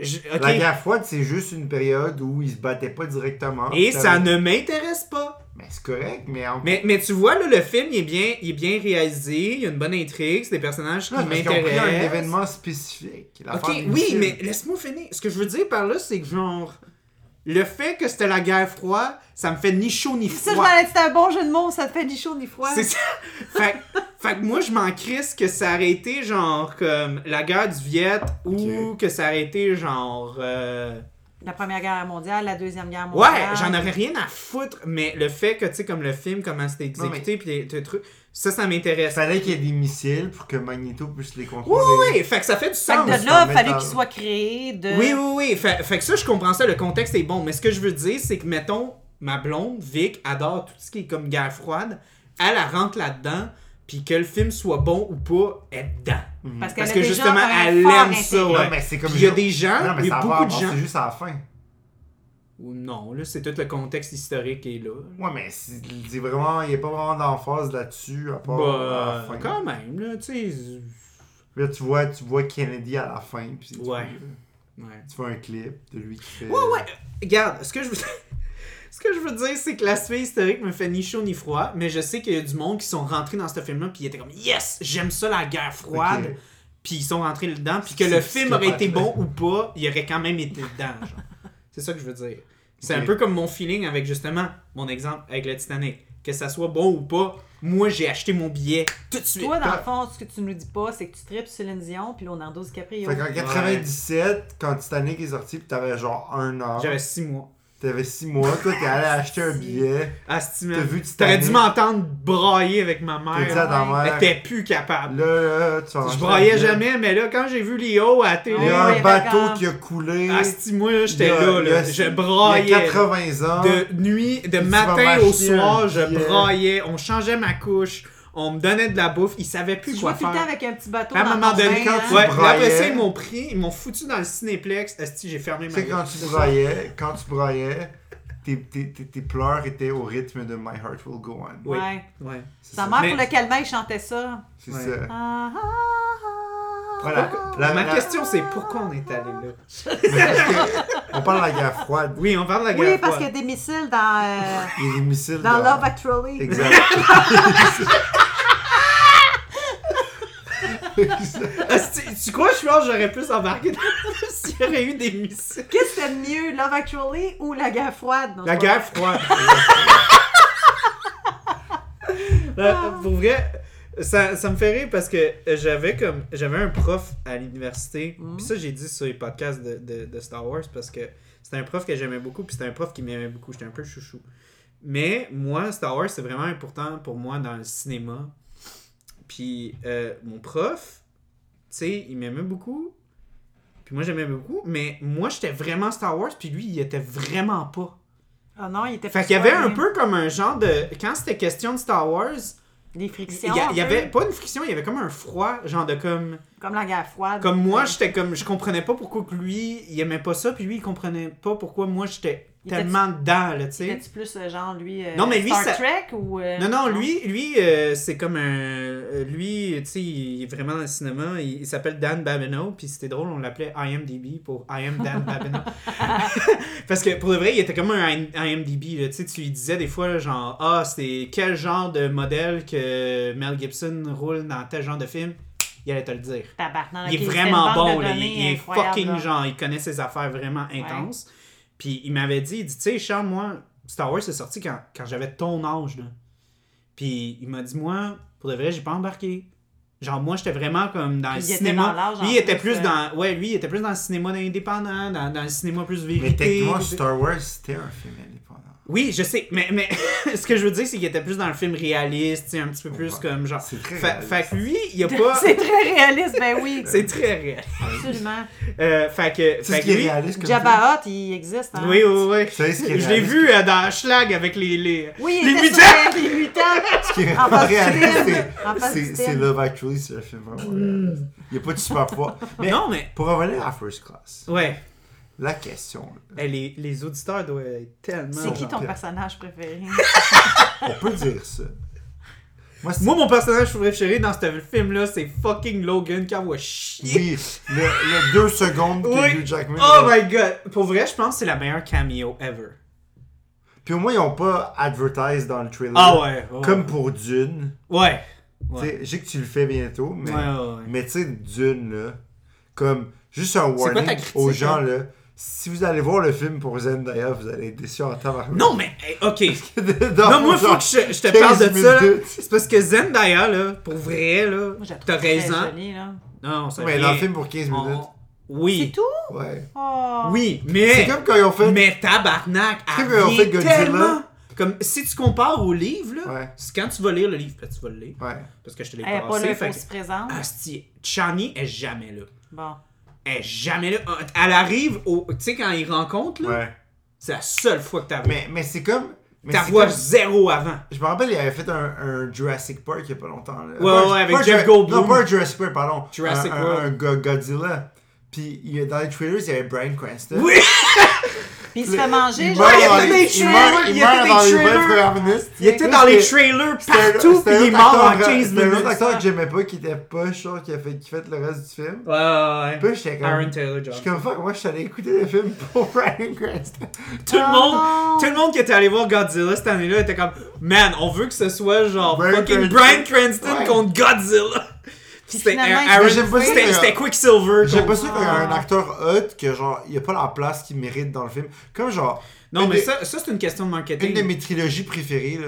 [SPEAKER 1] je- ok.
[SPEAKER 3] La guerre froide, c'est juste une période où ils se battaient pas directement.
[SPEAKER 1] Et
[SPEAKER 3] Puis
[SPEAKER 1] ça
[SPEAKER 3] Ah, t'avais-
[SPEAKER 1] ne m'intéresse pas.
[SPEAKER 3] Mais c'est correct, mais en
[SPEAKER 1] Mais, mais tu vois, là, le film, il est, bien, il est bien réalisé, il y a une bonne intrigue, c'est des personnages qui
[SPEAKER 3] Non, Ah, parce qu'on pris un
[SPEAKER 1] m'intéressent.
[SPEAKER 3] événement spécifique.
[SPEAKER 1] Ok,
[SPEAKER 3] l'affaire des
[SPEAKER 1] oui,
[SPEAKER 3] missiles.
[SPEAKER 1] mais laisse-moi finir. Ce que je veux dire par là, c'est que genre, le fait que c'était la guerre froide, ça me fait ni chaud ni
[SPEAKER 4] Ça, je
[SPEAKER 1] froid.
[SPEAKER 4] m'en c'était un bon jeu de mots, ça te fait ni chaud ni froid.
[SPEAKER 1] C'est ça. fait, que- fait que moi, je m'en crisse que ça aurait été genre comme la guerre du Viet ou que ça aurait été genre. euh,
[SPEAKER 4] La première guerre mondiale, la deuxième guerre
[SPEAKER 1] Ouais,
[SPEAKER 4] mondiale.
[SPEAKER 1] j'en aurais rien à foutre, mais le fait que, tu sais, comme le film, comment c'était
[SPEAKER 3] Non, mais-
[SPEAKER 1] exécuté, puis les, les trucs, ça, ça m'intéresse.
[SPEAKER 3] fallait qu'il y ait des missiles pour que Magneto puisse les
[SPEAKER 1] Oui,
[SPEAKER 3] contrôler.
[SPEAKER 1] oui, oui, fait que ça fait du
[SPEAKER 4] Fait
[SPEAKER 1] sens.
[SPEAKER 4] que de
[SPEAKER 3] se
[SPEAKER 4] là, il
[SPEAKER 3] remettre
[SPEAKER 4] fallait
[SPEAKER 3] dans-
[SPEAKER 4] qu'il soit créé de.
[SPEAKER 1] Oui, oui, oui. Fait, fait que ça, je comprends ça, le contexte est bon. Mais ce que je veux dire, c'est que, mettons, ma blonde, Vic, adore tout ce qui est comme guerre froide. Elle, elle rentre là-dedans, puis que le film soit bon ou pas, elle est dedans.
[SPEAKER 4] Parce, qu'elle
[SPEAKER 1] Parce
[SPEAKER 4] a
[SPEAKER 1] que
[SPEAKER 4] déjà
[SPEAKER 1] justement,
[SPEAKER 4] un
[SPEAKER 1] elle
[SPEAKER 4] fort
[SPEAKER 1] aime
[SPEAKER 4] intérêt.
[SPEAKER 1] ça.
[SPEAKER 3] Mhm. Non,
[SPEAKER 1] ouais.
[SPEAKER 3] mais c'est comme
[SPEAKER 1] Puis il y a
[SPEAKER 3] je-
[SPEAKER 1] des gens,
[SPEAKER 3] Non, mais
[SPEAKER 1] il y
[SPEAKER 3] ça
[SPEAKER 1] a
[SPEAKER 3] va
[SPEAKER 1] beaucoup de
[SPEAKER 3] avancer
[SPEAKER 1] gens.
[SPEAKER 3] juste à la fin.
[SPEAKER 1] Ou Non, là, c'est tout le contexte historique qui est là.
[SPEAKER 3] Ouais, mais c'est c'est vraiment, il n'y a pas vraiment d'emphase là-dessus à part à
[SPEAKER 1] Bah,
[SPEAKER 3] la fin.
[SPEAKER 1] quand même, là, tu sais.
[SPEAKER 3] Là, tu vois, tu vois Kennedy à la fin, puis tu,
[SPEAKER 1] Ouais. Ouais.
[SPEAKER 3] tu vois un clip de lui qui fait.
[SPEAKER 1] Ouais, ouais. Regarde, ce que je veux Ce que je veux dire, c'est que l'aspect historique me fait ni chaud ni froid, mais je sais qu'il y a du monde qui sont rentrés dans ce film-là puis ils étaient comme Yes! J'aime ça la guerre froide!
[SPEAKER 3] Ok.
[SPEAKER 1] Puis ils sont rentrés dedans, puis que
[SPEAKER 3] C'est
[SPEAKER 1] le film aurait été bon
[SPEAKER 3] psychopathe,
[SPEAKER 1] ou pas, il aurait quand même été dedans. genre. C'est ça que je veux dire. C'est
[SPEAKER 3] Ok.
[SPEAKER 1] un peu comme mon feeling avec justement mon exemple avec le Titanic. Que ça soit bon ou pas, moi j'ai acheté mon billet tout de suite.
[SPEAKER 4] Toi, dans le fond, ce que tu nous dis pas, c'est que tu tripes Céline Dion puis Leonardo DiCaprio.
[SPEAKER 3] Fait qu'en 97, quand Titanic est sorti, pis t'avais genre un an,
[SPEAKER 1] J'avais six mois. Ah,
[SPEAKER 3] t'avais 6 mois, toi t'es allé acheter un billet,
[SPEAKER 1] Asti,
[SPEAKER 3] t'as
[SPEAKER 1] man.
[SPEAKER 3] vu Titanic,
[SPEAKER 1] T'aurais dû m'entendre brailler avec ma
[SPEAKER 3] t'as dit à
[SPEAKER 1] mère.
[SPEAKER 3] ta
[SPEAKER 4] ouais.
[SPEAKER 1] Elle
[SPEAKER 3] mère,
[SPEAKER 1] était plus capable.
[SPEAKER 3] là, là, tu vas
[SPEAKER 1] Je
[SPEAKER 3] acheter un
[SPEAKER 1] braillais
[SPEAKER 3] billet.
[SPEAKER 1] jamais, mais là, quand j'ai vu Léo à la télé,
[SPEAKER 3] Il y a
[SPEAKER 4] Oui,
[SPEAKER 3] un
[SPEAKER 4] les
[SPEAKER 3] bateau
[SPEAKER 4] vacances.
[SPEAKER 3] qui a coulé.
[SPEAKER 1] Asti, moi, j'étais
[SPEAKER 3] Il y a-
[SPEAKER 1] là,
[SPEAKER 3] il y
[SPEAKER 1] là.
[SPEAKER 3] a-
[SPEAKER 1] Je
[SPEAKER 3] Il y a
[SPEAKER 1] braillais.
[SPEAKER 3] 80 ans.
[SPEAKER 1] De nuit, de
[SPEAKER 3] vas
[SPEAKER 1] matin
[SPEAKER 3] m'acheter
[SPEAKER 1] au soir,
[SPEAKER 3] un
[SPEAKER 1] je
[SPEAKER 3] billet.
[SPEAKER 1] braillais. On changeait ma couche. On me donnait de la bouffe. Ils savaient
[SPEAKER 4] Tu
[SPEAKER 1] plus
[SPEAKER 4] joues
[SPEAKER 1] quoi
[SPEAKER 4] tout le temps
[SPEAKER 1] faire.
[SPEAKER 4] avec un petit bateau.
[SPEAKER 1] Puis À un
[SPEAKER 4] dans
[SPEAKER 1] moment
[SPEAKER 4] ton
[SPEAKER 1] donné,
[SPEAKER 4] bain,
[SPEAKER 3] quand
[SPEAKER 4] hein.
[SPEAKER 3] tu
[SPEAKER 1] ouais, puis après
[SPEAKER 3] braillais-
[SPEAKER 1] ça, ils m'ont pris, ils m'ont foutu dans le cinéplex. Asti, j'ai fermé
[SPEAKER 3] Tu
[SPEAKER 1] ma
[SPEAKER 3] sais, quand
[SPEAKER 1] gueule.
[SPEAKER 3] tu braillais, quand tu braillais, tes, tes, tes, tes pleurs étaient au rythme de My Heart Will Go On.
[SPEAKER 1] Oui.
[SPEAKER 4] Ouais.
[SPEAKER 1] Ouais.
[SPEAKER 3] C'est
[SPEAKER 4] Sa
[SPEAKER 3] ça.
[SPEAKER 4] mère,
[SPEAKER 1] Mais-
[SPEAKER 4] pour le calmer, il chantait ça.
[SPEAKER 3] C'est
[SPEAKER 1] Ouais.
[SPEAKER 3] ça.
[SPEAKER 4] Ah, ah, ah,
[SPEAKER 3] Voilà.
[SPEAKER 4] ah.
[SPEAKER 3] La-
[SPEAKER 1] Ma
[SPEAKER 3] la-
[SPEAKER 1] question, c'est pourquoi on est allé là?
[SPEAKER 3] On parle de la guerre froide.
[SPEAKER 1] Oui, on parle de la guerre
[SPEAKER 4] Oui, parce qu'il y a
[SPEAKER 1] froide.
[SPEAKER 4] des missiles dans, euh,
[SPEAKER 3] Il y a des missiles.
[SPEAKER 4] dans Love Actually.
[SPEAKER 3] Exact. Exact.
[SPEAKER 1] Asti, tu crois, je pense, que j'aurais plus embarqué dans s'il y aurait eu des missiles.
[SPEAKER 4] Qu'est-ce que c'est mieux, Love Actually ou la guerre froide? Non,
[SPEAKER 1] La
[SPEAKER 4] c'est pas-
[SPEAKER 1] guerre froide. Euh, Pour vrai, ça, ça me fait rire parce que j'avais comme j'avais un prof à l'université. Puis ça, j'ai dit sur les podcasts de, de- de Star Wars parce que c'était un prof que j'aimais beaucoup. Puis c'était un prof qui m'aimait beaucoup. J'étais un peu chouchou. Mais moi, Star Wars, c'est vraiment important pour moi dans le cinéma. Puis euh, mon prof, tu sais, il m'aimait beaucoup. Puis moi, j'aimais beaucoup. Mais moi, j'étais vraiment Star Wars. Puis lui, il était vraiment pas.
[SPEAKER 4] Ah non, il était
[SPEAKER 1] Fait
[SPEAKER 4] plus
[SPEAKER 1] qu'il y avait
[SPEAKER 4] soigné.
[SPEAKER 1] un peu comme un genre de. Quand c'était question de Star Wars,
[SPEAKER 4] Des
[SPEAKER 1] il
[SPEAKER 4] frictions.
[SPEAKER 1] y, a-
[SPEAKER 4] un
[SPEAKER 1] il y avait
[SPEAKER 4] peu,
[SPEAKER 1] pas une friction, il y avait comme un froid, genre de comme.
[SPEAKER 4] Comme la guerre froide. Euh,
[SPEAKER 1] Comme moi,
[SPEAKER 4] Ouais.
[SPEAKER 1] j'étais comme. Je comprenais pas pourquoi que lui, il aimait pas ça, puis lui, il comprenait pas pourquoi moi, j'étais
[SPEAKER 4] Il était-
[SPEAKER 1] tellement dedans, là, tu sais.
[SPEAKER 4] C'était-tu plus euh, genre, lui, euh,
[SPEAKER 1] Non, mais lui,
[SPEAKER 4] Star
[SPEAKER 1] ça-
[SPEAKER 4] Trek ou... euh,
[SPEAKER 1] Non, non, lui, lui euh, c'est comme un. euh, Lui, tu sais, il est vraiment dans le cinéma. Il, il s'appelle Dan Babineau, puis c'était drôle, on l'appelait IMDB pour I am Dan Babineau. Parce que pour le vrai, il était comme un IMDB. Là, tu sais, tu lui disais des fois, là, genre, ah, c'est quel genre de modèle que Mel Gibson roule dans tel genre de film Il allait te le dire.
[SPEAKER 4] Tabarnak,
[SPEAKER 1] Il est
[SPEAKER 4] ok,
[SPEAKER 1] vraiment
[SPEAKER 4] c'est une banque
[SPEAKER 1] bon,
[SPEAKER 4] de
[SPEAKER 1] là.
[SPEAKER 4] données
[SPEAKER 1] Il, il est
[SPEAKER 4] incroyable,
[SPEAKER 1] fucking
[SPEAKER 4] là.
[SPEAKER 1] genre, il connaît ses affaires vraiment intenses. Puis il m'avait dit, il dit, tu sais, Charles, moi, Star Wars est sorti quand, quand j'avais ton âge, là. Puis il m'a dit, moi, pour de vrai, j'ai pas embarqué. Genre, moi, j'étais vraiment comme dans
[SPEAKER 4] Puis
[SPEAKER 1] le
[SPEAKER 4] il était dans
[SPEAKER 1] cinéma.
[SPEAKER 4] l'âge, en
[SPEAKER 1] lui, il était
[SPEAKER 4] plus,
[SPEAKER 1] plus
[SPEAKER 4] euh,
[SPEAKER 1] dans. Ouais, lui, il était plus dans le cinéma indépendant, dans, dans le cinéma plus vérité.
[SPEAKER 3] Mais techniquement,
[SPEAKER 1] tout-
[SPEAKER 3] Star Wars, c'était un film indépendant.
[SPEAKER 1] Oui, je sais, mais, mais ce que je veux dire, c'est qu'il était plus dans le film réaliste, tu sais, un petit peu plus
[SPEAKER 3] Ouais.
[SPEAKER 1] comme genre.
[SPEAKER 3] C'est très
[SPEAKER 1] Fait,
[SPEAKER 3] réaliste.
[SPEAKER 1] fait que lui, il a pas.
[SPEAKER 4] C'est très réaliste, ben oui.
[SPEAKER 1] C'est très réel.
[SPEAKER 4] Absolument.
[SPEAKER 1] Euh, fait que. Fait
[SPEAKER 3] Tu sais ce
[SPEAKER 1] que
[SPEAKER 3] qui est
[SPEAKER 1] lui-
[SPEAKER 3] réaliste comme film?
[SPEAKER 4] Jabba Hutt, il existe, hein?
[SPEAKER 1] Oui, oui, oui.
[SPEAKER 3] Tu sais ce qui est
[SPEAKER 1] Je l'ai
[SPEAKER 3] réaliste?
[SPEAKER 1] vu euh, dans Schlag avec les. les...
[SPEAKER 4] Oui, il
[SPEAKER 1] Les
[SPEAKER 4] était sur
[SPEAKER 1] mutants!
[SPEAKER 4] les- les mutants.
[SPEAKER 3] Ce qui est
[SPEAKER 4] En face du
[SPEAKER 3] réaliste,
[SPEAKER 4] film.
[SPEAKER 3] c'est-
[SPEAKER 4] En Mm. face du
[SPEAKER 3] c'est- c'est
[SPEAKER 4] film.
[SPEAKER 3] Love Actually, c'est un film vraiment réaliste. Il n'y a pas de super poids. Mais
[SPEAKER 1] non, mais.
[SPEAKER 3] pour revenir à First Class,
[SPEAKER 1] Ouais.
[SPEAKER 3] la question, là,
[SPEAKER 1] Eh, les, les auditeurs doivent être tellement.
[SPEAKER 4] C'est qui ton
[SPEAKER 3] Pierre.
[SPEAKER 4] personnage préféré?
[SPEAKER 3] on peut dire ça. Moi, c'est-
[SPEAKER 1] Moi, mon personnage préféré dans ce film-là, c'est fucking Logan qui envoie chier.
[SPEAKER 3] Oui, le, le deux secondes que
[SPEAKER 1] Oui. Ah,
[SPEAKER 3] Hugh Jackman.
[SPEAKER 1] Oh my god! Pour vrai, je pense que c'est la meilleure cameo ever.
[SPEAKER 3] Puis Puis au moins, ils n'ont pas advertised dans le trailer.
[SPEAKER 1] Ah ouais. ouais.
[SPEAKER 3] Comme pour Dune.
[SPEAKER 1] Ouais.
[SPEAKER 3] Tu
[SPEAKER 1] Ouais.
[SPEAKER 3] sais, Je sais que tu le fais bientôt, mais,
[SPEAKER 1] Ouais, ouais, ouais.
[SPEAKER 3] mais tu sais, Dune, là, comme juste un
[SPEAKER 1] quoi ta
[SPEAKER 3] warning
[SPEAKER 1] critique,
[SPEAKER 3] aux gens,
[SPEAKER 1] hein?
[SPEAKER 3] là. Si vous allez voir le film pour Zendaya, vous allez être déçus en temps.
[SPEAKER 1] Non, mais, hey, ok. Non, moi, faut que je, je te parle de
[SPEAKER 3] 15
[SPEAKER 1] ça. là.
[SPEAKER 3] minutes.
[SPEAKER 1] C'est parce que Zendaya, là, pour vrai, là,
[SPEAKER 4] Moi, je la trouve
[SPEAKER 1] t'as
[SPEAKER 4] très
[SPEAKER 1] raison.
[SPEAKER 4] jolie, là.
[SPEAKER 1] Non, ça
[SPEAKER 3] Mais
[SPEAKER 1] vient-
[SPEAKER 3] dans le film pour 15
[SPEAKER 1] on-
[SPEAKER 3] minutes.
[SPEAKER 4] C'est
[SPEAKER 1] Oui.
[SPEAKER 4] tout?
[SPEAKER 3] Ouais.
[SPEAKER 4] Oh.
[SPEAKER 1] Oui, mais.
[SPEAKER 3] C'est comme quand ils ont fait.
[SPEAKER 1] Mais tabarnak,
[SPEAKER 3] Tu sais,
[SPEAKER 1] elle
[SPEAKER 3] mais on
[SPEAKER 1] vient
[SPEAKER 3] fait Godzilla.
[SPEAKER 1] tellement... Comme, si tu compares au livre, là,
[SPEAKER 3] Ouais.
[SPEAKER 1] c'est quand tu vas lire le livre, ben, tu vas le lire,
[SPEAKER 3] Ouais.
[SPEAKER 1] parce que je te l'ai
[SPEAKER 4] Elle n'est pas
[SPEAKER 1] passé,
[SPEAKER 4] là,
[SPEAKER 1] fait
[SPEAKER 4] faut
[SPEAKER 1] que- Ah,
[SPEAKER 4] se présente.
[SPEAKER 1] Asti, Chani est jamais là.
[SPEAKER 4] Bon.
[SPEAKER 1] Elle est jamais là. Ah, Elle arrive au... Tu sais, quand ils rencontrent, là,
[SPEAKER 3] Ouais.
[SPEAKER 1] c'est la seule fois que t'as vu.
[SPEAKER 3] Mais, mais c'est comme. Mais
[SPEAKER 1] T'as
[SPEAKER 3] c'est
[SPEAKER 1] voix
[SPEAKER 3] comme-
[SPEAKER 1] zéro avant.
[SPEAKER 3] Je me rappelle, il avait fait un, un Jurassic Park il y a pas longtemps. là.
[SPEAKER 1] Ouais,
[SPEAKER 3] Pas un-
[SPEAKER 1] ouais, avec
[SPEAKER 3] pas un
[SPEAKER 1] Jeff
[SPEAKER 3] Jura-
[SPEAKER 1] Goldblum.
[SPEAKER 3] Non, pas un Jurassic Park, pardon.
[SPEAKER 1] Jurassic
[SPEAKER 3] un, un-
[SPEAKER 1] World.
[SPEAKER 3] un Go- Godzilla. Puis il y a- dans les trailers, il y avait Brian Cranston.
[SPEAKER 1] Oui!
[SPEAKER 4] Puis il se fait manger,
[SPEAKER 3] Il
[SPEAKER 4] genre.
[SPEAKER 3] meurt
[SPEAKER 1] il y a
[SPEAKER 3] dans
[SPEAKER 1] tous
[SPEAKER 3] les-
[SPEAKER 1] des
[SPEAKER 3] il
[SPEAKER 1] trailers,
[SPEAKER 3] meurt-
[SPEAKER 1] il
[SPEAKER 3] il
[SPEAKER 1] y a
[SPEAKER 3] meurt
[SPEAKER 1] tous
[SPEAKER 3] dans
[SPEAKER 1] des
[SPEAKER 3] les 20
[SPEAKER 1] trailers.
[SPEAKER 3] premières minutes.
[SPEAKER 1] Il était dans les
[SPEAKER 3] C'était-
[SPEAKER 1] trailers
[SPEAKER 3] c'était un-
[SPEAKER 1] partout, puis
[SPEAKER 3] c'était
[SPEAKER 1] il est
[SPEAKER 3] un
[SPEAKER 1] mort en
[SPEAKER 3] acteur-
[SPEAKER 1] 15
[SPEAKER 3] C'était un
[SPEAKER 1] minutes.
[SPEAKER 3] autre acteur que j'aimais pas, qui était pas sûr, qui a fait, qui fait le reste du film.
[SPEAKER 1] Ouais, ouais, ouais.
[SPEAKER 3] Puis j'étais comme.
[SPEAKER 1] Aaron Taylor
[SPEAKER 3] Je suis
[SPEAKER 1] Johnson.
[SPEAKER 3] comme fuck, moi je suis allé écouter le film pour Brian Cranston.
[SPEAKER 1] Tout le
[SPEAKER 4] Oh
[SPEAKER 1] monde,
[SPEAKER 4] non!
[SPEAKER 1] tout le monde qui était allé voir Godzilla cette année-là était comme Man, on veut que ce soit genre
[SPEAKER 3] Brian
[SPEAKER 1] fucking
[SPEAKER 3] Cranston.
[SPEAKER 1] Brian Cranston
[SPEAKER 3] Ouais.
[SPEAKER 1] contre Godzilla.
[SPEAKER 4] Puis
[SPEAKER 1] C'était
[SPEAKER 4] finalement,
[SPEAKER 1] Aaron-
[SPEAKER 4] il
[SPEAKER 3] se fait
[SPEAKER 1] c'était-
[SPEAKER 3] tuer.
[SPEAKER 1] c'était Quicksilver.
[SPEAKER 3] J'ai pas
[SPEAKER 1] contre-
[SPEAKER 3] sûr qu'il y a un acteur hot que genre, il a pas la place qu'il mérite dans le film. Comme genre.
[SPEAKER 1] Non,
[SPEAKER 3] une
[SPEAKER 1] mais
[SPEAKER 3] des-
[SPEAKER 1] ça, ça c'est une question de
[SPEAKER 3] Une de
[SPEAKER 1] marketing.
[SPEAKER 3] mes trilogies préférées, là,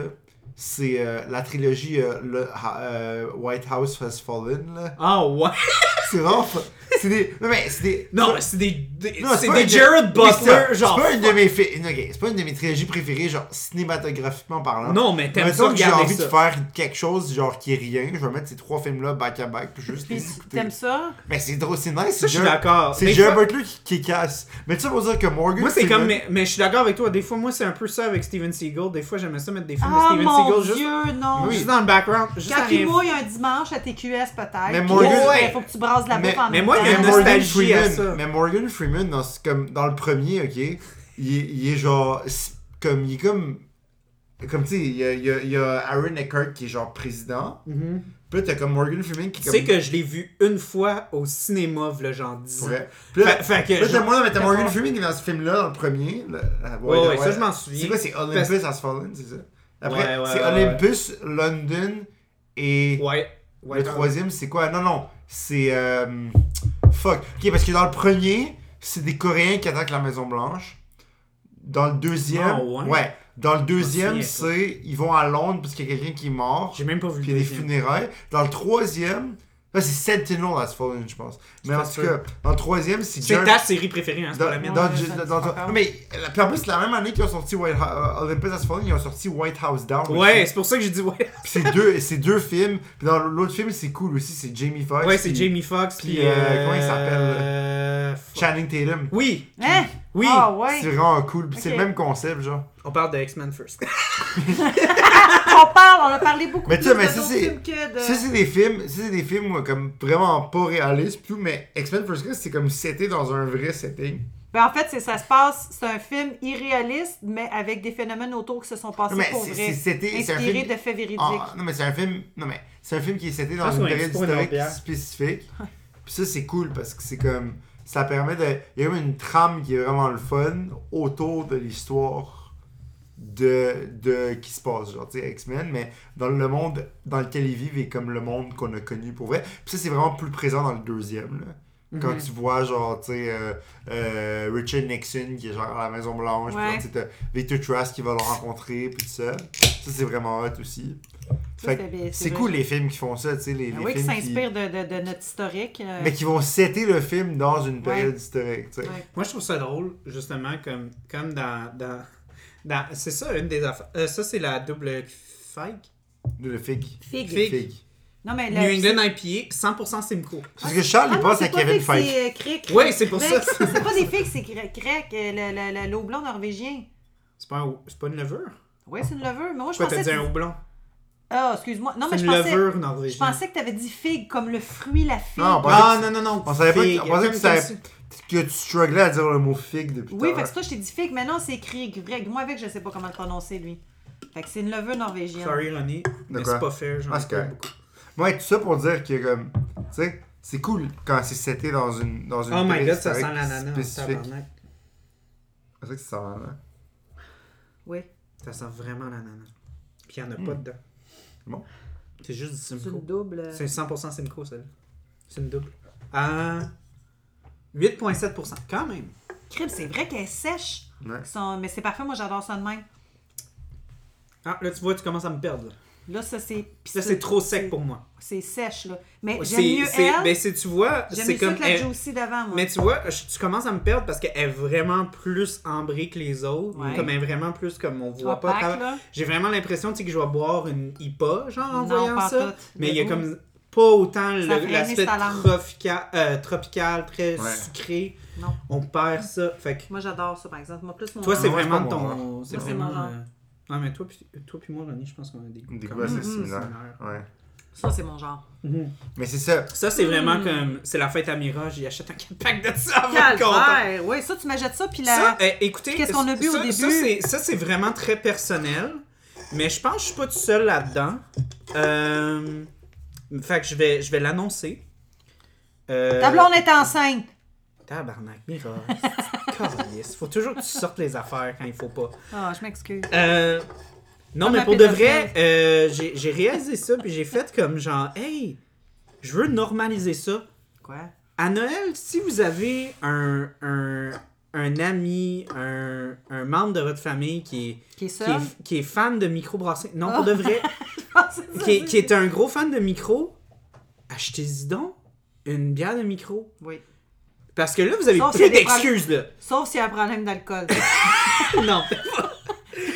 [SPEAKER 3] c'est euh, la trilogie euh, le, ha- euh, White House Has Fallen. là.
[SPEAKER 1] Ah ouais.
[SPEAKER 3] C'est vraiment. fa- C'est des. Non, mais c'est des.
[SPEAKER 1] Non, mais c'est des, des-
[SPEAKER 3] Non,
[SPEAKER 1] c'est
[SPEAKER 3] pas
[SPEAKER 1] des
[SPEAKER 3] une de-
[SPEAKER 1] Jared
[SPEAKER 3] Oui, c'est ça.
[SPEAKER 1] Butler genre.
[SPEAKER 3] C'est pas une de mes fi- une- ok, c'est pas une de mes trilogies préférées, genre cinématographiquement parlant.
[SPEAKER 1] Non, mais t'aimes
[SPEAKER 3] Mettons
[SPEAKER 1] ça
[SPEAKER 3] que j'ai
[SPEAKER 1] regarder
[SPEAKER 3] envie
[SPEAKER 1] ça.
[SPEAKER 3] de faire quelque chose genre qui est rien, je vais mettre ces trois films-là back à back puis juste
[SPEAKER 4] Puis
[SPEAKER 3] les
[SPEAKER 4] si
[SPEAKER 3] écouter.
[SPEAKER 4] t'aimes ça?
[SPEAKER 3] Mais c'est drôle, c'est nice.
[SPEAKER 1] Ça, je suis
[SPEAKER 3] Jared-
[SPEAKER 1] d'accord.
[SPEAKER 3] C'est
[SPEAKER 1] Des
[SPEAKER 3] Jared
[SPEAKER 1] fois-
[SPEAKER 3] Butler qui, qui casse. Mais tu sais, pour dire que Morgan.
[SPEAKER 1] Moi, c'est comme,
[SPEAKER 3] Freeman-
[SPEAKER 1] mais, mais je suis d'accord avec toi. Des fois, moi, c'est un peu ça avec Steven Seagal. Des fois, j'aimais ça mettre des films
[SPEAKER 4] Ah,
[SPEAKER 1] de Steven
[SPEAKER 4] mon
[SPEAKER 1] Seagal juste,
[SPEAKER 4] Dieu, non!
[SPEAKER 1] juste dans le background. Juste à
[SPEAKER 4] Quand
[SPEAKER 1] rien
[SPEAKER 4] il mouille un dimanche à TQS, peut-être.
[SPEAKER 3] Mais
[SPEAKER 4] puis
[SPEAKER 3] Morgan-
[SPEAKER 4] là,
[SPEAKER 1] Ouais.
[SPEAKER 4] ben, faut que tu brasses la
[SPEAKER 3] Mais-
[SPEAKER 4] bouffe en
[SPEAKER 1] mais
[SPEAKER 4] même
[SPEAKER 1] moi, il y a
[SPEAKER 4] temps.
[SPEAKER 1] une
[SPEAKER 3] Mais Morgan
[SPEAKER 1] nostalgie à
[SPEAKER 3] Freeman-
[SPEAKER 1] ça.
[SPEAKER 3] Mais Morgan Freeman, dans, ce- comme, dans le premier, ok, il, est- il est genre. s- Comme, il est comme. Comme tu sais, il y a, il y a- il y a Aaron Eckhart qui est genre président.
[SPEAKER 1] Mhm.
[SPEAKER 3] Puis là, t'as comme Morgan Freeman qui est
[SPEAKER 1] Tu
[SPEAKER 3] comme.
[SPEAKER 1] sais que je l'ai vu une fois au cinéma, v'là genre 10 ans.
[SPEAKER 3] Ouais. Puis là,
[SPEAKER 1] Fait- fait que
[SPEAKER 3] là, t'as
[SPEAKER 1] genre-
[SPEAKER 3] moi, mais t'as Morgan
[SPEAKER 1] Ouais.
[SPEAKER 3] Freeman qui est dans ce film-là, dans le premier. le- ah,
[SPEAKER 1] Ouais, ouais, ça, je m'en souviens.
[SPEAKER 3] C'est quoi, c'est Olympus Has Fallen, c'est ça? Après,
[SPEAKER 1] Ouais, ouais,
[SPEAKER 3] c'est
[SPEAKER 1] ouais,
[SPEAKER 3] Olympus, London et.
[SPEAKER 1] Ouais. ouais
[SPEAKER 3] le
[SPEAKER 1] t'as-
[SPEAKER 3] troisième, c'est quoi Non, non, c'est. euh, Fuck. Ok, parce que dans le premier, c'est des Coréens qui attaquent la Maison-Blanche. Dans le deuxième.
[SPEAKER 1] Ah, ouais?
[SPEAKER 3] Dans le deuxième,
[SPEAKER 1] Je me souviens
[SPEAKER 3] c'est. Ils vont à Londres parce qu'il y a quelqu'un qui est mort.
[SPEAKER 1] J'ai même pas vu
[SPEAKER 3] Puis
[SPEAKER 1] le
[SPEAKER 3] il y a des
[SPEAKER 1] deuxième.
[SPEAKER 3] funérailles. Dans le troisième. Là, c'est Sentinel Has Fallen, je pense. Mais
[SPEAKER 1] pas
[SPEAKER 3] en tout
[SPEAKER 1] sûr.
[SPEAKER 3] cas, dans le troisième, c'est.
[SPEAKER 1] C'est
[SPEAKER 3] Jared-
[SPEAKER 1] ta série préférée, hein, c'est
[SPEAKER 3] dans,
[SPEAKER 1] pas la mienne.
[SPEAKER 3] dans-
[SPEAKER 4] Ouais,
[SPEAKER 3] dans-
[SPEAKER 4] ça,
[SPEAKER 3] dans-
[SPEAKER 4] c'est encore.
[SPEAKER 3] Non, mais la- puis en plus, la même année qu'ils ont sorti White House, Olympus Has Fallen, ils ont sorti White House Down. aussi.
[SPEAKER 1] Ouais, c'est pour ça que j'ai dit ouais.
[SPEAKER 3] Puis c'est deux, c'est deux films. Puis dans l'autre film, c'est cool aussi, c'est Jamie Foxx.
[SPEAKER 1] Ouais, c'est
[SPEAKER 3] puis
[SPEAKER 1] Jamie Foxx.
[SPEAKER 3] puis,
[SPEAKER 1] Puis.
[SPEAKER 3] euh, comment il s'appelle, là?
[SPEAKER 1] euh, fuck.
[SPEAKER 3] Channing Tatum.
[SPEAKER 1] Oui,
[SPEAKER 4] Hein?
[SPEAKER 1] oui.
[SPEAKER 4] Ah ouais!
[SPEAKER 3] C'est vraiment cool. Puis c'est le
[SPEAKER 4] Ok.
[SPEAKER 3] même concept, genre.
[SPEAKER 1] On parle de X-Men first.
[SPEAKER 4] On parle, on a parlé beaucoup
[SPEAKER 3] Mais tu
[SPEAKER 4] plus
[SPEAKER 3] sais,
[SPEAKER 4] de
[SPEAKER 3] mais ça,
[SPEAKER 4] d'autres
[SPEAKER 3] c'est-
[SPEAKER 4] films que de...
[SPEAKER 3] Ça, c'est des films, ça, c'est des films moi, comme vraiment pas réalistes, puis tout, mais X-Men First Class, c'est comme si c'était dans un vrai setting.
[SPEAKER 4] Ben, en fait, c'est ça se passe, c'est un film irréaliste, mais avec des phénomènes autour qui se sont passés
[SPEAKER 3] Mais
[SPEAKER 4] Ah, pour
[SPEAKER 3] c'est-
[SPEAKER 4] vrai.
[SPEAKER 3] c'est- c'était- c'est un
[SPEAKER 4] Inspiré
[SPEAKER 3] film-
[SPEAKER 4] de faits véridiques.
[SPEAKER 3] Ah, non, mais c'est un film, non, mais c'est un film qui est seté dans
[SPEAKER 1] pense
[SPEAKER 3] une
[SPEAKER 1] qu'on
[SPEAKER 3] période
[SPEAKER 1] explore une
[SPEAKER 3] historique
[SPEAKER 1] bière.
[SPEAKER 3] spécifique. Puis ça, c'est cool parce que c'est comme, ça permet de, il y a même une trame qui est vraiment le fun autour de l'histoire de, de qui se passe, genre, tu sais, X-Men, mais dans le monde dans lequel ils vivent et comme le monde qu'on a connu pour vrai. Puis ça, c'est vraiment plus présent dans le deuxième, là. Quand tu vois, genre, tu sais, euh, euh, Richard Nixon qui est genre à la Maison-Blanche,
[SPEAKER 4] Ouais.
[SPEAKER 3] puis tu sais, t'as Victor Trask qui va le rencontrer, puis tout ça. Ça, c'est vraiment hot aussi.
[SPEAKER 4] Ça,
[SPEAKER 3] Fait que
[SPEAKER 4] c'est bien-
[SPEAKER 3] c'est
[SPEAKER 4] vrai.
[SPEAKER 3] cool les films qui font ça, tu sais, les,
[SPEAKER 4] Ah
[SPEAKER 3] les
[SPEAKER 4] oui, qui
[SPEAKER 3] films
[SPEAKER 4] s'inspirent de, de- de notre historique. euh,
[SPEAKER 3] Mais qui vont setter le film dans une période
[SPEAKER 4] Ouais.
[SPEAKER 3] historique, tu sais.
[SPEAKER 4] Ouais.
[SPEAKER 1] Moi, je trouve ça drôle, justement, comme, comme dans. dans, dans- c'est ça, une des affaires. euh, ça, c'est la double fake.
[SPEAKER 3] De Le fig.
[SPEAKER 4] Figue.
[SPEAKER 1] Figue.
[SPEAKER 3] Fig.
[SPEAKER 4] Non, mais
[SPEAKER 1] New
[SPEAKER 4] là,
[SPEAKER 1] England IPA, 100% Simcoe.
[SPEAKER 3] Parce que Charles,
[SPEAKER 4] Ah
[SPEAKER 3] il
[SPEAKER 4] non,
[SPEAKER 3] pense
[SPEAKER 4] c'est
[SPEAKER 3] à
[SPEAKER 4] pas
[SPEAKER 3] Kevin
[SPEAKER 4] figue,
[SPEAKER 3] Feige.
[SPEAKER 4] C'est euh, cric.
[SPEAKER 1] Ouais, c'est pour
[SPEAKER 4] Cric.
[SPEAKER 1] ça.
[SPEAKER 4] C'est pas des figues, c'est gre- grec, euh, le- le- le- l'eau blanc norvégien.
[SPEAKER 1] C'est pas, un- c'est pas une levure.
[SPEAKER 4] Oui, c'est une levure, mais moi je
[SPEAKER 1] Pourquoi t'as
[SPEAKER 4] pensais.
[SPEAKER 1] dit un
[SPEAKER 4] que-
[SPEAKER 1] houblon
[SPEAKER 4] Ah, excuse-moi. Non,
[SPEAKER 1] C'est
[SPEAKER 4] mais je
[SPEAKER 1] une
[SPEAKER 4] pensais.
[SPEAKER 1] levure
[SPEAKER 4] Je
[SPEAKER 1] norvégienne.
[SPEAKER 4] pensais que t'avais dit figue comme le fruit, la figue.
[SPEAKER 3] Non, pas-
[SPEAKER 1] Ah, non, non, non.
[SPEAKER 3] On savait pas que-
[SPEAKER 1] figue,
[SPEAKER 3] on pensait que
[SPEAKER 1] comme-
[SPEAKER 3] ça-
[SPEAKER 1] comme si-
[SPEAKER 3] Que tu strugglais à dire le mot fig depuis
[SPEAKER 4] Oui,
[SPEAKER 3] tout à
[SPEAKER 4] fait que
[SPEAKER 3] l'heure.
[SPEAKER 4] c'est toi, je t'ai dit figue, mais non, c'est cric, grec. Moi, avec, je sais pas comment le prononcer, lui. Fait que c'est une levure norvégienne.
[SPEAKER 1] Sorry, Ronnie, mais
[SPEAKER 3] quoi?
[SPEAKER 1] c'est pas fair. J'en
[SPEAKER 3] Ah,
[SPEAKER 1] ai
[SPEAKER 3] c'est
[SPEAKER 1] pas
[SPEAKER 3] correct.
[SPEAKER 1] beaucoup.
[SPEAKER 3] Ouais, tout ça pour dire que, comme, tu sais, c'est cool quand c'est seté dans une, dans une
[SPEAKER 1] Oh my
[SPEAKER 3] période
[SPEAKER 1] god, ça
[SPEAKER 3] historique
[SPEAKER 1] sent l'ananas.
[SPEAKER 3] spécifique.
[SPEAKER 1] tabarnak.
[SPEAKER 3] C'est vrai que ça sent l'ananas.
[SPEAKER 4] Oui.
[SPEAKER 1] Ça sent vraiment l'ananas. Puis il n'y en a pas dedans.
[SPEAKER 3] Bon.
[SPEAKER 1] C'est juste du
[SPEAKER 2] C'est une
[SPEAKER 1] Simcoe.
[SPEAKER 2] double.
[SPEAKER 4] euh,
[SPEAKER 1] C'est 100% Simcoe, celle-là. C'est une double. À 8,7%. Quand même.
[SPEAKER 4] Crib, c'est vrai qu'elle est sèche.
[SPEAKER 3] Ouais.
[SPEAKER 4] Son- Mais c'est parfait, moi j'adore ça de même.
[SPEAKER 1] Ah, là, tu vois, tu commences à me perdre. Là,
[SPEAKER 4] Là, ça c'est.
[SPEAKER 1] Là, c'est trop sec pour moi.
[SPEAKER 4] C'est sèche, là. Mais j'aime
[SPEAKER 1] C'est-
[SPEAKER 4] mieux
[SPEAKER 1] c'est-
[SPEAKER 4] elle.
[SPEAKER 1] Ben, c'est, tu vois,
[SPEAKER 4] J'aime
[SPEAKER 1] c'est
[SPEAKER 4] mieux ça
[SPEAKER 1] comme.
[SPEAKER 4] que la
[SPEAKER 1] elle-
[SPEAKER 4] Juicy d'avant, moi.
[SPEAKER 1] Mais tu vois, je- tu commences à me perdre parce qu'elle est vraiment plus ambrée que les autres.
[SPEAKER 4] Ouais.
[SPEAKER 1] Comme elle est vraiment plus comme on voit pas.
[SPEAKER 4] Opaque,
[SPEAKER 1] à travers-
[SPEAKER 4] là.
[SPEAKER 1] J'ai vraiment l'impression tu sais, que je vais boire une IPA, genre en
[SPEAKER 4] Non,
[SPEAKER 1] voyant
[SPEAKER 4] pas
[SPEAKER 1] ça.
[SPEAKER 4] toutes.
[SPEAKER 1] Mais il y a
[SPEAKER 4] Debout.
[SPEAKER 1] comme pas autant
[SPEAKER 4] Ça
[SPEAKER 1] le-
[SPEAKER 4] fait
[SPEAKER 1] l'aspect
[SPEAKER 4] aimer sa langue.
[SPEAKER 1] tropical, euh, tropical, très
[SPEAKER 3] Ouais.
[SPEAKER 1] sucré.
[SPEAKER 4] Non.
[SPEAKER 1] On perd ça. Fait que
[SPEAKER 2] Moi, j'adore ça, par exemple. Moi, plus mon.
[SPEAKER 1] toi, c'est
[SPEAKER 3] moi, je
[SPEAKER 1] vraiment
[SPEAKER 3] comprends,
[SPEAKER 1] ton. C'est
[SPEAKER 2] Moi, c'est
[SPEAKER 1] vraiment.
[SPEAKER 2] mon genre.
[SPEAKER 1] euh, Non, mais toi, puis- toi puis moi, Ronnie, je pense qu'on a des goûts.
[SPEAKER 3] Des
[SPEAKER 1] communs.
[SPEAKER 3] goûts assez
[SPEAKER 1] Mhm.
[SPEAKER 3] similaires.
[SPEAKER 1] similaires.
[SPEAKER 3] Ouais.
[SPEAKER 2] Ça, c'est mon genre.
[SPEAKER 1] Mhm.
[SPEAKER 3] Mais c'est ça.
[SPEAKER 1] Ça, c'est vraiment comme. C'est la fête à Mirage, j'y achète un 4 pack de ça avant de compter.
[SPEAKER 4] Hmm. Calvaire! Oui, ça, tu m'achètes ça, puis la.
[SPEAKER 1] Ça, euh, écoutez,
[SPEAKER 4] Qu'est-ce qu'on a bu au
[SPEAKER 1] ça-
[SPEAKER 4] début?
[SPEAKER 1] ça, c'est- Ça, c'est vraiment très personnel. Mais je pense que je suis pas tout seul là-dedans. Euh, fait que je vais, je vais l'annoncer. Euh,
[SPEAKER 4] Ta blonde est enceinte!
[SPEAKER 1] Tabarnak, Mira. Câlisse. Faut toujours que tu sortes les affaires quand il faut pas.
[SPEAKER 4] Ah, je m'excuse.
[SPEAKER 1] Euh, non,
[SPEAKER 4] Comme
[SPEAKER 1] mais
[SPEAKER 4] la
[SPEAKER 1] pour de
[SPEAKER 4] pédophile.
[SPEAKER 1] vrai, euh, j'ai j'ai réalisé ça, puis j'ai fait comme genre, hey, je veux normaliser ça.
[SPEAKER 4] Quoi?
[SPEAKER 1] À Noël, si vous avez un, un, un ami, un, un membre de votre famille qui est,
[SPEAKER 4] Qui est
[SPEAKER 1] qui
[SPEAKER 4] seule?
[SPEAKER 1] est, qui est fan de microbrasserie, non, pour de vrai,
[SPEAKER 4] Ah, c'est ça,
[SPEAKER 1] qui, est-
[SPEAKER 4] c'est-
[SPEAKER 1] qui est un gros fan de micro, achetez-y donc une bière de micro.
[SPEAKER 4] Oui.
[SPEAKER 1] Parce que là, vous avez
[SPEAKER 4] Sauf
[SPEAKER 1] plus
[SPEAKER 4] s'il y a des
[SPEAKER 1] d'excuses, là.
[SPEAKER 4] Sauf s'il y a un problème d'alcool.
[SPEAKER 1] Non.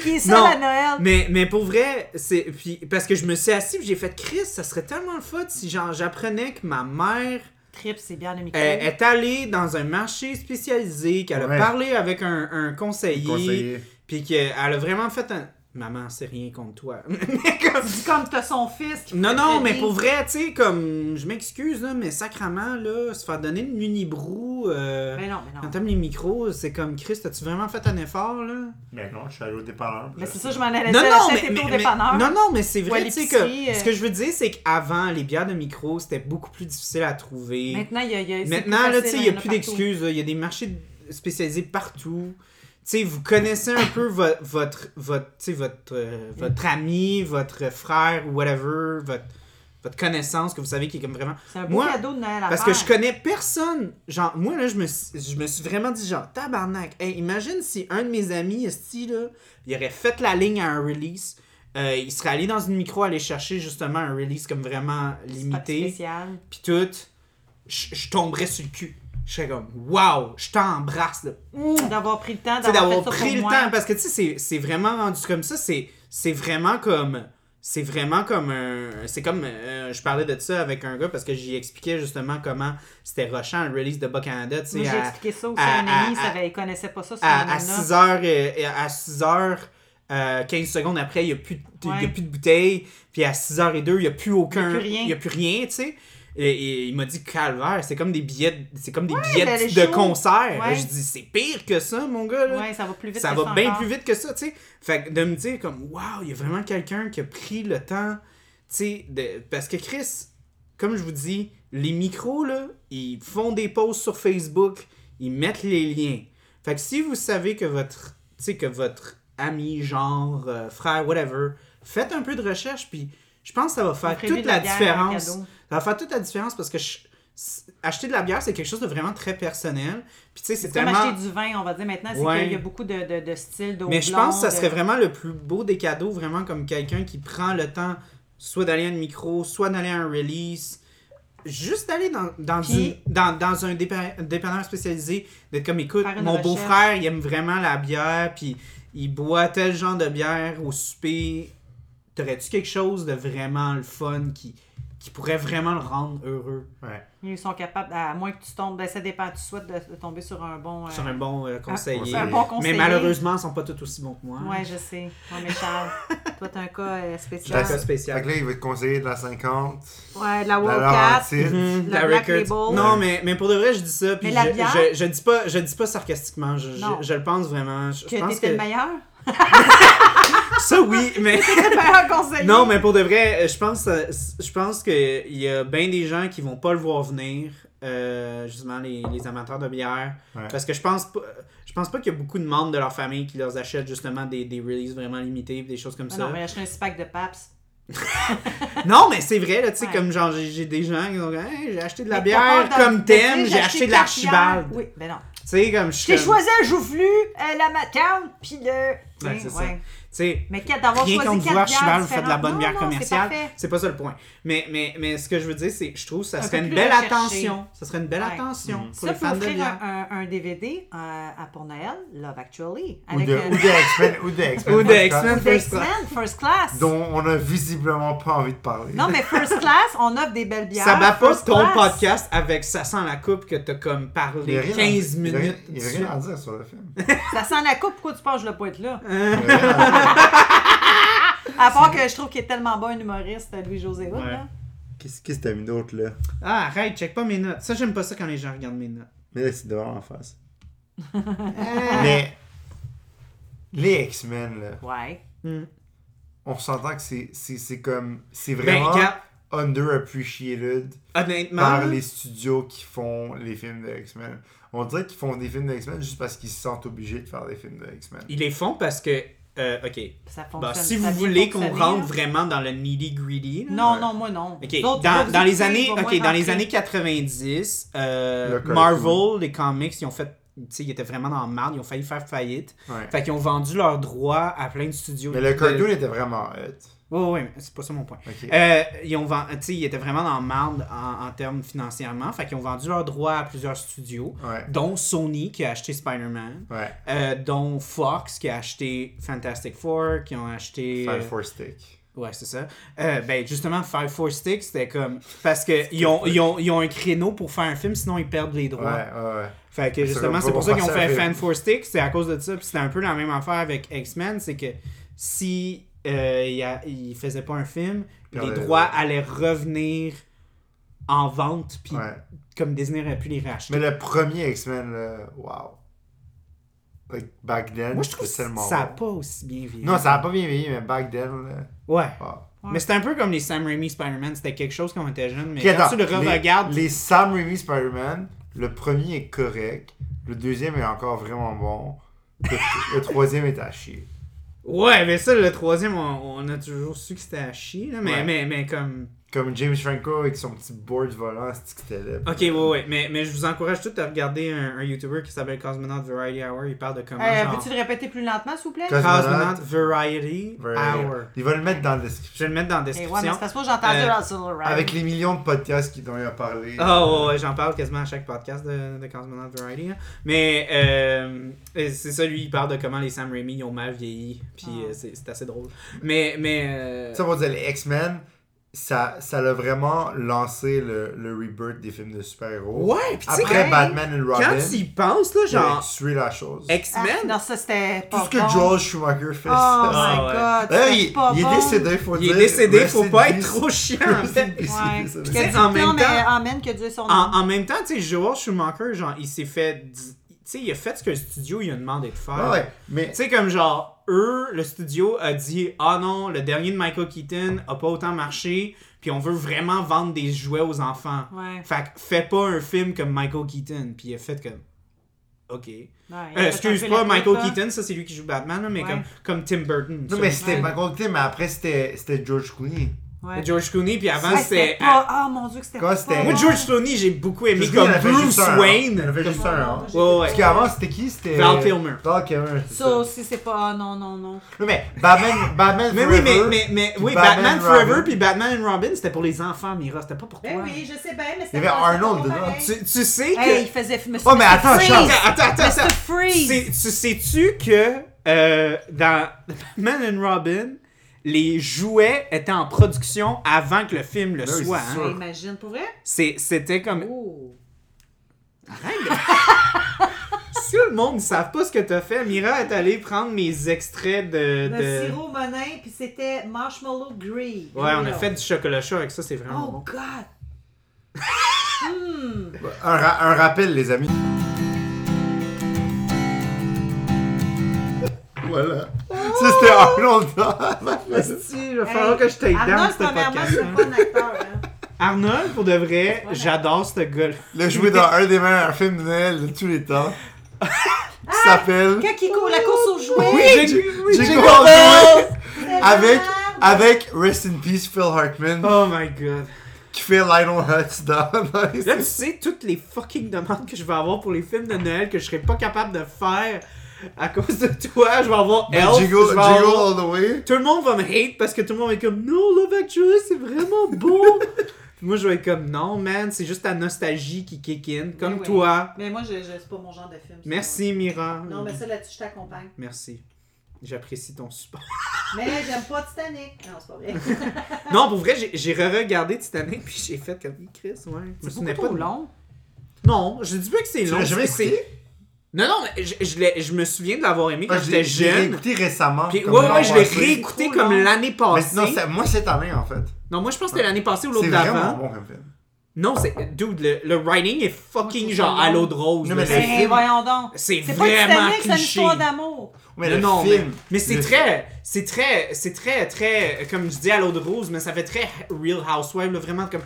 [SPEAKER 4] qui est seule
[SPEAKER 1] Non.
[SPEAKER 4] à Noël.
[SPEAKER 1] Mais, mais pour vrai, c'est. Puis, parce que je me suis assis, puis j'ai fait Chris, ça serait tellement le fun si genre, j'apprenais que ma mère
[SPEAKER 4] Trip, c'est bien le micro.
[SPEAKER 1] euh, est allée dans un marché spécialisé, qu'elle a
[SPEAKER 3] Ouais.
[SPEAKER 1] parlé avec un, un conseiller,
[SPEAKER 3] Conseiller.
[SPEAKER 1] puis qu'elle a vraiment fait un. Maman, c'est rien contre toi.
[SPEAKER 4] Dis comme t'as son fils. qui
[SPEAKER 1] non,
[SPEAKER 4] fait
[SPEAKER 1] non,
[SPEAKER 4] traîner.
[SPEAKER 1] mais pour vrai, tu sais, comme. Je m'excuse, là, mais sacrament, là, se faire donner une unibrou. Euh,
[SPEAKER 4] Mais Ben non, mais
[SPEAKER 1] quand
[SPEAKER 4] non.
[SPEAKER 1] t'aimes les micros, c'est comme Chris, as-tu vraiment fait un effort, là?
[SPEAKER 3] Mais non, je suis allé au dépanneur.
[SPEAKER 4] Mais c'est ça, je m'en allais
[SPEAKER 1] Non,
[SPEAKER 4] dire.
[SPEAKER 1] non,
[SPEAKER 4] achète
[SPEAKER 1] mais,
[SPEAKER 4] tes tours
[SPEAKER 1] mais- mais-
[SPEAKER 4] dépanneurs.
[SPEAKER 1] non, non, mais c'est
[SPEAKER 4] à
[SPEAKER 1] vrai, tu sais
[SPEAKER 4] l'épicerie,
[SPEAKER 1] que,
[SPEAKER 4] euh.
[SPEAKER 1] ce que je veux dire, c'est qu'avant, les bières de micro, c'était beaucoup plus difficile à trouver.
[SPEAKER 4] Maintenant, il y a. il y a- c'est
[SPEAKER 1] Maintenant, là,
[SPEAKER 4] facile,
[SPEAKER 1] tu sais, il n'y a
[SPEAKER 4] en
[SPEAKER 1] plus
[SPEAKER 4] partout.
[SPEAKER 1] d'excuses, là. il y a des marchés spécialisés partout. Tu sais, vous connaissez un peu vo- votre, votre, tu sais, votre, euh, votre ami, votre frère, ou whatever, votre, votre connaissance que vous savez qui est comme vraiment...
[SPEAKER 4] C'est un beau
[SPEAKER 1] Moi,
[SPEAKER 4] cadeau de Noël à
[SPEAKER 1] Parce que
[SPEAKER 4] faire.
[SPEAKER 1] je connais personne. Genre, moi, là, je me, suis- je me suis vraiment dit, genre, tabarnak. Hey, imagine si un de mes amis, esti, là, il aurait fait la ligne à un release. euh, il serait allé dans une micro aller chercher justement un release comme vraiment
[SPEAKER 4] Pas
[SPEAKER 1] limité.
[SPEAKER 4] spécial.
[SPEAKER 1] Puis tout. Je je tomberais sur le cul. Je serais comme, wow, je t'embrasse, là.
[SPEAKER 4] Mmh, D'avoir pris le temps
[SPEAKER 1] Tu sais,
[SPEAKER 4] d'avoir,
[SPEAKER 1] d'avoir
[SPEAKER 4] fait ça
[SPEAKER 1] pris
[SPEAKER 4] pour
[SPEAKER 1] le
[SPEAKER 4] moi.
[SPEAKER 1] temps. Parce que, tu sais, c'est- c'est vraiment rendu comme ça. C'est c'est vraiment comme. C'est vraiment comme un. C'est comme. euh, je parlais de ça avec un gars parce que j'y expliquais justement comment c'était rushant le release de Bas Canada. Tu
[SPEAKER 4] Moi,
[SPEAKER 1] sais,
[SPEAKER 4] j'ai
[SPEAKER 1] à,
[SPEAKER 4] expliqué ça aussi à,
[SPEAKER 1] à-
[SPEAKER 4] un ami,
[SPEAKER 1] à-
[SPEAKER 4] il savait- il connaissait pas ça, son
[SPEAKER 1] à, à
[SPEAKER 4] ananas.
[SPEAKER 1] 6 heures, euh, et à 6 heures euh, 15 secondes après, il n'y a, plus de- il y a
[SPEAKER 4] Ouais.
[SPEAKER 1] plus de bouteille. Puis à 6 heures et 2, il n'y a plus aucun.
[SPEAKER 4] plus rien.
[SPEAKER 1] Il y a plus rien, tu sais. Et, et il m'a dit calvaire, c'est comme des billets, de- c'est comme des billets
[SPEAKER 4] ben,
[SPEAKER 1] de
[SPEAKER 4] les shows.
[SPEAKER 1] concert.
[SPEAKER 4] Ouais.
[SPEAKER 1] Je dis c'est pire que ça, mon gars. Là.
[SPEAKER 4] Ouais, ça va plus vite
[SPEAKER 1] ça
[SPEAKER 4] que
[SPEAKER 1] va bien
[SPEAKER 4] encore.
[SPEAKER 1] plus vite que ça, tu sais. Fait que de me dire comme waouh, il y a vraiment quelqu'un qui a pris le temps, tu sais, de... parce que Chris, comme je vous dis, les micros là, ils font des posts sur Facebook, ils mettent les liens. Fait que si vous savez que votre, tu sais que votre ami, genre euh, frère, whatever, faites un peu de recherche puis je pense que ça va faire
[SPEAKER 4] Offrez-lui
[SPEAKER 1] toute
[SPEAKER 4] de
[SPEAKER 1] la,
[SPEAKER 4] la bière, un
[SPEAKER 1] différence.
[SPEAKER 4] cadeau.
[SPEAKER 1] Ça va faire toute la différence parce que je- c'est- acheter de la bière c'est quelque chose de vraiment très personnel. Puis tu sais c'est
[SPEAKER 4] C'est comme
[SPEAKER 1] tellement
[SPEAKER 4] acheter du vin, on va dire maintenant, c'est
[SPEAKER 1] Ouais.
[SPEAKER 4] qu'il y a beaucoup de, de, de styles d'eau
[SPEAKER 1] mais je pense que ça
[SPEAKER 4] blonde,
[SPEAKER 1] serait
[SPEAKER 4] de-
[SPEAKER 1] vraiment le plus beau des cadeaux, vraiment comme quelqu'un qui prend le temps soit d'aller à un micro, soit d'aller à un release. Juste d'aller dans, dans,
[SPEAKER 4] Puis-
[SPEAKER 1] une- dans, dans un dépa- dépanneur spécialisé, d'être comme écoute,
[SPEAKER 4] Faire une
[SPEAKER 1] mon
[SPEAKER 4] recherche.
[SPEAKER 1] beau-frère, il aime vraiment la bière, puis il boit tel genre de bière au souper. T'aurais-tu quelque chose de vraiment le fun qui, qui pourrait vraiment le rendre heureux
[SPEAKER 3] Ouais.
[SPEAKER 4] Ils sont capables, à moins que tu tombes, ben ça dépend, tu souhaites de, de tomber sur un bon... euh,
[SPEAKER 1] sur un bon euh, conseiller?
[SPEAKER 4] un
[SPEAKER 3] conseiller.
[SPEAKER 4] bon conseiller.
[SPEAKER 1] Mais malheureusement, ils sont pas tous aussi bons que moi.
[SPEAKER 4] Ouais, je sais. Ouais, mais Charles, toi, t'as un cas euh,
[SPEAKER 1] C'est un
[SPEAKER 4] spécial.
[SPEAKER 1] cas
[SPEAKER 3] Fait
[SPEAKER 1] spécial.
[SPEAKER 3] que là, il va te conseiller de la 50,
[SPEAKER 4] Ouais, de la
[SPEAKER 3] de la
[SPEAKER 4] Wildcat.
[SPEAKER 3] Laurentide.
[SPEAKER 1] Mhm,
[SPEAKER 4] La
[SPEAKER 1] la
[SPEAKER 4] Black
[SPEAKER 1] record.
[SPEAKER 4] Label.
[SPEAKER 1] Non, mais, mais pour de vrai, je dis ça. Puis
[SPEAKER 4] Mais la
[SPEAKER 1] je,
[SPEAKER 4] bière?
[SPEAKER 1] je, je dis pas, je dis pas sarcastiquement. Je, je-
[SPEAKER 4] Non.
[SPEAKER 1] je le pense vraiment. Je, je
[SPEAKER 4] Que
[SPEAKER 1] pense
[SPEAKER 4] t'étais
[SPEAKER 1] que
[SPEAKER 4] le meilleur?
[SPEAKER 1] ça oui, mais
[SPEAKER 4] Le meilleur conseiller?
[SPEAKER 1] non, mais pour de vrai, je pense, euh, je pense que il y a bien des gens qui vont pas le voir venir. euh, justement les, les amateurs de bière.
[SPEAKER 3] Ouais.
[SPEAKER 1] Parce que je pense pas, je pense pas qu'il y a beaucoup de membres de leur famille qui leur achètent justement des, des releases vraiment limitées, des choses comme
[SPEAKER 2] Ah
[SPEAKER 1] ça.
[SPEAKER 2] non, mais acheter un six pack de Paps.
[SPEAKER 1] Non, mais c'est vrai, là, tu sais,
[SPEAKER 2] Ouais.
[SPEAKER 1] comme genre, j'ai j'ai des gens qui ont dit, Hey, j'ai acheté de la
[SPEAKER 2] Mais t'as
[SPEAKER 1] bière
[SPEAKER 2] peur de-
[SPEAKER 1] comme
[SPEAKER 2] de dire,
[SPEAKER 1] thème, j'ai acheté de
[SPEAKER 2] la
[SPEAKER 1] l'archibald.
[SPEAKER 2] bière. Oui, ben non.
[SPEAKER 1] Tu sais, comme je suis.
[SPEAKER 2] J'ai
[SPEAKER 1] comme-
[SPEAKER 2] choisi un joufflu, euh, la macaune, puis le.
[SPEAKER 1] Ouais, c'est ça. Tu sais,
[SPEAKER 2] Mais qu'à d'avoir
[SPEAKER 1] rien
[SPEAKER 2] choisi
[SPEAKER 1] contre
[SPEAKER 2] quatre
[SPEAKER 1] vous,
[SPEAKER 2] bières
[SPEAKER 1] Archibald, vous faites de la
[SPEAKER 2] différentes.
[SPEAKER 1] bonne
[SPEAKER 2] Non,
[SPEAKER 1] bière
[SPEAKER 2] non, c'est
[SPEAKER 1] commerciale.
[SPEAKER 2] parfait.
[SPEAKER 1] C'est pas ça le point. Mais, mais, mais ce que je veux dire, c'est je trouve que ça
[SPEAKER 2] Un
[SPEAKER 1] serait
[SPEAKER 2] peu
[SPEAKER 1] une
[SPEAKER 2] plus
[SPEAKER 1] belle
[SPEAKER 2] recherché.
[SPEAKER 1] attention. Ça serait une belle
[SPEAKER 2] Ouais. Mhm.
[SPEAKER 1] attention pour
[SPEAKER 2] Ça
[SPEAKER 1] les
[SPEAKER 2] peut
[SPEAKER 1] fans de
[SPEAKER 2] offrir
[SPEAKER 1] bière.
[SPEAKER 2] un, un- un DVD euh, à pour Noël, Love Actually,
[SPEAKER 3] Ou
[SPEAKER 2] avec
[SPEAKER 3] de,
[SPEAKER 2] euh,
[SPEAKER 3] ou de X-Men. Ou de X-Men.
[SPEAKER 1] Ou de X-Men.
[SPEAKER 3] First
[SPEAKER 2] The
[SPEAKER 3] Class,
[SPEAKER 2] X-Men First Class.
[SPEAKER 3] Dont on a visiblement pas envie de parler.
[SPEAKER 2] Non, mais First Class, on offre des belles bières.
[SPEAKER 1] Ça bat pas
[SPEAKER 2] First
[SPEAKER 1] ton
[SPEAKER 2] Class.
[SPEAKER 1] podcast avec Ça sent la coupe que t'as comme
[SPEAKER 3] Il y
[SPEAKER 1] parlé
[SPEAKER 3] a rien à-
[SPEAKER 1] 15
[SPEAKER 3] il y a rien-
[SPEAKER 1] minutes.
[SPEAKER 3] Il n'y a
[SPEAKER 1] dessus.
[SPEAKER 3] rien à dire sur le film.
[SPEAKER 2] Ça sent la coupe, pourquoi tu penses que je l'ai pas être là?
[SPEAKER 1] Hein?
[SPEAKER 3] Il y a rien à dire.
[SPEAKER 2] À part que je trouve qu'il est tellement bon un humoriste, Louis-José Hood,
[SPEAKER 1] Ouais.
[SPEAKER 2] là.
[SPEAKER 3] Qu'est-ce qu'est-ce que t'as mis d'autre là?
[SPEAKER 1] Ah, arrête, check pas mes notes. Ça, j'aime pas ça quand les gens regardent mes notes.
[SPEAKER 3] Mais là, c'est devant en face. mais les X-Men, là,
[SPEAKER 2] Ouais.
[SPEAKER 1] Hmm.
[SPEAKER 3] on s'entend que c'est- c'est c'est comme. C'est
[SPEAKER 1] Ben,
[SPEAKER 3] vraiment
[SPEAKER 1] regarde,
[SPEAKER 3] underappreciated
[SPEAKER 1] honnêtement.
[SPEAKER 3] par
[SPEAKER 1] là,
[SPEAKER 3] les studios qui font les films de X-Men. On dirait qu'ils font des films de X-Men juste parce qu'ils se sentent obligés de faire des films de X-Men.
[SPEAKER 1] Ils les font parce que. euh, ok.
[SPEAKER 2] Ça fonctionne.
[SPEAKER 1] Bah, si
[SPEAKER 2] Ça
[SPEAKER 1] vous
[SPEAKER 2] vient
[SPEAKER 1] voulez
[SPEAKER 2] pour que
[SPEAKER 1] qu'on
[SPEAKER 2] ça
[SPEAKER 1] rentre
[SPEAKER 2] vienne.
[SPEAKER 1] vraiment dans le needy-greedy. là,
[SPEAKER 2] Non, non, moi non.
[SPEAKER 1] Ok,
[SPEAKER 2] Vous autres,
[SPEAKER 1] dans,
[SPEAKER 2] vous
[SPEAKER 1] dans les
[SPEAKER 2] écoutez,
[SPEAKER 1] années,
[SPEAKER 2] je vais
[SPEAKER 1] ok,
[SPEAKER 2] moins
[SPEAKER 1] dans les
[SPEAKER 2] rentrer.
[SPEAKER 1] années 90, euh,
[SPEAKER 3] Le cartoon.
[SPEAKER 1] Marvel, les comics, ils ont fait, tu sais, ils étaient vraiment dans le marde, ils ont failli faire faillite.
[SPEAKER 3] Ouais.
[SPEAKER 1] Fait qu'ils ont vendu leurs droits à plein de studios.
[SPEAKER 3] Mais le
[SPEAKER 1] de-
[SPEAKER 3] cartoon était vraiment hot.
[SPEAKER 1] Ouais, ouais, mais c'est pas ça mon point.
[SPEAKER 3] Ok.
[SPEAKER 1] Euh, ils ont vendu, tu sais, ils étaient vraiment dans le marde en, en termes financièrement. Fait qu'ils ont vendu leurs droits à plusieurs studios,
[SPEAKER 3] Ouais.
[SPEAKER 1] dont Sony qui a acheté Spider-Man,
[SPEAKER 3] Ouais.
[SPEAKER 1] euh, dont Fox qui a acheté Fantastic Four, qui ont acheté.
[SPEAKER 3] Five
[SPEAKER 1] euh,
[SPEAKER 3] Four Stick.
[SPEAKER 1] Ouais, c'est ça. Euh, ben, justement, Five Four Sticks, c'était comme. Parce qu'ils ont, ils ont, ils ont un créneau pour faire un film, sinon ils perdent les
[SPEAKER 3] Ouais,
[SPEAKER 1] droits.
[SPEAKER 3] ouais, ouais.
[SPEAKER 1] Fait que
[SPEAKER 3] Ça
[SPEAKER 1] justement,
[SPEAKER 3] va
[SPEAKER 1] c'est
[SPEAKER 3] pas
[SPEAKER 1] pour ça qu'ils ont
[SPEAKER 3] passer
[SPEAKER 1] fait
[SPEAKER 3] à la
[SPEAKER 1] Fan Four Sticks, c'est à cause de ça. Puis c'était un peu la même affaire avec X-Men, c'est que si euh, il y a- ils faisaient pas un film,
[SPEAKER 3] Puis
[SPEAKER 1] les
[SPEAKER 3] on-
[SPEAKER 1] droits allaient revenir en vente, puis
[SPEAKER 3] Ouais.
[SPEAKER 1] comme Disney aurait pu les racheter.
[SPEAKER 3] Mais le premier X-Men, là, wow. Like, back then,
[SPEAKER 1] Moi, je trouve que
[SPEAKER 3] c'était tellement
[SPEAKER 1] ça a
[SPEAKER 3] bon.
[SPEAKER 1] pas aussi bien vieilli.
[SPEAKER 3] Non, ça a pas bien vieilli, mais back then, là,
[SPEAKER 1] Ouais.
[SPEAKER 3] wow.
[SPEAKER 1] Mais c'était un peu comme les Sam Raimi Spider-Man, c'était quelque chose quand on était jeune, mais
[SPEAKER 3] Puis
[SPEAKER 1] quand tu
[SPEAKER 3] attends,
[SPEAKER 1] le
[SPEAKER 3] les-
[SPEAKER 1] regardes,
[SPEAKER 3] Les, Sam Raimi Spider-Man, le premier est correct, le deuxième est encore vraiment bon, le, le troisième est à chier.
[SPEAKER 1] Ouais, mais ça, le troisième, on, on a toujours su que c'était à chier, là, mais,
[SPEAKER 3] Ouais.
[SPEAKER 1] mais, mais comme...
[SPEAKER 3] Comme James Franco avec son petit board volant, c'est que c'était là.
[SPEAKER 1] Ok, ouais, ouais, mais, mais je vous encourage tous à regarder un, un YouTuber qui s'appelle Cosmonaut Variety Hour, il parle de comment,
[SPEAKER 2] Euh,
[SPEAKER 1] genre...
[SPEAKER 2] Peux-tu le répéter plus lentement, s'il vous plaît?
[SPEAKER 3] Cos-
[SPEAKER 1] Cosmonaut Variety
[SPEAKER 3] Vraiment.
[SPEAKER 1] Hour.
[SPEAKER 3] Il va le mettre dans le description.
[SPEAKER 1] Je vais le mettre dans la
[SPEAKER 2] Eh ouais, mais
[SPEAKER 1] description.
[SPEAKER 2] c'est parce que moi, j'ai entendu
[SPEAKER 1] Euh,
[SPEAKER 2] Russell Rowe.
[SPEAKER 3] Avec les millions de podcasts qui dont il a parlé.
[SPEAKER 1] Ah ouais, ouais, j'en parle quasiment à chaque podcast de, de Cosmonaut Variety. hein. Mais euh, euh, c'est ça, lui, il parle de comment les Sam Raimi ils ont mal vieilli. Puis
[SPEAKER 2] Ah.
[SPEAKER 1] euh, c'est c'est assez drôle. Mais. mais euh,
[SPEAKER 3] Ça, on va dire, les X-Men, ça ça l'a vraiment lancé le, le rebirth des films de super-héros.
[SPEAKER 1] Ouais, pis tu sais,
[SPEAKER 3] Après
[SPEAKER 2] quand-
[SPEAKER 3] Batman et Robin,
[SPEAKER 1] quand tu y penses, là,
[SPEAKER 3] il a
[SPEAKER 1] genre.
[SPEAKER 3] tué la chose.
[SPEAKER 2] Ah,
[SPEAKER 1] X-Men,
[SPEAKER 2] non, ça, c'était pas
[SPEAKER 3] Tout ce que
[SPEAKER 2] bon.
[SPEAKER 3] Joel Schumacher fait,
[SPEAKER 2] Oh my
[SPEAKER 3] ça,
[SPEAKER 1] Ah, ouais.
[SPEAKER 2] God,
[SPEAKER 3] Là,
[SPEAKER 2] c'était
[SPEAKER 3] il,
[SPEAKER 2] pas
[SPEAKER 3] il
[SPEAKER 2] bon.
[SPEAKER 3] est décédé, faut
[SPEAKER 1] il
[SPEAKER 3] dire.
[SPEAKER 1] est décédé, faut pas être
[SPEAKER 3] Rest in
[SPEAKER 1] trop chiant, en fait.
[SPEAKER 3] peace.
[SPEAKER 2] Ouais.
[SPEAKER 3] C'est
[SPEAKER 2] Puis
[SPEAKER 3] vrai.
[SPEAKER 1] sais,
[SPEAKER 2] qu'est-ce
[SPEAKER 1] en
[SPEAKER 2] qu'il dit,
[SPEAKER 1] même
[SPEAKER 2] mais
[SPEAKER 1] temps-
[SPEAKER 2] Amen, que Dieu ait son nom.
[SPEAKER 1] En, en même temps, tu sais, Joel Schumacher, genre, il s'est fait. di- Tu sais, il a fait ce que le studio lui a demandé de faire.
[SPEAKER 3] Ouais, Ah ouais, mais
[SPEAKER 1] Tu sais, comme genre, eux, le studio a dit Ah non, le dernier de Michael Keaton a pas autant marché, puis on veut vraiment vendre des jouets aux enfants.
[SPEAKER 2] Ouais.
[SPEAKER 1] Fait que fais pas un film comme Michael Keaton, puis il a fait comme. Ok.
[SPEAKER 2] Ouais, il a
[SPEAKER 1] Euh,
[SPEAKER 2] fait
[SPEAKER 1] excuse
[SPEAKER 2] un peu
[SPEAKER 1] pas,
[SPEAKER 2] la
[SPEAKER 1] Michael
[SPEAKER 2] coupe, hein.
[SPEAKER 1] Keaton, ça c'est lui qui joue Batman, là, mais
[SPEAKER 2] Ouais.
[SPEAKER 1] comme, comme Tim Burton.
[SPEAKER 3] non,
[SPEAKER 1] ça.
[SPEAKER 3] mais c'était
[SPEAKER 2] Ouais.
[SPEAKER 3] pas compté, mais après c'était c'était George Clooney.
[SPEAKER 2] Ouais.
[SPEAKER 1] George Clooney, puis avant
[SPEAKER 2] Ouais,
[SPEAKER 1] c'était.
[SPEAKER 2] pas... Ah, mon Dieu, que c'était
[SPEAKER 3] Quand
[SPEAKER 2] pas
[SPEAKER 3] c'était-
[SPEAKER 1] Moi,
[SPEAKER 2] bon.
[SPEAKER 1] George Clooney, j'ai beaucoup aimé
[SPEAKER 3] George Clooney,
[SPEAKER 1] comme
[SPEAKER 3] il en fait
[SPEAKER 1] Bruce
[SPEAKER 3] juste un, hein.
[SPEAKER 1] Wayne.
[SPEAKER 3] Il en fait
[SPEAKER 1] Comme-
[SPEAKER 3] juste un, hein.
[SPEAKER 2] Ouais,
[SPEAKER 1] Ouais,
[SPEAKER 3] Parce
[SPEAKER 1] ouais.
[SPEAKER 3] qu'avant c'était qui C'était
[SPEAKER 1] Val Kilmer.
[SPEAKER 3] Val Kilmer. c'est
[SPEAKER 2] Ça
[SPEAKER 3] Ça
[SPEAKER 2] aussi, c'est pas... Ah, non, non, non.
[SPEAKER 3] Non, mais Batman, Batman
[SPEAKER 1] Mais oui,
[SPEAKER 3] Forever.
[SPEAKER 1] mais, mais, mais
[SPEAKER 3] puis
[SPEAKER 1] oui, Batman,
[SPEAKER 3] Batman
[SPEAKER 1] Forever
[SPEAKER 3] Robin.
[SPEAKER 1] puis Batman and Robin, c'était pour les enfants, Mira, c'était pas pour toi.
[SPEAKER 2] Ben oui, je sais bien, mais c'était
[SPEAKER 3] Il y avait
[SPEAKER 2] pas-
[SPEAKER 3] Arnold
[SPEAKER 2] c'était pas
[SPEAKER 3] dedans.
[SPEAKER 2] pareil.
[SPEAKER 1] Tu, tu sais que.
[SPEAKER 2] Hey, il faisait... Monsieur-
[SPEAKER 3] Oh, mais attends,
[SPEAKER 2] Monsieur
[SPEAKER 3] Charles.
[SPEAKER 2] Freeze.
[SPEAKER 1] Attends, attends, attends.
[SPEAKER 2] Mr. Freeze!
[SPEAKER 1] C'est- Tu sais-tu que euh, dans Batman and Robin, les jouets étaient en production avant que le film le
[SPEAKER 3] Ben oui,
[SPEAKER 1] soit.
[SPEAKER 3] c'est
[SPEAKER 1] hein?
[SPEAKER 3] sûr.
[SPEAKER 2] Ouais, Imagine, pour vrai?
[SPEAKER 1] C'est- C'était comme.
[SPEAKER 2] Oh.
[SPEAKER 1] Si le monde ne savent pas ce que t'as fait, Mira est allée prendre mes extraits de.
[SPEAKER 2] Le
[SPEAKER 1] de-
[SPEAKER 2] sirop monin, puis c'était marshmallow gris.
[SPEAKER 1] Euh, Ouais, on a fait du chocolat chaud avec ça, c'est vraiment
[SPEAKER 2] Oh,
[SPEAKER 1] bon.
[SPEAKER 2] God! Hmm.
[SPEAKER 3] Un, ra- un rappel, les amis. Voilà. Ça c'était Arnold.
[SPEAKER 1] Si, il va falloir que je take down
[SPEAKER 2] Arnold,
[SPEAKER 1] ce
[SPEAKER 2] premièrement,
[SPEAKER 1] podcast.
[SPEAKER 2] c'est pas un acteur. Hein.
[SPEAKER 1] Arnold, pour de vrai,
[SPEAKER 2] Voilà.
[SPEAKER 1] j'adore ce gars-là.
[SPEAKER 3] Il a joué dans un des meilleurs films de Noël de tous les temps. Qui s'appelle
[SPEAKER 1] Ah,
[SPEAKER 4] Quand il court, la course aux jouets.
[SPEAKER 1] Oui, j'ai- oui, j'ai-
[SPEAKER 3] Jingle All the Way avec, avec Rest in Peace Phil Hartman
[SPEAKER 1] Oh my god.
[SPEAKER 3] qui fait Lionel Hutz dans dans les-
[SPEAKER 1] Là, tu sais toutes les fucking demandes que je vais avoir pour les films de Noël que je serais pas capable de faire à cause de toi. Je vais avoir
[SPEAKER 3] Mais
[SPEAKER 1] Elf.
[SPEAKER 3] Ben, Jingle,
[SPEAKER 1] je vais
[SPEAKER 3] Jingle
[SPEAKER 1] avoir-
[SPEAKER 3] All the Way.
[SPEAKER 1] Tout le monde va me hate parce que tout le monde est comme Non, Love Actually, c'est vraiment bon. Puis moi, je vais être comme Non, man, c'est juste ta nostalgie qui kick in, comme
[SPEAKER 2] Oui, oui.
[SPEAKER 1] toi.
[SPEAKER 2] Mais moi, je, je- c'est pas mon genre de film. ça.
[SPEAKER 1] Merci, Mira.
[SPEAKER 2] Non, mais ça, là-dessus, je t'accompagne.
[SPEAKER 1] Merci. J'apprécie ton support.
[SPEAKER 2] Mais j'aime pas Titanic. Non, c'est pas vrai.
[SPEAKER 1] non, pour vrai, j'ai- j'ai re-regardé Titanic puis j'ai fait comme Chris, ouais. Je me
[SPEAKER 4] C'est
[SPEAKER 1] souvenais
[SPEAKER 4] beaucoup trop
[SPEAKER 1] pas de-
[SPEAKER 4] long.
[SPEAKER 1] Non, je dis pas que c'est
[SPEAKER 3] Tu
[SPEAKER 1] long.
[SPEAKER 3] l'as jamais
[SPEAKER 1] c'est-
[SPEAKER 3] écouté?
[SPEAKER 1] c'est- Non, non, mais je, je, l'ai- je me souviens de l'avoir aimé quand
[SPEAKER 3] Ah, je
[SPEAKER 1] j'étais
[SPEAKER 3] l'ai- je l'ai
[SPEAKER 1] jeune.
[SPEAKER 3] écouté récemment.
[SPEAKER 1] Puis,
[SPEAKER 3] comme
[SPEAKER 1] ouais, ouais,
[SPEAKER 3] l'an
[SPEAKER 1] je l'ai
[SPEAKER 3] passé.
[SPEAKER 1] réécouté
[SPEAKER 4] C'est trop
[SPEAKER 1] comme
[SPEAKER 4] long.
[SPEAKER 1] l'année
[SPEAKER 3] Mais
[SPEAKER 1] passée.
[SPEAKER 3] sinon, c'est- moi cette année en fait.
[SPEAKER 1] non, moi je pense que c'était l'année passée ou l'autre
[SPEAKER 3] C'est vraiment
[SPEAKER 1] d'avant.
[SPEAKER 3] bon comme film.
[SPEAKER 1] Non, c'est. Dude, le, le writing est fucking
[SPEAKER 4] Moi, je trouve
[SPEAKER 1] genre
[SPEAKER 4] ça
[SPEAKER 1] à
[SPEAKER 4] long.
[SPEAKER 1] l'eau de rose.
[SPEAKER 3] Non,
[SPEAKER 1] là.
[SPEAKER 3] mais
[SPEAKER 1] C'est-
[SPEAKER 3] le
[SPEAKER 4] Ben,
[SPEAKER 3] film-
[SPEAKER 4] voyons donc.
[SPEAKER 1] C'est
[SPEAKER 4] C'est pas
[SPEAKER 1] vraiment
[SPEAKER 4] Titanic, c'est une
[SPEAKER 1] cliché.
[SPEAKER 4] histoire d'amour.
[SPEAKER 3] Mais
[SPEAKER 1] Non,
[SPEAKER 3] le
[SPEAKER 1] non,
[SPEAKER 3] film.
[SPEAKER 1] mais, mais c'est
[SPEAKER 3] le-
[SPEAKER 1] très, c'est très, c'est très, très, euh, comme je dis à l'eau de rose, mais ça fait très Real Housewives, là, vraiment comme,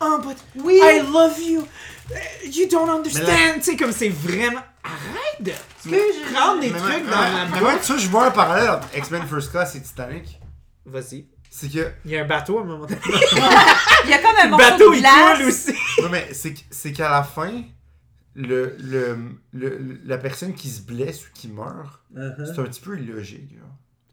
[SPEAKER 1] oh, but
[SPEAKER 4] Oui.
[SPEAKER 1] I love you, Uh, you don't
[SPEAKER 3] Mais
[SPEAKER 1] understand, tu sais, comme c'est vraiment, arrête de
[SPEAKER 2] je-
[SPEAKER 1] prendre des
[SPEAKER 3] Mais
[SPEAKER 1] trucs
[SPEAKER 3] ouais,
[SPEAKER 1] dans la
[SPEAKER 3] mais ouais, tu vois, je vois un parallèle entre X-Men First Class et Titanic.
[SPEAKER 1] Vas-y.
[SPEAKER 3] C'est que.
[SPEAKER 1] Il y a un bateau à un moment donné.
[SPEAKER 4] Il y a comme un
[SPEAKER 1] Le
[SPEAKER 4] morceau
[SPEAKER 1] bateau,
[SPEAKER 4] de
[SPEAKER 1] il coule
[SPEAKER 4] glace.
[SPEAKER 1] aussi.
[SPEAKER 3] Non, mais c'est que- c'est qu'à la fin, le, le, le- la personne qui se blesse ou qui meurt, c'est un petit peu illogique. genre.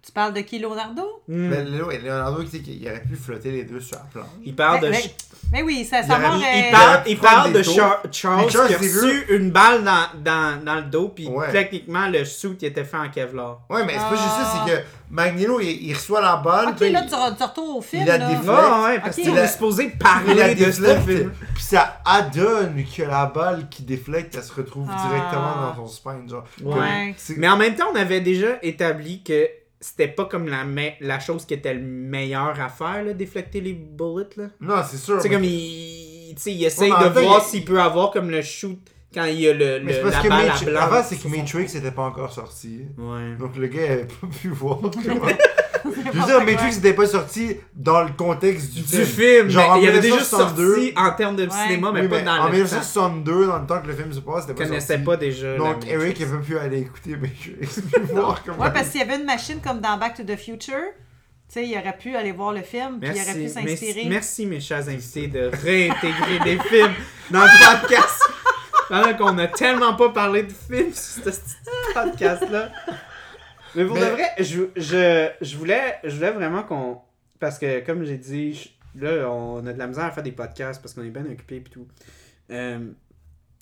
[SPEAKER 4] Tu parles de qui, Leonardo?
[SPEAKER 1] Hmm.
[SPEAKER 3] Mais là, ouais, Leonardo, tu sais, qu'il aurait pu flotter les deux sur la planche.
[SPEAKER 1] Il parle de,
[SPEAKER 4] Ben,
[SPEAKER 1] ch-
[SPEAKER 4] Mais oui, ça,
[SPEAKER 3] Il
[SPEAKER 4] ça
[SPEAKER 3] aurait-
[SPEAKER 4] mort
[SPEAKER 1] il,
[SPEAKER 4] est-
[SPEAKER 2] euh,
[SPEAKER 1] il parle,
[SPEAKER 3] Il
[SPEAKER 1] il
[SPEAKER 3] prend
[SPEAKER 1] parle
[SPEAKER 3] des
[SPEAKER 1] de
[SPEAKER 3] taux.
[SPEAKER 1] Char- Charles
[SPEAKER 3] Mais Charles,
[SPEAKER 1] qui a
[SPEAKER 3] c'est vieux.
[SPEAKER 1] reçu une balle dans, dans, dans le dos, puis
[SPEAKER 3] Ouais.
[SPEAKER 1] techniquement, le suit il était fait en Kevlar.
[SPEAKER 3] Ouais, mais c'est pas juste ça,
[SPEAKER 4] Ah.
[SPEAKER 3] c'est que Magnélo, il, il reçoit la balle.
[SPEAKER 4] Ok,
[SPEAKER 3] puis
[SPEAKER 4] là,
[SPEAKER 3] il-
[SPEAKER 4] tu, re- tu retournes au film.
[SPEAKER 3] il a
[SPEAKER 4] là.
[SPEAKER 3] des fleurs.
[SPEAKER 1] Ah ouais, parce
[SPEAKER 4] Ok.
[SPEAKER 1] qu'on
[SPEAKER 3] La-
[SPEAKER 1] est supposé
[SPEAKER 3] Il la
[SPEAKER 1] parler de ce
[SPEAKER 3] déflecte,
[SPEAKER 1] film.
[SPEAKER 3] puis ça adonne que la balle qui déflecte, elle se retrouve
[SPEAKER 4] Ah.
[SPEAKER 3] directement dans son spine, genre.
[SPEAKER 1] Ouais.
[SPEAKER 4] Ouais.
[SPEAKER 3] C'est-
[SPEAKER 1] Mais en même temps, on avait déjà établi que c'était pas comme la, me- la chose qui était le meilleure à faire, là, déflecter les bullets. Là.
[SPEAKER 3] Non, c'est sûr.
[SPEAKER 1] Tu sais,
[SPEAKER 3] mais-
[SPEAKER 1] comme il, tu sais, il essaye
[SPEAKER 3] Ouais, mais en
[SPEAKER 1] de
[SPEAKER 3] même temps,
[SPEAKER 1] voir
[SPEAKER 3] il-
[SPEAKER 1] s'il peut avoir comme le shoot quand il y a le, le-
[SPEAKER 3] Mais
[SPEAKER 1] la
[SPEAKER 3] c'est parce que
[SPEAKER 1] balle à
[SPEAKER 3] Matrix-
[SPEAKER 1] blanc.
[SPEAKER 3] avant, c'est que Matrix n'était pas encore sorti.
[SPEAKER 1] Ouais.
[SPEAKER 3] Donc le gars avait pas pu voir. Je veux dire, Matrix n'était pas sorti dans le contexte du,
[SPEAKER 1] Du film,
[SPEAKER 3] Genre,
[SPEAKER 1] mais
[SPEAKER 3] en
[SPEAKER 1] il y avait déjà
[SPEAKER 3] 1962,
[SPEAKER 1] sorti en termes de
[SPEAKER 4] Ouais.
[SPEAKER 1] cinéma, mais
[SPEAKER 3] oui,
[SPEAKER 1] pas
[SPEAKER 3] mais
[SPEAKER 1] dans
[SPEAKER 3] en
[SPEAKER 1] le
[SPEAKER 3] 1962, dans le temps que le film se passe, c'était
[SPEAKER 1] temps.
[SPEAKER 3] pas
[SPEAKER 1] Je connaissais
[SPEAKER 3] sorti.
[SPEAKER 1] pas déjà.
[SPEAKER 3] Donc
[SPEAKER 1] la
[SPEAKER 3] Eric
[SPEAKER 1] Matrix.
[SPEAKER 3] avait pas pu aller écouter Matrix puis voir comment.
[SPEAKER 4] Ouais, parce qu'il y avait une machine comme dans Back to the Future. Tu sais, il aurait pu aller voir le film, puis il aurait pu
[SPEAKER 1] Merci, merci,
[SPEAKER 4] s'inspirer.
[SPEAKER 1] merci, mes chers invités de réintégrer des films dans le podcast. Pendant qu'on a tellement pas parlé de films sur ce petit podcast-là. Mais pour
[SPEAKER 3] Mais-
[SPEAKER 1] de vrai, je, je, je, voulais, je voulais vraiment qu'on... Parce que, comme j'ai dit, je- là, on a de la misère à faire des podcasts parce qu'on est bien occupé et tout. Euh,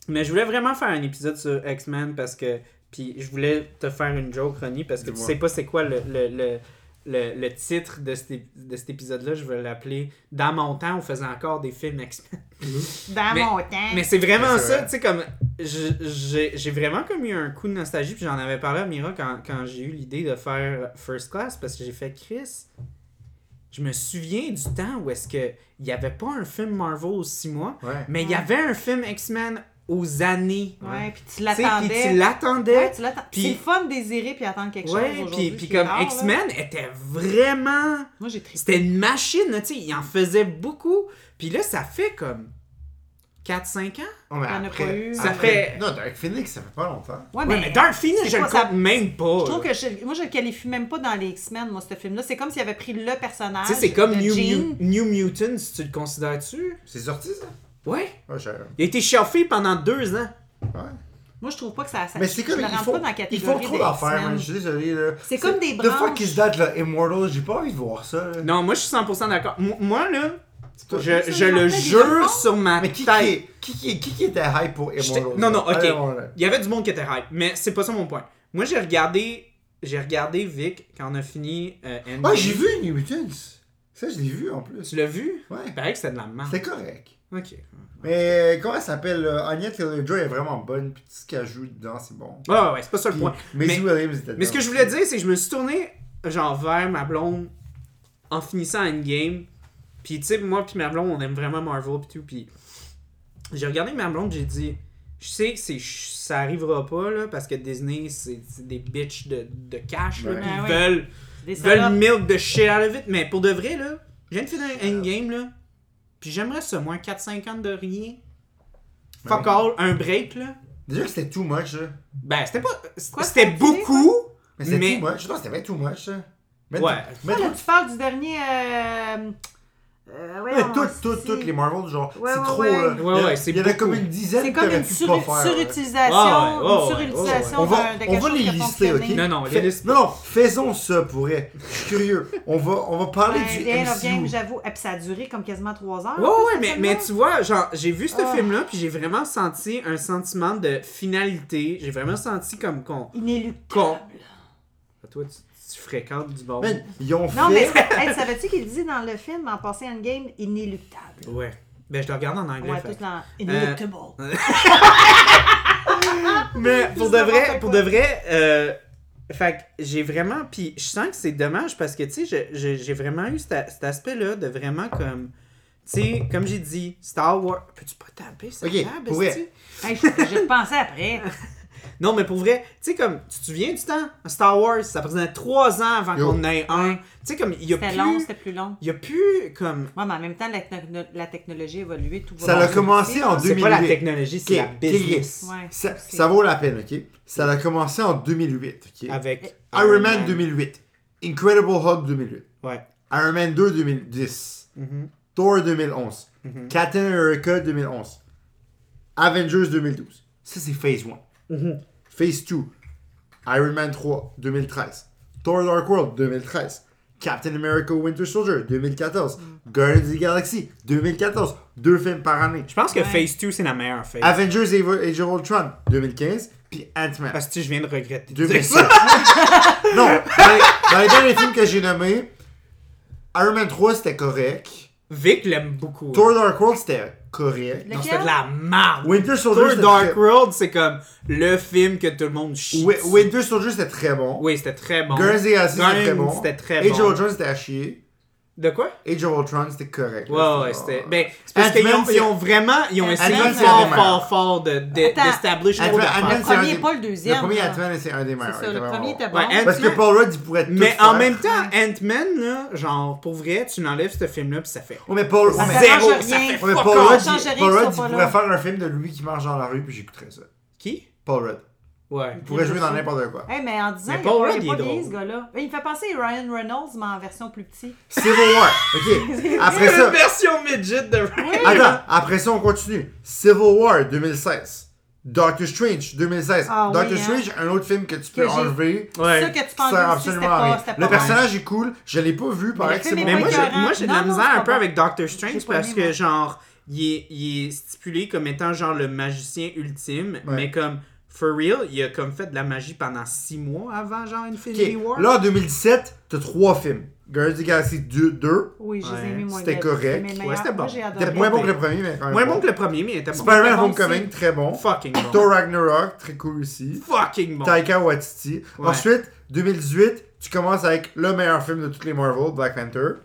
[SPEAKER 1] mais je voulais vraiment faire un épisode sur X-Men parce que... Puis je voulais te faire une joke, Ronnie, parce que tu
[SPEAKER 3] Dis-moi.
[SPEAKER 1] sais pas c'est quoi le, le, le, le, le titre de cet, ép- de cet épisode-là. Je vais l'appeler « Dans mon temps, on faisait encore des films X-Men ».
[SPEAKER 4] Dans
[SPEAKER 1] Mais-
[SPEAKER 4] mon temps.
[SPEAKER 1] Mais c'est vraiment
[SPEAKER 3] Mais c'est
[SPEAKER 1] ça,
[SPEAKER 3] vrai.
[SPEAKER 1] tu sais, comme... je- J'ai j'ai vraiment comme eu un coup de nostalgie, puis j'en avais parlé à Mira quand, quand j'ai eu l'idée de faire First Class, parce que j'ai fait « Chris, je me souviens du temps où est-ce que il y avait pas un film Marvel aux six mois,
[SPEAKER 3] Ouais.
[SPEAKER 1] mais il y avait un film X-Men aux années.
[SPEAKER 4] Ouais, puis tu
[SPEAKER 1] Tu sais, puis
[SPEAKER 4] l'attendais.
[SPEAKER 1] tu l'attendais.
[SPEAKER 4] Ouais, tu l'attends.
[SPEAKER 1] Puis-
[SPEAKER 4] C'est le fun de désirer puis attendre quelque
[SPEAKER 1] Ouais,
[SPEAKER 4] chose.
[SPEAKER 1] puis,
[SPEAKER 4] aujourd'hui,
[SPEAKER 1] puis
[SPEAKER 4] c'est
[SPEAKER 1] comme
[SPEAKER 4] rare, là.
[SPEAKER 1] X-Men était vraiment.
[SPEAKER 4] Moi, j'ai trippé.
[SPEAKER 1] C'était une machine, là, tu sais, il en faisait beaucoup. Puis là, ça fait comme 4-5 ans.
[SPEAKER 3] Non, mais
[SPEAKER 4] Y'en a
[SPEAKER 3] après-
[SPEAKER 4] pas eu.
[SPEAKER 1] Ça
[SPEAKER 3] après-
[SPEAKER 1] fait-
[SPEAKER 3] Non, Dark Phoenix, ça fait pas longtemps.
[SPEAKER 4] Ouais,
[SPEAKER 1] Ouais, mais Dark Phoenix,
[SPEAKER 4] Ah, ben, c'est
[SPEAKER 1] je le
[SPEAKER 4] pas-
[SPEAKER 1] compte
[SPEAKER 4] ça-
[SPEAKER 1] même pas.
[SPEAKER 4] Je trouve
[SPEAKER 1] là.
[SPEAKER 4] que je, moi, je le qualifie même pas dans les X-Men, moi, ce film-là. C'est comme s'il avait pris le personnage.
[SPEAKER 1] Tu sais, c'est comme
[SPEAKER 4] de
[SPEAKER 1] New,
[SPEAKER 4] Jean.
[SPEAKER 1] Mu- New Mutants, si tu le considères-tu?
[SPEAKER 3] C'est sorti ça
[SPEAKER 1] Ouais.
[SPEAKER 3] Ouais, je- ouais.
[SPEAKER 1] Il a été shelfé pendant deux ans.
[SPEAKER 4] Moi, je trouve pas que ça. ça
[SPEAKER 3] Mais c'est
[SPEAKER 4] Ben, je-
[SPEAKER 3] comme
[SPEAKER 4] je le
[SPEAKER 3] il
[SPEAKER 4] rentre
[SPEAKER 3] faut,
[SPEAKER 4] pas dans la
[SPEAKER 3] il
[SPEAKER 4] catégorie.
[SPEAKER 3] faut trop
[SPEAKER 4] des
[SPEAKER 3] d'affaires,
[SPEAKER 4] X-Men.
[SPEAKER 3] man. Je suis désolé là.
[SPEAKER 4] C'est comme des
[SPEAKER 3] The fuck
[SPEAKER 4] branches.
[SPEAKER 3] is that là, Immortal, j'ai pas envie de voir ça. là.
[SPEAKER 1] Non, moi, je suis 100% d'accord. M- Moi, là,
[SPEAKER 3] pas-
[SPEAKER 1] je,
[SPEAKER 4] ça,
[SPEAKER 1] je
[SPEAKER 4] ils ont
[SPEAKER 1] le
[SPEAKER 4] fait des
[SPEAKER 1] jure
[SPEAKER 4] enfants?
[SPEAKER 1] sur ma
[SPEAKER 3] Mais qui, qui,
[SPEAKER 1] tête.
[SPEAKER 3] est- qui, qui, qui, qui était hype pour
[SPEAKER 1] J'étais-
[SPEAKER 3] Immortal?
[SPEAKER 1] Non, non,
[SPEAKER 3] Allez,
[SPEAKER 1] ok.
[SPEAKER 3] on l'a.
[SPEAKER 1] Il y avait du monde qui était hype, mais c'est pas ça mon point. Moi, j'ai regardé, j'ai regardé Vic quand on a fini euh, Endgame.
[SPEAKER 3] Ah, j'ai vu New Mutants. Ça, je l'ai vu en plus.
[SPEAKER 1] Tu l'as vu?
[SPEAKER 3] Ouais.
[SPEAKER 1] Il paraît que c'était de la merde.
[SPEAKER 3] C'était correct.
[SPEAKER 1] Ok.
[SPEAKER 3] Mais euh, comment elle s'appelle? euh, Anya Taylor-Joy est vraiment bonne. Puis tout ce qu'elle joue dedans, c'est bon.
[SPEAKER 1] Ouais, ouais, ouais, c'est pas ça le
[SPEAKER 3] Puis
[SPEAKER 1] point.
[SPEAKER 3] Maisie
[SPEAKER 1] Mais-
[SPEAKER 3] Williams était
[SPEAKER 1] Mais ce que je voulais dire, c'est que je me suis tourné, genre, vers ma blonde en finissant Endgame. Puis, tu sais, moi puis ma blonde, on aime vraiment Marvel puis tout. Puis, j'ai regardé ma blonde, j'ai dit, je sais que c'est ch- ça arrivera pas, là, parce que Disney, c'est c'est des bitches de, de cash, là,
[SPEAKER 3] Ouais.
[SPEAKER 1] puis
[SPEAKER 4] Ah
[SPEAKER 1] ils
[SPEAKER 4] ouais.
[SPEAKER 1] veulent
[SPEAKER 4] Des
[SPEAKER 1] Ils veulent
[SPEAKER 4] salopes.
[SPEAKER 1] milk de shit out of it, mais pour de vrai, là, je viens de finir Endgame, là. Puis j'aimerais ça, moins 4-5 ans de rien.
[SPEAKER 3] Ben
[SPEAKER 1] Fuck
[SPEAKER 3] oui.
[SPEAKER 1] all, un break, là.
[SPEAKER 3] Déjà que c'était too much, là.
[SPEAKER 1] Ben, c'était pas.
[SPEAKER 4] Quoi,
[SPEAKER 1] C'était
[SPEAKER 4] ça dit,
[SPEAKER 1] beaucoup.
[SPEAKER 3] Mais c'était
[SPEAKER 1] Mais-
[SPEAKER 3] too much. Je pense que c'était bien too much, hein. ça. Mettre-
[SPEAKER 1] Ouais.
[SPEAKER 4] Toi,
[SPEAKER 3] mettre-
[SPEAKER 4] Ah, là, tu parles du dernier. Euh... euh, ouais,
[SPEAKER 3] Ouais,
[SPEAKER 4] on-
[SPEAKER 3] toutes, toutes,
[SPEAKER 4] c'est-
[SPEAKER 3] toutes les Marvel, genre,
[SPEAKER 4] Ouais,
[SPEAKER 3] c'est
[SPEAKER 4] ouais,
[SPEAKER 3] trop.
[SPEAKER 4] ouais.
[SPEAKER 3] là.
[SPEAKER 1] Ouais,
[SPEAKER 3] Il y a-
[SPEAKER 1] ouais, c'est
[SPEAKER 3] Il y avait comme
[SPEAKER 1] beaucoup.
[SPEAKER 3] une dizaine
[SPEAKER 4] C'est
[SPEAKER 3] que
[SPEAKER 4] comme
[SPEAKER 3] t'aurais
[SPEAKER 4] une
[SPEAKER 3] pu
[SPEAKER 4] sur-
[SPEAKER 3] pas faire, là.
[SPEAKER 1] Ah ouais,
[SPEAKER 4] surutilisation.
[SPEAKER 1] ouais, ouais,
[SPEAKER 4] Une surutilisation
[SPEAKER 3] On va,
[SPEAKER 4] d'un- de quelque
[SPEAKER 3] on va
[SPEAKER 4] chose
[SPEAKER 3] les
[SPEAKER 4] euh, qui a
[SPEAKER 3] lister, ok?
[SPEAKER 4] fonctionné.
[SPEAKER 1] Non, non, les liste
[SPEAKER 3] Non, non, faisons ça pour elle. Je suis curieux. On va, on va parler
[SPEAKER 4] Ouais,
[SPEAKER 3] du
[SPEAKER 4] Game of Game,
[SPEAKER 3] MCU.
[SPEAKER 4] j'avoue. Et puis ça a duré comme quasiment trois heures.
[SPEAKER 1] Ouais,
[SPEAKER 4] Ah, en
[SPEAKER 1] ouais,
[SPEAKER 4] plus,
[SPEAKER 1] mais,
[SPEAKER 4] cette
[SPEAKER 1] mais
[SPEAKER 4] semaine.
[SPEAKER 1] tu vois, genre, j'ai vu ce
[SPEAKER 4] Ah.
[SPEAKER 1] film-là, puis j'ai vraiment senti un sentiment de finalité. J'ai vraiment senti comme qu'on. qu'on...
[SPEAKER 4] Inéluctable.
[SPEAKER 1] Ah, Toi, tu, tu fréquentes du bon.
[SPEAKER 3] Man, Ben, ils ont
[SPEAKER 4] Non, mais
[SPEAKER 3] fait...
[SPEAKER 4] hey, savais-tu qu'il dit dans le film, en passant Endgame, inéluctable?
[SPEAKER 1] Ouais. Ben, je le regarde en anglais.
[SPEAKER 4] Ouais,
[SPEAKER 1] fait. Euh,
[SPEAKER 4] tout dans Inéluctable.
[SPEAKER 1] Mais pour de
[SPEAKER 4] n'importe
[SPEAKER 1] vrai,
[SPEAKER 4] quoi.
[SPEAKER 1] pour de vrai, euh, fait que j'ai vraiment, puis je sens que c'est dommage parce que tu sais, je- je- j'ai vraiment eu cet, a- cet aspect-là de vraiment comme, tu sais, comme j'ai dit, Star Wars, peux-tu pas taper ça
[SPEAKER 3] Ok, pour vrai.
[SPEAKER 4] Hey, J'ai repensé après.
[SPEAKER 1] Non, mais pour vrai, tu sais comme, tu te souviens du temps, Star Wars, ça prenait trois ans avant
[SPEAKER 3] Yo.
[SPEAKER 1] qu'on en ait un. Tu sais comme, il y a
[SPEAKER 4] C'était
[SPEAKER 1] plus,
[SPEAKER 4] long, c'était plus long.
[SPEAKER 1] il y a plus comme,
[SPEAKER 4] Ouais, mais en même temps, la, techno- la technologie a évolué. Tout va
[SPEAKER 3] Ça
[SPEAKER 4] dans
[SPEAKER 3] a
[SPEAKER 4] le
[SPEAKER 3] commencé
[SPEAKER 4] passé,
[SPEAKER 3] en
[SPEAKER 4] là.
[SPEAKER 1] c'est
[SPEAKER 3] 2008.
[SPEAKER 1] pas la technologie, c'est
[SPEAKER 3] Ok,
[SPEAKER 1] la business.
[SPEAKER 4] Ouais,
[SPEAKER 3] Ça,
[SPEAKER 4] c'est-
[SPEAKER 3] ça vaut la peine, OK? Ça a commencé en 2008, OK?
[SPEAKER 1] Avec
[SPEAKER 3] Iron Man 2008. Incredible Hulk 2008.
[SPEAKER 1] Ouais.
[SPEAKER 3] Iron Man 2 2010.
[SPEAKER 1] Mhm.
[SPEAKER 3] Thor 2011.
[SPEAKER 1] Mhm.
[SPEAKER 3] Captain America 2011. Avengers 2012. Ça, c'est Phase 1.
[SPEAKER 1] Mhm.
[SPEAKER 3] Phase 2. Iron Man 3 2013. Thor Dark World 2013. Captain America Winter Soldier 2014. Guardians of the Galaxy 2014. Deux films par année.
[SPEAKER 1] Je pense que
[SPEAKER 4] Ouais.
[SPEAKER 1] Phase 2, c'est la meilleure phase.
[SPEAKER 3] Avengers Ava- Age of Ultron 2015. Puis Ant-Man.
[SPEAKER 1] Parce que tu sais, je viens de regretter. de dire
[SPEAKER 3] 2007.
[SPEAKER 1] ça.
[SPEAKER 3] non, dans les, dans les derniers films que j'ai nommés, Iron Man 3 c'était correct.
[SPEAKER 1] Vic l'aime beaucoup.
[SPEAKER 3] Thor Dark World c'était correct.
[SPEAKER 1] Non,
[SPEAKER 4] Lequel?
[SPEAKER 1] c'était de la marde.
[SPEAKER 3] Winter Soldier
[SPEAKER 1] Thor
[SPEAKER 3] c'était
[SPEAKER 1] Dark
[SPEAKER 3] très-
[SPEAKER 1] World, c'est comme le film que tout le monde chie.
[SPEAKER 3] Wi-
[SPEAKER 1] dessus.
[SPEAKER 3] Winter Soldier c'était très bon.
[SPEAKER 1] Oui, c'était très bon.
[SPEAKER 3] Guardians of the Galaxy c'était très
[SPEAKER 1] Guardians,
[SPEAKER 3] bon.
[SPEAKER 1] c'était très
[SPEAKER 3] Age
[SPEAKER 1] bon.
[SPEAKER 3] of Ultron c'était à chier.
[SPEAKER 1] De quoi?
[SPEAKER 3] Age of Ultron c'était correct.
[SPEAKER 1] Ouais,
[SPEAKER 3] Là,
[SPEAKER 1] ouais,
[SPEAKER 3] genre-
[SPEAKER 1] c'était... Ben, c'est parce qu'ils
[SPEAKER 3] Ant-Man,
[SPEAKER 1] ont, ils ont vraiment... Ils ont
[SPEAKER 4] Ant-Man,
[SPEAKER 1] essayé
[SPEAKER 3] c'est la
[SPEAKER 1] fort,
[SPEAKER 3] meilleure.
[SPEAKER 1] fort, fort de, de,
[SPEAKER 4] Attends.
[SPEAKER 1] d'establish trop
[SPEAKER 3] Ant-Man,
[SPEAKER 1] d'affaires.
[SPEAKER 3] Ant-Man,
[SPEAKER 4] Le
[SPEAKER 3] c'est un
[SPEAKER 4] premier,
[SPEAKER 3] des-
[SPEAKER 4] pas le deuxième.
[SPEAKER 3] Le premier
[SPEAKER 4] là.
[SPEAKER 3] Ant-Man c'est un des meilleurs.
[SPEAKER 4] C'est ça,
[SPEAKER 3] il
[SPEAKER 4] le
[SPEAKER 3] était
[SPEAKER 4] premier
[SPEAKER 3] vraiment
[SPEAKER 4] était
[SPEAKER 3] bon.
[SPEAKER 4] bon.
[SPEAKER 1] Ouais, Ant-
[SPEAKER 3] Parce que
[SPEAKER 1] Ant-Man-
[SPEAKER 3] Paul Rudd il pourrait tout
[SPEAKER 1] Mais
[SPEAKER 3] faire.
[SPEAKER 1] en même temps, Ant-Man, là, genre, pour vrai, tu l'enlèves ce film-là, puis ça fait...
[SPEAKER 3] Ouais, mais Paul, ouais,
[SPEAKER 4] Ça
[SPEAKER 3] mais-
[SPEAKER 4] fait-
[SPEAKER 1] Zéro,
[SPEAKER 4] change
[SPEAKER 1] ça
[SPEAKER 4] rien.
[SPEAKER 1] fait
[SPEAKER 3] ouais, mais
[SPEAKER 1] fuck
[SPEAKER 3] Paul
[SPEAKER 1] all.
[SPEAKER 4] off.
[SPEAKER 3] Rudd,
[SPEAKER 4] Ça change
[SPEAKER 3] il,
[SPEAKER 4] rien
[SPEAKER 3] Paul
[SPEAKER 4] qu'ils
[SPEAKER 3] Rudd,
[SPEAKER 4] soient
[SPEAKER 3] il
[SPEAKER 4] pas
[SPEAKER 3] pourrait
[SPEAKER 4] là.
[SPEAKER 3] faire un film de lui qui marche dans la rue puis j'écouterais ça.
[SPEAKER 1] Qui?
[SPEAKER 3] Paul Rudd.
[SPEAKER 1] Ouais.
[SPEAKER 3] Il pourrait jouer dans n'importe quoi.
[SPEAKER 4] Hey, mais en disant,
[SPEAKER 1] Mais
[SPEAKER 4] il
[SPEAKER 1] Paul
[SPEAKER 4] a pas-
[SPEAKER 1] Rudd, il
[SPEAKER 4] il a
[SPEAKER 1] est
[SPEAKER 4] pas vieilli, ce
[SPEAKER 1] drôle.
[SPEAKER 4] gars-là. Il me fait penser à Ryan Reynolds, mais en version plus petite.
[SPEAKER 3] Civil War. OK. Après ça,
[SPEAKER 1] Une version midget de...
[SPEAKER 3] attends, après ça, on continue. Civil War 2016. Doctor Strange 2016.
[SPEAKER 4] Ah oui,
[SPEAKER 3] Doctor
[SPEAKER 4] hein.
[SPEAKER 3] Strange, un autre film que tu peux
[SPEAKER 4] Que j'ai-
[SPEAKER 3] enlever.
[SPEAKER 1] Ouais.
[SPEAKER 4] Ça que tu
[SPEAKER 3] Ça
[SPEAKER 4] penses
[SPEAKER 3] sert
[SPEAKER 4] aussi, c'était
[SPEAKER 3] absolument à
[SPEAKER 4] pas,
[SPEAKER 3] rien.
[SPEAKER 4] c'était pas
[SPEAKER 3] Le
[SPEAKER 4] bon.
[SPEAKER 3] personnage est cool. Je l'ai pas vu.
[SPEAKER 4] Mais
[SPEAKER 3] Pareil
[SPEAKER 4] le
[SPEAKER 3] que c'est
[SPEAKER 4] film
[SPEAKER 3] mon
[SPEAKER 4] est pas
[SPEAKER 1] Mais moi,
[SPEAKER 4] écœurant.
[SPEAKER 1] j'ai, moi, j'ai de la
[SPEAKER 4] Non, non,
[SPEAKER 1] misère
[SPEAKER 4] c'est
[SPEAKER 1] un
[SPEAKER 4] pas
[SPEAKER 1] peu
[SPEAKER 4] bon.
[SPEAKER 1] avec
[SPEAKER 4] J'ai
[SPEAKER 1] Doctor Strange
[SPEAKER 4] pas
[SPEAKER 1] parce
[SPEAKER 4] aimé,
[SPEAKER 1] que,
[SPEAKER 4] moi.
[SPEAKER 1] genre, il est, il est stipulé comme étant, genre, le magicien ultime, mais comme, for real, il a comme fait de la magie pendant six mois avant, genre, Infinity
[SPEAKER 3] Ok,
[SPEAKER 1] War.
[SPEAKER 3] Là, en 2017, t'as trois films. Guardians of the Galaxy 2. 2.
[SPEAKER 4] Oui, je les
[SPEAKER 1] Ouais,
[SPEAKER 4] ai mis moins
[SPEAKER 3] c'était
[SPEAKER 4] bien.
[SPEAKER 3] correct.
[SPEAKER 4] Mais le
[SPEAKER 3] Ouais,
[SPEAKER 4] meilleur.
[SPEAKER 1] c'était Ah, bon.
[SPEAKER 4] Moi, j'ai adoré.
[SPEAKER 3] C'était moins bon
[SPEAKER 1] mais-
[SPEAKER 3] que le premier, mais quand même.
[SPEAKER 1] Moins bon
[SPEAKER 3] bon.
[SPEAKER 1] que le premier, mais il était bon.
[SPEAKER 3] Spider-Man
[SPEAKER 4] C'était bon
[SPEAKER 3] Homecoming,
[SPEAKER 4] aussi.
[SPEAKER 3] très bon.
[SPEAKER 1] Fucking bon.
[SPEAKER 3] Thor Ragnarok, très cool aussi.
[SPEAKER 1] Fucking bon.
[SPEAKER 3] Taika Waititi.
[SPEAKER 1] Ouais.
[SPEAKER 3] Ensuite, 2018, tu commences avec le meilleur film de toutes les Marvel, Black Panther.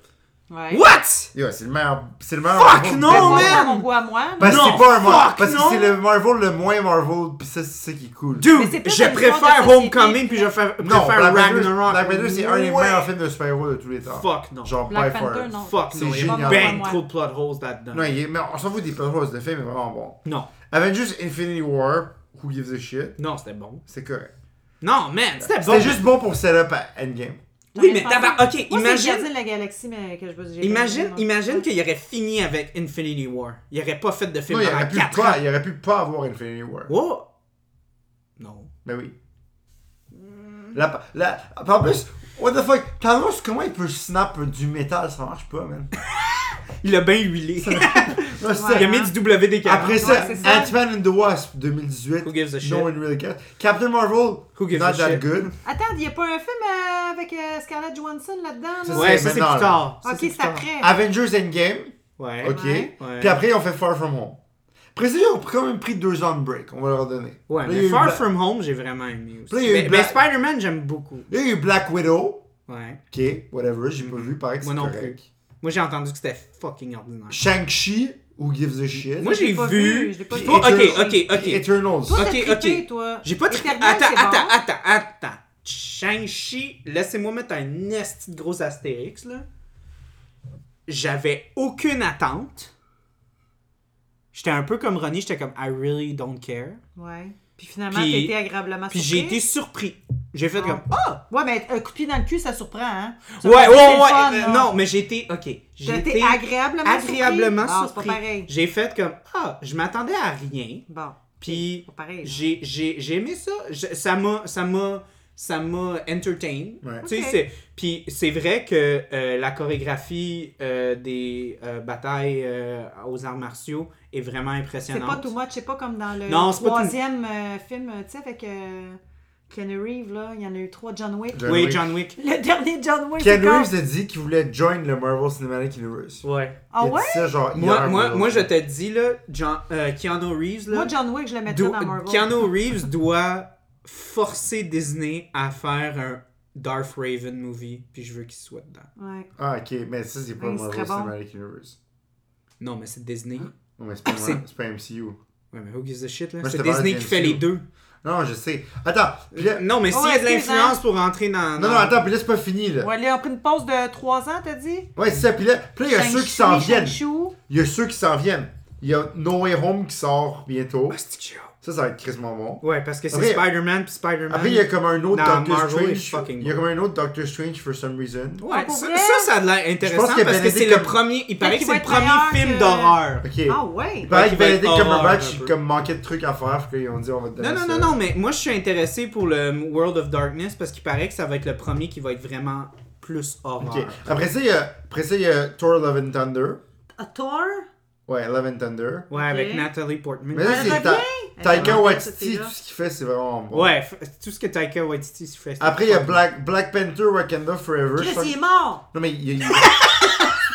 [SPEAKER 4] Ouais.
[SPEAKER 1] What?
[SPEAKER 3] Yo, c'est le meilleur. C'est le meilleur.
[SPEAKER 1] Fuck
[SPEAKER 3] Marvel.
[SPEAKER 1] non,
[SPEAKER 4] Fais-moi
[SPEAKER 1] man!
[SPEAKER 4] mon goût à moi. mais-
[SPEAKER 3] Parce que
[SPEAKER 1] Non,
[SPEAKER 3] c'est pas un Marvel.
[SPEAKER 1] fuck
[SPEAKER 3] Parce que
[SPEAKER 1] non.
[SPEAKER 3] c'est le Marvel le moins Marvel, pis ça, c'est ça qui est cool.
[SPEAKER 1] Dude,
[SPEAKER 4] Mais c'est plus
[SPEAKER 1] je
[SPEAKER 4] une histoire
[SPEAKER 1] préfère
[SPEAKER 4] de société,
[SPEAKER 1] Homecoming puis je
[SPEAKER 4] là.
[SPEAKER 1] fais- préfère
[SPEAKER 3] non, Black Panther,
[SPEAKER 1] Ragnarok.
[SPEAKER 3] Black Panther, c'est un des
[SPEAKER 1] Ouais.
[SPEAKER 3] meilleurs films de super-héros de tous les temps.
[SPEAKER 1] Fuck non.
[SPEAKER 3] Genre,
[SPEAKER 4] Black
[SPEAKER 3] by far.
[SPEAKER 4] Panther, non.
[SPEAKER 1] Fuck
[SPEAKER 3] C'est
[SPEAKER 1] non. Il y a
[SPEAKER 3] génial.
[SPEAKER 1] ben
[SPEAKER 4] Moi.
[SPEAKER 1] trop de plot holes là-dedans.
[SPEAKER 3] Non, il est- mais on s'en fout des plot holes, le film est vraiment bon.
[SPEAKER 1] Non.
[SPEAKER 3] Avengers Infinity War, who gives a shit,
[SPEAKER 1] Non, c'était bon.
[SPEAKER 3] c'est correct.
[SPEAKER 1] Non, man, c'était bon.
[SPEAKER 3] C'était juste bon pour setup à Endgame.
[SPEAKER 1] Oui, mais
[SPEAKER 4] J'aurais pensé-
[SPEAKER 1] tabar- ok,
[SPEAKER 4] Moi, c'est
[SPEAKER 1] imagine-
[SPEAKER 4] Gardien de la galaxie, mais que je veux dire.
[SPEAKER 1] Imagine, imagine qu'il aurait fini avec Infinity War. Il aurait pas fait de film
[SPEAKER 3] Non, il
[SPEAKER 1] pendant
[SPEAKER 3] aurait, pu
[SPEAKER 1] 4
[SPEAKER 3] pas,
[SPEAKER 1] ans.
[SPEAKER 3] il aurait pu pas avoir Infinity War.
[SPEAKER 1] Wow. Non.
[SPEAKER 3] Ben oui. La, la, en plus, what the fuck, Thanos, comment il peut snap du métal Ça marche pas, man.
[SPEAKER 1] Il a bien huilé.
[SPEAKER 3] Non, c'est
[SPEAKER 1] il a
[SPEAKER 3] ça.
[SPEAKER 1] mis du WD-40.
[SPEAKER 3] Après ça,
[SPEAKER 4] Ouais, c'est ça.
[SPEAKER 3] Ant-Man and the Wasp 2018.
[SPEAKER 1] Who gives a shit?
[SPEAKER 3] No one really cares. Captain Marvel,
[SPEAKER 1] Who gives
[SPEAKER 3] not
[SPEAKER 1] a
[SPEAKER 3] that
[SPEAKER 1] shit?
[SPEAKER 3] good.
[SPEAKER 4] Attends, il n'y a pas un film euh, avec euh, Scarlett Johansson là-dedans?
[SPEAKER 3] Ça,
[SPEAKER 4] là?
[SPEAKER 1] ouais, ça c'est plus
[SPEAKER 3] maintenant, là.
[SPEAKER 1] tard. Ça,
[SPEAKER 4] Ok,
[SPEAKER 1] plus
[SPEAKER 4] c'est
[SPEAKER 1] tard.
[SPEAKER 4] après.
[SPEAKER 3] Avengers Endgame,
[SPEAKER 1] Eh ben, Ouais.
[SPEAKER 3] ok.
[SPEAKER 4] Ouais.
[SPEAKER 3] Puis après, ils ont fait Far From Home. Après ça, ils ont quand même pris deux ans de break, on va leur donner.
[SPEAKER 1] Ouais,
[SPEAKER 3] Là, il y a
[SPEAKER 1] mais
[SPEAKER 3] eu
[SPEAKER 1] Far
[SPEAKER 3] Bla-
[SPEAKER 1] From Home, j'ai vraiment aimé aussi.
[SPEAKER 3] Puis il y a eu
[SPEAKER 1] Mais,
[SPEAKER 3] Black-
[SPEAKER 1] mais Spider-Man, j'aime beaucoup.
[SPEAKER 3] Là, il y a eu Black Widow.
[SPEAKER 1] Ouais.
[SPEAKER 3] Ok, whatever, j'ai pas vu, pareil
[SPEAKER 1] Mm-hmm.
[SPEAKER 3] que
[SPEAKER 1] Moi
[SPEAKER 3] c'est
[SPEAKER 1] non
[SPEAKER 3] correct.
[SPEAKER 1] plus. Moi, j'ai entendu que c'était fucking ordinaire.
[SPEAKER 3] Shang-Chi, who gives a shit.
[SPEAKER 1] Moi, j'ai
[SPEAKER 4] l'ai pas
[SPEAKER 1] vu.
[SPEAKER 4] vu, je l'ai pas
[SPEAKER 1] J'ai
[SPEAKER 4] vu.
[SPEAKER 1] pas- Ok,
[SPEAKER 3] Eternals.
[SPEAKER 1] ok, ok.
[SPEAKER 3] Eternals.
[SPEAKER 4] Toi, t'as
[SPEAKER 1] Ok,
[SPEAKER 4] trippé,
[SPEAKER 1] ok.
[SPEAKER 4] toi.
[SPEAKER 1] J'ai pas trippé.
[SPEAKER 4] Éternel,
[SPEAKER 1] Attends,
[SPEAKER 4] c'est bon.
[SPEAKER 1] attends, attends, attends. Shang-Chi, laissez-moi mettre un esti de gros astérix, là. J'avais aucune attente. J'étais un peu comme Ronnie, j'étais comme I really don't care.
[SPEAKER 4] Ouais. Puis finalement,
[SPEAKER 1] Puis-
[SPEAKER 4] t'as été agréablement
[SPEAKER 1] Puis j'ai
[SPEAKER 4] surpris.
[SPEAKER 1] été surpris. J'ai fait
[SPEAKER 4] Ah.
[SPEAKER 1] comme
[SPEAKER 4] Ouais, mais un coup de pied dans le cul, ça surprend, hein? Ça,
[SPEAKER 1] Ouais, ouais,
[SPEAKER 4] c'est le
[SPEAKER 1] ouais.
[SPEAKER 4] fun,
[SPEAKER 1] euh,
[SPEAKER 4] là.
[SPEAKER 1] non, mais j'ai été OK.
[SPEAKER 4] T'as
[SPEAKER 1] J'ai
[SPEAKER 4] été
[SPEAKER 1] été
[SPEAKER 4] agréablement,
[SPEAKER 1] agréablement
[SPEAKER 4] surpris. Ah,
[SPEAKER 1] surpris.
[SPEAKER 4] c'est pas pareil.
[SPEAKER 1] J'ai fait comme ah, je m'attendais à rien.
[SPEAKER 4] Bon,
[SPEAKER 1] Puis
[SPEAKER 4] pas pareil. là.
[SPEAKER 1] j'ai j'ai j'ai aimé ça Je- ça m'a ça m'a ça m'a entertain
[SPEAKER 3] Ouais.
[SPEAKER 1] tu sais
[SPEAKER 4] Ok.
[SPEAKER 1] c'est puis c'est vrai que euh, la chorégraphie euh, des euh, batailles euh, aux arts martiaux est vraiment
[SPEAKER 4] C'est pas
[SPEAKER 1] impressionnante
[SPEAKER 4] too much, c'est pas comme dans le
[SPEAKER 1] Non, c'est pas too-
[SPEAKER 4] troisième euh, film, euh, tu sais, avec euh, Ken Reeves, là. Il y en a eu trois, John Wick.
[SPEAKER 3] John
[SPEAKER 1] oui
[SPEAKER 3] Wick.
[SPEAKER 1] John Wick
[SPEAKER 4] Le dernier John Wick.
[SPEAKER 3] Ken
[SPEAKER 4] c'est quand-
[SPEAKER 3] Reeves a dit qu'il voulait join le Marvel Cinematic Universe.
[SPEAKER 1] ouais
[SPEAKER 4] Ah
[SPEAKER 3] Il a dit
[SPEAKER 4] ouais?
[SPEAKER 3] ça, genre,
[SPEAKER 1] moi
[SPEAKER 3] hier,
[SPEAKER 1] moi
[SPEAKER 3] Marvel.
[SPEAKER 1] moi je te dis là John- euh, Keanu Reeves là
[SPEAKER 4] Moi, John Wick, je le mettrais
[SPEAKER 1] do-
[SPEAKER 4] dans Marvel.
[SPEAKER 1] Keanu Reeves doit forcer Disney à faire un Darth Raven movie puis je veux qu'il soit dedans
[SPEAKER 4] Ouais.
[SPEAKER 3] Ah, ok, mais ça, c'est pas
[SPEAKER 4] Ouais,
[SPEAKER 3] le
[SPEAKER 4] c'est
[SPEAKER 3] Marvel
[SPEAKER 4] très bon.
[SPEAKER 3] Cinematic Universe.
[SPEAKER 1] non mais c'est Disney
[SPEAKER 4] Hein?
[SPEAKER 3] Ouais, mais c'est pas,
[SPEAKER 1] Ah, C'est-
[SPEAKER 3] Mar- c'est pas MCU.
[SPEAKER 1] ouais mais who gives a shit là
[SPEAKER 3] Moi, je
[SPEAKER 1] c'est
[SPEAKER 3] te parle
[SPEAKER 1] Disney
[SPEAKER 3] de
[SPEAKER 1] qui fait les
[SPEAKER 3] MCU.
[SPEAKER 1] deux
[SPEAKER 3] Non, je sais. Attends, puis là-
[SPEAKER 1] Non, mais
[SPEAKER 4] Oh,
[SPEAKER 1] s'il y a de
[SPEAKER 4] excuse,
[SPEAKER 1] l'influence pour entrer dans.
[SPEAKER 3] Non, non, attends, puis là, c'est pas fini, là. Ouais,
[SPEAKER 4] Ouais, là, on a pris une pause de trois ans, t'as dit?
[SPEAKER 3] c'est ça, puis là, puis là, il y a ceux qui s'en viennent.
[SPEAKER 4] Shang-Chi,
[SPEAKER 3] Il y a ceux qui s'en viennent. Il y a No Way Home qui sort bientôt.
[SPEAKER 1] Ah, c'est que j'ai hâte.
[SPEAKER 3] Ça, ça va être crissement bon.
[SPEAKER 1] Ouais, parce que c'est
[SPEAKER 3] Après-
[SPEAKER 1] Spider-Man puis Spider-Man.
[SPEAKER 3] Après, il y a comme un autre
[SPEAKER 1] Non,
[SPEAKER 3] Doctor
[SPEAKER 1] Marvel is
[SPEAKER 3] Strange.
[SPEAKER 1] fucking
[SPEAKER 3] Il y a
[SPEAKER 1] bon.
[SPEAKER 3] comme un autre Doctor Strange for some reason.
[SPEAKER 4] Ah,
[SPEAKER 1] Ouais,
[SPEAKER 4] pour
[SPEAKER 1] ça,
[SPEAKER 4] vrai?
[SPEAKER 1] ça, ça a de l'air intéressant
[SPEAKER 3] Je pense que
[SPEAKER 1] parce que c'est
[SPEAKER 3] Benedict
[SPEAKER 1] le premier. Il paraît que
[SPEAKER 4] qu'il
[SPEAKER 1] c'est
[SPEAKER 4] va
[SPEAKER 1] le
[SPEAKER 4] être meilleur
[SPEAKER 1] premier film
[SPEAKER 4] que-
[SPEAKER 1] d'horreur.
[SPEAKER 3] Ok.
[SPEAKER 4] Ah ouais?
[SPEAKER 3] Il paraît
[SPEAKER 1] Ouais,
[SPEAKER 3] que
[SPEAKER 1] il va être
[SPEAKER 3] Benedict
[SPEAKER 1] horreur, un
[SPEAKER 3] Cumberbatch,
[SPEAKER 1] peu.
[SPEAKER 3] comme manquait de trucs à faire, puis qu'ils ont dit on va te donner
[SPEAKER 1] Non, non,
[SPEAKER 3] ça.
[SPEAKER 1] non, non, mais moi je suis intéressé pour le World of Darkness parce qu'il paraît que ça va être le premier qui va être vraiment plus horreur.
[SPEAKER 3] Ok. Après ça, il y a, après ça, il y a Thor Love and Thunder.
[SPEAKER 2] À Thor?
[SPEAKER 3] Ouais, Love and Thunder.
[SPEAKER 1] Ouais, avec Natalie Portman.
[SPEAKER 3] Mais là,
[SPEAKER 4] revient!
[SPEAKER 3] c'est Ta- Taika
[SPEAKER 2] Elle revient, cette
[SPEAKER 3] Waititi,
[SPEAKER 2] fille-là.
[SPEAKER 3] tout ce qu'il fait, c'est vraiment bon.
[SPEAKER 1] Ouais, f- tout ce que Taika Waititi se fait. c'est
[SPEAKER 3] Après, il y a
[SPEAKER 1] fucking-
[SPEAKER 3] Black, Black Panther Wakanda Forever.
[SPEAKER 2] Chris,
[SPEAKER 3] Je
[SPEAKER 2] il
[SPEAKER 3] crois-
[SPEAKER 2] est mort!
[SPEAKER 3] Non, mais il y a. il y a-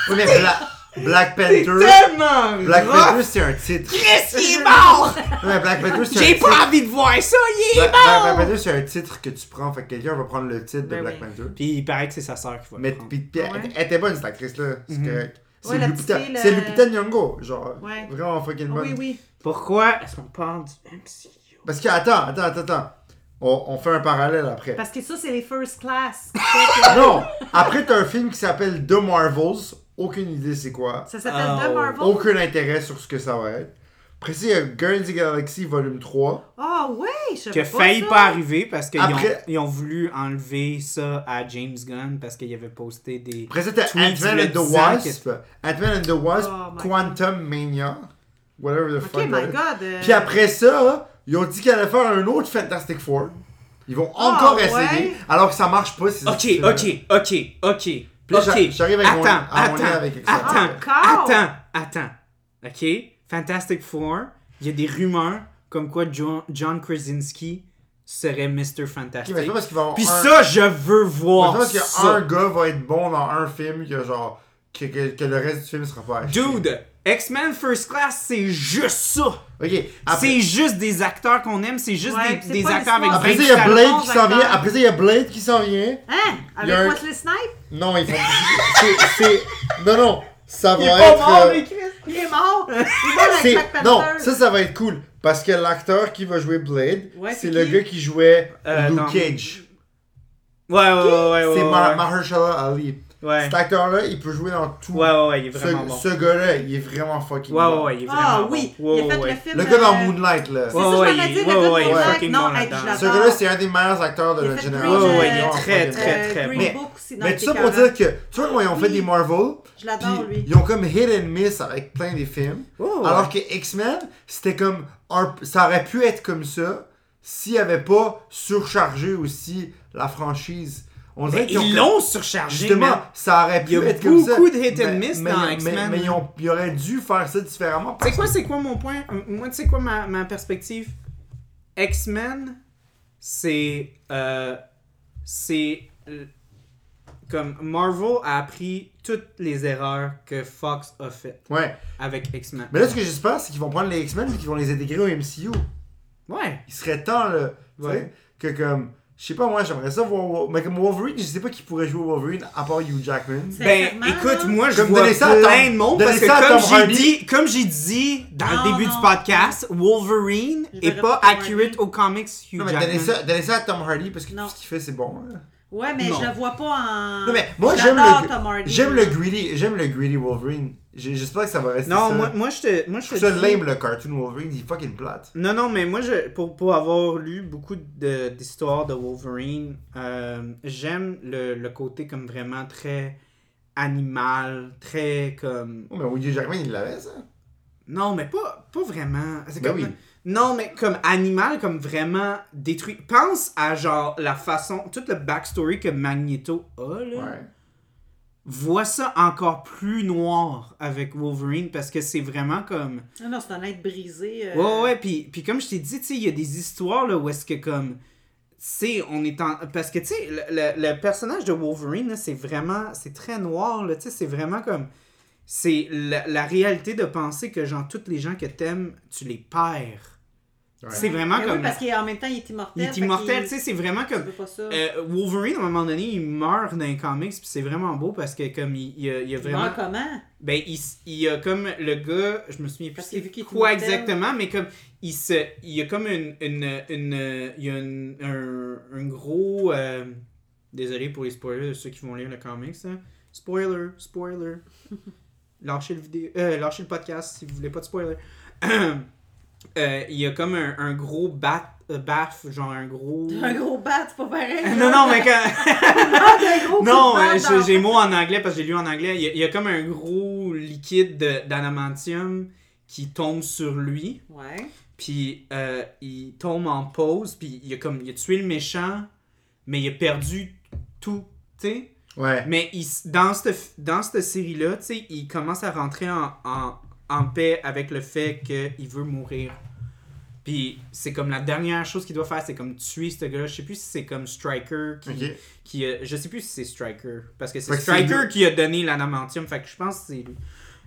[SPEAKER 3] Ouais, mais Bla- Black
[SPEAKER 1] C'est
[SPEAKER 3] Panther.
[SPEAKER 1] tellement.
[SPEAKER 3] Black
[SPEAKER 1] rough.
[SPEAKER 3] Panther, c'est un titre.
[SPEAKER 1] Chris, il est mort!
[SPEAKER 3] Non, mais Black Panther, c'est Ben, un
[SPEAKER 1] J'ai
[SPEAKER 3] titre.
[SPEAKER 1] pas envie de voir ça, il est
[SPEAKER 3] Black,
[SPEAKER 1] mort!
[SPEAKER 3] Black Panther, c'est un titre que tu prends, fait que quelqu'un va prendre le titre de
[SPEAKER 2] Ben
[SPEAKER 3] Black
[SPEAKER 2] oui.
[SPEAKER 3] Panther.
[SPEAKER 1] Puis il paraît que c'est sa sœur qui va
[SPEAKER 3] Mais
[SPEAKER 1] le prendre.
[SPEAKER 3] puis- puis elle-
[SPEAKER 4] Ouais.
[SPEAKER 3] elle était bonne, cette actrice-là. C'est
[SPEAKER 1] Ah Mhm.
[SPEAKER 3] correct.
[SPEAKER 2] Ouais,
[SPEAKER 3] C'est
[SPEAKER 2] la
[SPEAKER 3] Lupita,
[SPEAKER 2] petite fille,
[SPEAKER 3] c'est
[SPEAKER 2] là.
[SPEAKER 3] Lupita Nyong'o, genre.
[SPEAKER 4] Ouais.
[SPEAKER 3] Vraiment fucking
[SPEAKER 4] Ah
[SPEAKER 3] bonne.
[SPEAKER 2] Oui, oui.
[SPEAKER 1] Pourquoi est-ce qu'on parle du MCU?
[SPEAKER 3] Parce que, attends, attends, attends, attends. On, on fait un parallèle après.
[SPEAKER 2] Parce que ça, c'est les first class.
[SPEAKER 3] Non! Après, t'as un film qui s'appelle The Marvels. Aucune idée c'est quoi.
[SPEAKER 2] Ça s'appelle
[SPEAKER 1] Ah,
[SPEAKER 2] The
[SPEAKER 1] oh.
[SPEAKER 2] Marvel. Oh,
[SPEAKER 3] Aucun intérêt sur ce que ça va être. Après, ça, il y a Guardians of the Galaxy Volume 3.
[SPEAKER 4] Ah
[SPEAKER 2] ouais! Je savais
[SPEAKER 1] Qui a
[SPEAKER 2] pas
[SPEAKER 1] failli
[SPEAKER 2] ça.
[SPEAKER 1] pas arriver parce qu'ils ont,
[SPEAKER 3] Après-
[SPEAKER 1] ils ont voulu enlever ça à James Gunn parce qu'il avait posté des.
[SPEAKER 3] Après ça, t'as
[SPEAKER 1] Tweet,
[SPEAKER 3] Ant-Man
[SPEAKER 1] le
[SPEAKER 3] and the
[SPEAKER 1] disant
[SPEAKER 3] Wasp. Ant-Man and the Wasp,
[SPEAKER 2] Oh my
[SPEAKER 3] Quantum Mania. Whatever the
[SPEAKER 2] Ok,
[SPEAKER 3] fuck. that
[SPEAKER 2] my
[SPEAKER 3] is.
[SPEAKER 2] god! euh,
[SPEAKER 3] Puis après ça, ils ont dit qu'ils allaient faire un autre Fantastic Four. Ils vont
[SPEAKER 2] Ah,
[SPEAKER 3] encore
[SPEAKER 2] ouais?
[SPEAKER 3] essayer, alors que ça marche pas. ces
[SPEAKER 1] Ok,
[SPEAKER 3] films-là.
[SPEAKER 1] ok, ok, ok.
[SPEAKER 3] euh, là,
[SPEAKER 1] ok.
[SPEAKER 3] j'a- j'arrive avec mon-
[SPEAKER 1] attends,
[SPEAKER 3] à mon
[SPEAKER 1] attends,
[SPEAKER 3] lien avec ça.
[SPEAKER 1] attends,
[SPEAKER 2] Encore?
[SPEAKER 1] attends, attends. Ok, Fantastic Four, il y a des rumeurs comme quoi John, John Krasinski serait Mr.
[SPEAKER 3] Ok,
[SPEAKER 1] Fantastic.
[SPEAKER 3] mais c'est pas parce qu'ils vont avoir
[SPEAKER 1] Puis
[SPEAKER 3] un-
[SPEAKER 1] ça, je veux
[SPEAKER 3] Mais c'est
[SPEAKER 1] voir
[SPEAKER 3] pas parce
[SPEAKER 1] Oh, ça.
[SPEAKER 3] qu'un gars va être bon dans un film que genre que, que, que le reste du film sera pas. à chier.
[SPEAKER 1] Dude, X-Men First Class, c'est juste ça.
[SPEAKER 3] Ok. Après,
[SPEAKER 1] C'est juste des acteurs qu'on aime, c'est juste
[SPEAKER 2] Ouais,
[SPEAKER 1] des,
[SPEAKER 2] c'est
[SPEAKER 1] des
[SPEAKER 2] pas
[SPEAKER 1] acteurs avec
[SPEAKER 2] l'histoire.
[SPEAKER 3] après ça,
[SPEAKER 1] vingt
[SPEAKER 3] il y a
[SPEAKER 1] talents.
[SPEAKER 3] Blade qui s'en
[SPEAKER 2] acteurs.
[SPEAKER 3] vient. Après ça, il y a Blade qui s'en vient.
[SPEAKER 2] Hein?
[SPEAKER 3] Il y a un-
[SPEAKER 2] Avec Wesley Snipes?
[SPEAKER 3] Non, ils font. c'est, c'est- Non, non. Ça va
[SPEAKER 1] Il est
[SPEAKER 3] être.
[SPEAKER 1] pas mort,
[SPEAKER 3] euh,
[SPEAKER 1] lui, Chris.
[SPEAKER 2] Il est mort! Il est mort avec
[SPEAKER 3] c'est-
[SPEAKER 2] Black Panther!
[SPEAKER 3] Non, ça, ça va être cool. Parce que l'acteur qui va jouer Blade,
[SPEAKER 2] Ouais,
[SPEAKER 3] c'est
[SPEAKER 2] c'est
[SPEAKER 3] le
[SPEAKER 2] qui?
[SPEAKER 3] gars qui jouait
[SPEAKER 1] Euh,
[SPEAKER 3] Luke
[SPEAKER 1] dans-
[SPEAKER 3] Cage.
[SPEAKER 1] Ouais, ouais, ouais, ouais.
[SPEAKER 3] c'est
[SPEAKER 1] ouais,
[SPEAKER 3] Ma-
[SPEAKER 1] ouais.
[SPEAKER 3] Mahershala Ali.
[SPEAKER 1] Ouais.
[SPEAKER 3] Cet acteur-là, il peut jouer dans tout.
[SPEAKER 1] Ouais, ouais, ouais, il est
[SPEAKER 3] ce
[SPEAKER 1] vraiment bon.
[SPEAKER 3] ce gars-là, il est vraiment fucking
[SPEAKER 1] Ouais, ouais,
[SPEAKER 3] bon.
[SPEAKER 1] ouais, il est vraiment
[SPEAKER 2] Ah
[SPEAKER 1] bon.
[SPEAKER 2] oui!
[SPEAKER 1] Ouais,
[SPEAKER 2] il a
[SPEAKER 1] ouais,
[SPEAKER 2] fait
[SPEAKER 1] ouais.
[SPEAKER 2] le film.
[SPEAKER 3] Le gars dans
[SPEAKER 2] euh,
[SPEAKER 3] Moonlight, là.
[SPEAKER 2] C'est ça,
[SPEAKER 1] Ouais,
[SPEAKER 2] je m'avais
[SPEAKER 1] ouais,
[SPEAKER 2] dit, le
[SPEAKER 1] ouais,
[SPEAKER 2] gars de
[SPEAKER 1] ouais,
[SPEAKER 3] il est
[SPEAKER 2] Moonlight.
[SPEAKER 1] fucking
[SPEAKER 2] Non,
[SPEAKER 1] bon
[SPEAKER 2] hey,
[SPEAKER 1] là-dedans.
[SPEAKER 2] je
[SPEAKER 3] Ce
[SPEAKER 2] l'adore.
[SPEAKER 3] gars-là, c'est un des meilleurs acteurs de
[SPEAKER 2] Il a
[SPEAKER 3] notre
[SPEAKER 2] fait
[SPEAKER 3] génération.
[SPEAKER 2] Green,
[SPEAKER 1] Ouais, ouais, il est
[SPEAKER 2] euh,
[SPEAKER 1] très,
[SPEAKER 2] euh,
[SPEAKER 1] très, très
[SPEAKER 2] Green
[SPEAKER 1] bon.
[SPEAKER 2] Book aussi, non,
[SPEAKER 3] Mais
[SPEAKER 2] il
[SPEAKER 3] tout ça
[SPEAKER 2] était
[SPEAKER 3] pour
[SPEAKER 2] écœurant.
[SPEAKER 3] dire que, tu vois, quand ils ont fait
[SPEAKER 2] Oui.
[SPEAKER 3] des Marvel,
[SPEAKER 2] Je l'adore,
[SPEAKER 3] puis
[SPEAKER 2] lui.
[SPEAKER 3] ils ont comme hit and miss avec plein des films.
[SPEAKER 1] Oh, ouais.
[SPEAKER 3] Alors que X-Men, c'était comme. un- ça aurait pu être comme ça s'il n'y avait pas surchargé aussi la franchise. On
[SPEAKER 1] Mais
[SPEAKER 3] dirait qu'ils ont
[SPEAKER 1] ils
[SPEAKER 3] comme-
[SPEAKER 1] l'ont surchargé.
[SPEAKER 3] Justement,
[SPEAKER 1] man.
[SPEAKER 3] ça aurait pu
[SPEAKER 1] Il y a
[SPEAKER 3] être comme ça.
[SPEAKER 1] beaucoup de hit and
[SPEAKER 3] Mais-
[SPEAKER 1] miss
[SPEAKER 3] mais-
[SPEAKER 1] dans
[SPEAKER 3] mais-
[SPEAKER 1] X-Men.
[SPEAKER 3] Mais ils, ont- ils auraient dû faire ça différemment.
[SPEAKER 1] Tu sais quoi, c'est quoi mon point M- Moi, tu sais quoi ma, ma perspective X-Men, c'est. euh, c'est. euh, Comme Marvel a appris toutes les erreurs que Fox a faites
[SPEAKER 3] Ouais.
[SPEAKER 1] avec X-Men.
[SPEAKER 3] Mais là, ce que j'espère, c'est qu'ils vont prendre les X-Men et qu'ils vont les intégrer au MCU.
[SPEAKER 1] Ouais.
[SPEAKER 3] Il serait temps, là. tu sais,
[SPEAKER 1] Ouais.
[SPEAKER 3] Que comme. Je sais pas, moi, j'aimerais ça voir. Wol- Mais comme Wolverine, je sais pas qui pourrait jouer Wolverine à part Hugh Jackman.
[SPEAKER 1] Ben,
[SPEAKER 2] Sincèrement,
[SPEAKER 1] écoute,
[SPEAKER 2] là.
[SPEAKER 1] moi, je
[SPEAKER 3] Comme
[SPEAKER 1] vois
[SPEAKER 3] donnez ça à
[SPEAKER 1] plein
[SPEAKER 3] Tom-
[SPEAKER 1] de monde
[SPEAKER 3] donnez
[SPEAKER 1] parce que
[SPEAKER 3] ça à Tom
[SPEAKER 1] comme j'ai
[SPEAKER 3] Hardy.
[SPEAKER 1] dit, comme j'ai dit dans
[SPEAKER 2] Non,
[SPEAKER 1] le début
[SPEAKER 2] non.
[SPEAKER 1] du podcast, Wolverine
[SPEAKER 2] Je
[SPEAKER 1] est pas
[SPEAKER 2] verrais pas Tom Hardy.
[SPEAKER 1] accurate aux comics Hugh
[SPEAKER 3] Non, mais
[SPEAKER 1] Jackman.
[SPEAKER 3] donnez ça, donnez ça à Tom Hardy parce que
[SPEAKER 2] Non.
[SPEAKER 3] tout ce qu'il fait, c'est bon. hein.
[SPEAKER 2] Ouais, mais
[SPEAKER 1] Non.
[SPEAKER 2] je le vois pas en.
[SPEAKER 3] Non, mais moi, j'aime
[SPEAKER 2] J'adore
[SPEAKER 3] le-
[SPEAKER 2] Tom Hardy.
[SPEAKER 3] J'aime le greedy, j'aime le greedy Wolverine. J'ai- J'espère que ça va rester
[SPEAKER 1] Non,
[SPEAKER 3] ça.
[SPEAKER 1] moi, moi, je te. Moi, je
[SPEAKER 3] je
[SPEAKER 1] te
[SPEAKER 3] trouve ça
[SPEAKER 1] dis-
[SPEAKER 3] lame le cartoon Wolverine, il est fucking plate.
[SPEAKER 1] Non, non, mais moi, je, pour, pour avoir lu beaucoup de- d'histoires de, Wolverine, euh, j'aime le, le côté comme vraiment très animal, très comme...
[SPEAKER 3] Oh, mais Woody Jackman, il l'avait ça.
[SPEAKER 1] Non, mais pas, pas vraiment. C'est
[SPEAKER 3] Ben
[SPEAKER 1] comme-
[SPEAKER 3] oui.
[SPEAKER 1] Non, mais comme animal, comme vraiment détruit. Pense à genre la façon, toute le backstory que Magneto a,
[SPEAKER 2] Mm.
[SPEAKER 1] là.
[SPEAKER 3] Ouais.
[SPEAKER 1] Vois ça encore plus noir avec Wolverine parce que c'est vraiment comme...
[SPEAKER 2] Non, non, c'est un être brisé. euh,
[SPEAKER 1] Ouais, ouais, puis, puis comme je t'ai dit, tu sais, il y a des histoires là, où est-ce que comme. C'est, on est en. Parce que, tu sais, le, le- le personnage de Wolverine, là, c'est vraiment. C'est très noir, là, tu sais, c'est vraiment comme. C'est la, la réalité de penser que, genre, toutes les gens que t'aimes, tu les perds.
[SPEAKER 3] Ouais.
[SPEAKER 1] C'est vraiment
[SPEAKER 2] mais oui,
[SPEAKER 1] comme.
[SPEAKER 2] parce qu'en même temps, il est immortel.
[SPEAKER 1] il est
[SPEAKER 2] fait
[SPEAKER 1] immortel, tu
[SPEAKER 2] qu'il-
[SPEAKER 1] sais, c'est vraiment
[SPEAKER 2] Tu
[SPEAKER 1] comme.
[SPEAKER 2] veux pas ça.
[SPEAKER 1] euh, Wolverine, à un moment donné, il meurt dans les comics, puis c'est vraiment beau parce que, comme, il, il, a, il a
[SPEAKER 2] Il meurt
[SPEAKER 1] vraiment.
[SPEAKER 2] comment?
[SPEAKER 1] Ben, il, s- il y a comme le gars, je me souviens plus
[SPEAKER 2] Parce qu'il
[SPEAKER 1] c'est
[SPEAKER 2] vu qu'il est
[SPEAKER 1] quoi
[SPEAKER 2] immortel.
[SPEAKER 1] exactement, mais comme il se, il y a comme une, une, une, euh, il y a une- un, un gros, euh, désolé pour les spoilers de ceux qui vont lire le comics, hein. spoiler, spoiler, lâchez le vidéo, euh, lâchez le podcast si vous voulez pas de spoiler. Euh, il y a comme un, un gros bat, euh, baf, genre un gros.
[SPEAKER 2] Un gros bat, c'est pas pareil. Ah,
[SPEAKER 1] non non mais quand...
[SPEAKER 2] Un gros coup de
[SPEAKER 1] Non,
[SPEAKER 2] barre
[SPEAKER 1] euh,
[SPEAKER 2] dans-
[SPEAKER 1] j'ai- j'ai mot en anglais parce que j'ai lu en anglais. Il y a, il y a comme un gros liquide de- d'anamantium qui tombe sur lui,
[SPEAKER 2] Ouais.
[SPEAKER 1] puis euh, il tombe en pause, puis il a comme il a tué le méchant, mais il a perdu tout, tu sais.
[SPEAKER 3] Ouais.
[SPEAKER 1] Mais il s- dans cette, f- dans cette série-là, tu sais, il commence à rentrer en, en, en paix avec le fait qu'il veut mourir. Puis c'est comme la dernière chose qu'il doit faire, c'est comme tuer ce gars-là. Je sais plus si c'est comme Striker qui,
[SPEAKER 3] Ok.
[SPEAKER 1] qui a- je sais plus si c'est Striker parce que c'est
[SPEAKER 3] Fait que c'est
[SPEAKER 1] Striker
[SPEAKER 3] lui.
[SPEAKER 1] qui a donné l'anamantium fait que je pense que c'est lui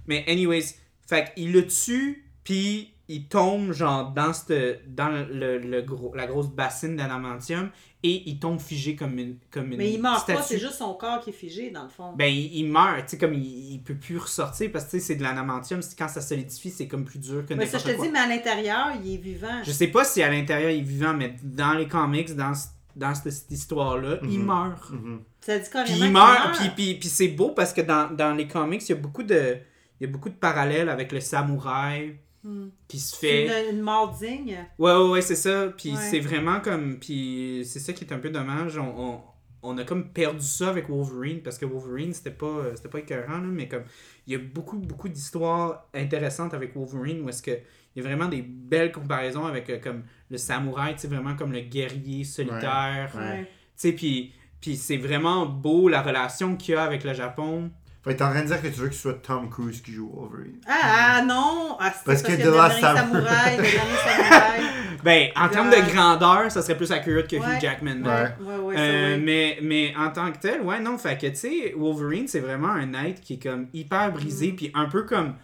[SPEAKER 1] mais anyways fait qu'il le tue puis il tombe genre dans cette dans le, le gros la grosse bassine d'anamantium et il tombe figé comme une comme une
[SPEAKER 2] Mais il meurt pas,
[SPEAKER 1] statue.
[SPEAKER 2] c'est juste son corps qui est figé, dans le fond.
[SPEAKER 1] ben il, il meurt tu sais comme il, il peut plus ressortir parce que tu sais, c'est de l'anamantium c'est- quand ça solidifie c'est comme plus dur que
[SPEAKER 2] mais ça,
[SPEAKER 1] Ben, n'importe
[SPEAKER 2] je te
[SPEAKER 1] quoi
[SPEAKER 2] dis, mais à l'intérieur, il est vivant.
[SPEAKER 1] je sais pas si à l'intérieur il est vivant mais dans les comics dans ce- dans cette, histoire là il
[SPEAKER 3] Mhm.
[SPEAKER 1] meurt
[SPEAKER 3] Mhm.
[SPEAKER 2] Ça dit carrément
[SPEAKER 1] Puis
[SPEAKER 2] qu'il
[SPEAKER 1] il meurt, puis, puis- puis c'est beau parce que dans, dans les comics, il y a beaucoup de il y a beaucoup de parallèles avec le samouraï
[SPEAKER 2] Hmm.
[SPEAKER 1] qui se fait.
[SPEAKER 2] C'est une, une mort digne.
[SPEAKER 1] Ouais ouais ouais, c'est ça. Puis
[SPEAKER 2] Ouais.
[SPEAKER 1] c'est vraiment comme puis c'est ça qui est un peu dommage, on, on, on a comme perdu ça avec Wolverine parce que Wolverine c'était pas euh, c'était pas écœurant là, mais comme il y a beaucoup beaucoup d'histoires intéressantes avec Wolverine où est-ce que il y a vraiment des belles comparaisons avec euh, comme le samouraï, tu sais vraiment comme le guerrier solitaire.
[SPEAKER 3] Ouais.
[SPEAKER 1] Tu sais puis puis c'est vraiment beau la relation qu'il y a avec le Japon.
[SPEAKER 3] Fait que t'es en train de dire que tu veux que ce soit Tom Cruise qui joue Wolverine.
[SPEAKER 2] Ah, ah, non! Ah, c'est
[SPEAKER 3] Parce
[SPEAKER 2] parce,
[SPEAKER 3] que
[SPEAKER 2] que,
[SPEAKER 3] The
[SPEAKER 2] le
[SPEAKER 3] Last
[SPEAKER 2] dernier
[SPEAKER 3] Samurai.
[SPEAKER 2] samouraï, le dernier samouraï.
[SPEAKER 1] Ben, en termes de
[SPEAKER 2] Ouais.
[SPEAKER 1] grandeur, ça serait plus accurate que
[SPEAKER 2] Ouais.
[SPEAKER 1] Hugh Jackman. là.
[SPEAKER 3] Ouais.
[SPEAKER 2] Ouais, ouais, ouais, ça,
[SPEAKER 1] Euh,
[SPEAKER 2] ouais.
[SPEAKER 1] mais, mais en tant que tel, ouais, non, fait que, tu sais, Wolverine, c'est vraiment un être qui est comme hyper brisé,
[SPEAKER 2] Mm.
[SPEAKER 1] puis un peu comme,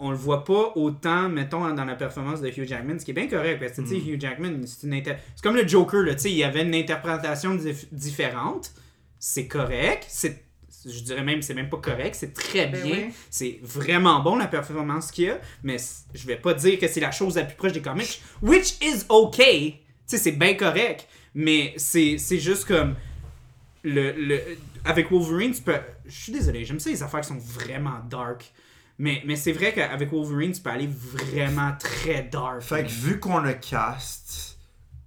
[SPEAKER 1] on le voit pas autant, mettons, dans la performance de Hugh Jackman, ce qui est bien correct, parce que, tu sais,
[SPEAKER 2] Mm.
[SPEAKER 1] Hugh Jackman, c'est une inter- c'est comme le Joker, là, tu sais, il y avait une interprétation dif- différente, c'est correct, c'est, je dirais même, c'est même pas correct, c'est très
[SPEAKER 2] Ben
[SPEAKER 1] bien,
[SPEAKER 2] oui.
[SPEAKER 1] c'est vraiment bon la performance qu'il y a, mais c- je vais pas dire que c'est la chose la plus proche des comics, which is okay, tu sais, c'est bien correct, mais c'est c'est juste comme le, le avec Wolverine, tu peux. Je suis désolé, j'aime ça les affaires qui sont vraiment dark. Mais, mais c'est vrai qu'avec Wolverine, tu peux aller vraiment très dark.
[SPEAKER 3] Fait que vu qu'on a cast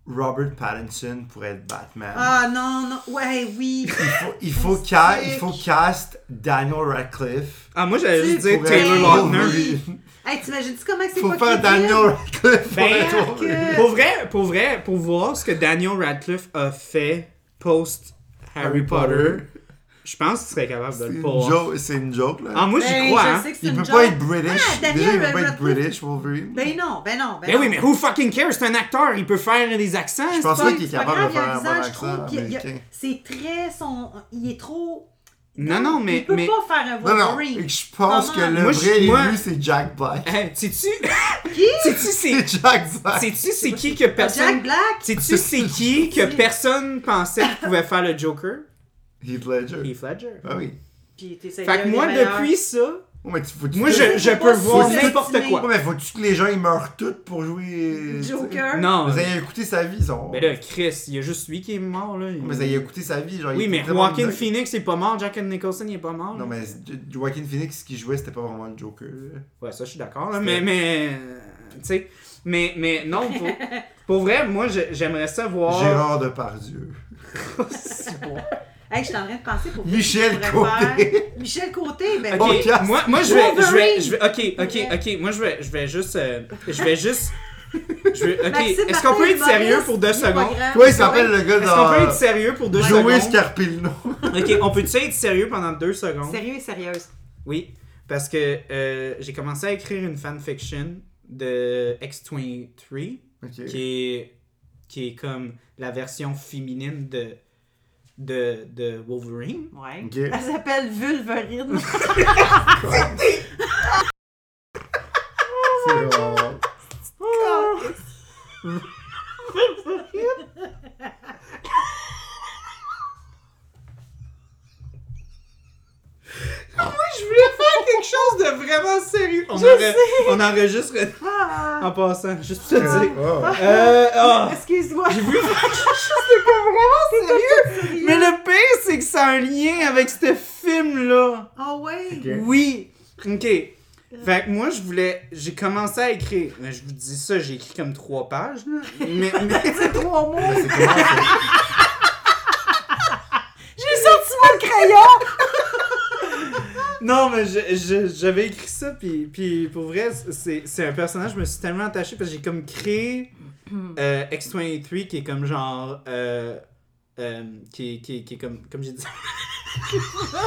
[SPEAKER 3] Robert Pattinson pour être Batman,
[SPEAKER 2] Ah, non, non. Ouais, oui.
[SPEAKER 3] il faut, il, faut
[SPEAKER 2] c'est
[SPEAKER 3] ca-
[SPEAKER 2] sick.
[SPEAKER 3] il faut cast Daniel Radcliffe.
[SPEAKER 1] Ah, moi, j'allais juste
[SPEAKER 2] Tu
[SPEAKER 1] dire
[SPEAKER 3] pour
[SPEAKER 2] pourrais-
[SPEAKER 1] Taylor
[SPEAKER 3] être
[SPEAKER 1] Lautner.
[SPEAKER 3] Wolverine.
[SPEAKER 2] hey, t'imagines-tu comment c'est
[SPEAKER 3] Faut
[SPEAKER 2] pas
[SPEAKER 3] faire
[SPEAKER 2] crédible?
[SPEAKER 3] Daniel Radcliffe pour
[SPEAKER 1] Ben,
[SPEAKER 3] être
[SPEAKER 2] Marc,
[SPEAKER 3] Wolverine.
[SPEAKER 1] Pour vrai, pour vrai, pour voir ce que Daniel Radcliffe a fait post Harry Potter, je pense que tu serais capable de
[SPEAKER 3] C'est
[SPEAKER 1] le
[SPEAKER 3] une
[SPEAKER 1] voir.
[SPEAKER 3] joke- C'est une joke, là.
[SPEAKER 1] Ah, moi,
[SPEAKER 2] Ben,
[SPEAKER 1] j'y crois,
[SPEAKER 2] je
[SPEAKER 1] hein.
[SPEAKER 2] sais que c'est
[SPEAKER 3] Il
[SPEAKER 2] une
[SPEAKER 3] peut
[SPEAKER 2] joke.
[SPEAKER 3] pas être British.
[SPEAKER 2] Ah, Daniel
[SPEAKER 3] Déjà, il peut pas être
[SPEAKER 2] Radcliffe.
[SPEAKER 3] British, Wolverine.
[SPEAKER 2] Ben non, ben non, ben
[SPEAKER 1] Ben
[SPEAKER 2] non.
[SPEAKER 1] oui, mais who fucking cares? C'est un acteur, il peut faire des accents.
[SPEAKER 3] Je pense
[SPEAKER 2] C'est
[SPEAKER 3] pas
[SPEAKER 2] pas-
[SPEAKER 3] qu'il est
[SPEAKER 2] c'est pas
[SPEAKER 3] capable
[SPEAKER 2] grave,
[SPEAKER 3] de faire un
[SPEAKER 2] il a
[SPEAKER 3] bon
[SPEAKER 2] le visage
[SPEAKER 3] accent
[SPEAKER 2] trop- puis il y a-
[SPEAKER 3] américain.
[SPEAKER 2] C'est très son. Il est trop.
[SPEAKER 1] Non, non, mais-
[SPEAKER 2] Il peut
[SPEAKER 1] mais-
[SPEAKER 2] pas faire un
[SPEAKER 3] Non, non,
[SPEAKER 2] Wolverine.
[SPEAKER 3] je pense que
[SPEAKER 2] Comment?
[SPEAKER 3] le
[SPEAKER 1] Moi, je-
[SPEAKER 3] vrai
[SPEAKER 1] moi-
[SPEAKER 3] élu, c'est Jack Black.
[SPEAKER 1] Hein, sais-tu?
[SPEAKER 2] Qui?
[SPEAKER 1] sais-tu c'est-
[SPEAKER 3] C'est Jack Black.
[SPEAKER 1] sais-tu c'est qui que personne
[SPEAKER 2] Ah, Jack Black?
[SPEAKER 1] Sais-tu c'est qui que personne pensait qu'il pouvait faire le Joker?
[SPEAKER 3] Heath Ledger.
[SPEAKER 1] Heath Ledger.
[SPEAKER 3] Ah oui.
[SPEAKER 2] Puis t'es- c'est
[SPEAKER 1] Fait
[SPEAKER 2] un
[SPEAKER 1] que
[SPEAKER 2] des
[SPEAKER 1] moi,
[SPEAKER 2] meilleurs.
[SPEAKER 1] depuis ça,
[SPEAKER 3] Ouais, mais tu- faut- tu-
[SPEAKER 1] Moi, je, je
[SPEAKER 2] Faut
[SPEAKER 1] peux
[SPEAKER 2] pas
[SPEAKER 1] voir
[SPEAKER 3] sous-estimer.
[SPEAKER 1] n'importe quoi.
[SPEAKER 3] Ouais, mais faut-tu que les gens ils meurent tous pour jouer.
[SPEAKER 4] Joker.
[SPEAKER 1] Non,
[SPEAKER 3] Vous avez écouté sa vie, son.
[SPEAKER 1] mais Ben là, Chris, il y a juste lui qui est mort, là.
[SPEAKER 3] Vous avez écouté sa vie, genre. il
[SPEAKER 1] Oui,
[SPEAKER 3] était
[SPEAKER 1] mais
[SPEAKER 3] vraiment
[SPEAKER 1] Joaquin
[SPEAKER 3] bizarre.
[SPEAKER 1] Phoenix il est pas mort, Jack Nicholson il est pas mort.
[SPEAKER 3] Non, mais Jo- Joaquin Phoenix, ce qu'il jouait, c'était pas vraiment le Joker. là.
[SPEAKER 1] Ouais, ça, je suis d'accord, là, mais, mais, euh, tu sais, mais, mais, non, pour, pour vrai, moi, je- j'aimerais ça voir...
[SPEAKER 3] Gérard Depardieu.
[SPEAKER 2] Hey, je suis en train de penser pour
[SPEAKER 3] Michel
[SPEAKER 2] pourrait
[SPEAKER 3] Côté.
[SPEAKER 2] faire- Michel Côté, ben
[SPEAKER 1] Ok,
[SPEAKER 3] Bon, cast.
[SPEAKER 1] moi, moi, je vais, je vais,
[SPEAKER 2] Wolverine.
[SPEAKER 1] je vais, ok, ok, ok, moi, je vais, je vais juste, euh, je vais juste, je vais, ok,
[SPEAKER 2] Maxime
[SPEAKER 1] est-ce qu'on
[SPEAKER 2] Martin,
[SPEAKER 1] peut être sérieux
[SPEAKER 2] humoriste,
[SPEAKER 1] pour deux
[SPEAKER 2] du
[SPEAKER 1] secondes?
[SPEAKER 2] programme.
[SPEAKER 3] Toi, il s'appelle le gars
[SPEAKER 1] Ah, Est-ce qu'on peut être
[SPEAKER 3] dans.
[SPEAKER 1] sérieux pour deux
[SPEAKER 3] Joey
[SPEAKER 1] secondes?
[SPEAKER 3] Scarpino.
[SPEAKER 1] Ok, on peut-tu être sérieux pendant deux secondes?
[SPEAKER 2] Sérieux et sérieuse.
[SPEAKER 1] Oui, parce que euh, j'ai commencé à écrire une fanfiction de X-23.
[SPEAKER 3] Ok.
[SPEAKER 1] qui est qui est comme la version féminine de de, de Wolverine.
[SPEAKER 4] Ouais.
[SPEAKER 3] Ok.
[SPEAKER 4] Elle s'appelle Vulverine.
[SPEAKER 3] C'est drôle.
[SPEAKER 4] Oh,
[SPEAKER 1] Je voulais faire quelque chose de vraiment sérieux. On, enre- on enregistre
[SPEAKER 4] Ah.
[SPEAKER 1] en passant, juste pour te dire.
[SPEAKER 3] Oh.
[SPEAKER 1] Euh, ah.
[SPEAKER 4] Excuse-moi.
[SPEAKER 1] J'ai voulu faire quelque chose de comme vraiment sérieux. Mais le pire, c'est que ça a un lien avec ce film-là.
[SPEAKER 2] Ah ouais!
[SPEAKER 3] Ok.
[SPEAKER 1] Oui. OK. Fait que moi, je voulais... J'ai commencé à écrire. Mais Je vous dis ça, j'ai écrit comme trois pages. là. Mais, mais-
[SPEAKER 4] C'est trois mots.
[SPEAKER 3] C'est comment ça?
[SPEAKER 4] J'ai sorti mon crayon.
[SPEAKER 1] Non, mais je- je- j'avais écrit ça, puis, puis pour vrai, c'est c'est un personnage, je me suis tellement attaché parce que j'ai comme créé euh, X23 qui est comme genre. euh, euh, qui, qui, qui est comme, comme j'ai dit.
[SPEAKER 3] Oh,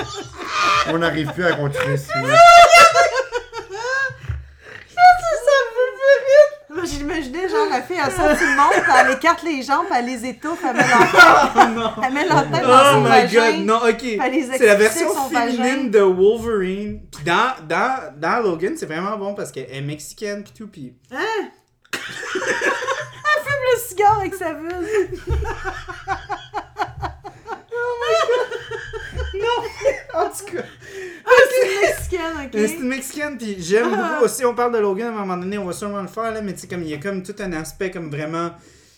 [SPEAKER 3] On n'arrive plus à continuer. ce-
[SPEAKER 4] Moi, J'imaginais genre la fille, elle sort tout le monde, puis elle écarte les jambes, puis elle les étouffe, elle met leur tête,
[SPEAKER 1] Oh non!
[SPEAKER 4] elle met leur tête dans
[SPEAKER 1] Oh
[SPEAKER 4] son
[SPEAKER 1] my
[SPEAKER 4] vagin.
[SPEAKER 1] god! Non, ok.
[SPEAKER 4] Pas les
[SPEAKER 1] C'est
[SPEAKER 4] expulser de
[SPEAKER 1] la version
[SPEAKER 4] son vagin.
[SPEAKER 1] féminine de Wolverine. Puis dans, dans, dans Logan, c'est vraiment bon parce qu'elle est mexicaine, pis tout, pis.
[SPEAKER 4] Le cigare avec sa vue. Oh
[SPEAKER 1] En tout cas.
[SPEAKER 4] Ah, C'est mexicaine,
[SPEAKER 1] Mais C'est une
[SPEAKER 4] ok?
[SPEAKER 1] mexicaine, puis j'aime beaucoup aussi. On parle de Logan à un moment donné, on va sûrement le faire, là, mais tu sais, comme il y a comme tout un aspect comme vraiment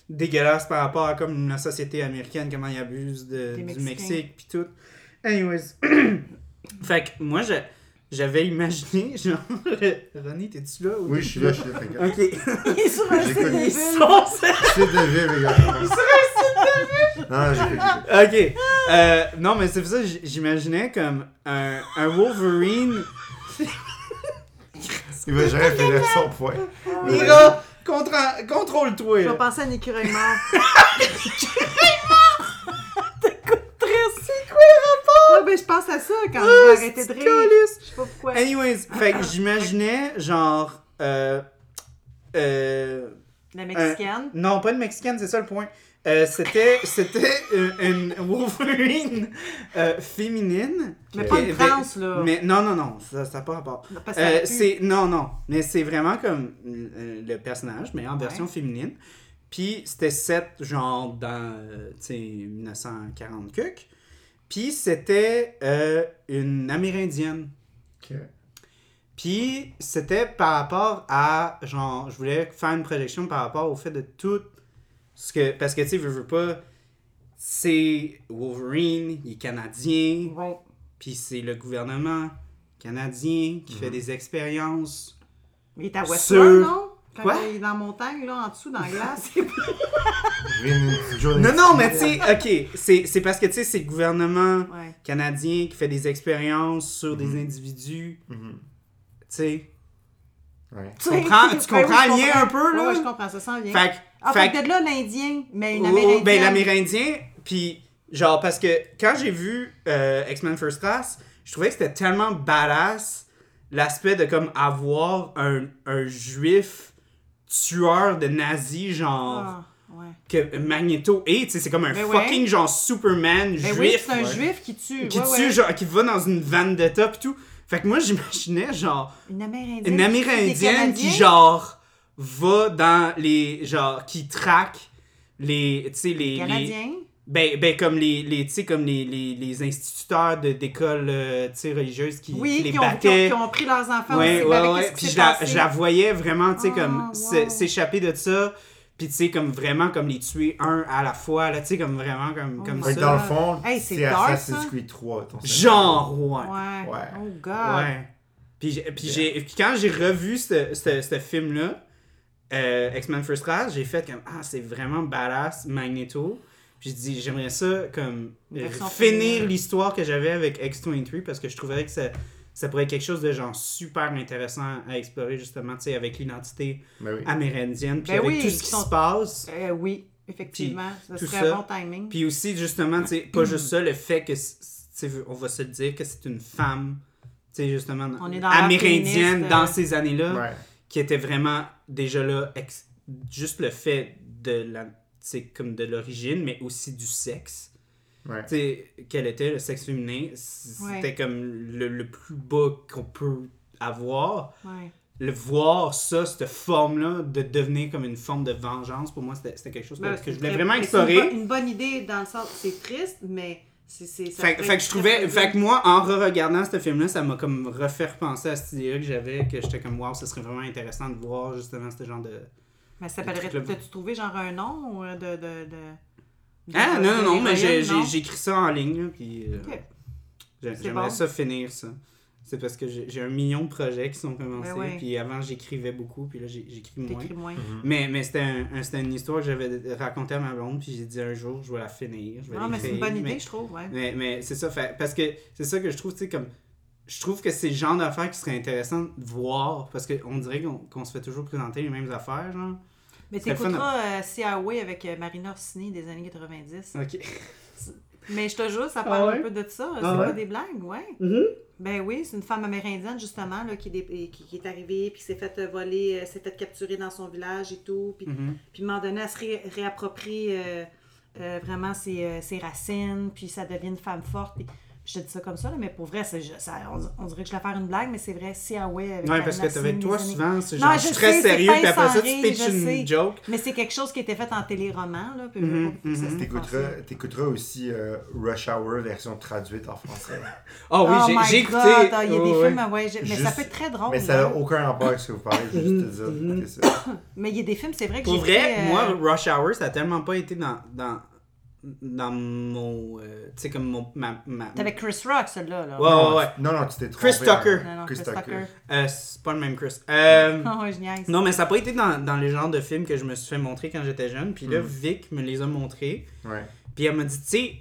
[SPEAKER 1] dégueulasse par rapport à comme la société américaine, comment ils abusent de-
[SPEAKER 4] Des
[SPEAKER 1] du
[SPEAKER 4] Mexicains.
[SPEAKER 1] Mexique, puis tout. Anyways. fait que moi, je- j'avais imaginé, genre, Ronnie, t'es-tu là? ou
[SPEAKER 3] Oui,
[SPEAKER 1] t'es
[SPEAKER 3] je suis
[SPEAKER 1] pas
[SPEAKER 3] là, je suis là. t'inquiète.
[SPEAKER 1] Ok.
[SPEAKER 4] Il est sur un
[SPEAKER 3] J'ai
[SPEAKER 4] site
[SPEAKER 3] connu
[SPEAKER 4] des
[SPEAKER 3] ça.
[SPEAKER 4] bulles.
[SPEAKER 3] C'est de vivre, les gars. Non, j'ai pas
[SPEAKER 1] Ok. Euh, non, mais c'est pour ça, j- j'imaginais comme un, un Wolverine
[SPEAKER 3] Il va jamais finir son point.
[SPEAKER 1] Il va- contra- contrôle-toi.
[SPEAKER 4] Je
[SPEAKER 1] là.
[SPEAKER 4] vais penser à un écureuil mort.
[SPEAKER 1] C'est quoi le rapport?
[SPEAKER 4] Ah, ben, je pense à ça quand je vais arrêter de rire.
[SPEAKER 1] Calisse.
[SPEAKER 4] Je sais pas pourquoi.
[SPEAKER 1] Anyways, fait que j'imaginais genre. Euh, euh,
[SPEAKER 4] La mexicaine.
[SPEAKER 1] non, pas une mexicaine, c'est ça le point. Euh, c'était c'était une, une Wolverine euh, féminine.
[SPEAKER 4] Mais pas
[SPEAKER 1] Euh,
[SPEAKER 4] une trans, là.
[SPEAKER 1] Mais non, non, non, ça n'a pas rapport.
[SPEAKER 4] Parce que ça
[SPEAKER 1] Euh,
[SPEAKER 4] pue.
[SPEAKER 1] c'est non non mais c'est vraiment comme euh, le personnage mais en version féminine puis c'était 7 genre dans euh, tu sais 1940 cuc puis c'était euh, une amérindienne
[SPEAKER 3] Ok.
[SPEAKER 1] puis c'était par rapport à genre je voulais faire une projection par rapport au fait de tout ce que parce que tu sais veux, veux pas c'est Wolverine il est canadien
[SPEAKER 4] Ouais.
[SPEAKER 1] puis c'est le gouvernement canadien qui fait des expériences.
[SPEAKER 4] Mais il est à
[SPEAKER 1] Sur-
[SPEAKER 4] Westworld, non? Quand
[SPEAKER 1] Quoi?
[SPEAKER 4] il est dans la montagne, là, en dessous, dans la glace. C'est pas-
[SPEAKER 1] Non, non, mais tu sais, ok, c'est c'est parce que tu sais, c'est le gouvernement
[SPEAKER 4] Ouais.
[SPEAKER 1] canadien qui fait des expériences sur des individus, tu sais.
[SPEAKER 3] Ouais.
[SPEAKER 4] Tu
[SPEAKER 1] comprends- tu comprends
[SPEAKER 4] Ouais, oui, je
[SPEAKER 1] le lien
[SPEAKER 4] comprends.
[SPEAKER 1] un peu, là?
[SPEAKER 4] Ouais, ouais, je comprends, ça sent bien.
[SPEAKER 1] Fait que-
[SPEAKER 4] ah,
[SPEAKER 1] fait
[SPEAKER 4] fait,
[SPEAKER 1] que-
[SPEAKER 4] que de là, l'Indien, mais une
[SPEAKER 1] Oh,
[SPEAKER 4] Amérindienne.
[SPEAKER 1] Ben, l'Amérindien, puis genre, parce que quand j'ai vu euh, X-Men First Class, je trouvais que c'était tellement badass l'aspect de comme avoir un, un juif tueur de nazis, genre.
[SPEAKER 4] Ah, ouais.
[SPEAKER 1] que Magneto est, tu sais, c'est comme un
[SPEAKER 4] Ben ouais.
[SPEAKER 1] fucking genre Superman
[SPEAKER 4] Ben
[SPEAKER 1] juif
[SPEAKER 4] oui, c'est un
[SPEAKER 3] ouais.
[SPEAKER 4] juif qui tue.
[SPEAKER 1] qui
[SPEAKER 4] ouais,
[SPEAKER 1] tue
[SPEAKER 4] ouais.
[SPEAKER 1] genre qui va dans une vendetta pis tout. Fait que moi j'imaginais genre
[SPEAKER 4] Une Amérindienne.
[SPEAKER 1] une
[SPEAKER 4] qui tue des
[SPEAKER 1] amérindienne qui
[SPEAKER 4] Canadiens.
[SPEAKER 1] genre va dans les genre qui traque les tu sais les, les-
[SPEAKER 4] Canadiens.
[SPEAKER 1] Ben, ben comme les, les, tu sais, comme les, les, les instituteurs de- d'écoles euh, tu sais, religieuses qui, qui
[SPEAKER 2] Oui,
[SPEAKER 1] les
[SPEAKER 2] qui ont, qui ont-
[SPEAKER 1] battaient.
[SPEAKER 2] qui ont pris leurs enfants
[SPEAKER 1] Ouais,
[SPEAKER 2] aussi.
[SPEAKER 1] ouais,
[SPEAKER 2] mais avec
[SPEAKER 1] ouais.
[SPEAKER 2] qu'est-ce qui
[SPEAKER 1] Puis
[SPEAKER 2] s'est
[SPEAKER 1] je la,
[SPEAKER 2] passé?
[SPEAKER 1] je la voyais vraiment, tu sais,
[SPEAKER 2] Ah,
[SPEAKER 1] comme s'é-
[SPEAKER 2] wow.
[SPEAKER 1] s'échapper de ça. Puis, tu sais, comme vraiment, comme les tuer un à la fois, là, tu sais, comme vraiment,
[SPEAKER 2] Oh
[SPEAKER 1] comme, comme
[SPEAKER 3] Fait
[SPEAKER 1] ça.
[SPEAKER 3] que dans le fond,
[SPEAKER 2] Hey, c'est
[SPEAKER 3] c'est
[SPEAKER 2] dark,
[SPEAKER 3] Assassin's
[SPEAKER 2] ça.
[SPEAKER 3] Creed 3. ton
[SPEAKER 1] Genre, ouais.
[SPEAKER 2] Ouais.
[SPEAKER 3] Ouais.
[SPEAKER 2] Oh, God.
[SPEAKER 1] Ouais. Puis, j'ai- puis j'ai- puis quand j'ai revu ce, ce- ce film-là, euh, X-Men First Class, j'ai fait comme Ah, c'est vraiment badass, Magneto. Puis j'ai dit, j'aimerais ça, comme,
[SPEAKER 2] Version
[SPEAKER 1] finir
[SPEAKER 2] féminine.
[SPEAKER 1] l'histoire que j'avais avec X-23 parce que je trouverais que ça, ça pourrait être quelque chose de genre super intéressant à explorer, justement, tu sais, avec l'identité
[SPEAKER 3] Ben oui.
[SPEAKER 1] amérindienne, puis
[SPEAKER 2] Ben
[SPEAKER 1] avec
[SPEAKER 2] oui,
[SPEAKER 1] tout ce
[SPEAKER 2] ils
[SPEAKER 1] qui
[SPEAKER 2] sont-
[SPEAKER 1] se passe.
[SPEAKER 2] Euh, oui, effectivement.
[SPEAKER 1] tout
[SPEAKER 2] ce serait
[SPEAKER 1] ça.
[SPEAKER 2] un bon timing.
[SPEAKER 1] Puis aussi, justement, tu sais, pas juste ça, le fait que, c- c- tu sais, on va se le dire, que c'est une femme, tu sais, justement,
[SPEAKER 2] On est dans l'ère
[SPEAKER 1] amérindienne
[SPEAKER 2] féministe,
[SPEAKER 1] dans
[SPEAKER 2] euh,
[SPEAKER 1] ces années-là,
[SPEAKER 3] Ouais.
[SPEAKER 1] qui était vraiment déjà là, ex- juste le fait de la, tu sais, comme de l'origine, mais aussi du sexe.
[SPEAKER 3] Ouais.
[SPEAKER 1] Tu sais, quel était le sexe féminin, c'était
[SPEAKER 2] Ouais.
[SPEAKER 1] comme le, le plus bas qu'on peut avoir.
[SPEAKER 2] Ouais.
[SPEAKER 1] Le voir ça, cette forme-là, de devenir comme une forme de vengeance, pour moi, c'était c'était quelque chose que,
[SPEAKER 2] Ben,
[SPEAKER 1] que
[SPEAKER 2] c'est
[SPEAKER 1] je voulais
[SPEAKER 2] très-
[SPEAKER 1] vraiment
[SPEAKER 2] mais c'est une
[SPEAKER 1] explorer.
[SPEAKER 2] bo- Une, bonne idée dans le sens, c'est triste, mais c'est. c'est- ça
[SPEAKER 1] Fait,
[SPEAKER 2] pourrait
[SPEAKER 1] fait
[SPEAKER 2] être
[SPEAKER 1] que je
[SPEAKER 2] très,
[SPEAKER 1] trouvais,
[SPEAKER 2] très
[SPEAKER 1] fait
[SPEAKER 2] bien.
[SPEAKER 1] que moi, en re-regardant ce film-là, ça m'a comme refait repenser à cette idée-là que j'avais, que j'étais comme, wow, ce serait vraiment intéressant de voir justement ce genre de.
[SPEAKER 2] Mais ça
[SPEAKER 1] Le
[SPEAKER 2] s'appellerait.
[SPEAKER 1] truc, là.
[SPEAKER 2] T'as-tu trouvé genre un nom ou euh, de. de, de...
[SPEAKER 1] Ah,
[SPEAKER 2] de-
[SPEAKER 1] non,
[SPEAKER 2] de
[SPEAKER 1] non, non, mais j'ai-
[SPEAKER 2] l'héroïne,
[SPEAKER 1] j'ai- j'écris ça en ligne, là, puis euh,
[SPEAKER 2] Ok.
[SPEAKER 1] j'ai-
[SPEAKER 2] C'est
[SPEAKER 1] j'aimerais
[SPEAKER 2] bon.
[SPEAKER 1] ça finir ça. C'est parce que j'ai j'ai un million de projets qui sont commencés,
[SPEAKER 2] Ben ouais.
[SPEAKER 1] puis avant j'écrivais beaucoup, puis là j'ai- j'écris moins.
[SPEAKER 2] T'écris moins.
[SPEAKER 1] Mais, mais c'était un- un- c'était une histoire que j'avais racontée à ma blonde, puis j'ai dit un jour, je vais la finir. Je vais
[SPEAKER 2] Non, Ah, mais c'est une
[SPEAKER 1] l'écrire,
[SPEAKER 2] bonne
[SPEAKER 1] mais-
[SPEAKER 2] idée, je trouve, ouais.
[SPEAKER 1] Mais, mais c'est ça, fait- parce que c'est ça que je trouve, tu sais, comme. Je trouve que c'est le genre d'affaires qui serait intéressant de voir, parce qu'on dirait qu'on qu'on se fait toujours présenter les mêmes affaires, genre.
[SPEAKER 2] Mais
[SPEAKER 1] c'est le fun
[SPEAKER 2] t'écouteras euh, Sea Away avec euh, Marina Orsini des années 90.
[SPEAKER 1] Ok.
[SPEAKER 2] Mais je te jure, ça parle
[SPEAKER 1] Ah ouais?
[SPEAKER 2] un peu de ça. c'est
[SPEAKER 1] Ah ouais? Mm-hmm.
[SPEAKER 2] pas des blagues, ouais. Ben oui, c'est une femme amérindienne, justement, là, qui, est dé- qui, qui est arrivée, puis s'est faite euh, voler, euh, s'est faite capturer dans son village et tout. Puis,
[SPEAKER 1] Mhm.
[SPEAKER 2] puis à un moment donné, elle se ré- réapproprie euh, euh, vraiment ses, euh, ses racines, puis ça devient une femme forte. Puis, puis je te dis ça comme ça, là, mais pour vrai, c'est- je- ça- on, on dirait que je vais faire une blague, mais c'est vrai, si ah ouais. Avec
[SPEAKER 1] Ouais,
[SPEAKER 2] la
[SPEAKER 1] parce que
[SPEAKER 2] racine,
[SPEAKER 1] avec toi,
[SPEAKER 2] les années-
[SPEAKER 1] souvent, c'est
[SPEAKER 2] Non,
[SPEAKER 1] genre, je
[SPEAKER 2] je
[SPEAKER 1] suis très
[SPEAKER 2] sais, c'est
[SPEAKER 1] sérieux, puis
[SPEAKER 2] pince
[SPEAKER 1] après
[SPEAKER 2] sans
[SPEAKER 1] ça, tu
[SPEAKER 2] rire,
[SPEAKER 1] pitches
[SPEAKER 2] je
[SPEAKER 1] une
[SPEAKER 2] sais.
[SPEAKER 1] joke.
[SPEAKER 2] Mais c'est quelque chose qui était fait en téléroman, là. Puis
[SPEAKER 1] Mhm,
[SPEAKER 2] puis ça,
[SPEAKER 1] mhm.
[SPEAKER 2] c'est français.
[SPEAKER 3] T'écouteras, t'écouteras aussi euh, Rush Hour version traduite en français.
[SPEAKER 1] Ah oui,
[SPEAKER 2] Oh
[SPEAKER 1] j'ai-
[SPEAKER 2] my
[SPEAKER 1] j'ai
[SPEAKER 2] God,
[SPEAKER 1] écouté. Oh,
[SPEAKER 2] ah, Il y a des
[SPEAKER 1] ouais,
[SPEAKER 2] films, ouais, j'ai- mais ça
[SPEAKER 3] Juste-
[SPEAKER 2] peut être très drôle.
[SPEAKER 3] Mais ça
[SPEAKER 2] là.
[SPEAKER 3] n'a aucun rapport avec ce que vous parlez, je vais juste te
[SPEAKER 2] Mmh.
[SPEAKER 3] dire, écoutez ça.
[SPEAKER 2] Mais il y a des films, c'est vrai que
[SPEAKER 1] Pour
[SPEAKER 2] j'ai
[SPEAKER 1] vrai,
[SPEAKER 2] fait, euh,
[SPEAKER 1] moi, Rush Hour, ça a tellement pas été dans, dans, dans mon. euh, tu sais, comme mon. Ma, ma-
[SPEAKER 2] T'avais Chris Rock, celui-là. Là.
[SPEAKER 1] Ouais, ouais, ouais.
[SPEAKER 3] Ah, Non, non, tu t'es trompé. hein.
[SPEAKER 1] Chris Tucker.
[SPEAKER 2] Non, non,
[SPEAKER 3] Chris
[SPEAKER 2] Chris
[SPEAKER 3] Tucker.
[SPEAKER 2] Tucker.
[SPEAKER 1] Euh, c'est pas le même Chris. Euh,
[SPEAKER 2] Non, ouais, je niaise.
[SPEAKER 1] Non, mais ça n'a pas été dans, dans les genres de films que je me suis fait montrer quand j'étais jeune. Puis
[SPEAKER 2] Mm.
[SPEAKER 1] là, Vic me les a montrés.
[SPEAKER 3] Ouais.
[SPEAKER 1] Puis elle m'a dit, tu sais,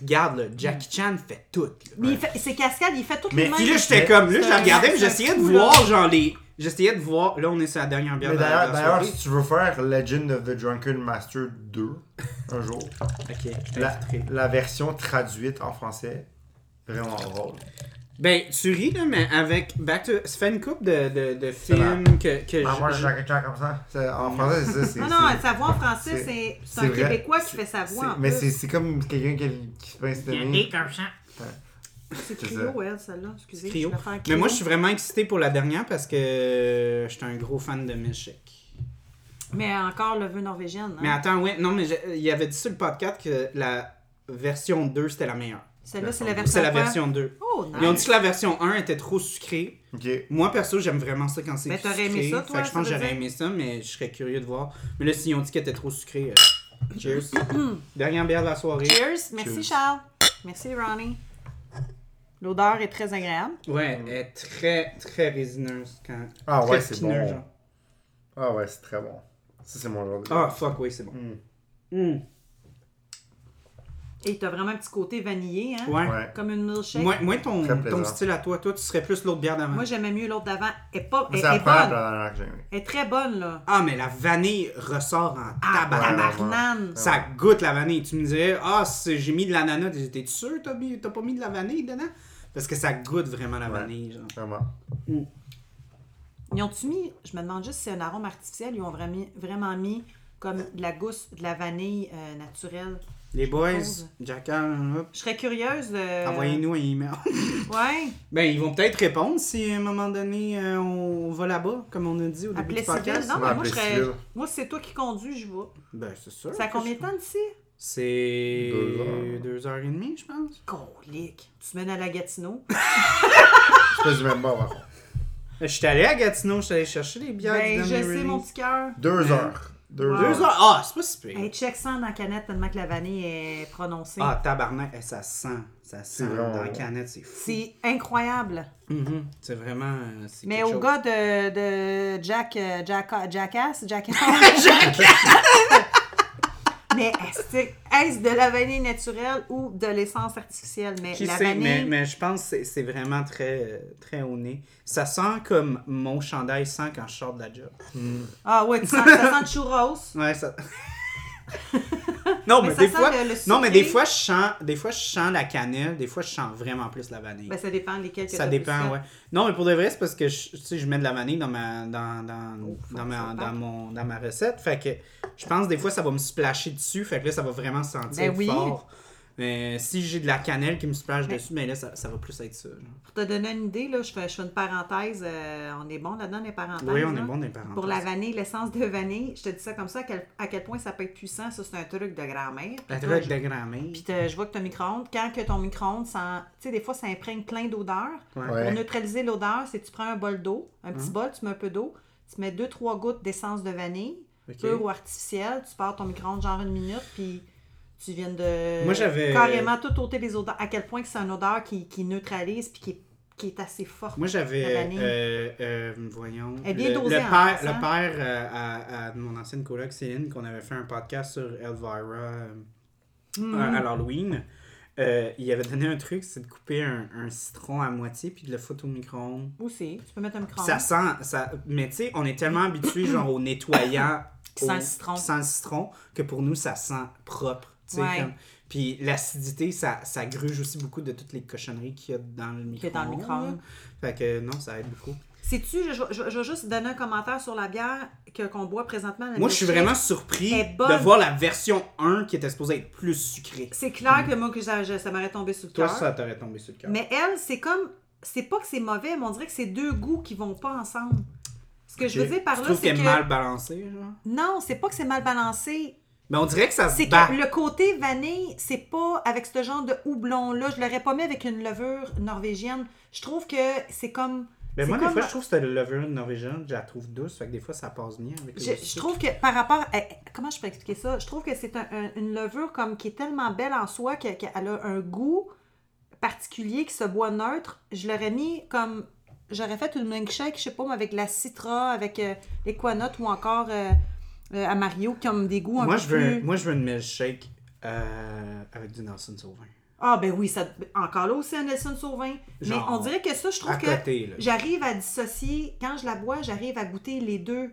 [SPEAKER 1] regarde, là, Jackie Chan fait tout. là.
[SPEAKER 2] Mm. Mais il fait, ses cascades, il fait tout
[SPEAKER 3] Mais
[SPEAKER 2] le
[SPEAKER 1] Puis
[SPEAKER 2] même.
[SPEAKER 1] là, j'étais
[SPEAKER 3] Mais-
[SPEAKER 1] comme, là, je la
[SPEAKER 2] C'est-
[SPEAKER 1] regardais, puis
[SPEAKER 2] c'est un
[SPEAKER 1] j'essayais de
[SPEAKER 2] fou, là.
[SPEAKER 1] voir, genre, les. J'essayais de voir. Là, on est sur la dernière bière
[SPEAKER 3] Mais
[SPEAKER 1] de la-
[SPEAKER 3] d'ailleurs,
[SPEAKER 1] de la
[SPEAKER 3] d'ailleurs,
[SPEAKER 1] soirée.
[SPEAKER 3] si tu veux faire Legend of the Drunken Master 2 un jour,
[SPEAKER 1] Ok, je
[SPEAKER 3] la,
[SPEAKER 1] t'inviterai.
[SPEAKER 3] la version traduite en français, vraiment drôle.
[SPEAKER 1] Ben, tu ris, là, mais avec. Back to. Ça fait une couple de, de, de films que, que
[SPEAKER 3] Ah, moi,
[SPEAKER 1] je-
[SPEAKER 3] j'ai quelqu'un comme ça. C'est- En français, c'est ça. c'est-
[SPEAKER 2] Non, non,
[SPEAKER 3] c'est-
[SPEAKER 2] sa voix en français,
[SPEAKER 3] c'est-
[SPEAKER 2] c'est c'est
[SPEAKER 3] c'est
[SPEAKER 2] un
[SPEAKER 3] vrai.
[SPEAKER 2] Québéquois qui fait sa
[SPEAKER 3] c'est-
[SPEAKER 2] voix. en
[SPEAKER 3] Mais c'est
[SPEAKER 2] plus.
[SPEAKER 3] c'est comme quelqu'un qui, qui se fait installer.
[SPEAKER 2] c'est
[SPEAKER 3] c'est
[SPEAKER 2] Trio, elle, celle-là. Excusez.
[SPEAKER 1] Trio.
[SPEAKER 2] je vais faire un
[SPEAKER 1] Mais
[SPEAKER 2] Clio.
[SPEAKER 1] moi, je suis vraiment excité pour la dernière parce que euh, j'étais un gros fan de Milkshake.
[SPEAKER 2] Mais encore le vœu norvégienne.
[SPEAKER 1] Mais
[SPEAKER 2] Hein.
[SPEAKER 1] attends, ouais, non, mais je- il avait dit sur le podcast que la version 2 c'était la meilleure.
[SPEAKER 2] Celle-là, c'est la
[SPEAKER 3] C'est
[SPEAKER 2] version.
[SPEAKER 1] C'est la
[SPEAKER 2] quoi?
[SPEAKER 1] version 2.
[SPEAKER 2] Oh,
[SPEAKER 1] Ils ont
[SPEAKER 2] nice.
[SPEAKER 1] dit que la version 1 était trop sucrée.
[SPEAKER 3] Ok.
[SPEAKER 1] Moi, perso, j'aime vraiment ça quand c'est
[SPEAKER 2] Mais
[SPEAKER 1] sucré.
[SPEAKER 2] t'aurais aimé ça, toi,
[SPEAKER 1] Fait que je pense
[SPEAKER 2] ça
[SPEAKER 1] que
[SPEAKER 2] veut
[SPEAKER 1] j'aurais
[SPEAKER 2] dire?
[SPEAKER 1] aimé ça, mais je serais curieux de voir. Mais là, s'ils ont dit qu'elle était trop sucrée, euh, cheers. Dernière bière de la soirée.
[SPEAKER 2] Cheers. Merci,
[SPEAKER 3] Cheers.
[SPEAKER 2] Charles. Merci, Ronnie. L'odeur est très agréable.
[SPEAKER 1] Ouais, elle est très, très résineuse. Quand...
[SPEAKER 3] Ah
[SPEAKER 1] très
[SPEAKER 3] ouais, c'est
[SPEAKER 1] pineux,
[SPEAKER 3] bon.
[SPEAKER 1] genre.
[SPEAKER 3] Ah ouais, c'est très bon. Ça, c'est mon genre de.
[SPEAKER 1] Ah, fuck, oui, c'est bon.
[SPEAKER 3] Mm.
[SPEAKER 1] Mm.
[SPEAKER 2] Et t'as vraiment un petit côté vanillé, hein?
[SPEAKER 1] Ouais.
[SPEAKER 3] Ouais.
[SPEAKER 2] Comme une milkshake.
[SPEAKER 1] Moi, moi, ton,
[SPEAKER 3] Très
[SPEAKER 1] ton
[SPEAKER 3] plaisant.
[SPEAKER 1] style à toi, toi, tu serais plus l'autre bière d'avant.
[SPEAKER 2] Moi, j'aimais mieux l'autre d'avant. Elle est, pas,
[SPEAKER 3] Moi,
[SPEAKER 2] elle,
[SPEAKER 3] C'est la
[SPEAKER 2] est
[SPEAKER 3] première
[SPEAKER 2] bonne.
[SPEAKER 3] dernière que j'ai aimée.
[SPEAKER 2] Elle est très bonne, là.
[SPEAKER 1] Ah, mais la vanille ressort en
[SPEAKER 2] Ah,
[SPEAKER 1] tabarnak.
[SPEAKER 3] ouais, ouais.
[SPEAKER 2] Barnane.
[SPEAKER 1] Ça goûte la vanille. Tu me dirais, ah, c'est- j'ai mis de l'ananas. T'es sûr que t'as mis- t'as pas mis de la vanille dedans? Parce que ça goûte vraiment la
[SPEAKER 3] Ouais.
[SPEAKER 1] vanille. Genre.
[SPEAKER 3] Vraiment.
[SPEAKER 2] Ils ont-tu mis, je me demande juste si c'est un arôme artificiel, ils ont vraiment, vraiment mis comme de la gousse, de la vanille euh, naturelle.
[SPEAKER 1] Les boys,
[SPEAKER 2] suppose.
[SPEAKER 1] Jackal, hop,
[SPEAKER 2] Je Euh. serais curieuse de.
[SPEAKER 1] envoyez-nous un email.
[SPEAKER 2] Ouais.
[SPEAKER 1] ben, ils vont peut-être répondre si à un moment donné euh, on va là-bas, comme on a dit au début
[SPEAKER 2] Appelez
[SPEAKER 1] du
[SPEAKER 2] Sylvia.
[SPEAKER 1] podcast.
[SPEAKER 2] Non,
[SPEAKER 3] Ouais,
[SPEAKER 2] mais moi, je
[SPEAKER 3] appelez
[SPEAKER 2] serais.
[SPEAKER 3] Sylvia.
[SPEAKER 2] Moi, si c'est toi qui conduis, je vais.
[SPEAKER 1] Ben, c'est sûr.
[SPEAKER 2] Ça a combien de temps d'ici?
[SPEAKER 1] C'est
[SPEAKER 5] Deux heures.
[SPEAKER 1] deux heures et demie, je pense.
[SPEAKER 2] Colique. Tu te mènes à la Gatineau.
[SPEAKER 3] Je fais du même bord, par contre.
[SPEAKER 1] Ben, Je suis allé à Gatineau, je suis allé chercher les bières
[SPEAKER 2] Ben,
[SPEAKER 1] du
[SPEAKER 2] je
[SPEAKER 1] dernier
[SPEAKER 2] sais, mon
[SPEAKER 1] release.
[SPEAKER 2] petit cœur.
[SPEAKER 3] Deux heures. Deux
[SPEAKER 2] Wow.
[SPEAKER 3] heures.
[SPEAKER 1] Deux heures? Ah, c'est pas si pire.
[SPEAKER 2] Hey, check ça dans la canette tellement que la vanille est prononcée.
[SPEAKER 1] Ah, tabarnak, eh, ça sent. Ça sent
[SPEAKER 3] vraiment-
[SPEAKER 1] dans la canette, c'est fou.
[SPEAKER 2] C'est incroyable.
[SPEAKER 1] Mhm. C'est vraiment. euh, c'est
[SPEAKER 2] Mais
[SPEAKER 1] quelque
[SPEAKER 2] au
[SPEAKER 1] chose.
[SPEAKER 2] gars de, de Jack, euh, Jack, Jackass, Jackass. Mais est-ce que- est-ce de la vanille naturelle ou de l'essence artificielle? Mais
[SPEAKER 1] Qui
[SPEAKER 2] la
[SPEAKER 1] sait,
[SPEAKER 2] vanille,
[SPEAKER 1] mais, mais je pense que c'est- c'est vraiment très, euh, très au nez. Ça sent comme mon chandail sent quand je sors de la job.
[SPEAKER 2] Ah ouais, tu sens, ça sent le churros.
[SPEAKER 1] Ouais, ça. non, mais,
[SPEAKER 2] Mais ça
[SPEAKER 1] des
[SPEAKER 2] sent
[SPEAKER 1] fois.
[SPEAKER 2] le- le
[SPEAKER 1] non, mais des
[SPEAKER 2] sucré.
[SPEAKER 1] fois, je sens, des fois, je sens la cannelle, des fois, je sens vraiment plus la vanille.
[SPEAKER 2] Ben, ça dépend lesquels que
[SPEAKER 1] ça
[SPEAKER 2] t'as plus
[SPEAKER 1] dépend,
[SPEAKER 2] fait.
[SPEAKER 1] ouais. Non, mais pour de vrai, c'est parce que je, tu sais, je mets de la vanille dans ma, dans, dans,
[SPEAKER 2] Oh, faut
[SPEAKER 1] dans,
[SPEAKER 2] que ça
[SPEAKER 1] ma, dans,
[SPEAKER 2] parte.
[SPEAKER 1] mon, dans ma recette. Fait que je pense des fois, ça va me splasher dessus. Fait que là, ça va vraiment sentir
[SPEAKER 2] Ben oui. Ben
[SPEAKER 1] fort. Mais si j'ai de la cannelle qui me splash dessus, mais là, ça, ça va plus être ça. genre.
[SPEAKER 2] Pour te donner une idée, là, je, fais, je fais une parenthèse. euh, on est bon là-dedans, les parenthèses.
[SPEAKER 1] Oui, on est
[SPEAKER 2] là.
[SPEAKER 1] bon dans les parenthèses.
[SPEAKER 2] Pour la vanille, l'essence de vanille, je te dis ça comme ça, à quel, à quel point ça peut être puissant. Ça, c'est un truc de grand-mère.
[SPEAKER 1] La
[SPEAKER 2] Puis toi,
[SPEAKER 1] drogue de grand-mère.
[SPEAKER 2] Puis te- je vois que ton micro-ondes, quand que ton micro-ondes, sent- tu sais, des fois, ça imprègne plein d'odeurs. Pour
[SPEAKER 3] Ouais.
[SPEAKER 2] neutraliser l'odeur, c'est que tu prends un bol d'eau, un
[SPEAKER 1] Hum.
[SPEAKER 2] petit bol, tu mets un peu d'eau, tu mets deux, trois gouttes d'essence de vanille,
[SPEAKER 1] Ok.
[SPEAKER 2] pure ou artificielle, tu pars ton micro-ondes genre une minute, puis tu viens de
[SPEAKER 1] Moi, j'avais-
[SPEAKER 2] carrément tout ôter les odeurs, à quel point que c'est une odeur qui, qui neutralise, puis qui est, qui est assez forte.
[SPEAKER 1] Moi,
[SPEAKER 2] La
[SPEAKER 1] j'avais.
[SPEAKER 2] vanille.
[SPEAKER 1] Euh, euh, voyons.
[SPEAKER 2] Elle est bien
[SPEAKER 1] le,
[SPEAKER 2] dosée hein,
[SPEAKER 1] le
[SPEAKER 2] en
[SPEAKER 1] père,
[SPEAKER 2] passant.
[SPEAKER 1] le père euh, à, à mon ancienne coloc, Céline, qu'on avait fait un podcast sur Elvira euh,
[SPEAKER 2] Mm.
[SPEAKER 1] à, à l'Halloween. euh, il avait donné un truc, c'est de couper un, un citron à moitié puis de le foutre au micro-ondes.
[SPEAKER 2] Aussi, tu peux mettre un micro-ondes.
[SPEAKER 1] Ça sent, ça... mais tu sais, on est tellement habitué genre au nettoyant
[SPEAKER 2] Qui sent
[SPEAKER 1] au-
[SPEAKER 2] le citron.
[SPEAKER 1] qui sent le citron, que pour nous ça sent propre. tu sais,
[SPEAKER 2] Ouais.
[SPEAKER 1] Comme... Puis l'acidité, ça, ça gruge aussi beaucoup de toutes les cochonneries qu'il y a dans le
[SPEAKER 2] y a
[SPEAKER 1] micro-ondes.
[SPEAKER 2] dans le micro-ondes.
[SPEAKER 1] là. Fait que non, ça aide beaucoup.
[SPEAKER 2] Sais-tu, je, je- je vais juste donner un commentaire sur la bière que- qu'on boit présentement. la
[SPEAKER 1] Moi, je suis
[SPEAKER 2] milkshake.
[SPEAKER 1] vraiment surpris
[SPEAKER 2] Elle est
[SPEAKER 1] de
[SPEAKER 2] bonne.
[SPEAKER 1] voir la version 1 qui était supposée être plus sucrée.
[SPEAKER 2] C'est clair que moi, que ça, je- ça m'aurait tombé sur le
[SPEAKER 1] Mm. Toi,
[SPEAKER 2] cœur.
[SPEAKER 1] ça t'aurait tombé sur le cœur.
[SPEAKER 2] Mais elle, c'est comme. C'est pas que c'est mauvais, mais on dirait que c'est deux goûts qui vont pas ensemble. Ce que je veux dire par
[SPEAKER 1] tu
[SPEAKER 2] là,
[SPEAKER 1] trouves
[SPEAKER 2] c'est
[SPEAKER 1] qu'elle
[SPEAKER 2] que.
[SPEAKER 1] est mal balancée, genre?
[SPEAKER 2] Non, c'est pas que c'est mal balancé.
[SPEAKER 1] Mais on dirait que ça se
[SPEAKER 2] C'est
[SPEAKER 1] bat.
[SPEAKER 2] que le côté vanille, c'est pas avec ce genre de houblon-là. Je l'aurais pas mis avec une levure norvégienne. Je trouve que c'est comme.
[SPEAKER 1] Ben
[SPEAKER 2] c'est
[SPEAKER 1] moi, des
[SPEAKER 2] comme-
[SPEAKER 1] fois, je trouve que cette levure norvégienne, je la trouve douce, fait que des fois, ça passe bien avec le
[SPEAKER 2] Je,
[SPEAKER 1] sucre.
[SPEAKER 2] je trouve que par rapport à. Comment je peux expliquer ça? Je trouve que c'est un- un- une levure comme qui est tellement belle en soi que- qu'elle a un goût particulier qui se boit neutre. Je l'aurais mis comme. J'aurais fait une milkshake, je sais pas, mais avec la citra, avec euh, les quanotes ou encore euh, euh, à Mario qui ont des goûts un
[SPEAKER 1] Moi
[SPEAKER 2] peu
[SPEAKER 1] je, veux,
[SPEAKER 2] plus-
[SPEAKER 1] moi, je veux une milkshake euh, avec du Nelson Sauvin.
[SPEAKER 2] Ah ben oui, ça, encore là aussi un Nelson Sauvin.
[SPEAKER 1] Genre,
[SPEAKER 2] mais on dirait que ça, je trouve
[SPEAKER 1] À
[SPEAKER 2] que
[SPEAKER 1] côté, là.
[SPEAKER 2] j'arrive à dissocier, quand je la bois, j'arrive à goûter les deux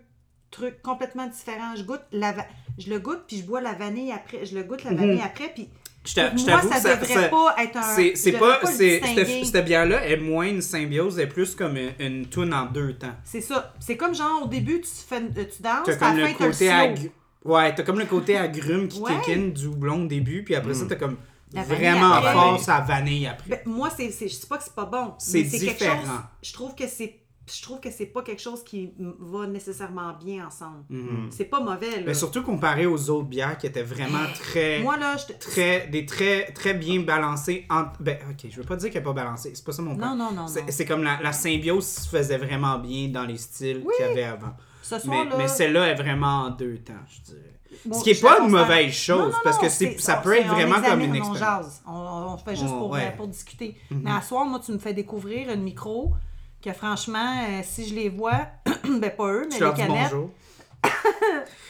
[SPEAKER 2] trucs complètement différents. Je goûte la va- je le goûte puis je bois la vanille après, je le goûte la vanille après puis
[SPEAKER 1] Je
[SPEAKER 2] pour
[SPEAKER 1] t'a- Mhm. je
[SPEAKER 2] moi
[SPEAKER 1] t'avoue
[SPEAKER 2] ça,
[SPEAKER 1] que ça-
[SPEAKER 2] devrait
[SPEAKER 1] ça-
[SPEAKER 2] pas être un
[SPEAKER 1] C'est
[SPEAKER 2] je
[SPEAKER 1] c'est
[SPEAKER 2] devrais
[SPEAKER 1] pas.
[SPEAKER 2] le
[SPEAKER 1] c'est-
[SPEAKER 2] distinguer.
[SPEAKER 1] Cette, cette bière-là est moins une symbiose, elle est plus comme une, une toune en deux temps.
[SPEAKER 2] C'est ça. C'est comme genre au début tu fais euh, tu danses,
[SPEAKER 1] T'as
[SPEAKER 2] puis à
[SPEAKER 1] comme
[SPEAKER 2] la
[SPEAKER 1] le
[SPEAKER 2] fin t'as le
[SPEAKER 1] côté
[SPEAKER 2] slow.
[SPEAKER 1] agru- Ouais, t'as comme le côté agrume qui
[SPEAKER 2] Ouais.
[SPEAKER 1] kick in du houblon au début, puis après ça, t'as comme
[SPEAKER 2] La vanille
[SPEAKER 1] vraiment
[SPEAKER 2] après.
[SPEAKER 1] fort sa vanille après.
[SPEAKER 2] Ben, moi, c'est, c'est, je dis pas que c'est pas bon.
[SPEAKER 1] C'est
[SPEAKER 2] mais c'est quelque
[SPEAKER 1] différent.
[SPEAKER 2] chose. Je trouve que c'est. Je trouve que c'est pas quelque chose qui m- va nécessairement bien ensemble. C'est pas mauvais, là.
[SPEAKER 1] Mhm. Mais surtout comparé aux autres bières qui étaient vraiment très.
[SPEAKER 2] ben, Moi, là, je te-
[SPEAKER 1] Très, des très, très bien balancées. entre- Ben, ok, je veux pas dire qu'elle n'est pas balancée, c'est pas ça mon point.
[SPEAKER 2] Non, non, non,
[SPEAKER 1] C'est-
[SPEAKER 2] non.
[SPEAKER 1] C'est comme la, la symbiose se faisait vraiment bien dans les styles qu'il y avait avant.
[SPEAKER 2] Ce
[SPEAKER 1] Mais,
[SPEAKER 2] soir, là.
[SPEAKER 1] mais celle-là est vraiment en deux temps, je dirais.
[SPEAKER 2] moi,
[SPEAKER 1] Ce qui est
[SPEAKER 2] je
[SPEAKER 1] pas
[SPEAKER 2] la
[SPEAKER 1] une
[SPEAKER 2] considère-
[SPEAKER 1] mauvaise chose,
[SPEAKER 2] Non, non,
[SPEAKER 1] parce que
[SPEAKER 2] non,
[SPEAKER 1] c'est-
[SPEAKER 2] c'est-
[SPEAKER 1] ça
[SPEAKER 2] on-
[SPEAKER 1] peut être
[SPEAKER 2] c'est-
[SPEAKER 1] vraiment
[SPEAKER 2] on examine,
[SPEAKER 1] comme une
[SPEAKER 2] On
[SPEAKER 1] expérience.
[SPEAKER 2] jase. On, on- on fait juste
[SPEAKER 1] On-
[SPEAKER 2] pour,
[SPEAKER 1] ouais. Mm-hmm.
[SPEAKER 2] pour discuter. Mais à soir, moi, tu me fais découvrir une micro que, franchement, euh, si je les vois, ben pas eux, mais
[SPEAKER 1] Je
[SPEAKER 2] les
[SPEAKER 1] leur dis
[SPEAKER 2] canettes.
[SPEAKER 1] bonjour.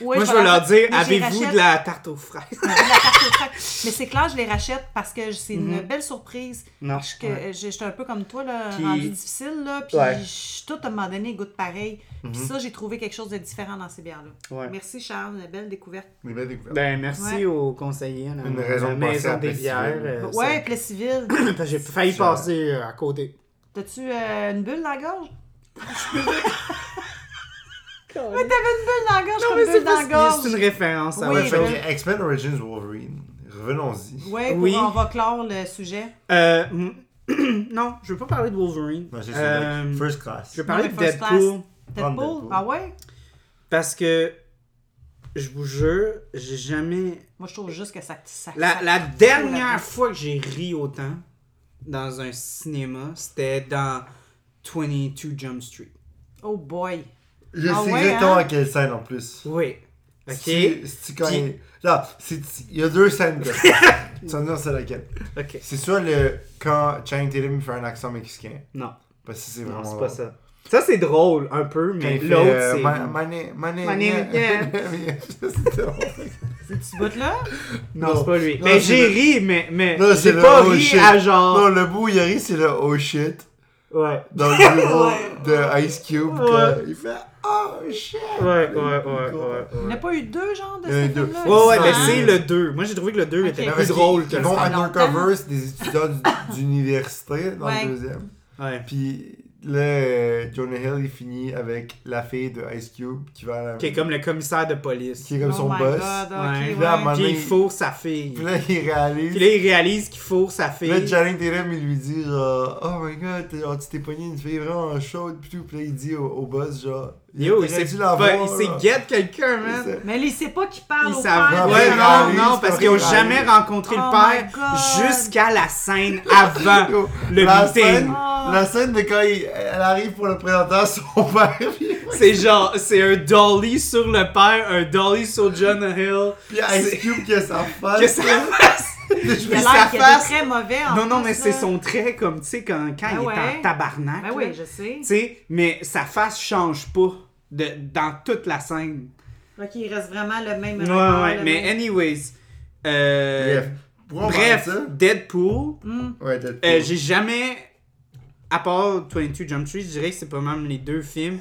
[SPEAKER 2] Ouais,
[SPEAKER 1] Moi,
[SPEAKER 2] je
[SPEAKER 1] je
[SPEAKER 2] vais
[SPEAKER 1] veux leur dire
[SPEAKER 2] mais j'y
[SPEAKER 1] avez-vous
[SPEAKER 2] rachète.
[SPEAKER 1] de la tarte aux fraises
[SPEAKER 2] Mais la carte au crack. Mais c'est clair, je les rachète parce que c'est une belle surprise.
[SPEAKER 1] Non,
[SPEAKER 2] parce que
[SPEAKER 1] Mm-hmm. ouais.
[SPEAKER 2] j'ai- j'étais un peu comme toi, là,
[SPEAKER 1] Puis-
[SPEAKER 2] rendu difficile, là, puis
[SPEAKER 1] Ouais. Mm-hmm.
[SPEAKER 2] je- tout à un moment donné goûte pareil. Puis ça, j'ai trouvé quelque chose de différent dans ces bières-là.
[SPEAKER 1] Ouais.
[SPEAKER 2] Merci Charles, une belle découverte.
[SPEAKER 3] Une belle découverte.
[SPEAKER 1] Ben, merci
[SPEAKER 2] Ouais.
[SPEAKER 1] aux conseillers. à La,
[SPEAKER 3] Une raison
[SPEAKER 1] la
[SPEAKER 3] de passer à
[SPEAKER 1] maison
[SPEAKER 3] la
[SPEAKER 1] des
[SPEAKER 3] festival.
[SPEAKER 1] bières. euh,
[SPEAKER 2] ouais, puis le
[SPEAKER 1] ça-
[SPEAKER 2] civil.
[SPEAKER 1] J'ai failli passer euh, à côté.
[SPEAKER 2] T'as-tu euh, une bulle dans la gorge? Oui, t'avais une bulle dans la gorge,
[SPEAKER 1] Non,
[SPEAKER 2] comme
[SPEAKER 1] mais
[SPEAKER 2] bulle
[SPEAKER 1] c'est
[SPEAKER 2] dans
[SPEAKER 1] parce
[SPEAKER 2] la
[SPEAKER 1] que
[SPEAKER 2] gorge.
[SPEAKER 1] c'est une référence à
[SPEAKER 2] Oui,
[SPEAKER 1] autre
[SPEAKER 3] Ouais,
[SPEAKER 1] chose.
[SPEAKER 3] fait
[SPEAKER 2] ben-
[SPEAKER 3] que X-Men Origins Wolverine. Revenons-y.
[SPEAKER 2] Ouais, pour-
[SPEAKER 1] Oui.
[SPEAKER 2] on va clore le sujet.
[SPEAKER 1] Euh, m- non, je veux pas parler de Wolverine.
[SPEAKER 3] Non, c'est
[SPEAKER 1] Euh,
[SPEAKER 3] ça. First Class.
[SPEAKER 1] je veux parler
[SPEAKER 2] Non,
[SPEAKER 1] de
[SPEAKER 2] mais First
[SPEAKER 4] Ah
[SPEAKER 1] Deadpool
[SPEAKER 2] Class. Deadpool?
[SPEAKER 3] Deadpool.
[SPEAKER 2] Ah ouais?
[SPEAKER 1] parce que je vous jure, j'ai jamais.
[SPEAKER 4] Moi, je trouve juste que ça. ça
[SPEAKER 1] La,
[SPEAKER 4] ça- la-
[SPEAKER 1] la dernière fois que j'ai ri autant dans un cinéma, c'était dans 22 Jump Street.
[SPEAKER 4] Oh boy.
[SPEAKER 3] Je
[SPEAKER 4] Ah
[SPEAKER 3] sais
[SPEAKER 4] ouais,
[SPEAKER 3] exactement
[SPEAKER 4] hein?
[SPEAKER 3] à quelle scène en plus.
[SPEAKER 1] Oui. Ok.
[SPEAKER 3] C'est- C'est quand
[SPEAKER 1] Puis-
[SPEAKER 3] il... Là, c'est- il y a deux scènes. de ça. Tu vas me dire c'est laquelle.
[SPEAKER 1] Ok.
[SPEAKER 3] C'est soit le quand Channing Tatum fait un accent mexicain.
[SPEAKER 1] Non.
[SPEAKER 3] Parce que c'est
[SPEAKER 1] Non,
[SPEAKER 3] vraiment
[SPEAKER 1] c'est
[SPEAKER 3] drôle.
[SPEAKER 1] pas ça. Ça, c'est drôle, un peu,
[SPEAKER 3] Quand
[SPEAKER 1] mais
[SPEAKER 3] il fait,
[SPEAKER 1] l'autre,
[SPEAKER 3] euh,
[SPEAKER 1] c'est.
[SPEAKER 3] my, my name, my name,
[SPEAKER 1] My name,
[SPEAKER 3] yeah. C'est drôle.
[SPEAKER 4] C'est petit bout là?
[SPEAKER 1] Non, c'est pas lui.
[SPEAKER 3] Non,
[SPEAKER 1] mais
[SPEAKER 3] c'est
[SPEAKER 1] j'ai
[SPEAKER 3] le-
[SPEAKER 1] ri, mais, mais
[SPEAKER 3] Non, c'est
[SPEAKER 1] j'ai
[SPEAKER 3] le
[SPEAKER 1] pas
[SPEAKER 3] oh
[SPEAKER 1] ri
[SPEAKER 3] shit.
[SPEAKER 1] à genre.
[SPEAKER 3] Non, le bout où il rit, c'est le oh shit
[SPEAKER 1] Ouais,
[SPEAKER 3] dans le bureau de Ice Cube.
[SPEAKER 1] Ouais.
[SPEAKER 3] que Il fait oh shit.
[SPEAKER 1] ouais, ouais, ouais. ouais, ouais.
[SPEAKER 4] Il n'y en a pas eu deux genres de
[SPEAKER 3] Il y en a eu
[SPEAKER 4] ces
[SPEAKER 3] deux.
[SPEAKER 4] films-là?
[SPEAKER 1] Ouais, ouais,
[SPEAKER 3] Ah.
[SPEAKER 1] mais c'est le 2. Moi, j'ai trouvé que le 2
[SPEAKER 4] Ok.
[SPEAKER 1] était
[SPEAKER 4] Mais
[SPEAKER 1] plus
[SPEAKER 3] Parce
[SPEAKER 1] drôle
[SPEAKER 3] qu'ils-
[SPEAKER 1] que
[SPEAKER 3] Ils
[SPEAKER 1] le
[SPEAKER 3] vont
[SPEAKER 1] cinq.
[SPEAKER 3] undercover, c'est des étudiants du- d'université dans
[SPEAKER 4] Ouais.
[SPEAKER 3] le deuxième.
[SPEAKER 1] Ouais.
[SPEAKER 3] Puis là, euh, Jonah Hill, il finit avec la fille de Ice Cube qui va à la...
[SPEAKER 1] Qui est comme le commissaire de police.
[SPEAKER 3] qui est comme
[SPEAKER 4] Oh
[SPEAKER 3] son
[SPEAKER 4] my
[SPEAKER 3] boss.
[SPEAKER 4] God, ok,
[SPEAKER 1] Ouais.
[SPEAKER 4] ouais.
[SPEAKER 3] Là, à un moment
[SPEAKER 1] Puis
[SPEAKER 3] donné,
[SPEAKER 1] il fourre sa fille.
[SPEAKER 3] Puis là, il réalise...
[SPEAKER 1] Puis là, il réalise qu'il fourre sa
[SPEAKER 3] Puis là,
[SPEAKER 1] fille.
[SPEAKER 3] Channing Tatum, il lui dit genre, oh my god, t'es- genre, tu t'es pogné une fille vraiment chaude, pis tout. Puis là, il dit au, au boss, genre,
[SPEAKER 1] Yo,
[SPEAKER 3] aurait
[SPEAKER 1] il s'est
[SPEAKER 3] dû
[SPEAKER 1] pas- il
[SPEAKER 3] là.
[SPEAKER 1] s'est guette quelqu'un,
[SPEAKER 3] Il
[SPEAKER 1] man.
[SPEAKER 3] s'est-
[SPEAKER 4] Mais là, il sait pas qu'il parle
[SPEAKER 1] Ils
[SPEAKER 4] au
[SPEAKER 1] savent.
[SPEAKER 4] père.
[SPEAKER 3] de
[SPEAKER 1] Ouais,
[SPEAKER 3] la
[SPEAKER 1] non,
[SPEAKER 3] Alice,
[SPEAKER 1] non, parce
[SPEAKER 3] parce
[SPEAKER 1] qu'ils ont
[SPEAKER 3] que-
[SPEAKER 1] jamais rencontré
[SPEAKER 4] Oh
[SPEAKER 1] le
[SPEAKER 4] my
[SPEAKER 1] père
[SPEAKER 4] God.
[SPEAKER 1] jusqu'à la scène avant
[SPEAKER 3] Yo,
[SPEAKER 1] Ah, le
[SPEAKER 3] la
[SPEAKER 1] meeting.
[SPEAKER 3] scène-
[SPEAKER 2] Ah.
[SPEAKER 3] La scène de quand il- elle arrive pour le présenter à son père, puis
[SPEAKER 1] C'est genre, c'est un dolly sur le père, un dolly sur John Hill.
[SPEAKER 3] puis Ice Cube qui a sa face.
[SPEAKER 1] Que ça fasse.
[SPEAKER 4] Il a
[SPEAKER 1] Puis
[SPEAKER 4] l'air qu'il
[SPEAKER 1] sa
[SPEAKER 4] était
[SPEAKER 1] face.
[SPEAKER 4] très mauvais. en
[SPEAKER 1] Non, non,
[SPEAKER 4] plus,
[SPEAKER 1] mais c'est
[SPEAKER 4] là.
[SPEAKER 1] son trait, comme, tu sais, quand, quand
[SPEAKER 4] Ben
[SPEAKER 1] il est
[SPEAKER 4] ouais.
[SPEAKER 1] en tabarnak.
[SPEAKER 4] Ben
[SPEAKER 1] là.
[SPEAKER 4] oui, je sais.
[SPEAKER 1] Tu sais, mais sa face change pas de, dans toute la scène.
[SPEAKER 2] Ok, il reste vraiment le même.
[SPEAKER 1] Ouais,
[SPEAKER 2] regard,
[SPEAKER 1] ouais,
[SPEAKER 2] le
[SPEAKER 1] mais
[SPEAKER 2] même-
[SPEAKER 1] anyways. euh,
[SPEAKER 3] Bref. Pourquoi on
[SPEAKER 1] bref,
[SPEAKER 3] parle de
[SPEAKER 1] Deadpool,
[SPEAKER 3] ça? Ouais, Deadpool.
[SPEAKER 1] euh, j'ai jamais, à part 22 Jump Street, je dirais que c'est pas même les deux films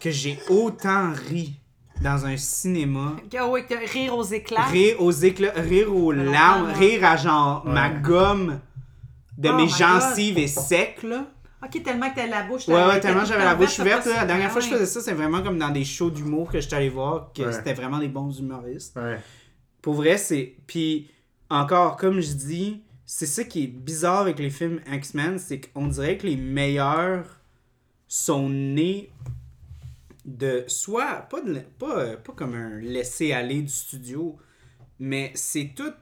[SPEAKER 1] que j'ai autant ri dans un cinéma.
[SPEAKER 2] oh
[SPEAKER 4] Ah oui, que rire aux éclats.
[SPEAKER 1] Rire aux éclats, rire aux larmes,
[SPEAKER 4] ouais.
[SPEAKER 1] rire à genre ma gomme de
[SPEAKER 4] Oh
[SPEAKER 1] mes
[SPEAKER 4] my
[SPEAKER 1] gencives est sec, là.
[SPEAKER 4] Ok, tellement que t'as la bouche.
[SPEAKER 1] Ouais,
[SPEAKER 4] t'as-
[SPEAKER 1] ouais,
[SPEAKER 4] t'as
[SPEAKER 1] tellement
[SPEAKER 4] tout
[SPEAKER 1] j'avais la
[SPEAKER 4] ouvert,
[SPEAKER 1] bouche
[SPEAKER 4] t'as
[SPEAKER 1] ouverte.
[SPEAKER 4] pas-
[SPEAKER 1] là. La dernière fois que je
[SPEAKER 4] Ah ouais.
[SPEAKER 1] faisais ça, c'est vraiment comme dans des shows d'humour que je suis allé voir, que
[SPEAKER 3] Ouais.
[SPEAKER 1] c'était vraiment des bons humoristes.
[SPEAKER 3] Ouais.
[SPEAKER 1] Pour vrai, c'est. Puis, encore, comme je dis, c'est ça qui est bizarre avec les films X-Men, c'est qu'on dirait que les meilleurs sont nés de. Soit, pas, de- pas, euh, pas comme un laisser-aller du studio, mais c'est tout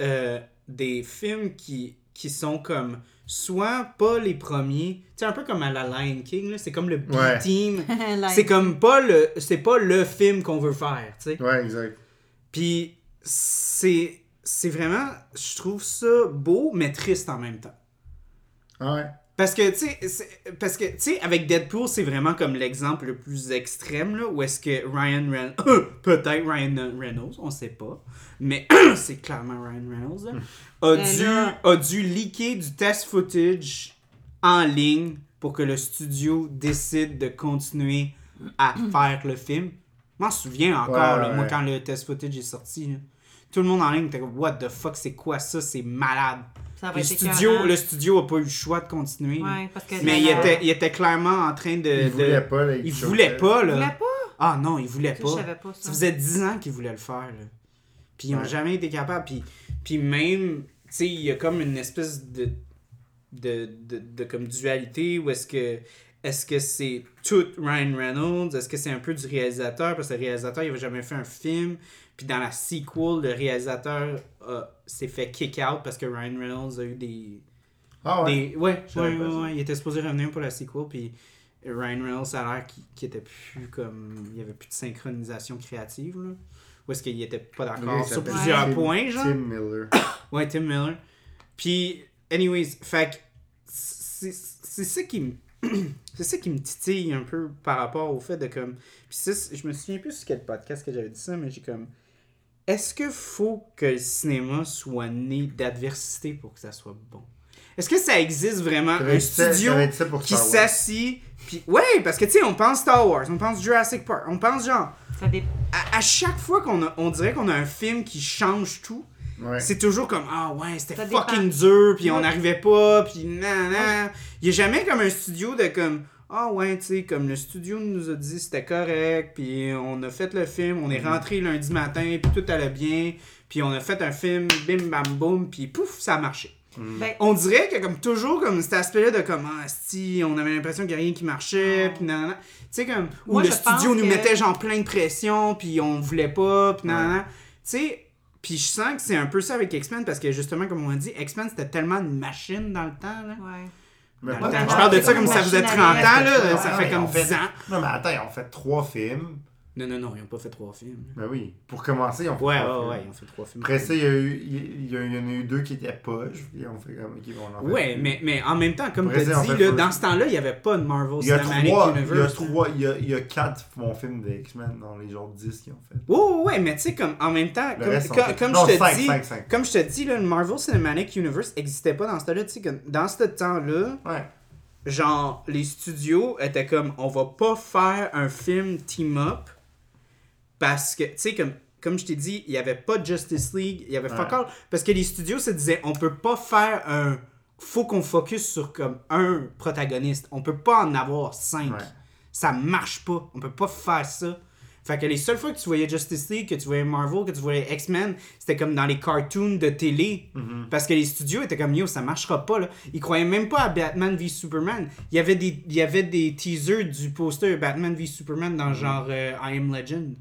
[SPEAKER 1] euh, des films qui, qui sont comme. Soit pas les premiers, tu sais, un peu comme à la Lion King, là, c'est comme le
[SPEAKER 3] Ouais.
[SPEAKER 1] B-Team.
[SPEAKER 4] Lion
[SPEAKER 1] c'est comme pas le. C'est pas le film qu'on veut faire, tu sais.
[SPEAKER 3] Ouais, exact.
[SPEAKER 1] Puis c'est c'est vraiment je trouve ça beau mais triste en même temps.
[SPEAKER 3] Ah ouais.
[SPEAKER 1] Parce que tu sais c'est- parce que tu sais avec Deadpool, c'est vraiment comme l'exemple le plus extrême là où est-ce que Ryan Reynolds peut-être Ryan Reynolds, on sait pas, mais c'est clairement Ryan Reynolds
[SPEAKER 3] Hmm.
[SPEAKER 1] là, a
[SPEAKER 4] Mais
[SPEAKER 1] dû
[SPEAKER 4] là-
[SPEAKER 1] a dû leaker du test footage en ligne pour que le studio décide de continuer à faire le film. Je m'en souviens encore,
[SPEAKER 3] Ouais,
[SPEAKER 1] là,
[SPEAKER 3] ouais,
[SPEAKER 1] moi,
[SPEAKER 3] ouais.
[SPEAKER 1] quand le test footage est sorti. là. Tout le monde en ligne était comme, What the fuck, c'est quoi ça? C'est malade.
[SPEAKER 4] Ça va
[SPEAKER 1] Le
[SPEAKER 4] être
[SPEAKER 1] studio,
[SPEAKER 4] écœurant.
[SPEAKER 1] le studio a pas eu le choix de continuer. là.
[SPEAKER 4] Ouais, parce que
[SPEAKER 1] Mais il
[SPEAKER 4] la-
[SPEAKER 1] était, il était clairement en train de.
[SPEAKER 3] Il
[SPEAKER 1] de-
[SPEAKER 3] voulait pas, là.
[SPEAKER 1] il voulait pas,
[SPEAKER 4] Il
[SPEAKER 1] là.
[SPEAKER 4] voulait pas.
[SPEAKER 1] Ah non, il voulait
[SPEAKER 4] Je
[SPEAKER 1] pas.
[SPEAKER 4] savais pas ça.
[SPEAKER 1] Ça faisait 10 ans qu'ils voulaient le faire. Là. Puis ils n'ont
[SPEAKER 3] Ouais.
[SPEAKER 1] jamais été capables. Puis, puis même, tu sais, il y a comme une espèce de, de, de, de comme dualité où est-ce que est-ce que c'est tout Ryan Reynolds? Est-ce que c'est un peu du réalisateur? Parce que le réalisateur, il n'avait jamais fait un film. Puis dans la sequel, le réalisateur a- s'est fait kick out parce que Ryan Reynolds a eu des,
[SPEAKER 3] Ah ouais.
[SPEAKER 1] des- ouais,
[SPEAKER 3] Je
[SPEAKER 1] ouais,
[SPEAKER 3] savais pas
[SPEAKER 1] ouais,
[SPEAKER 3] ça.
[SPEAKER 1] ouais, il était supposé revenir pour la sequel, puis Ryan Reynolds a l'air qu'il qu'il était plus comme. Il y avait plus de synchronisation créative, là. Ou est-ce qu'il était pas
[SPEAKER 3] Ok,
[SPEAKER 1] d'accord
[SPEAKER 3] ça
[SPEAKER 1] sur
[SPEAKER 3] s'appelle
[SPEAKER 1] plusieurs
[SPEAKER 3] Tim-
[SPEAKER 1] points, genre
[SPEAKER 3] Tim Miller.
[SPEAKER 1] Ouais, Tim Miller. Puis, anyways, fait que c'est c'est ça qui me. C'est ça qui me titille un peu par rapport au fait de comme. Puis ça, c'est- je me souviens plus sur quel podcast que j'avais dit ça, mais j'ai comme. Est-ce que faut que le cinéma soit né d'adversité pour que ça soit bon? Est-ce que ça existe vraiment un studio qui
[SPEAKER 3] s'assied
[SPEAKER 1] s'assit puis ouais parce que tu sais on pense Star Wars, on pense Jurassic Park, on pense genre
[SPEAKER 4] Ça dé-
[SPEAKER 1] à, à chaque fois qu'on a- on dirait qu'on a un film qui change tout,
[SPEAKER 3] Ouais.
[SPEAKER 1] c'est toujours comme ah ouais, c'était
[SPEAKER 4] Ça dépend.
[SPEAKER 1] fucking dur, puis on
[SPEAKER 4] Ouais.
[SPEAKER 1] n'arrivait pas, puis nan nan. Il y a jamais comme un studio de comme ah ouais, tu sais comme le studio nous a dit c'était correct, puis on a fait le film, on est rentré lundi matin, puis tout allait bien, puis on a fait un film bim bam boum, puis pouf, ça a marché.
[SPEAKER 6] Ben,
[SPEAKER 1] On dirait qu'il y a comme toujours comme cet aspect-là de comme ah, si on avait l'impression qu'il n'y a rien qui marchait,
[SPEAKER 6] Ah.
[SPEAKER 1] puis nanana. Tu sais, comme, où
[SPEAKER 6] Moi,
[SPEAKER 1] le
[SPEAKER 6] je
[SPEAKER 1] studio
[SPEAKER 6] pense
[SPEAKER 1] nous
[SPEAKER 6] que-
[SPEAKER 1] mettait genre plein de pression, puis on voulait pas, puis nanana. Tu sais, puis je sens que c'est un peu ça avec X-Men, parce que justement, comme on a dit, X-Men c'était tellement une machine dans le temps, là.
[SPEAKER 6] ouais.
[SPEAKER 3] Mais
[SPEAKER 1] Dans
[SPEAKER 3] pas
[SPEAKER 1] le
[SPEAKER 3] tant.
[SPEAKER 1] temps. Je parle de ça comme
[SPEAKER 2] une
[SPEAKER 1] ça faisait 30
[SPEAKER 2] machine
[SPEAKER 1] ans,
[SPEAKER 2] à
[SPEAKER 3] rire,
[SPEAKER 1] là,
[SPEAKER 3] ouais,
[SPEAKER 1] ça
[SPEAKER 3] Ah, ouais,
[SPEAKER 1] fait
[SPEAKER 3] mais
[SPEAKER 1] comme
[SPEAKER 3] en fait-
[SPEAKER 1] 10 ans.
[SPEAKER 3] Non, mais attends, ils ont fait trois films.
[SPEAKER 1] Non, non, non, ils ont pas fait trois films.
[SPEAKER 3] Ben oui. Pour commencer, ils ont fait
[SPEAKER 1] Ouais,
[SPEAKER 3] trois
[SPEAKER 1] ouais, ouais,
[SPEAKER 3] films.
[SPEAKER 1] ils ont fait trois films.
[SPEAKER 3] Après ça, il y, a eu, il, y a- il y en a eu deux qui étaient poches. Puis on fait comme. ok, on en fait
[SPEAKER 1] Ouais,
[SPEAKER 3] plus.
[SPEAKER 1] mais, mais en même temps, comme tu
[SPEAKER 3] Après
[SPEAKER 1] dit,
[SPEAKER 3] ça, ils ont fait
[SPEAKER 1] là,
[SPEAKER 3] First-
[SPEAKER 1] dans ce temps-là, il n'y avait pas de Marvel
[SPEAKER 3] Il y a
[SPEAKER 1] Cinematic
[SPEAKER 3] trois. Il y a
[SPEAKER 1] Universe.
[SPEAKER 3] trois. Il y a, il y a quatre bons films des X-Men dans les genres 10 qu'ils ont fait.
[SPEAKER 1] Ouais, ouais, ouais, mais tu sais, comme en même temps,
[SPEAKER 3] Le
[SPEAKER 1] comme,
[SPEAKER 3] reste, on
[SPEAKER 1] comme-
[SPEAKER 3] fait-
[SPEAKER 1] comme
[SPEAKER 3] non,
[SPEAKER 1] je te
[SPEAKER 3] cinq,
[SPEAKER 1] dis,
[SPEAKER 3] cinq, cinq.
[SPEAKER 1] comme je te dis, là, le Marvel Cinematic Universe n'existait pas dans ce temps-là. Tu sais, comme dans ce temps-là,
[SPEAKER 3] Ouais.
[SPEAKER 1] genre, les studios étaient comme, on va pas faire un film team-up parce que, tu sais, comme, comme je t'ai dit, il n'y avait pas de Justice League, il y avait fuck
[SPEAKER 3] Ouais.
[SPEAKER 1] all, parce que les studios se disaient, on peut pas faire un. Faut qu'on focus sur comme un protagoniste. On peut pas en avoir cinq.
[SPEAKER 3] Ouais.
[SPEAKER 1] Ça marche pas. On peut pas faire ça. Fait que les seules fois que tu voyais Justice League, que tu voyais Marvel, que tu voyais X-Men, c'était comme dans les cartoons de télé. Parce que les studios étaient comme, yo, ça marchera pas, là. Ils croyaient même pas à Batman v Superman. Il y avait des, il y avait des teasers du poster Batman v Superman dans genre euh, I Am Legend.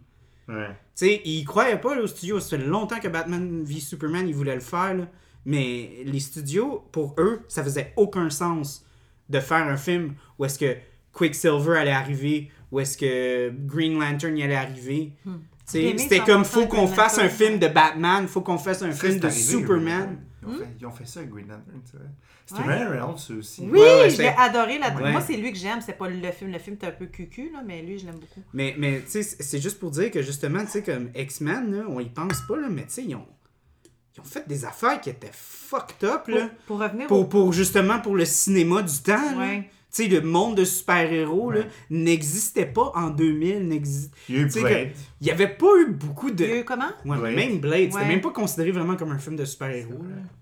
[SPEAKER 3] Ouais.
[SPEAKER 1] Tu sais, ils croyaient pas là, au studio. Ça fait longtemps que Batman v Superman, ils voulaient le faire. là. Mais les studios, pour eux, ça faisait aucun sens de faire un film où est-ce que Quicksilver allait arriver, où est-ce que Green Lantern y allait arriver. Tu sais,
[SPEAKER 6] J'ai Hmm. aimé
[SPEAKER 1] C'était
[SPEAKER 6] ça,
[SPEAKER 1] comme,
[SPEAKER 6] ça,
[SPEAKER 1] faut qu'on
[SPEAKER 6] Green
[SPEAKER 1] fasse un
[SPEAKER 6] Lantern.
[SPEAKER 1] film de Batman, faut qu'on fasse un
[SPEAKER 3] Ça,
[SPEAKER 1] film
[SPEAKER 3] c'est
[SPEAKER 1] de
[SPEAKER 3] arrivé,
[SPEAKER 1] Superman.
[SPEAKER 3] Green Lantern. Ils ont, fait, ils ont fait ça, Green Lantern, c'est vrai. C'était
[SPEAKER 6] Ouais.
[SPEAKER 3] Ryan Reynolds, ça aussi.
[SPEAKER 1] Ouais,
[SPEAKER 2] Oui,
[SPEAKER 1] ouais,
[SPEAKER 2] je
[SPEAKER 1] c'est-
[SPEAKER 2] l'ai adoré. là
[SPEAKER 1] Ouais.
[SPEAKER 2] Moi, c'est lui que j'aime. C'est pas le film. Le film est un peu cucu, là, mais lui, je l'aime beaucoup.
[SPEAKER 1] Mais, mais tu sais, c'est c'est juste pour dire que justement, tu sais, comme X-Men, là, on y pense pas, là, mais tu sais, ils ont, ils ont fait des affaires qui étaient fucked up.
[SPEAKER 2] Pour,
[SPEAKER 1] Là.
[SPEAKER 2] pour revenir au
[SPEAKER 1] pour, pour justement pour le cinéma du temps. là.
[SPEAKER 2] Ouais.
[SPEAKER 1] Tu sais, le monde de super-héros là,
[SPEAKER 3] Ouais.
[SPEAKER 1] n'existait pas en 2000. n'exi-
[SPEAKER 3] Il y a eu
[SPEAKER 1] Tu sais
[SPEAKER 3] Blade.
[SPEAKER 1] que- Il n'y avait pas eu beaucoup de...
[SPEAKER 2] Il y a eu comment?
[SPEAKER 1] Ouais,
[SPEAKER 3] Blade.
[SPEAKER 1] Même Blade, c'était
[SPEAKER 2] Ouais.
[SPEAKER 1] même pas considéré vraiment comme un film de super-héros. là.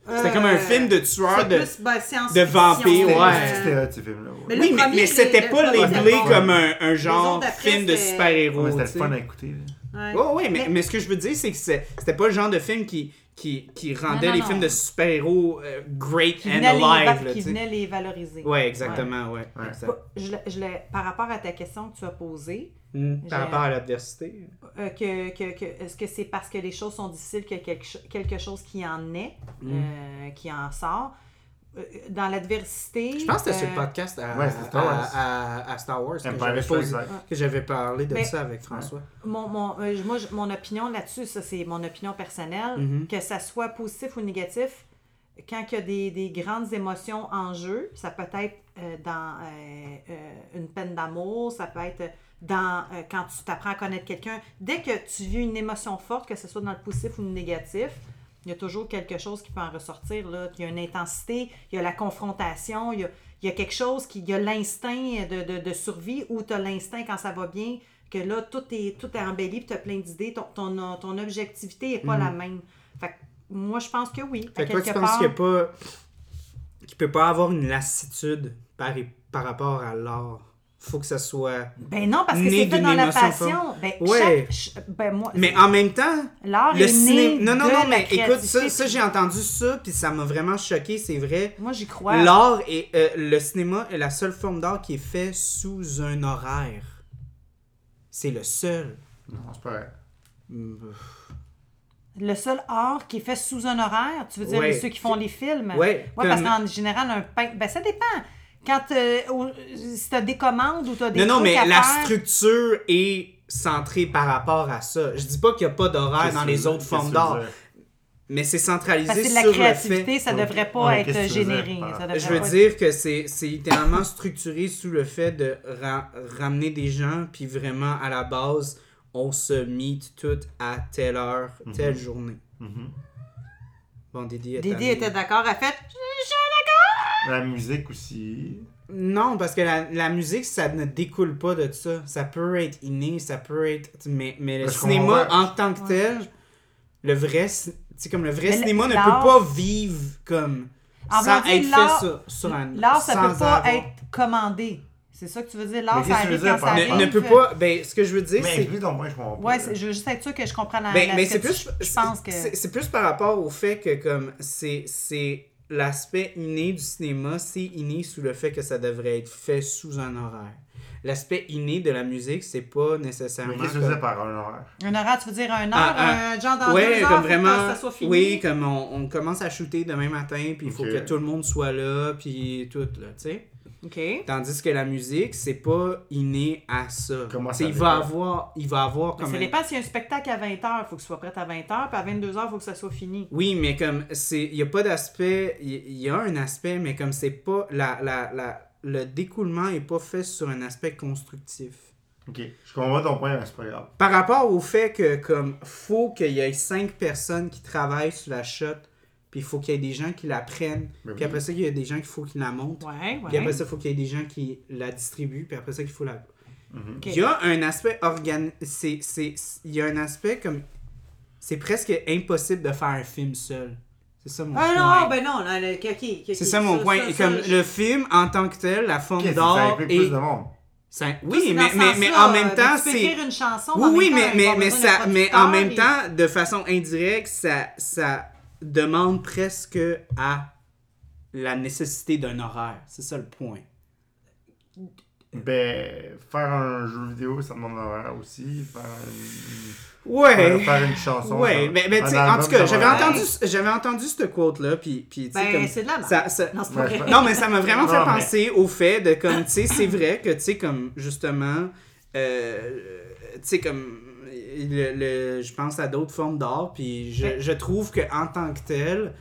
[SPEAKER 2] vrai.
[SPEAKER 1] C'était comme un
[SPEAKER 2] Euh,
[SPEAKER 1] film de tueur,
[SPEAKER 2] C'est
[SPEAKER 1] de...
[SPEAKER 2] plus ben, science
[SPEAKER 1] de vampire,
[SPEAKER 3] C'était-
[SPEAKER 1] ouais.
[SPEAKER 2] euh,
[SPEAKER 3] C'était hot, ce film-là. ouais.
[SPEAKER 6] Mais le
[SPEAKER 1] Oui, mais,
[SPEAKER 6] premier,
[SPEAKER 1] mais c'était
[SPEAKER 6] le-
[SPEAKER 1] pas
[SPEAKER 6] le-
[SPEAKER 1] labelé
[SPEAKER 6] le-
[SPEAKER 1] comme un, un
[SPEAKER 6] Les
[SPEAKER 1] genre
[SPEAKER 6] autres d'après,
[SPEAKER 1] film de
[SPEAKER 6] c'était-
[SPEAKER 1] super-héros.
[SPEAKER 3] Ouais, C'était le
[SPEAKER 1] Oh, tu sais.
[SPEAKER 3] fun à écouter. là.
[SPEAKER 6] Ouais.
[SPEAKER 1] Ouais, ouais, mais, mais ce que je veux dire, c'est que c'est- c'était pas le genre de film qui, qui, qui rendait
[SPEAKER 6] non,
[SPEAKER 1] les
[SPEAKER 6] non.
[SPEAKER 1] films de super-héros euh, great
[SPEAKER 2] Qui
[SPEAKER 1] and
[SPEAKER 2] venait,
[SPEAKER 1] alive.
[SPEAKER 2] les,
[SPEAKER 1] là,
[SPEAKER 2] qui
[SPEAKER 1] tu sais.
[SPEAKER 2] venait les valoriser.
[SPEAKER 1] Ouais, exactement, ouais.
[SPEAKER 3] Ouais.
[SPEAKER 1] Exact.
[SPEAKER 2] Pas- je l'ai- je l'ai- par rapport à ta question que tu as posée,
[SPEAKER 1] Mm, Par
[SPEAKER 2] J'ai-
[SPEAKER 1] rapport à l'adversité.
[SPEAKER 2] euh, que, que- que- est-ce que c'est parce que les choses sont difficiles qu'il y a quelque, cho- quelque chose qui en est,
[SPEAKER 1] Mm.
[SPEAKER 2] euh, qui en sort? Euh, Dans l'adversité.
[SPEAKER 1] Je pense que c'était sur le
[SPEAKER 2] euh,
[SPEAKER 1] podcast à,
[SPEAKER 3] Ouais, c'était Star
[SPEAKER 1] à-
[SPEAKER 3] Wars.
[SPEAKER 1] à- à- à Star Wars que
[SPEAKER 3] Empire
[SPEAKER 1] j'avais,
[SPEAKER 3] Strikes
[SPEAKER 1] posé-
[SPEAKER 3] Back.
[SPEAKER 1] que j'avais parlé de
[SPEAKER 2] Mais-
[SPEAKER 1] ça avec François.
[SPEAKER 2] Mon, mon, euh, moi, je- mon opinion là-dessus, ça c'est mon opinion personnelle,
[SPEAKER 1] Mhm.
[SPEAKER 2] que ça soit positif ou négatif, quand il y a des, des grandes émotions en jeu, ça peut être euh, dans euh, euh, une peine d'amour, ça peut être dans euh, quand tu t'apprends à connaître quelqu'un. Dès que tu vis une émotion forte, que ce soit dans le positif ou le négatif, il y a toujours quelque chose qui peut en ressortir. Là. Il y a une intensité, il y a la confrontation, il y a, il y a quelque chose qui. Il y a l'instinct de, de- de survie ou tu as l'instinct quand ça va bien, que là, tout est, tout est embelli, puis tu as plein d'idées, ton, ton, ton objectivité n'est pas la même. Fait que moi, je pense que oui. à
[SPEAKER 1] Fait que toi, tu
[SPEAKER 2] quelque
[SPEAKER 1] penses
[SPEAKER 2] part.
[SPEAKER 1] qu'il n'y a pas. qu'il peut pas avoir une lassitude par, par rapport à l'art. Faut que ça soit.
[SPEAKER 2] Ben non, parce que
[SPEAKER 1] Né
[SPEAKER 2] c'est fait
[SPEAKER 1] d'une
[SPEAKER 2] dans la
[SPEAKER 1] émotion
[SPEAKER 2] passion.
[SPEAKER 1] forte.
[SPEAKER 2] Ben,
[SPEAKER 1] Ouais.
[SPEAKER 2] chaque- ch- ben moi,
[SPEAKER 1] Mais en même temps,
[SPEAKER 2] l'art
[SPEAKER 1] le
[SPEAKER 2] est né
[SPEAKER 1] cinéma. Non, non,
[SPEAKER 2] de
[SPEAKER 1] non,
[SPEAKER 2] la
[SPEAKER 1] mais écoute, ça,
[SPEAKER 2] créativité.
[SPEAKER 1] ça, j'ai entendu ça, puis ça m'a vraiment choqué, c'est vrai.
[SPEAKER 2] Moi, j'y crois.
[SPEAKER 1] L'art et euh, le cinéma est la seule forme d'art qui est fait sous un horaire. C'est le seul.
[SPEAKER 3] Non, c'est pas vrai.
[SPEAKER 2] Le seul art qui est fait sous un horaire, tu veux dire
[SPEAKER 1] Ouais.
[SPEAKER 2] ceux qui font les films.
[SPEAKER 1] Ouais,
[SPEAKER 2] Ouais, parce
[SPEAKER 1] comme-
[SPEAKER 2] qu'en général, un peintre, ben ça dépend. Quand euh, au- si t'as des commandes ou t'as des
[SPEAKER 1] Non, non,
[SPEAKER 2] trucs
[SPEAKER 1] mais
[SPEAKER 2] à
[SPEAKER 1] la
[SPEAKER 2] faire-
[SPEAKER 1] structure est centrée par rapport à ça. Je dis pas qu'il n'y a pas d'horaire
[SPEAKER 3] Qu'est-ce
[SPEAKER 1] Ah, dans
[SPEAKER 3] que
[SPEAKER 1] les
[SPEAKER 3] tu-
[SPEAKER 1] autres
[SPEAKER 3] qu'est-ce
[SPEAKER 1] formes
[SPEAKER 3] que tu
[SPEAKER 1] d'art,
[SPEAKER 3] veux dire?
[SPEAKER 1] mais c'est
[SPEAKER 2] Parce
[SPEAKER 1] centralisé
[SPEAKER 2] que de
[SPEAKER 1] sur
[SPEAKER 2] la
[SPEAKER 1] le
[SPEAKER 2] créativité,
[SPEAKER 1] fait.
[SPEAKER 2] ça
[SPEAKER 3] Ouais,
[SPEAKER 2] devrait pas
[SPEAKER 3] ouais,
[SPEAKER 2] être
[SPEAKER 3] qu'est-ce que tu veux dire
[SPEAKER 2] généré.
[SPEAKER 3] par-
[SPEAKER 2] Ça devrait
[SPEAKER 1] Je veux
[SPEAKER 2] pas être-
[SPEAKER 1] dire que c'est c'est littéralement structuré sous le fait de ra- ramener des gens, puis vraiment à la base, on se meet toutes à telle heure, telle journée.
[SPEAKER 3] Mhm.
[SPEAKER 1] Bon, Didi est
[SPEAKER 2] Dédé
[SPEAKER 1] allé.
[SPEAKER 2] était d'accord, a fait.
[SPEAKER 3] La musique aussi.
[SPEAKER 1] Non, parce que la, la musique, ça ne découle pas de ça. Ça peut être inné, ça peut être. Mais, mais le
[SPEAKER 3] Parce qu'on
[SPEAKER 1] cinéma,
[SPEAKER 3] va-
[SPEAKER 1] en tant que tel, le vrai. ci- Tu sais, comme le vrai
[SPEAKER 2] Mais
[SPEAKER 1] cinéma ne peut
[SPEAKER 2] l'art-
[SPEAKER 1] pas vivre comme.
[SPEAKER 2] En
[SPEAKER 1] sans
[SPEAKER 2] vrai
[SPEAKER 1] être
[SPEAKER 2] dire,
[SPEAKER 1] fait
[SPEAKER 2] l'art-
[SPEAKER 1] sur, sur un.
[SPEAKER 2] L'art, ça
[SPEAKER 1] sans
[SPEAKER 2] peut pas
[SPEAKER 1] avoir-
[SPEAKER 2] être commandé. C'est ça que tu veux dire.
[SPEAKER 3] Mais
[SPEAKER 2] L'art, ça
[SPEAKER 3] qu'est-ce que tu
[SPEAKER 2] arrive
[SPEAKER 3] veux dire
[SPEAKER 2] quand ça
[SPEAKER 3] par-
[SPEAKER 2] arrive.
[SPEAKER 1] Ne, ne peut pas. Ben, ce que je veux dire,
[SPEAKER 3] Mais
[SPEAKER 1] c'est.
[SPEAKER 3] plus dans moi, je comprends pas.
[SPEAKER 2] Ouais, c'est- je veux juste être sûr que je comprends la.
[SPEAKER 1] Ben,
[SPEAKER 2] la-
[SPEAKER 1] mais
[SPEAKER 2] ce
[SPEAKER 1] c'est
[SPEAKER 2] que
[SPEAKER 1] plus.
[SPEAKER 2] tu- Je pense que.
[SPEAKER 1] c'est- C'est plus par rapport au fait que, comme, c'est. c'est L'aspect inné du cinéma, c'est inné sous le fait que ça devrait être fait sous un horaire. L'aspect inné de la musique, c'est pas nécessairement.
[SPEAKER 3] Mais qu'est-ce que tu
[SPEAKER 1] comme-
[SPEAKER 3] faisais par un horaire?
[SPEAKER 2] Un horaire, tu veux dire un heure,
[SPEAKER 1] Ah, ah.
[SPEAKER 2] un genre dans
[SPEAKER 1] ouais,
[SPEAKER 2] deux heures,
[SPEAKER 1] comme
[SPEAKER 2] faut que
[SPEAKER 1] vraiment.
[SPEAKER 2] ça soit fini.
[SPEAKER 1] Oui, comme on, on commence à shooter demain matin, puis il faut
[SPEAKER 3] Ok.
[SPEAKER 1] que tout le monde soit là, puis tout, là, tu sais.
[SPEAKER 2] OK.
[SPEAKER 1] Tandis que la musique, c'est pas inné à ça.
[SPEAKER 3] Comment
[SPEAKER 1] Tu
[SPEAKER 3] ça
[SPEAKER 1] sais, il va
[SPEAKER 3] dépend?
[SPEAKER 1] avoir, il va avoir
[SPEAKER 2] Mais
[SPEAKER 1] comme
[SPEAKER 2] ça
[SPEAKER 1] un-
[SPEAKER 2] dépend s'il y a un spectacle à 20h, il faut que ce soit prêt à 20h, puis à 22h, il faut que ça soit fini.
[SPEAKER 1] Oui, mais comme c'est, il y a pas d'aspect, il y, y a un aspect, mais comme c'est pas la, la, la- le découlement est pas fait sur un aspect constructif.
[SPEAKER 3] Ok, je comprends ton point, mais c'est pas grave.
[SPEAKER 1] Par rapport au fait que comme faut qu'il y ait cinq personnes qui travaillent sur la shot, puis il faut qu'il y ait des gens qui la prennent,
[SPEAKER 3] Mais
[SPEAKER 1] puis
[SPEAKER 3] oui.
[SPEAKER 1] après ça il y a des gens qu'il faut qui la montent,
[SPEAKER 2] Ouais,
[SPEAKER 1] puis après
[SPEAKER 2] ouais.
[SPEAKER 1] ça il faut qu'il y ait des gens qui la distribuent, puis après ça qu'il faut la
[SPEAKER 2] OK.
[SPEAKER 1] Il y a un aspect organ... c'est c'est- Il y a un aspect comme... C'est presque impossible de faire un film seul. C'est ça mon
[SPEAKER 2] Ah
[SPEAKER 1] point.
[SPEAKER 2] non, ben non, là, le- ok, ok, ok,
[SPEAKER 1] c'est ça mon point. Et
[SPEAKER 2] ça,
[SPEAKER 1] comme
[SPEAKER 2] je-
[SPEAKER 1] le film en tant que tel, la forme
[SPEAKER 3] Qu'est-ce que ça
[SPEAKER 1] d'art
[SPEAKER 3] implique
[SPEAKER 1] et...
[SPEAKER 3] plus de monde?
[SPEAKER 1] Oui,
[SPEAKER 2] dans
[SPEAKER 1] mais, mais,
[SPEAKER 2] ce
[SPEAKER 1] mais
[SPEAKER 2] sens-là,
[SPEAKER 1] en même
[SPEAKER 2] euh,
[SPEAKER 1] temps,
[SPEAKER 2] tu peux
[SPEAKER 1] c'est...
[SPEAKER 2] écrire une chanson,
[SPEAKER 1] Oui, oui,
[SPEAKER 2] en
[SPEAKER 1] mais,
[SPEAKER 2] même temps, il va
[SPEAKER 1] mais,
[SPEAKER 2] avoir
[SPEAKER 1] mais,
[SPEAKER 2] besoin
[SPEAKER 1] ça,
[SPEAKER 2] d'un
[SPEAKER 1] mais en
[SPEAKER 2] producteur,
[SPEAKER 1] même
[SPEAKER 2] et-
[SPEAKER 1] temps, de façon indirecte, ça, ça demande presque à la nécessité d'un horaire. C'est ça le point.
[SPEAKER 3] Ben, faire un jeu vidéo, ça demande un horaire aussi. Faire une,
[SPEAKER 1] Ouais.
[SPEAKER 3] faire, faire une chanson.
[SPEAKER 1] Ouais,
[SPEAKER 3] ça-
[SPEAKER 1] mais, mais tu sais,
[SPEAKER 3] un
[SPEAKER 1] en
[SPEAKER 3] album, euh,
[SPEAKER 1] tout cas,
[SPEAKER 3] ça
[SPEAKER 1] j'avais
[SPEAKER 3] demande un
[SPEAKER 1] entendu,
[SPEAKER 3] horaire.
[SPEAKER 1] j'avais entendu ce quote-là, puis, puis tu sais,
[SPEAKER 2] Ben,
[SPEAKER 1] comme-
[SPEAKER 2] c'est de la merde.
[SPEAKER 1] ça- ça-
[SPEAKER 2] Non, c'est pas
[SPEAKER 3] Ouais,
[SPEAKER 2] vrai.
[SPEAKER 1] non, mais ça m'a vraiment fait
[SPEAKER 3] Non, mais-
[SPEAKER 1] penser au fait de comme, tu sais, c'est vrai que, tu sais, comme, justement, euh, tu sais, comme, le, le- je pense à d'autres formes d'art, puis je,
[SPEAKER 2] Ben-
[SPEAKER 1] je trouve que en tant que tel,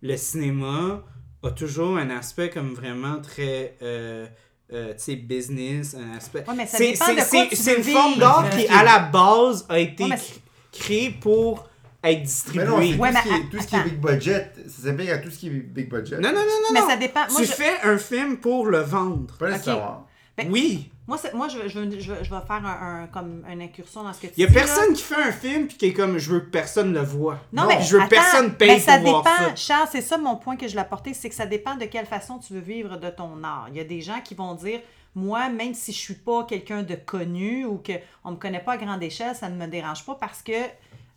[SPEAKER 1] le cinéma a toujours un aspect comme vraiment très, euh, euh, tu sais, business, un aspect.
[SPEAKER 2] Ouais, mais ça
[SPEAKER 1] C'est-
[SPEAKER 2] dépend
[SPEAKER 1] c'est-
[SPEAKER 2] de quoi
[SPEAKER 1] c'est-
[SPEAKER 2] tu
[SPEAKER 1] C'est
[SPEAKER 2] veux
[SPEAKER 1] une forme
[SPEAKER 2] vivre.
[SPEAKER 1] d'art qui, à la base, a été
[SPEAKER 2] Ouais, mais-
[SPEAKER 1] cr- créée pour être
[SPEAKER 3] Mais non, c'est
[SPEAKER 1] distribuée.
[SPEAKER 3] tout,
[SPEAKER 2] Ouais,
[SPEAKER 3] ce qui
[SPEAKER 2] mais
[SPEAKER 3] est, tout ce qui est big budget. Ça s'implique à tout ce qui est big budget.
[SPEAKER 1] Non, non, non, non,
[SPEAKER 2] Mais
[SPEAKER 1] non.
[SPEAKER 2] ça dépend. Moi,
[SPEAKER 1] tu
[SPEAKER 2] je-
[SPEAKER 1] fais un film pour le vendre.
[SPEAKER 3] Pas nécessairement.
[SPEAKER 2] Ben-
[SPEAKER 1] Oui.
[SPEAKER 2] Moi, c'est- moi, je, je, je, je vais faire un, un- comme une incursion dans ce que tu
[SPEAKER 1] Il y a
[SPEAKER 2] dis, là.
[SPEAKER 1] personne qui fait un film puis qui est comme je veux que personne le voit.
[SPEAKER 2] Non, mais
[SPEAKER 1] je veux
[SPEAKER 2] attends,
[SPEAKER 1] que personne paye
[SPEAKER 2] mais ça
[SPEAKER 1] pour
[SPEAKER 2] dépend,
[SPEAKER 1] voir ça.
[SPEAKER 2] Charles, c'est ça mon point que je l'ai apporté, c'est que ça dépend de quelle façon tu veux vivre de ton art. Il y a des gens qui vont dire moi, même si je suis pas quelqu'un de connu ou que on me connaît pas à grande échelle, ça ne me dérange pas parce que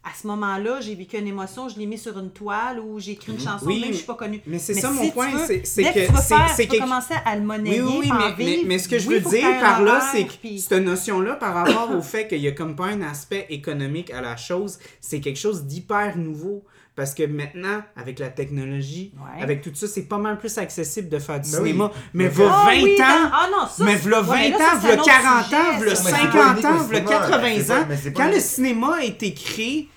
[SPEAKER 2] à ce moment-là, j'ai vécu une émotion, je l'ai mis sur une toile ou j'ai écrit une chanson,
[SPEAKER 1] Mhm. Oui,
[SPEAKER 2] même si je
[SPEAKER 1] mais-
[SPEAKER 2] suis pas connue.
[SPEAKER 1] mais c'est ça mon
[SPEAKER 2] tu
[SPEAKER 1] point,
[SPEAKER 2] veux-
[SPEAKER 1] c'est- c'est
[SPEAKER 2] dès
[SPEAKER 1] que
[SPEAKER 2] tu vas
[SPEAKER 1] c'est-
[SPEAKER 2] faire,
[SPEAKER 1] c'est
[SPEAKER 2] tu vas
[SPEAKER 1] quelque-
[SPEAKER 2] commencer à le monnayer,
[SPEAKER 1] Oui, oui,
[SPEAKER 2] puis en
[SPEAKER 1] mais, mais,
[SPEAKER 2] vivre.
[SPEAKER 1] mais ce que je
[SPEAKER 2] Oui,
[SPEAKER 1] veux
[SPEAKER 2] faut que
[SPEAKER 1] dire
[SPEAKER 2] t'aies un
[SPEAKER 1] par là,
[SPEAKER 2] horaire,
[SPEAKER 1] c'est que
[SPEAKER 2] puis-
[SPEAKER 1] cette notion-là, par rapport au fait qu'il n'y a comme pas un aspect économique à la chose, c'est quelque chose d'hyper nouveau. Parce que maintenant, avec la technologie,
[SPEAKER 2] Ouais.
[SPEAKER 1] avec tout ça, c'est pas mal plus accessible de faire du
[SPEAKER 3] Ben oui.
[SPEAKER 1] cinéma. Mais
[SPEAKER 3] Mais
[SPEAKER 1] va
[SPEAKER 2] Ah
[SPEAKER 1] 20
[SPEAKER 2] oui, dans-
[SPEAKER 1] ans,
[SPEAKER 2] ah non, ça,
[SPEAKER 1] mais
[SPEAKER 2] c'est-
[SPEAKER 1] v'là 20
[SPEAKER 2] ouais, mais là, ça,
[SPEAKER 1] ans,
[SPEAKER 2] c'est
[SPEAKER 1] v'là
[SPEAKER 2] un autre
[SPEAKER 1] 40
[SPEAKER 2] sujet,
[SPEAKER 1] ans, v'là
[SPEAKER 2] ça.
[SPEAKER 3] Mais c'est pas
[SPEAKER 1] 50
[SPEAKER 3] unique au
[SPEAKER 1] ans, v'là
[SPEAKER 3] cinéma, mais
[SPEAKER 1] 80
[SPEAKER 3] c'est pas-
[SPEAKER 1] ans.
[SPEAKER 3] mais c'est pas
[SPEAKER 1] Quand le
[SPEAKER 3] unique.
[SPEAKER 1] cinéma a été créé,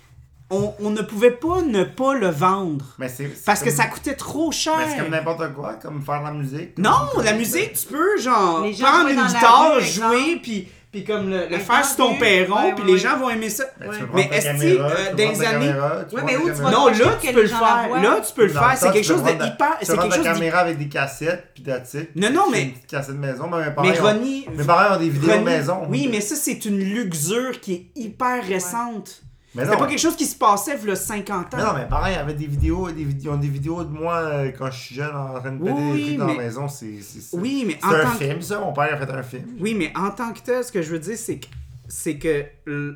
[SPEAKER 1] on, on ne pouvait pas ne pas le vendre.
[SPEAKER 3] Mais c'est- c'est
[SPEAKER 1] Parce que
[SPEAKER 3] comme-
[SPEAKER 1] ça coûtait trop cher.
[SPEAKER 3] Mais c'est comme n'importe quoi, comme faire de la musique.
[SPEAKER 1] Non,
[SPEAKER 3] Comme-
[SPEAKER 1] la musique, tu peux genre
[SPEAKER 2] Les gens
[SPEAKER 1] prendre
[SPEAKER 2] jouer
[SPEAKER 1] une
[SPEAKER 2] dans la
[SPEAKER 1] guitare,
[SPEAKER 2] rue,
[SPEAKER 1] jouer,
[SPEAKER 2] exemple.
[SPEAKER 1] puis puis comme le, le
[SPEAKER 2] Avec
[SPEAKER 1] faire sur ton
[SPEAKER 2] l'envie.
[SPEAKER 1] perron,
[SPEAKER 2] Ouais,
[SPEAKER 1] puis
[SPEAKER 2] ouais,
[SPEAKER 1] les
[SPEAKER 2] ouais.
[SPEAKER 1] gens vont aimer ça.
[SPEAKER 3] Ben, tu peux
[SPEAKER 2] Ouais.
[SPEAKER 3] prendre
[SPEAKER 1] Mais
[SPEAKER 3] ta
[SPEAKER 1] est-ce que,
[SPEAKER 3] caméra,
[SPEAKER 1] euh,
[SPEAKER 3] tu peux
[SPEAKER 1] dans
[SPEAKER 3] prendre
[SPEAKER 1] les
[SPEAKER 3] ta
[SPEAKER 1] années-
[SPEAKER 3] caméra, tu
[SPEAKER 2] Ouais,
[SPEAKER 3] prends
[SPEAKER 2] mais
[SPEAKER 3] ta
[SPEAKER 2] où tu vas-
[SPEAKER 3] caméra.
[SPEAKER 1] Non,
[SPEAKER 2] Moi, je
[SPEAKER 1] là
[SPEAKER 2] trouve
[SPEAKER 1] tu
[SPEAKER 2] que
[SPEAKER 1] peux
[SPEAKER 2] les
[SPEAKER 1] le
[SPEAKER 2] gens la
[SPEAKER 1] faire.
[SPEAKER 2] voient.
[SPEAKER 1] Là tu peux le
[SPEAKER 3] Dans
[SPEAKER 1] faire. C'est
[SPEAKER 3] temps,
[SPEAKER 1] quelque
[SPEAKER 3] tu peux
[SPEAKER 1] chose de
[SPEAKER 3] prendre ta-
[SPEAKER 1] hyper.
[SPEAKER 3] tu
[SPEAKER 1] C'est
[SPEAKER 3] peux
[SPEAKER 1] quelque
[SPEAKER 3] prendre
[SPEAKER 1] chose
[SPEAKER 3] ta
[SPEAKER 1] d'hyper.
[SPEAKER 3] caméra avec des cassettes, puis d'attic.
[SPEAKER 1] Non, non, mais-
[SPEAKER 3] Une petite cassette maison, mais mes parents.
[SPEAKER 1] Mais
[SPEAKER 3] ont-
[SPEAKER 1] Ronnie-
[SPEAKER 3] Mes parents ont des vidéos
[SPEAKER 1] Prenez-
[SPEAKER 3] maison.
[SPEAKER 1] Oui, mais ça, c'est une luxure qui est hyper récente.
[SPEAKER 3] Mais
[SPEAKER 1] C'était
[SPEAKER 3] non.
[SPEAKER 1] pas quelque chose qui se passait v'là 50 ans.
[SPEAKER 3] Mais non, mais pareil, avec des vidéos, des vid- ils ont des vidéos de moi euh, quand je suis jeune en train de péter
[SPEAKER 1] Oui,
[SPEAKER 3] des trucs dans
[SPEAKER 1] mais-
[SPEAKER 3] la maison. C'est c'est- c'est-
[SPEAKER 1] Oui, mais
[SPEAKER 3] c'est
[SPEAKER 1] en
[SPEAKER 3] un
[SPEAKER 1] tant que-
[SPEAKER 3] film, ça. Mon père a fait un film.
[SPEAKER 1] Oui, mais en tant que tel, ce que je veux dire, c'est que, c'est que l-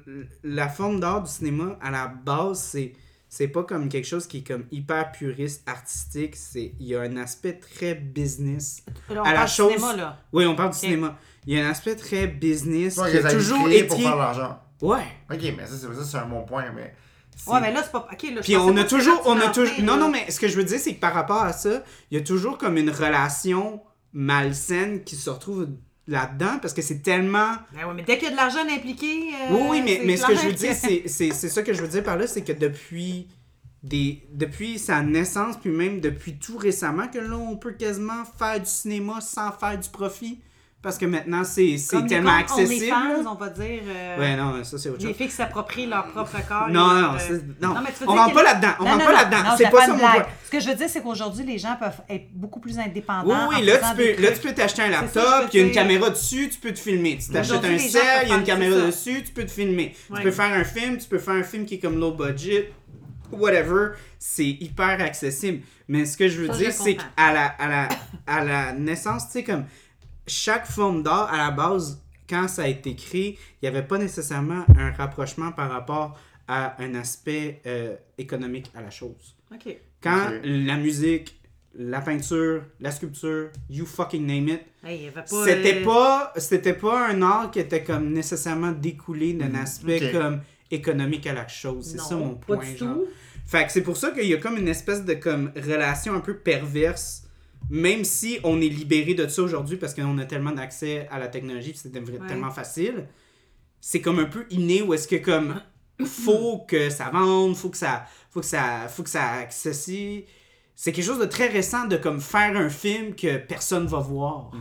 [SPEAKER 1] l- la forme d'art du cinéma, à la base, c'est, c'est pas comme quelque chose qui est comme hyper puriste, artistique. C'est, il y a un aspect très business.
[SPEAKER 2] Là, on
[SPEAKER 1] à la
[SPEAKER 2] parle du
[SPEAKER 1] chose...
[SPEAKER 2] cinéma, là.
[SPEAKER 1] Oui, on parle du cinéma. Il y a un aspect très business
[SPEAKER 3] C'est pas
[SPEAKER 1] qui
[SPEAKER 3] qu'ils
[SPEAKER 1] a
[SPEAKER 3] aient
[SPEAKER 1] toujours
[SPEAKER 3] créé
[SPEAKER 1] été...
[SPEAKER 3] pour faire de l'argent.
[SPEAKER 1] Ouais.
[SPEAKER 3] Ok, mais ça, c'est ça, c'est un bon point, mais. c'est-
[SPEAKER 2] Ouais, mais là, Ah, c'est pas. OK, là, je
[SPEAKER 1] Puis
[SPEAKER 2] pensais
[SPEAKER 1] on
[SPEAKER 2] pas
[SPEAKER 1] a
[SPEAKER 2] que
[SPEAKER 1] toujours,
[SPEAKER 2] c'était
[SPEAKER 1] on
[SPEAKER 2] là
[SPEAKER 1] a
[SPEAKER 2] que tu
[SPEAKER 1] toujours.
[SPEAKER 2] partais,
[SPEAKER 1] Non,
[SPEAKER 2] là.
[SPEAKER 1] non, mais ce que je veux dire, c'est que par rapport à ça, il y a toujours comme une relation malsaine qui se retrouve là-dedans parce que c'est tellement.
[SPEAKER 2] Ben ouais, mais dès qu'il y a de l'argent impliqué. euh,
[SPEAKER 1] oui, oui, mais,
[SPEAKER 2] c'est
[SPEAKER 1] mais ce que
[SPEAKER 2] clair
[SPEAKER 1] je veux dire, c'est, c'est, c'est ça que je veux dire par là, c'est que depuis des depuis sa naissance, puis même depuis tout récemment, que là, on peut quasiment faire du cinéma sans faire du profit. Parce que maintenant, c'est, c'est
[SPEAKER 2] Comme les
[SPEAKER 1] tellement
[SPEAKER 2] comptes
[SPEAKER 1] accessible.
[SPEAKER 2] OnlyFans,
[SPEAKER 1] là.
[SPEAKER 2] on va dire. euh,
[SPEAKER 1] Ouais, non, ça, c'est autre
[SPEAKER 2] Les
[SPEAKER 1] chose.
[SPEAKER 2] filles qui s'approprient leur propre corps.
[SPEAKER 1] Non,
[SPEAKER 2] et
[SPEAKER 1] non,
[SPEAKER 2] leur-
[SPEAKER 1] c'est- non.
[SPEAKER 2] mais tu veux
[SPEAKER 1] On
[SPEAKER 2] dire
[SPEAKER 1] rentre
[SPEAKER 2] qu'il-
[SPEAKER 1] pas là-dedans, on
[SPEAKER 2] Non,
[SPEAKER 1] rentre
[SPEAKER 2] non,
[SPEAKER 1] pas
[SPEAKER 2] non,
[SPEAKER 1] là-dedans,
[SPEAKER 2] non,
[SPEAKER 1] c'est
[SPEAKER 2] je
[SPEAKER 1] pas
[SPEAKER 2] fais
[SPEAKER 1] ça mon
[SPEAKER 2] une blague.
[SPEAKER 1] point.
[SPEAKER 2] Ce que je veux dire, c'est qu'aujourd'hui, les gens peuvent être beaucoup plus indépendants.
[SPEAKER 1] Oui,
[SPEAKER 2] en
[SPEAKER 1] oui, là
[SPEAKER 2] faisant
[SPEAKER 1] tu,
[SPEAKER 2] des
[SPEAKER 1] peux, là, tu
[SPEAKER 2] trucs.
[SPEAKER 1] peux t'acheter un
[SPEAKER 2] ça, je
[SPEAKER 1] laptop,
[SPEAKER 2] peux
[SPEAKER 1] il y a une
[SPEAKER 2] dire.
[SPEAKER 1] caméra dessus, tu peux te filmer. Tu t'achètes
[SPEAKER 2] Aujourd'hui,
[SPEAKER 1] un
[SPEAKER 2] les gens
[SPEAKER 1] sel, il y a une
[SPEAKER 2] peuvent faire
[SPEAKER 1] caméra
[SPEAKER 2] ça.
[SPEAKER 1] dessus, tu peux te filmer.
[SPEAKER 2] Ouais.
[SPEAKER 1] Tu peux faire un film, tu peux faire un film qui est comme low budget, whatever. C'est hyper accessible. Mais ce que je veux
[SPEAKER 2] Ça, je
[SPEAKER 1] dire, c'est
[SPEAKER 2] comprends.
[SPEAKER 1] qu'à la, à la, à la naissance, tu sais, comme chaque forme d'art, à la base, quand ça a été créé, il n'y avait pas nécessairement un rapprochement par rapport à un aspect euh, économique à la chose
[SPEAKER 2] OK.
[SPEAKER 1] quand
[SPEAKER 3] Ok.
[SPEAKER 1] la musique, la peinture, la sculpture, you fucking name it.
[SPEAKER 7] Hey, il y avait pas,
[SPEAKER 1] C'était
[SPEAKER 7] euh,
[SPEAKER 1] pas, c'était pas un art qui était comme nécessairement découlé d'un aspect
[SPEAKER 3] Mhm. ok.
[SPEAKER 1] comme économique à la chose. C'est
[SPEAKER 7] non,
[SPEAKER 1] ça mon
[SPEAKER 7] pas
[SPEAKER 1] point.
[SPEAKER 7] du
[SPEAKER 1] genre.
[SPEAKER 7] tout.
[SPEAKER 1] Fait que c'est pour ça qu'il y a comme une espèce de comme relation un peu perverse, même si on est libéré de ça aujourd'hui parce qu'on a tellement d'accès à la technologie, puis c'est de-
[SPEAKER 7] Ouais.
[SPEAKER 1] tellement facile. C'est comme un peu inné où est-ce que comme faut que ça vende, faut que ça, faut que ça, faut que ça, que ceci. C'est quelque chose de très récent de comme faire un film que personne va voir.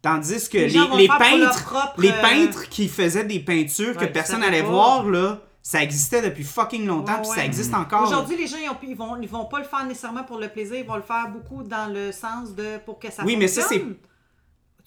[SPEAKER 1] Tandis que les,
[SPEAKER 2] Les gens vont
[SPEAKER 1] les
[SPEAKER 2] le faire pour leur
[SPEAKER 1] peintres,
[SPEAKER 2] propre,
[SPEAKER 1] les
[SPEAKER 2] euh,
[SPEAKER 1] peintres qui faisaient des peintures que
[SPEAKER 7] Ouais, ils
[SPEAKER 1] personne
[SPEAKER 7] savaient
[SPEAKER 1] allait
[SPEAKER 7] pas.
[SPEAKER 1] voir là, ça existait depuis fucking longtemps
[SPEAKER 2] Ouais,
[SPEAKER 1] puis ça
[SPEAKER 2] ouais.
[SPEAKER 1] existe encore.
[SPEAKER 2] Aujourd'hui, les gens, ils, ont, ils vont, ils vont pas le faire nécessairement pour le plaisir, ils vont le faire beaucoup dans le sens de pour que ça
[SPEAKER 1] Oui, mais ça,
[SPEAKER 2] fonctionne.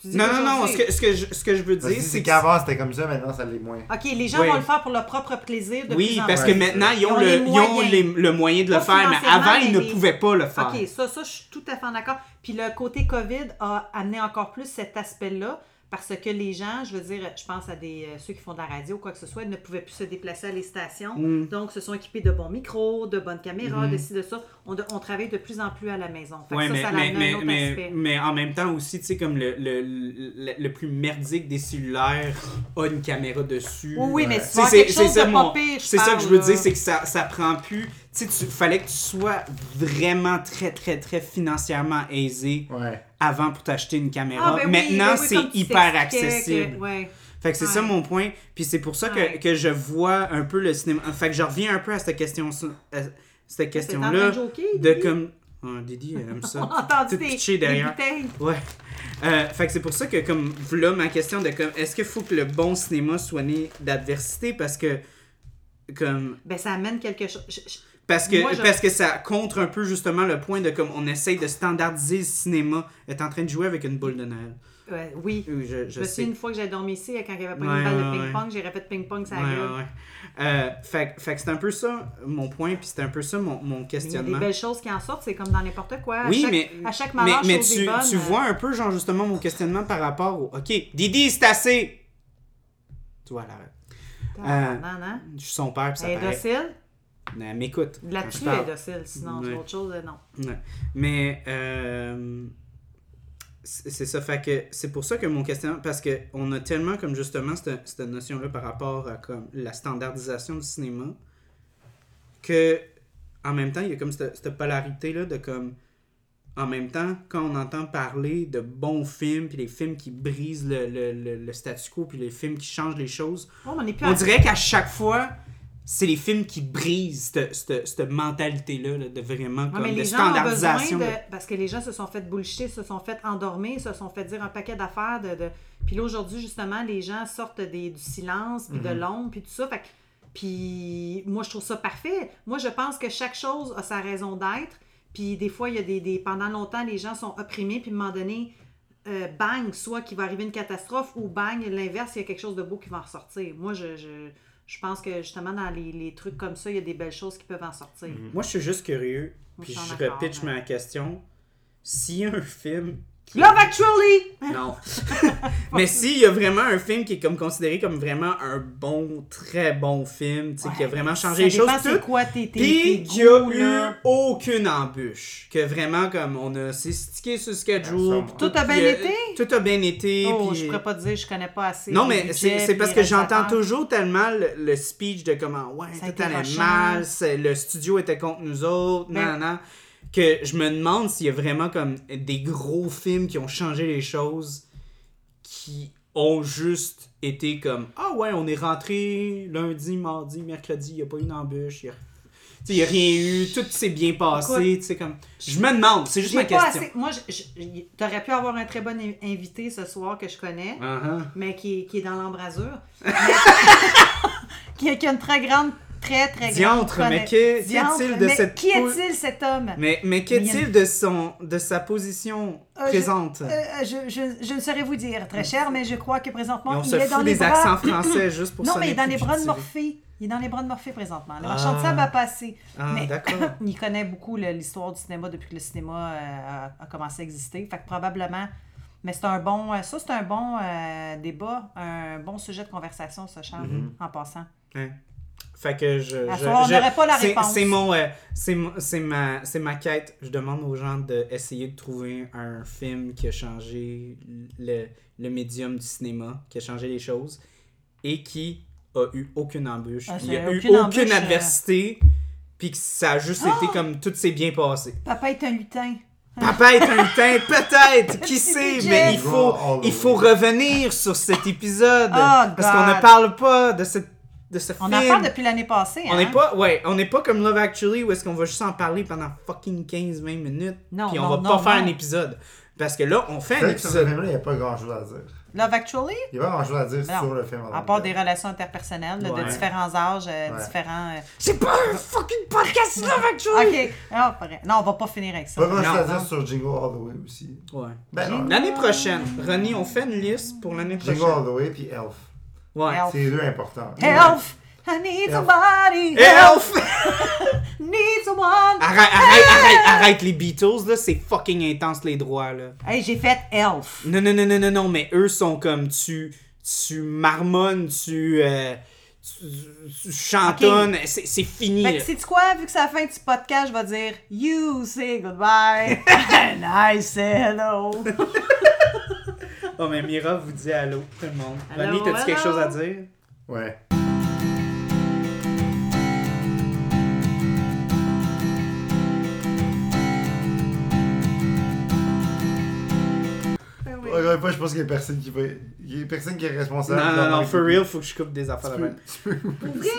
[SPEAKER 2] Tu dis
[SPEAKER 1] Non, non, non, ce
[SPEAKER 2] aujourd'hui.
[SPEAKER 1] que, ce que, je, ce que je veux
[SPEAKER 3] Parce
[SPEAKER 1] dire,
[SPEAKER 3] que
[SPEAKER 1] c'est
[SPEAKER 3] C'est
[SPEAKER 1] que...
[SPEAKER 3] qu'avant, c'était comme ça, maintenant, ça l'est moins.
[SPEAKER 2] OK, les gens
[SPEAKER 1] Ouais.
[SPEAKER 2] vont le faire pour leur propre plaisir de
[SPEAKER 1] Oui,
[SPEAKER 2] plus en
[SPEAKER 1] parce que
[SPEAKER 3] Ouais,
[SPEAKER 2] plus.
[SPEAKER 1] maintenant, ils ont,
[SPEAKER 2] Ils ont
[SPEAKER 1] le,
[SPEAKER 2] les
[SPEAKER 1] ils ont
[SPEAKER 2] moyens.
[SPEAKER 1] les- le moyen de le
[SPEAKER 2] Pas
[SPEAKER 1] faire, mais
[SPEAKER 2] financièrement,
[SPEAKER 1] avant, ils
[SPEAKER 2] mais
[SPEAKER 1] ne
[SPEAKER 2] les-
[SPEAKER 1] pouvaient pas le faire.
[SPEAKER 2] OK, ça, ça, je suis tout à fait en accord. Puis le côté COVID a amené encore plus cet aspect-là parce que les gens, je veux dire, je pense à des euh, ceux qui font de la radio ou quoi que ce soit, ils ne pouvaient plus se déplacer à les stations.
[SPEAKER 1] Mm.
[SPEAKER 2] Donc, se sont équipés de bons micros, de bonnes caméras,
[SPEAKER 1] Mhm.
[SPEAKER 2] de ci, de ça. On, on travaille de plus en plus à la maison. Fait que
[SPEAKER 1] Ouais,
[SPEAKER 2] ça,
[SPEAKER 1] mais,
[SPEAKER 2] ça
[SPEAKER 1] mais,
[SPEAKER 2] amène un
[SPEAKER 1] mais,
[SPEAKER 2] autre
[SPEAKER 1] mais-
[SPEAKER 2] aspect.
[SPEAKER 1] mais en même temps aussi, tu sais, comme le, le, le, le plus merdique des cellulaires a une caméra dessus. euh,
[SPEAKER 2] Oui, oui, mais
[SPEAKER 3] Ouais.
[SPEAKER 1] Tu
[SPEAKER 2] c'est
[SPEAKER 1] sais,
[SPEAKER 2] quelque chose de
[SPEAKER 1] mon-
[SPEAKER 2] pas pire, je
[SPEAKER 1] C'est ça que
[SPEAKER 2] parle,
[SPEAKER 1] je veux
[SPEAKER 2] là.
[SPEAKER 1] dire, c'est que ça, ça prend plus... Tu sais, tu- fallait que tu sois vraiment très, très, très financièrement aisé
[SPEAKER 3] Ouais.
[SPEAKER 1] avant pour t'acheter une
[SPEAKER 2] Ah,
[SPEAKER 1] caméra.
[SPEAKER 2] ben oui,
[SPEAKER 1] Maintenant,
[SPEAKER 2] ben oui, comme
[SPEAKER 1] c'est
[SPEAKER 2] tu
[SPEAKER 1] hyper
[SPEAKER 2] t'expliquais que-
[SPEAKER 1] accessible.
[SPEAKER 2] ouais.
[SPEAKER 1] Fait que c'est
[SPEAKER 2] Ouais.
[SPEAKER 1] ça mon point. Puis c'est pour ça que,
[SPEAKER 2] Ouais.
[SPEAKER 1] que je vois un peu le cinéma. Fait que je reviens un peu à cette question à cette
[SPEAKER 2] T'es en train
[SPEAKER 1] question-là.
[SPEAKER 2] de joker,
[SPEAKER 1] De
[SPEAKER 2] Didi?
[SPEAKER 1] comme. Oh, Didi, elle aime
[SPEAKER 2] On
[SPEAKER 1] ça.
[SPEAKER 2] a entendu
[SPEAKER 1] Petite
[SPEAKER 2] des,
[SPEAKER 1] pitchée
[SPEAKER 2] des
[SPEAKER 1] derrière.
[SPEAKER 2] bouteilles.
[SPEAKER 1] Ouais. Euh, fait que c'est pour ça que, comme, là, ma question de comme, est-ce qu'il faut que le bon cinéma soit né d'adversité parce que, comme,
[SPEAKER 2] Ben, ça amène quelque chose. Je- je-
[SPEAKER 1] parce que,
[SPEAKER 2] Moi, je-
[SPEAKER 1] parce que ça contre un peu justement le point de comme, on essaye de standardiser le cinéma, est en train de jouer avec une boule de neige.
[SPEAKER 2] ouais, euh, oui.
[SPEAKER 1] Oui, Je, je,
[SPEAKER 2] Je me
[SPEAKER 1] sais.
[SPEAKER 2] souviens une fois que j'ai dormi ici, quand il n'y avait pas
[SPEAKER 1] Ouais,
[SPEAKER 2] une balle
[SPEAKER 1] ouais,
[SPEAKER 2] de
[SPEAKER 1] ouais.
[SPEAKER 2] ping-pong, j'ai répété ping-pong, ça
[SPEAKER 1] Ouais,
[SPEAKER 2] gueule.
[SPEAKER 1] ouais, ouais. Euh, fait, fait que c'est un peu ça mon point, puis c'est un peu ça mon, mon
[SPEAKER 2] Mais Il y a des
[SPEAKER 1] questionnement.
[SPEAKER 2] belles choses qui en sortent, c'est comme dans n'importe quoi. À
[SPEAKER 1] Oui,
[SPEAKER 2] chaque-
[SPEAKER 1] mais-
[SPEAKER 2] À chaque
[SPEAKER 1] Mais,
[SPEAKER 2] malheur,
[SPEAKER 1] mais
[SPEAKER 2] chose est
[SPEAKER 1] tu,
[SPEAKER 2] bonne,
[SPEAKER 1] tu
[SPEAKER 2] euh,
[SPEAKER 1] vois un peu, genre, justement, mon questionnement par rapport au. Ok, Didi, c'est assez! Tu vois, là.
[SPEAKER 2] t'as- Ah, Non, non.
[SPEAKER 1] Je suis son père, puis euh, ça
[SPEAKER 2] Elle est
[SPEAKER 1] paraît.
[SPEAKER 2] docile.
[SPEAKER 1] Mais elle m'écoute.
[SPEAKER 2] Là-dessus,
[SPEAKER 1] quand je
[SPEAKER 2] elle est
[SPEAKER 1] parle.
[SPEAKER 2] docile. Sinon,
[SPEAKER 1] Ouais.
[SPEAKER 2] sur autre chose, euh, non.
[SPEAKER 1] Ouais. Mais euh, c'est c'est ça, fait que c'est pour ça que mon question, parce que on a tellement comme justement cette, cette notion-là par rapport à comme la standardisation du cinéma, que en même temps, il y a comme cette, cette polarité-là de comme en même temps, quand on entend parler de bons films, puis les films qui brisent le, le- le- le statu quo, puis les films qui changent les choses,
[SPEAKER 2] Oh, mais on n'est plus
[SPEAKER 1] on
[SPEAKER 2] à-
[SPEAKER 1] dirait qu'à chaque fois, c'est les films qui brisent cette, cette- cette mentalité-là là, de vraiment
[SPEAKER 2] Ouais,
[SPEAKER 1] comme
[SPEAKER 2] Ah, mais
[SPEAKER 1] de
[SPEAKER 2] les gens ont besoin
[SPEAKER 1] standardisation.
[SPEAKER 2] de...
[SPEAKER 1] de-
[SPEAKER 2] Parce que les gens se sont fait bullshiter, se sont fait endormir, se sont fait dire un paquet d'affaires. De, de- Puis là, aujourd'hui, justement, les gens sortent des, du silence, puis
[SPEAKER 1] Mhm.
[SPEAKER 2] de l'ombre, puis tout ça. Fait que- Puis moi, je trouve ça parfait. Moi, je pense que chaque chose a sa raison d'être. Puis des fois, il y a des, des... Pendant longtemps, les gens sont opprimés, puis à un moment donné, euh, bang, soit qu'il va arriver une catastrophe, ou bang, l'inverse, il y a quelque chose de beau qui va en ressortir. Moi, je... je... je pense que justement, dans les, les trucs comme ça, il y a des belles choses qui peuvent en sortir.
[SPEAKER 1] Moi, je suis juste curieux, puis
[SPEAKER 2] je suis en
[SPEAKER 1] je
[SPEAKER 2] accord,
[SPEAKER 1] repitche
[SPEAKER 2] ouais.
[SPEAKER 1] ma question. S'il y a un film. qui-
[SPEAKER 2] Love Actually!
[SPEAKER 1] Non. mais s'il y a vraiment un film qui est comme considéré comme vraiment un bon, très bon film, tu sais, qui a vraiment changé les
[SPEAKER 2] Ça
[SPEAKER 1] choses,
[SPEAKER 2] dépend c'est
[SPEAKER 1] tout,
[SPEAKER 2] quoi tes tes-
[SPEAKER 1] Puis
[SPEAKER 2] tes
[SPEAKER 1] qu'il n'y a
[SPEAKER 2] goûts,
[SPEAKER 1] eu
[SPEAKER 2] là.
[SPEAKER 1] aucune embûche. Que vraiment, comme on a s'est stické sur le schedule. puis
[SPEAKER 3] Tout
[SPEAKER 2] a bien
[SPEAKER 1] puis, euh,
[SPEAKER 2] été?
[SPEAKER 1] Tout a bien été.
[SPEAKER 2] Oh,
[SPEAKER 1] puis-
[SPEAKER 2] je pourrais pas te dire, je connais pas assez.
[SPEAKER 1] Non,
[SPEAKER 2] les
[SPEAKER 1] mais c'est
[SPEAKER 2] budgets,
[SPEAKER 1] c'est
[SPEAKER 2] puis
[SPEAKER 1] parce
[SPEAKER 2] les
[SPEAKER 1] que j'entends
[SPEAKER 2] réalisateurs.
[SPEAKER 1] toujours tellement le, le speech de comment, ouais,
[SPEAKER 2] Ça a
[SPEAKER 1] tout
[SPEAKER 2] été
[SPEAKER 1] allait
[SPEAKER 2] rushant.
[SPEAKER 1] mal, c'est- le studio était contre nous autres,
[SPEAKER 2] Ben-
[SPEAKER 1] nan, nan, que je me demande s'il y a vraiment comme des gros films qui ont changé les choses, qui ont juste été comme, ah ouais, on est rentré lundi, mardi, mercredi, il n'y a pas eu d'embûche, il n'y a... tu sais, y a rien eu, tout s'est bien passé,
[SPEAKER 2] Écoute,
[SPEAKER 1] tu sais, comme. Je me demande, c'est juste
[SPEAKER 2] J'ai
[SPEAKER 1] ma
[SPEAKER 2] pas
[SPEAKER 1] question.
[SPEAKER 2] assez. Moi, je- je- t'aurais pu avoir un très bon in- invité ce soir que je connais,
[SPEAKER 1] Uh-huh.
[SPEAKER 2] mais qui, est- qui est dans l'embrasure. Mais- qui, a- qui a une très grande, très, très grande.
[SPEAKER 1] Diantre, mais qu'est-
[SPEAKER 2] Diantre,
[SPEAKER 1] qu'est-il de
[SPEAKER 2] mais
[SPEAKER 1] cette
[SPEAKER 2] Qui
[SPEAKER 1] poule-
[SPEAKER 2] est-il, cet homme?
[SPEAKER 1] Mais, mais qu'est-il de, son, de sa position
[SPEAKER 2] Euh, je-
[SPEAKER 1] présente?
[SPEAKER 2] Euh, euh, je, je- je ne saurais vous dire, très cher, mais je crois que présentement,
[SPEAKER 1] Et on
[SPEAKER 2] il
[SPEAKER 1] se
[SPEAKER 2] est dans
[SPEAKER 1] fout
[SPEAKER 2] les
[SPEAKER 1] des
[SPEAKER 2] bras-
[SPEAKER 1] accents français juste pour
[SPEAKER 2] Non,
[SPEAKER 1] sonner
[SPEAKER 2] mais il est dans
[SPEAKER 1] plus
[SPEAKER 2] les bras de
[SPEAKER 1] cultivé.
[SPEAKER 2] Morphée. Il est dans les bras de Morphée présentement. Le
[SPEAKER 1] Ah.
[SPEAKER 2] marchand de sable a passé.
[SPEAKER 1] Ah,
[SPEAKER 2] mais
[SPEAKER 1] d'accord.
[SPEAKER 2] il connaît beaucoup le- l'histoire du cinéma depuis que le cinéma euh, a, a commencé à exister. Fait que probablement. Mais c'est un bon. euh, Ça, c'est
[SPEAKER 1] Mm-hmm.
[SPEAKER 2] un bon euh, débat, un bon sujet de conversation, ce Charles, en passant.
[SPEAKER 1] Ouais. Hein. Fait que je.
[SPEAKER 2] À
[SPEAKER 1] je-
[SPEAKER 2] soir, on
[SPEAKER 1] je-
[SPEAKER 2] n'aurait pas la
[SPEAKER 1] c'est-
[SPEAKER 2] réponse.
[SPEAKER 1] C'est mon, euh, c'est mon- c'est ma, c'est ma quête. Je demande aux gens d'essayer de trouver un film qui a changé le, le médium du cinéma, qui a changé les choses et qui a eu aucune embûche.
[SPEAKER 2] Ah,
[SPEAKER 1] Il
[SPEAKER 2] ça
[SPEAKER 1] n'y
[SPEAKER 2] a
[SPEAKER 1] a eu
[SPEAKER 2] aucune
[SPEAKER 1] aucune,
[SPEAKER 2] embûche, euh. Ah!
[SPEAKER 1] adversité. Puis que ça a juste été comme tout s'est bien passé.
[SPEAKER 2] Papa est un lutin.
[SPEAKER 1] Papa est un lutin, peut-être, qui sait,
[SPEAKER 2] Petit
[SPEAKER 1] mais il
[SPEAKER 3] Jeff.
[SPEAKER 1] faut,
[SPEAKER 3] Go all the
[SPEAKER 1] il faut
[SPEAKER 3] way.
[SPEAKER 1] revenir sur cet épisode.
[SPEAKER 2] Oh,
[SPEAKER 1] parce qu'on
[SPEAKER 2] God.
[SPEAKER 1] ne parle pas de, cette, de ce
[SPEAKER 2] On
[SPEAKER 1] film.
[SPEAKER 2] en parle depuis l'année passée.
[SPEAKER 1] On
[SPEAKER 2] hein?
[SPEAKER 1] n'est pas, ouais, on n'est pas comme Love Actually où est-ce qu'on va juste en parler pendant fucking 15-20 minutes.
[SPEAKER 2] Non,
[SPEAKER 1] puis on
[SPEAKER 2] non,
[SPEAKER 1] va
[SPEAKER 2] non,
[SPEAKER 1] pas faire un
[SPEAKER 2] non.
[SPEAKER 1] épisode. Parce que là, on fait un
[SPEAKER 3] Fait que sur ce
[SPEAKER 1] épisode.
[SPEAKER 3] film-là, il n'y a pas grand chose à dire.
[SPEAKER 2] Love Actually,
[SPEAKER 3] Il n'y a pas grand chose à dire
[SPEAKER 2] Non.
[SPEAKER 3] sur le film. en
[SPEAKER 2] à
[SPEAKER 3] tant
[SPEAKER 2] part
[SPEAKER 3] que
[SPEAKER 2] des
[SPEAKER 3] tel.
[SPEAKER 2] relations interpersonnelles là, de
[SPEAKER 1] Oh, Ouais.
[SPEAKER 2] différents âges, euh,
[SPEAKER 3] Ouais.
[SPEAKER 2] différents. euh,
[SPEAKER 1] C'est pas un fucking podcast Love Actually!
[SPEAKER 2] Ok, non, pas vrai. Non, on va pas finir avec ça.
[SPEAKER 3] Pas grand chose à
[SPEAKER 1] Non.
[SPEAKER 3] dire sur Jingle All the Way aussi.
[SPEAKER 1] Ouais.
[SPEAKER 3] Ben non.
[SPEAKER 1] L'année prochaine, René, on fait une liste pour l'année
[SPEAKER 3] Jingle
[SPEAKER 1] prochaine.
[SPEAKER 3] All the Way puis Elf.
[SPEAKER 1] Ouais.
[SPEAKER 2] Elf.
[SPEAKER 3] C'est les deux importants.
[SPEAKER 2] Elf, I need
[SPEAKER 3] Elf.
[SPEAKER 2] somebody.
[SPEAKER 1] Elf!
[SPEAKER 2] need someone.
[SPEAKER 1] Arrête, arrête, arrête, arrête les Beatles, là, c'est fucking intense les droits, là.
[SPEAKER 2] Hey, j'ai fait Elf.
[SPEAKER 1] Non, non, non, non, non, non, mais eux sont comme tu, tu marmonnes, tu, euh, tu, tu chantonnes, c'est c'est fini.
[SPEAKER 2] Fait que
[SPEAKER 1] là.
[SPEAKER 2] sais-tu quoi? Vu que c'est la fin du podcast, je vais dire You say goodbye and I say hello.
[SPEAKER 1] Oh, mais Mira vous dit allô, tout le monde.
[SPEAKER 8] Allô,
[SPEAKER 1] Vanny, t'as-tu quelque
[SPEAKER 8] allô.
[SPEAKER 1] chose à dire?
[SPEAKER 3] Ouais. Ouais, pas, je pense qu'il y a personne qui va. Il y a personne qui est responsable.
[SPEAKER 1] Non, non,
[SPEAKER 3] d'avoir
[SPEAKER 1] non,
[SPEAKER 3] été-
[SPEAKER 1] for real, faut que je coupe des affaires
[SPEAKER 3] Tu
[SPEAKER 1] de
[SPEAKER 3] peux-
[SPEAKER 1] même.
[SPEAKER 3] tu peux-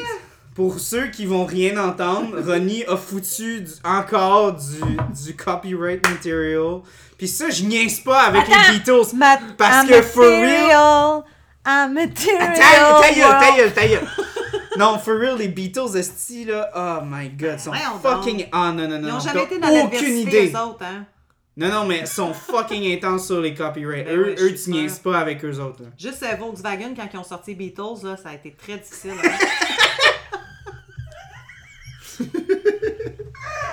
[SPEAKER 1] Pour ceux qui vont rien entendre, Ronnie a foutu du- encore du, du copyright material. Puis ça, je niaise pas avec les Beatles.
[SPEAKER 2] Ma-
[SPEAKER 1] Parce
[SPEAKER 2] I'm
[SPEAKER 1] que for
[SPEAKER 2] material,
[SPEAKER 1] Ta
[SPEAKER 2] I'm material.
[SPEAKER 8] Oh,
[SPEAKER 1] ta gueule, ta
[SPEAKER 2] world.
[SPEAKER 1] gueule, ta gueule. Non, for real, les Beatles, esti, là, oh my god, sont
[SPEAKER 8] Voyons donc.
[SPEAKER 1] fucking... Ah non, non, non,
[SPEAKER 8] Ils
[SPEAKER 1] non,
[SPEAKER 8] n'ont
[SPEAKER 1] t'as
[SPEAKER 8] jamais été dans l'adversité,
[SPEAKER 1] aucune idée.
[SPEAKER 8] les autres, hein.
[SPEAKER 1] Non, non, mais sont fucking intenses sur les copyrights.
[SPEAKER 8] Ben
[SPEAKER 1] eux,
[SPEAKER 8] oui, je
[SPEAKER 1] eux
[SPEAKER 8] suis
[SPEAKER 1] tu niaises pas avec eux autres, là.
[SPEAKER 8] Juste euh, Volkswagen, quand ils ont sorti Beatles, là, ça a été très difficile. hein.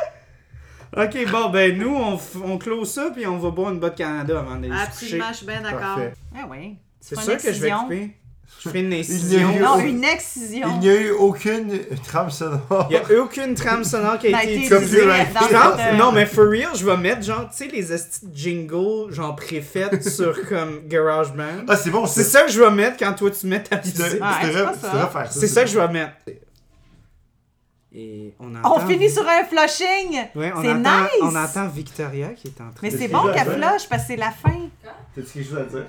[SPEAKER 1] Ok, bon, ben nous, on, f- on close ça, puis on va boire une botte Canada avant d'aller se coucher.
[SPEAKER 8] Absolument, je suis bien d'accord. Eh
[SPEAKER 3] Parfait.
[SPEAKER 2] Ah oui. Tu
[SPEAKER 1] C'est
[SPEAKER 2] fais une
[SPEAKER 1] sûr que je vais
[SPEAKER 2] excision.
[SPEAKER 1] couper. Je fais une
[SPEAKER 3] Il y a eu-
[SPEAKER 1] incision.
[SPEAKER 2] Non,
[SPEAKER 3] Oh.
[SPEAKER 2] une
[SPEAKER 3] Il
[SPEAKER 2] excision.
[SPEAKER 3] n'y a eu aucune trame sonore.
[SPEAKER 1] Il n'y a aucune trame sonore qui
[SPEAKER 2] Ça
[SPEAKER 1] a
[SPEAKER 2] a
[SPEAKER 1] été
[SPEAKER 2] été
[SPEAKER 1] utilisée.
[SPEAKER 2] utilisé
[SPEAKER 3] Copyright.
[SPEAKER 2] dans
[SPEAKER 1] Je pense-
[SPEAKER 2] le-
[SPEAKER 1] non, mais for real, je vais mettre genre, tu sais, les esti de jingles, genre préfaites sur comme GarageBand.
[SPEAKER 3] Ah, c'est bon,
[SPEAKER 1] C'est ça que je vais mettre quand toi tu mets ta
[SPEAKER 3] Tu te- tu
[SPEAKER 1] musique.
[SPEAKER 2] Ah,
[SPEAKER 3] te
[SPEAKER 2] c'est
[SPEAKER 3] re-
[SPEAKER 2] pas
[SPEAKER 3] tu te
[SPEAKER 2] ça.
[SPEAKER 3] refais ça.
[SPEAKER 1] C'est ça que je vais mettre. Et on entend.
[SPEAKER 2] On finit sur un flushing.
[SPEAKER 1] Ouais, on
[SPEAKER 2] c'est
[SPEAKER 1] entend,
[SPEAKER 2] nice.
[SPEAKER 1] on entend Victoria qui est en train.
[SPEAKER 2] Mais c'est
[SPEAKER 3] C'est
[SPEAKER 2] bon
[SPEAKER 3] déjà
[SPEAKER 2] qu'elle
[SPEAKER 3] bien.
[SPEAKER 2] flush parce que c'est la fin.
[SPEAKER 3] T'as-tu quelque chose à dire?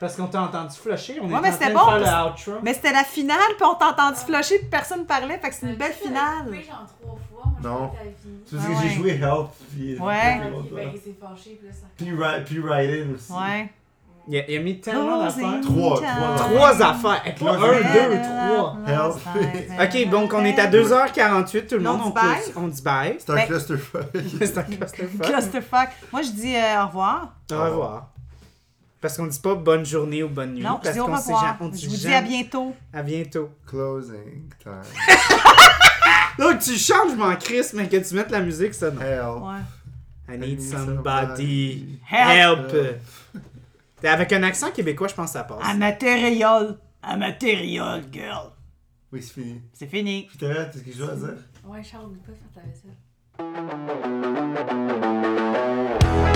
[SPEAKER 1] Parce qu'on t'a entendu flusher, on
[SPEAKER 2] Ouais, mais
[SPEAKER 1] est en
[SPEAKER 2] c'était
[SPEAKER 1] train
[SPEAKER 2] bon,
[SPEAKER 1] de faire le outro.
[SPEAKER 2] Mais c'était la finale, puis on t'a entendu flusher, puis personne parlait, fait que c'est une belle finale.
[SPEAKER 5] genre trois fois. Moi, je
[SPEAKER 3] Non.
[SPEAKER 5] crois que t'as fini.
[SPEAKER 3] Tu
[SPEAKER 2] Ah
[SPEAKER 3] veux dire que
[SPEAKER 2] ouais.
[SPEAKER 3] j'ai joué Help, puis.
[SPEAKER 2] Ouais.
[SPEAKER 5] Ah, ok, ben, il s'est fâché, puis là, ça
[SPEAKER 3] Puis Ri- puis Ryan aussi.
[SPEAKER 2] Ouais.
[SPEAKER 1] Il a, il a mis
[SPEAKER 2] Oh,
[SPEAKER 1] tellement d'affaires.
[SPEAKER 3] Trois,
[SPEAKER 1] Trois affaires. Et pas un, deux, trois.
[SPEAKER 3] Help.
[SPEAKER 1] Ok, donc on est à 2h48, tout le
[SPEAKER 2] On
[SPEAKER 1] monde.
[SPEAKER 2] dit
[SPEAKER 1] On,
[SPEAKER 2] bye.
[SPEAKER 1] close- on dit bye.
[SPEAKER 3] C'est un
[SPEAKER 2] Ben-
[SPEAKER 3] clusterfuck.
[SPEAKER 1] C'est un clusterfuck.
[SPEAKER 2] Clusterfuck. Moi, je dis euh, au revoir.
[SPEAKER 1] Au revoir. Parce qu'on dit pas bonne journée ou bonne nuit.
[SPEAKER 2] Non, je
[SPEAKER 1] parce
[SPEAKER 2] dis au
[SPEAKER 1] qu'on sait
[SPEAKER 2] revoir.
[SPEAKER 1] jamais- on dit
[SPEAKER 2] Je vous dis
[SPEAKER 1] jamais
[SPEAKER 2] à bientôt.
[SPEAKER 1] à bientôt.
[SPEAKER 3] Closing time.
[SPEAKER 1] Donc tu chantes, je m'en crisse, mais que tu mettes la musique, ça non.
[SPEAKER 3] Help.
[SPEAKER 2] Ouais.
[SPEAKER 1] I need somebody.
[SPEAKER 2] Help.
[SPEAKER 1] Help. T'es Avec un accent québécois, je pense que ça passe.
[SPEAKER 2] Amaterial. Amaterial, girl.
[SPEAKER 3] Oui, c'est fini.
[SPEAKER 2] C'est fini.
[SPEAKER 3] Puis t'as t'as quelque chose à dire?
[SPEAKER 5] Ouais, Charles, oublie pas de faire ta vaisselle.